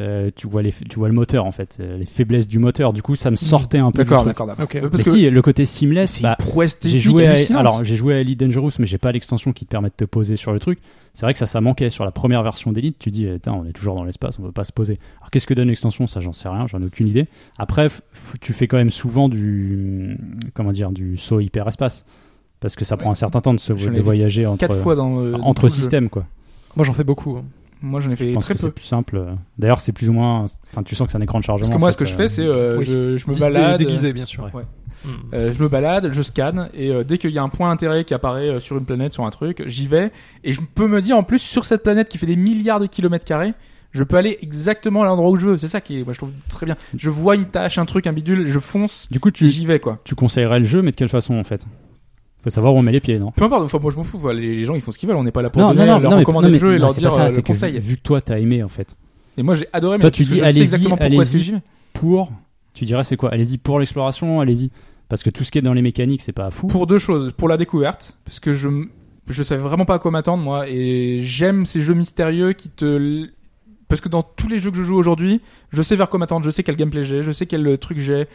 Euh, tu vois les, tu vois le moteur en fait, euh, les faiblesses du moteur. Du coup, ça me sortait un peu. du
D'accord,
truc.
d'accord, d'accord.
Ok.
Euh,
Mais
Parce que
si, le côté seamless,
c'est
bah,
une prouesse
j'ai
technique
joué à,
hallucinante.
alors j'ai joué à Elite Dangerous, mais j'ai pas l'extension qui te permet de te poser sur le truc. C'est vrai que ça, ça manquait sur la première version d'Elite. Tu dis, eh, tain, on est toujours dans l'espace, on peut pas se poser. Alors qu'est-ce que donne l'extension Ça, j'en sais rien, j'en ai aucune idée. Après, f- f- tu fais quand même souvent du, comment dire, du saut hyperespace, parce que ça prend un certain temps de, se,
J'en ai
de
vu
voyager entre,
quatre fois dans euh, dans tout
entre
le jeu.
systèmes, quoi.
Moi j'en fais beaucoup. hein.
Moi, j'en ai
Je
fait
pense
très
que
peu.
c'est plus simple. D'ailleurs, c'est plus ou moins. Enfin, tu sens que c'est un écran de chargement.
Parce que moi,
en
ce que
fait,
je
euh,
fais, c'est euh,
oui.
je, je me
Dé-
balade.
déguisé bien sûr.
Ouais.
Mm.
Euh, je me balade, je scanne, et euh, dès qu'il y a un point d'intérêt qui apparaît euh, sur une planète, sur un truc, j'y vais, et je peux me dire en plus sur cette planète qui fait des milliards de kilomètres carrés, je peux aller exactement à l'endroit où je veux. C'est ça qui est, moi je trouve très bien. Je vois une tâche, un truc, un bidule, je fonce,
Du coup,
et
tu,
j'y vais quoi.
tu conseillerais le jeu, mais de quelle façon en fait Faut savoir où on met les pieds, non
Peu importe, enfin, moi je m'en fous, voilà, les, les gens ils font ce qu'ils veulent, on n'est pas là pour donner, leur
mais-
recommander
non,
le jeu et
non,
leur
c'est pas
dire
ça,
euh,
c'est
le
que
conseil.
Vu que toi, t'as aimé en fait.
Et moi j'ai adoré, mais
Toi, tu
parce que
dis,
je sais
allez-y,
exactement pourquoi est-ce que
allez-y.
j'y vais.
Pour, tu dirais c'est quoi Allez-y pour l'exploration, allez-y. Parce que tout ce qui est dans les mécaniques, c'est pas fou.
Pour deux choses, pour la découverte, parce que je m- je savais vraiment pas à quoi m'attendre moi, et j'aime ces jeux mystérieux qui te l- parce que dans tous les jeux que je joue aujourd'hui, je sais vers quoi m'attendre, je sais quel gameplay j'ai, je sais quel euh, truc j'ai.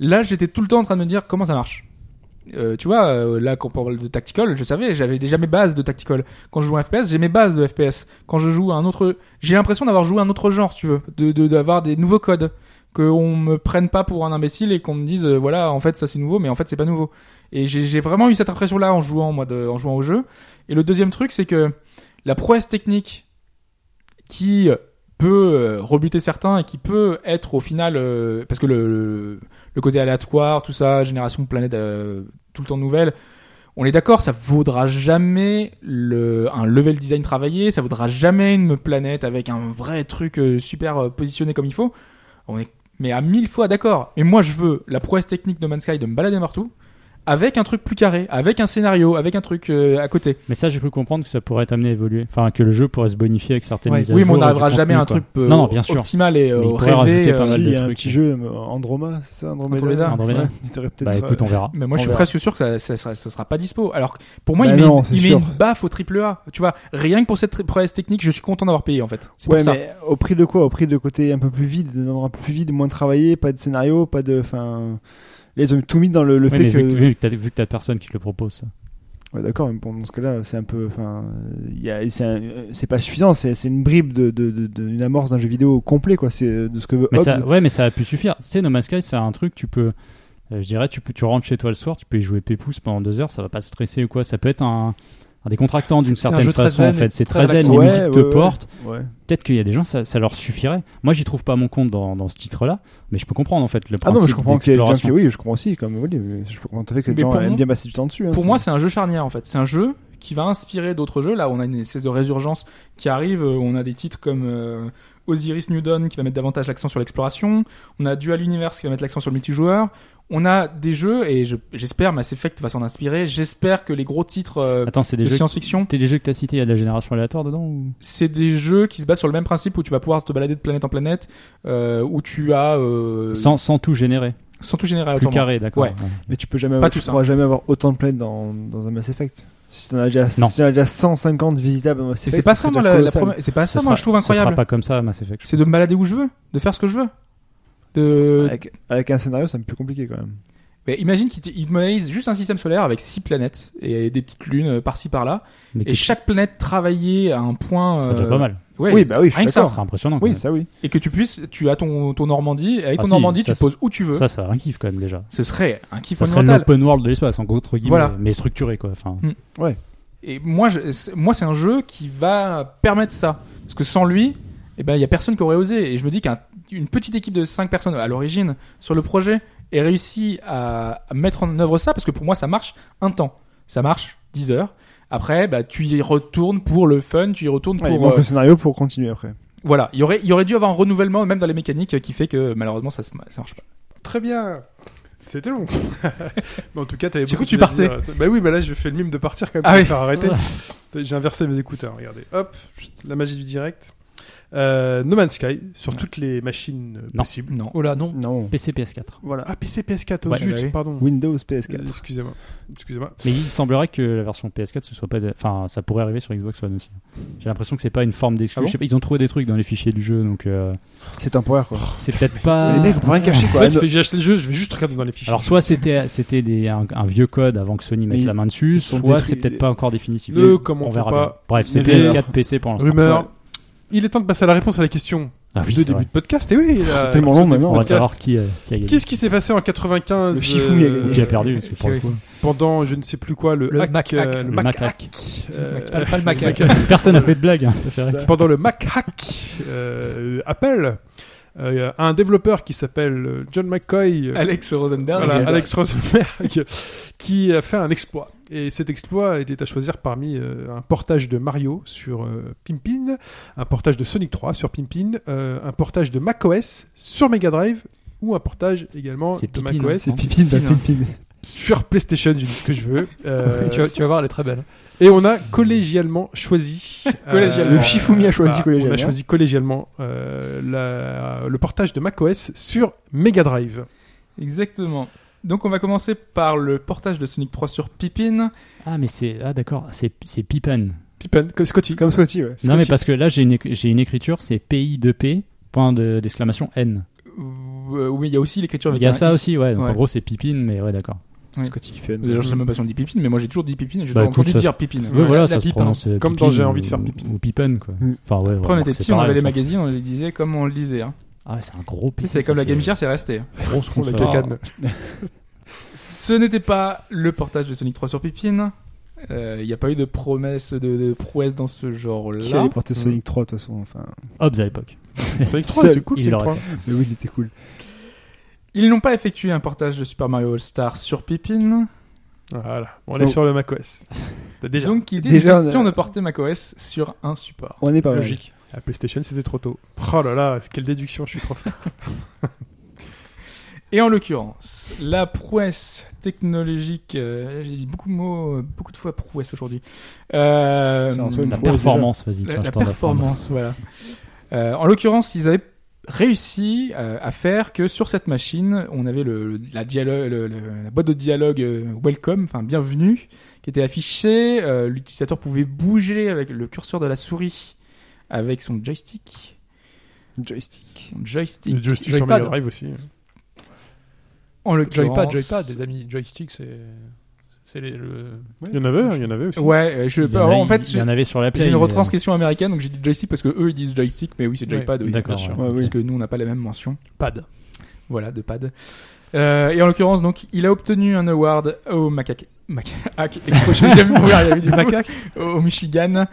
Là, j'étais tout le temps en train de me dire comment ça marche. Euh, tu vois, euh, là, quand on parle de tactical, je savais, j'avais déjà mes bases de tactical. Quand je joue à un FPS, j'ai mes bases de FPS. Quand je joue à un autre, j'ai l'impression d'avoir joué à un autre genre, si tu veux, de de- d'avoir des nouveaux codes, qu'on me prenne pas pour un imbécile et qu'on me dise, euh, voilà, en fait, ça c'est nouveau, mais en fait, c'est pas nouveau. Et j'ai j'ai vraiment eu cette impression-là en jouant, moi, de- en jouant au jeu. Et le deuxième truc, c'est que la prouesse technique qui peut euh, rebuter certains et qui peut être au final, euh, parce que le, le, le côté aléatoire, tout ça, génération de planètes euh, tout le temps nouvelle, on est d'accord, ça vaudra jamais le, un level design travaillé, ça vaudra jamais une planète avec un vrai truc euh, super euh, positionné comme il faut. On est mais à mille fois d'accord. Et moi, je veux la prouesse technique de Man's Sky de me balader partout avec un truc plus carré, avec un scénario, avec un truc euh, à côté.
Mais ça, j'ai cru comprendre que ça pourrait t'amener à évoluer. Enfin, que le jeu pourrait se bonifier avec certaines
Ouais.
mises à
Oui, mais
jour
on
et du
n'arrivera jamais à un
contenu,
truc
quoi.
euh,
Non, non, bien sûr.
optimal et euh,
Mais il pourrait
rêvé,
rajouter pas
euh,
mal
Si,
de
il y a un
trucs.
petit jeu euh, Androma, c'est ça Andromeda
Andromeda.
Andromeda.
Ouais, c'était peut-être,
Bah écoute, on verra.
Mais moi, je
On
suis
verra.
presque sûr que ça, ça, sera- ça sera pas dispo. Alors, que pour moi,
Bah
il, met,
non,
une-
c'est
il met
sûr.
une baffe au triple A. Tu vois, rien que pour cette tri- prouesse technique, je suis content d'avoir payé en fait. C'est
ouais,
pour ça.
mais au prix de quoi Au prix de côté un peu plus vide, d'un endroit plus vide, moins travaillé, pas de scénario, pas de. Enfin. Là, ils ont tout mis dans le, le
Oui,
fait
mais
que.
vu que- Vu que t'as- vu que t'as personne qui te le propose. ça.
Ouais, d'accord, mais bon, dans ce cas-là, c'est un peu. Enfin. il y a- c'est un- C'est pas suffisant, c'est c'est une bribe d'une de, de, d'une amorce d'un jeu vidéo complet, quoi. C'est euh, de ce que veut
Mais
Hobbes.
ça, ouais, mais ça a pu suffire. Tu sais, No Man's Sky, c'est un truc, tu peux, euh, je dirais, tu peux, tu rentres chez toi le soir, tu peux y jouer pépouze pendant deux heures, ça va pas te stresser ou quoi. Ça peut être un, un décontractant d'une
C'est un
certaine
jeu très
façon en
zen,
fait. C'est
très
très zen, les
Ouais,
musiques te
ouais, ouais.
portent.
Ouais.
Peut-être qu'il y a des gens, ça, ça leur suffirait. Moi, j'y trouve pas mon compte dans, dans ce titre-là, mais je peux comprendre en fait le
Ah
principe
non, mais je comprends qu'il y a des gens
d'exploration.
qui, oui, je comprends aussi, comme oui, je comprends tout à fait que les
Mais
gens
pour
aiment
moi-
bien passer du temps dessus. hein,
Pour
c'est-
moi, c'est un jeu charnière en fait. C'est un jeu qui va inspirer d'autres jeux. Là, on a une espèce de résurgence qui arrive. Euh, On a des titres comme euh, Osiris New Dawn qui va mettre davantage l'accent sur l'exploration. On a Dual Universe qui va mettre l'accent sur le multijoueur. On a des jeux et je- j'espère Mass Effect va s'en inspirer. J'espère que les gros titres euh,
Attends, c'est
de
Ah, des jeux,
science-fiction,
t'es des jeux que t'as cités, il y a de la génération aléatoire dedans ou...
c'est des jeux qui se basent sur le même principe où tu vas pouvoir te balader de planète en planète, euh, où tu as euh,
sans, sans tout générer,
sans tout générer.
plus
autrement.
carré, d'accord.
Ouais.
Mais tu peux jamais avoir,
tout
tu
ça.
pourras jamais avoir autant de planètes dans, dans un Mass Effect. Si t'en as déjà, si
Non.
t'en as déjà 150 visitables dans Mass
Et
Effect,
C'est pas
ce
ça, moi,
serait déjà
la, la
colossal.
première- c'est pas Bah,
Ce
ça,
sera-
moi, je trouve
Ce
incroyable.
sera pas comme ça, Mass Effect.
C'est de me balader où je veux, de faire ce que je veux. De,
Avec, avec un scénario, c'est un peu plus compliqué quand même.
Mais imagine qu'ils modélisent juste un système solaire avec six planètes et des petites lunes euh, par-ci par-là.
Mais
Et
que-
chaque planète travaillée à un point.
c'est déjà
euh,
pas mal.
ouais.
oui, bah oui, je
rien
suis
que ça,
Ça
d'accord.
sera impressionnant. quand
Oui,
même.
ça oui.
Et que tu puisses, tu as ton, ton Normandie, et avec
Ah
ton
si,
Normandie, tu
ça,
te poses où tu veux.
Ça, ça un kiff quand même déjà.
Ce serait un kiff
Ça serait
monumental.
l'open world de l'espace, en gros, entre guillemets,
Voilà.
mais structuré quoi. Enfin,
Et moi, je- c'est- moi, c'est un jeu qui va permettre ça. Parce que sans lui, eh ben, il y a personne qui aurait osé. Et je me dis qu'une petite équipe de 5 personnes à l'origine sur le projet ait réussi à, à mettre en œuvre ça, parce que pour moi, ça marche un temps. Ça marche 10 heures. Après, bah, tu y retournes pour le fun, tu y retournes
Ouais, il
pour.
manque
euh,
le scénario pour continuer après.
euh,
voilà, il y aurait, il y aurait dû avoir un renouvellement, même dans les mécaniques, qui fait que malheureusement, ça, se- ça marche pas.
Très bien. C'était long. Mais en tout cas, t'avais
J'ai
beaucoup
cru que tu
de choses à dire. Bah oui, bah là, je fais le mime de partir quand même pour
Ah
me
oui.
faire arrêter. J'ai inversé mes écouteurs. Regardez. Hop, chut, la magie du direct. Euh, no Man's Sky sur
Ouais.
toutes les machines euh,
Non.
possibles.
Non.
Oh là, non.
Non.
PC, PS4.
Voilà. Ah, PC, PS4, oh
Ouais.
zut,
Ah bah oui.
pardon.
Windows
Euh,
PS4.
Excusez-moi. Excusez-moi.
Mais il semblerait que la version PS4 ce soit pas. de- Enfin, ça pourrait arriver sur Xbox One aussi. J'ai l'impression que c'est pas une forme d'exclus.
Ah bon
Je sais pas, ils ont trouvé des trucs dans les fichiers du jeu, donc euh,
C'est temporaire quoi.
c'est peut-être pas.
Les mecs, on peut rien cacher quoi.
Ouais, tu fais, j'ai acheté le jeu, je vais juste regarder dans les fichiers.
Alors soit c'était c'était des- un, un vieux code avant que Sony mette
Mais
la main dessus,
ils sont
soit
détruits.
c'est peut-être pas encore définitif.
Ne
Mais
commentons
on verra
pas.
bien. Bref, c'est
Ne
PS4, PC pour l'instant.
rumeur.
Ouais.
Il est temps de passer à la réponse à la question
Ah oui,
de
c'est
début
vrai.
de podcast. Et oui, la-
C'est tellement long maintenant.
On va
podcast.
savoir qui, euh, qui a gagné.
Qu'est-ce qui s'est passé en 95
Le Shifumi a
euh,
gagné.
Qui a perdu parce que pour le
Oui.
coup,
Pendant je ne sais plus quoi, le,
Le
hack,
Mac
euh,
hack.
le
le
Mac
Mac
hack.
hack.
Euh,
Pas- pas le Mac hack.
Personne n'a fait de blague. hein. C'est vrai.
ça.
pendant le Mac hack, euh, Apple, euh, un développeur qui s'appelle euh, John McCoy, euh,
Alex Rosenberg.
voilà,
j'adore.
Alex Rosenberg, qui a fait un exploit. Et cet exploit était à choisir parmi euh, un portage de Mario sur euh, Pimpin, un portage de Sonic 3 sur Pimpin, euh, un portage de macOS sur Mega Drive ou un portage également
C'est
de
Pimpin, hein,
macOS
c'est
Pipine, bah,
Pipine.
Pipine.
sur PlayStation, je dis ce que je veux. Euh,
tu, vas, tu vas voir, elle est très belle.
Et on a collégialement choisi.
Collégialement.
Le Shifumi a choisi
Bah, On
collégialement.
a choisi collégialement euh, la- le portage de macOS sur Mega Drive.
Exactement. Donc on va commencer par le portage de Sonic 3 sur Pippin.
Ah mais c'est ah d'accord, c'est c'est Pippen.
Pippen, comme Scotty.
C'est comme Scotty, ouais.
Non mais parce que là j'ai une éc- j'ai une écriture, c'est PI 2 P point de- d'exclamation N.
Euh, oui, il y a aussi l'écriture avec
Il y a
un
ça
i.
aussi, ouais. Donc
Ouais.
en gros c'est Pippin, mais ouais d'accord.
Oui.
Scotty Pippen.
D'ailleurs, je sais même pas si on dit Pippin, mais moi j'ai toujours dit Pippin et j'ai
Bah,
toujours
écoute,
entendu
ça-
dire Pippin.
Ouais, voilà,
La
ça se
pipe,
prononce euh,
Comme
Pippin
dans J'ai
ou-
envie de faire pipi.
ou Pippin quoi.
Mm.
Enfin ouais.
Après, on
remarque,
était
c'est
petits, on
pareil,
avait les
ça.
magazines, on les disait comme on le disait. hein.
Ah ouais, c'est un gros
Tu
Pippin.
sais, C'est comme
ça
la Game
fait-
Gear, c'est resté.
Grosse
On la
console.
cacane.
Ce n'était pas le portage de Sonic 3 sur Pippin. Euh, Il n'y a pas eu de promesse, de, de prouesse dans ce
Qui allait
genre-là.
porter Sonic 3 de toute façon enfin.
Hobbs à l'époque.
Sonic 3
Seul,
était cool,
il
Sonic
l'aurait
3.
Mais oui, il était cool.
Ils n'ont pas effectué un portage de Super Mario All-Star sur Pippin.
Voilà, on est
Donc-
sur le macOS. T'as Déjà,
Donc, il était
Déjà,
une question
on a-
de porter macOS sur un support.
On est pas mal.
logique. La PlayStation, c'était trop tôt. Oh là là, quelle déduction, je suis trop fort.
Et en l'occurrence, la prouesse technologique, euh, j'ai dit beaucoup de mots, euh, beaucoup de fois prouesse aujourd'hui. Euh,
C'est en soi une
La
Ouais, déjà.
performance, vas-y.
la-
tiens,
la
je t'en offre un.
performance, voilà. Euh, en l'occurrence, ils avaient réussi euh, à faire que sur cette machine, on avait le, la, dialogue, le- le- la boîte de dialogue euh, Welcome, enfin bienvenue, qui était affichée. Euh, L'utilisateur pouvait bouger avec le curseur de la souris, avec son joystick.
Joystick.
Son joystick.
Le joystick sur
Joypad.
Mega Drive aussi.
En l'occurrence.
Joypad, Joypad, les amis. Joystick, c'est. C'est les- le.
Il y en avait, hein, il y en avait aussi.
Ouais, euh, je,
Il y en,
alors,
a-
en fait,
il y en avait sur la Play.
J'ai une
mais-
retranscription américaine, donc j'ai dit joystick parce que eux ils disent joystick, mais oui c'est
Ouais,
joypad, oui,
d'accord,
bien sûr.
ouais. Ouais, oui.
Parce que nous on n'a pas la même mention,
Pad.
voilà, de pad. Euh, et en l'occurrence, donc, il a obtenu un award au macaque. Macaque. J'ai jamais ouvert, il y avait du macaque. Au Michigan.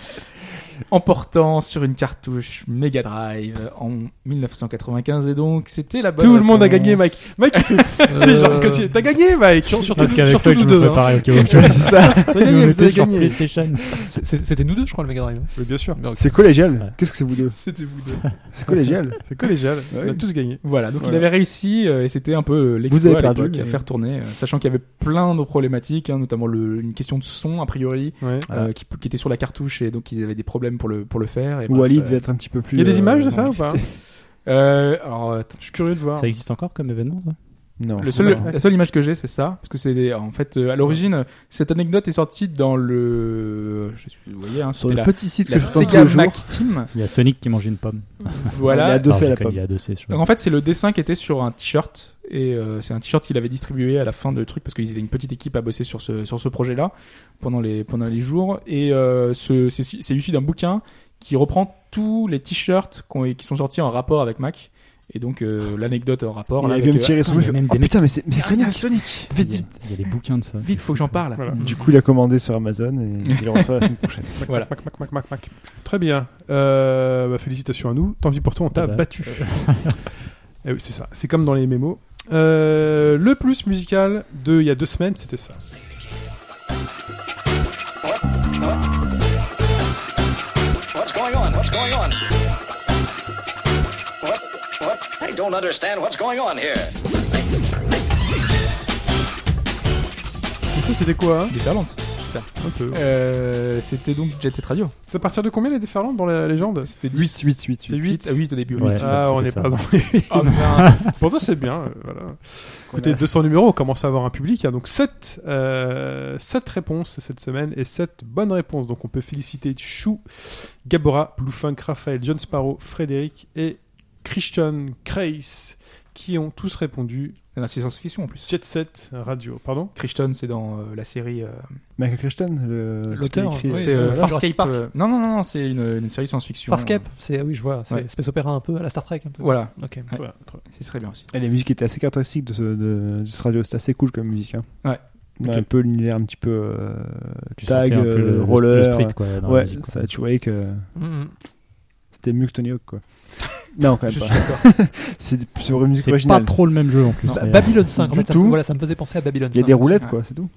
En portant sur une cartouche Mega Drive euh, en 1995. Et donc, c'était la bonne.
Tout le monde a
réponse. Euh,
gagné, Mike. Mike, il fait des gens comme si- T'as gagné, Mike Surtout,
Parce qu'avec toi,
surtout nous
je me
deux. hein.
préparais au cas où. tu vois.
Ouais, c'est ça.
T'as
Je
gagné, vous
me
avez
mettais sur
gagné.
PlayStation.
C'est- c'est- hein. C'était nous deux, je crois, le Mega Drive. hein.
Oui, bien sûr.
C'est collégial.
Ouais.
Qu'est-ce que c'est vous deux
C'était vous deux.
C'est collégial.
C'est collégial.
Ouais.
On a tous gagné.
Voilà, donc
Voilà.
il avait réussi euh, et c'était un peu euh,
Vous
l'exploit
avez
à
perdu,
l'époque à
mais-
faire tourner, euh, sachant qu'il y avait plein de problématiques, hein, notamment le- une question de son a priori
Ouais.
euh, qui, qui était sur la cartouche et donc ils avaient des problèmes pour le pour le faire. Et
Ou
bref,
Ali
euh,
devait être un petit peu plus.
Il y a des
euh,
images de ça ou pas
euh, alors attends,
Je suis curieux de voir.
Ça existe encore comme événement ça
Non.
le seul- la seule image que j'ai c'est ça parce que c'est des- en fait euh, à l'origine cette anecdote est sortie dans le je sais, vous voyez hein,
Sur
c'était
le
la,
petit site
la
que je tente tous
Sega
les jours.
Mac Team.
Il y a Sonic qui mange une pomme.
Il est
Voilà,
adossé à la
Enfin,
pomme.
Il est adossé sur.
Donc en fait, c'est le dessin qui était sur un t-shirt et euh, c'est un t-shirt qu'il avait distribué à la fin de truc parce qu'ils étaient une petite équipe à bosser sur ce sur ce projet-là pendant les pendant les jours et euh, ce- c'est c'est issu d'un bouquin qui reprend tous les t-shirts qu'on- qui sont sortis en rapport avec Mac et donc euh, l'anecdote en rapport
Il
là,
avait
avec,
me
euh,
tirer sur
Ah,
le
il y a
fait,
même
Oh
des mecs-
putain, mais c'est mais Sonic
Ah, Sonic.
Vite,
il, y a,
vite.
il y a des bouquins de ça.
Vite, faut que j'en parle.
Voilà.
Du coup, il a commandé sur Amazon et il le reçoit la semaine prochaine.
Voilà.
Mac, Mac, Mac, Mac, Mac. Très bien. Euh, bah, félicitations à nous. Tant pis pour toi, on t'a
Ah bah.
battu. Eh oui, c'est ça. C'est comme dans les mémos. Euh, le plus musical de il y a deux semaines, c'était ça.
What's going on? What's going on? What? What? I don't understand what's going on here.
Et ça, c'était quoi hein
Des parlantes.
Un peu.
Euh, c'était donc Jet Set Radio.
C'est à partir de combien les déferlantes dans la légende C'était
8, 8, 8,
C'était 8 à 8 Ah au début.
Ouais.
huit.
ça,
Ah, on
c'était
n'est
ça.
pas dans les huit.
Ah,
Oh, mince.
Pour toi, c'est bien. euh, voilà. Écoutez, 200 numéros, on commence à avoir un public. hein. donc 7, réponses cette semaine et 7 bonnes réponses. Donc on peut féliciter Chou, Gabora, Bluefunk, Raphaël, John Sparrow, Frédéric et Christian Kreis qui ont tous répondu
C'est dans la science-fiction en plus.
Jet Set Radio. Pardon
Christian, c'est dans euh, la série. euh,
Michael Christian, le-
L'auteur,
celui qui
oui.
écrit-
C'est euh,
voilà. Jurassic
Farscape.
Park.
euh, Non, non, non, non, c'est une, une série de science-fiction.
Farscape, c'est ah oui, je vois, c'est
Ouais.
space opéra un peu à la Star Trek un peu.
Voilà,
Ok.
Ouais.
Voilà, très bien.
ce serait bien aussi.
Et les musiques étaient assez caractéristiques de ce, de, de ce radio. C'était assez cool comme musique. Hein.
Ouais.
Dans
Ok.
Un peu l'univers un petit peu euh,
Tu
tag,
sentais un peu le-
euh,
le,
roller.
le street quoi. Dans la
ouais,
musique, quoi.
ça, tu voyais que
Mm, mm.
c'était mieux que Tony Hawk quoi. non, quand même
Je
pas.
suis d'accord.
C'est c'est vraiment musique
C'est pas
originale.
trop le même jeu en plus.
Bah,
mais, euh,
Babylon 5, en
du
fait, ça,
tout.
voilà, ça me faisait penser à Babylon 5.
Il y a des roulettes
ouais.
quoi, c'est tout.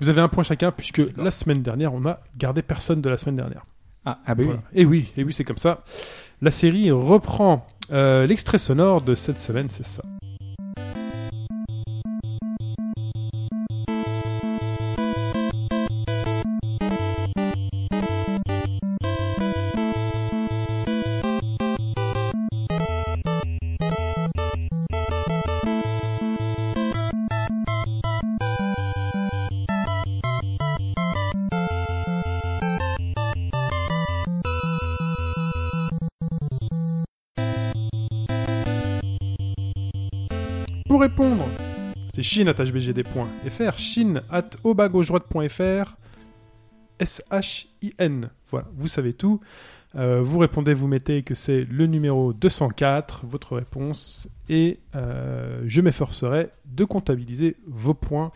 Vous avez un point chacun puisque la semaine dernière, on a gardé personne de la semaine dernière.
Ah, ah bah oui.
Et oui, et oui, c'est comme ça. La série reprend euh, l'extrait sonore de cette semaine, c'est ça. Pour répondre, c'est chine.hbgd.fr, chine.obagaugedroite.fr, S-H-I-N. Voilà, vous savez tout. Euh, vous répondez, vous mettez que c'est le numéro 204, votre réponse, et euh, je m'efforcerai de comptabiliser vos points.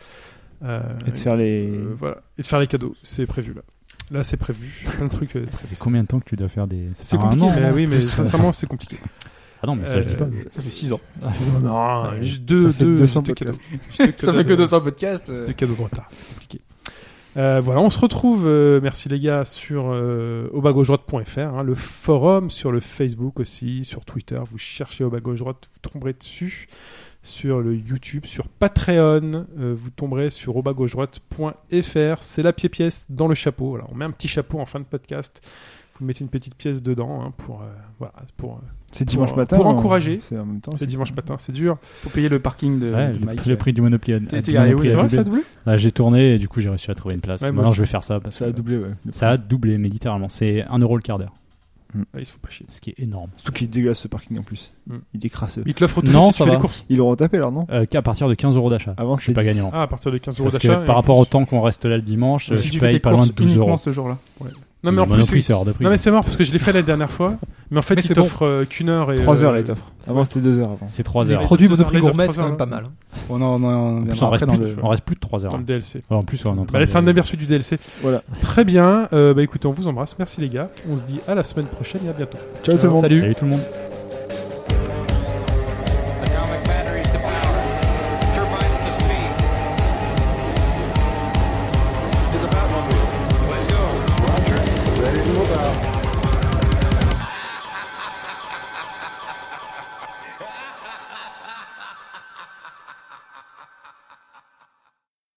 euh,
Et de faire les.
euh, voilà, et de faire les cadeaux, c'est prévu là. Là, c'est prévu. Plein de trucs. euh,
Ça fait combien de temps que tu dois faire des. ça
c'est
fait un
compliqué,
an,
mais
non
oui, mais
Plus, euh,
sincèrement, c'est compliqué.
Ah non, mais ça, je sais pas.
Euh,
Ça fait 6 ans.
Non,
Ouais,
juste deux,
ça fait
deux,
200
juste deux
podcasts.
cadeaux. Juste deux
Ça fait
cadeaux.
que 200 podcasts. euh.
de cadeaux de retard. C'est compliqué. Euh, voilà, on se retrouve, euh, merci les gars, sur euh, obagaugedroite.fr, hein, le forum, sur le Facebook aussi, sur Twitter. Vous cherchez au bas gauche droite, vous tomberez dessus. Sur le YouTube, sur Patreon, euh, vous tomberez sur obagaugedroite.fr. C'est la pied-pièce dans le chapeau. Voilà, on met un petit chapeau en fin de podcast. Vous mettez une petite pièce dedans hein, pour, euh, voilà, pour, euh,
C'est dimanche
pour-
matin.
pour
hein.
encourager.
C'est en même temps.
c'est dimanche matin, c'est dur.
Pour payer le parking de,
Ouais,
de
le-
euh, Mike.
le prix du Monopoly. à-
T'es-
à-
t'es
du
arrivé,
Monopoly
oui,
à
C'est vrai,
doublé.
ça a doublé
Ah, J'ai tourné et du coup j'ai réussi à trouver une place.
Ouais, moi
Maintenant
aussi.
je vais faire ça parce
Ça a
que
doublé, ouais.
ça a doublé mais littéralement. C'est 1€ euro le quart d'heure,
Ah, Ils se font pas chier.
ce qui est énorme.
Surtout qu'il est dégueulasse ce parking en plus.
Mm.
Il est crasseux.
Ils te l'offrent tout de
Non,
suite si tu
ça
fais
va.
les courses.
Ils l'ont retapé alors, non
Euh, Qu'à partir de 15 euros d'achat.
Avant,
Je suis pas
c'était 10.
gagnant.
Ah, à partir de 15 euros
Parce
d'achat.
que par
et-
rapport au temps qu'on reste là le dimanche,
Si
je
tu fais
paye
tes
pas loin
courses
de 12
uniquement
euros.
ce jour-là.
Non, mais en
Ils m'ont
plus,
appris,
ils-
c'est hors de prix.
Non mais c'est mort parce que je l'ai fait la dernière fois. Mais en fait,
Mais
ils
c'est bon.
t'offrent euh, qu'une heure et
3 heures,
euh,
les t'offres. Avant, c'était 2 heures avant.
C'est 3
Les
heures.
pro-
En
Produit
deux heures,
Monoprix
les heures hein.
Gourmet, c'est
trois
quand même
heures,
pas mal.
On en, on en- on
plus,
viendra
on reste
après dans
plus,
le.
on reste plus de 3 heures.
dans le DLC.
Ouais, En plus, on est en train
Bah là,
de-
c'est un aperçu du DLC.
Voilà.
Très bien. Euh, bah écoutez, on vous embrasse. Merci les gars. On se dit à la semaine prochaine et à bientôt.
Ciao tout le monde.
Salut tout le monde.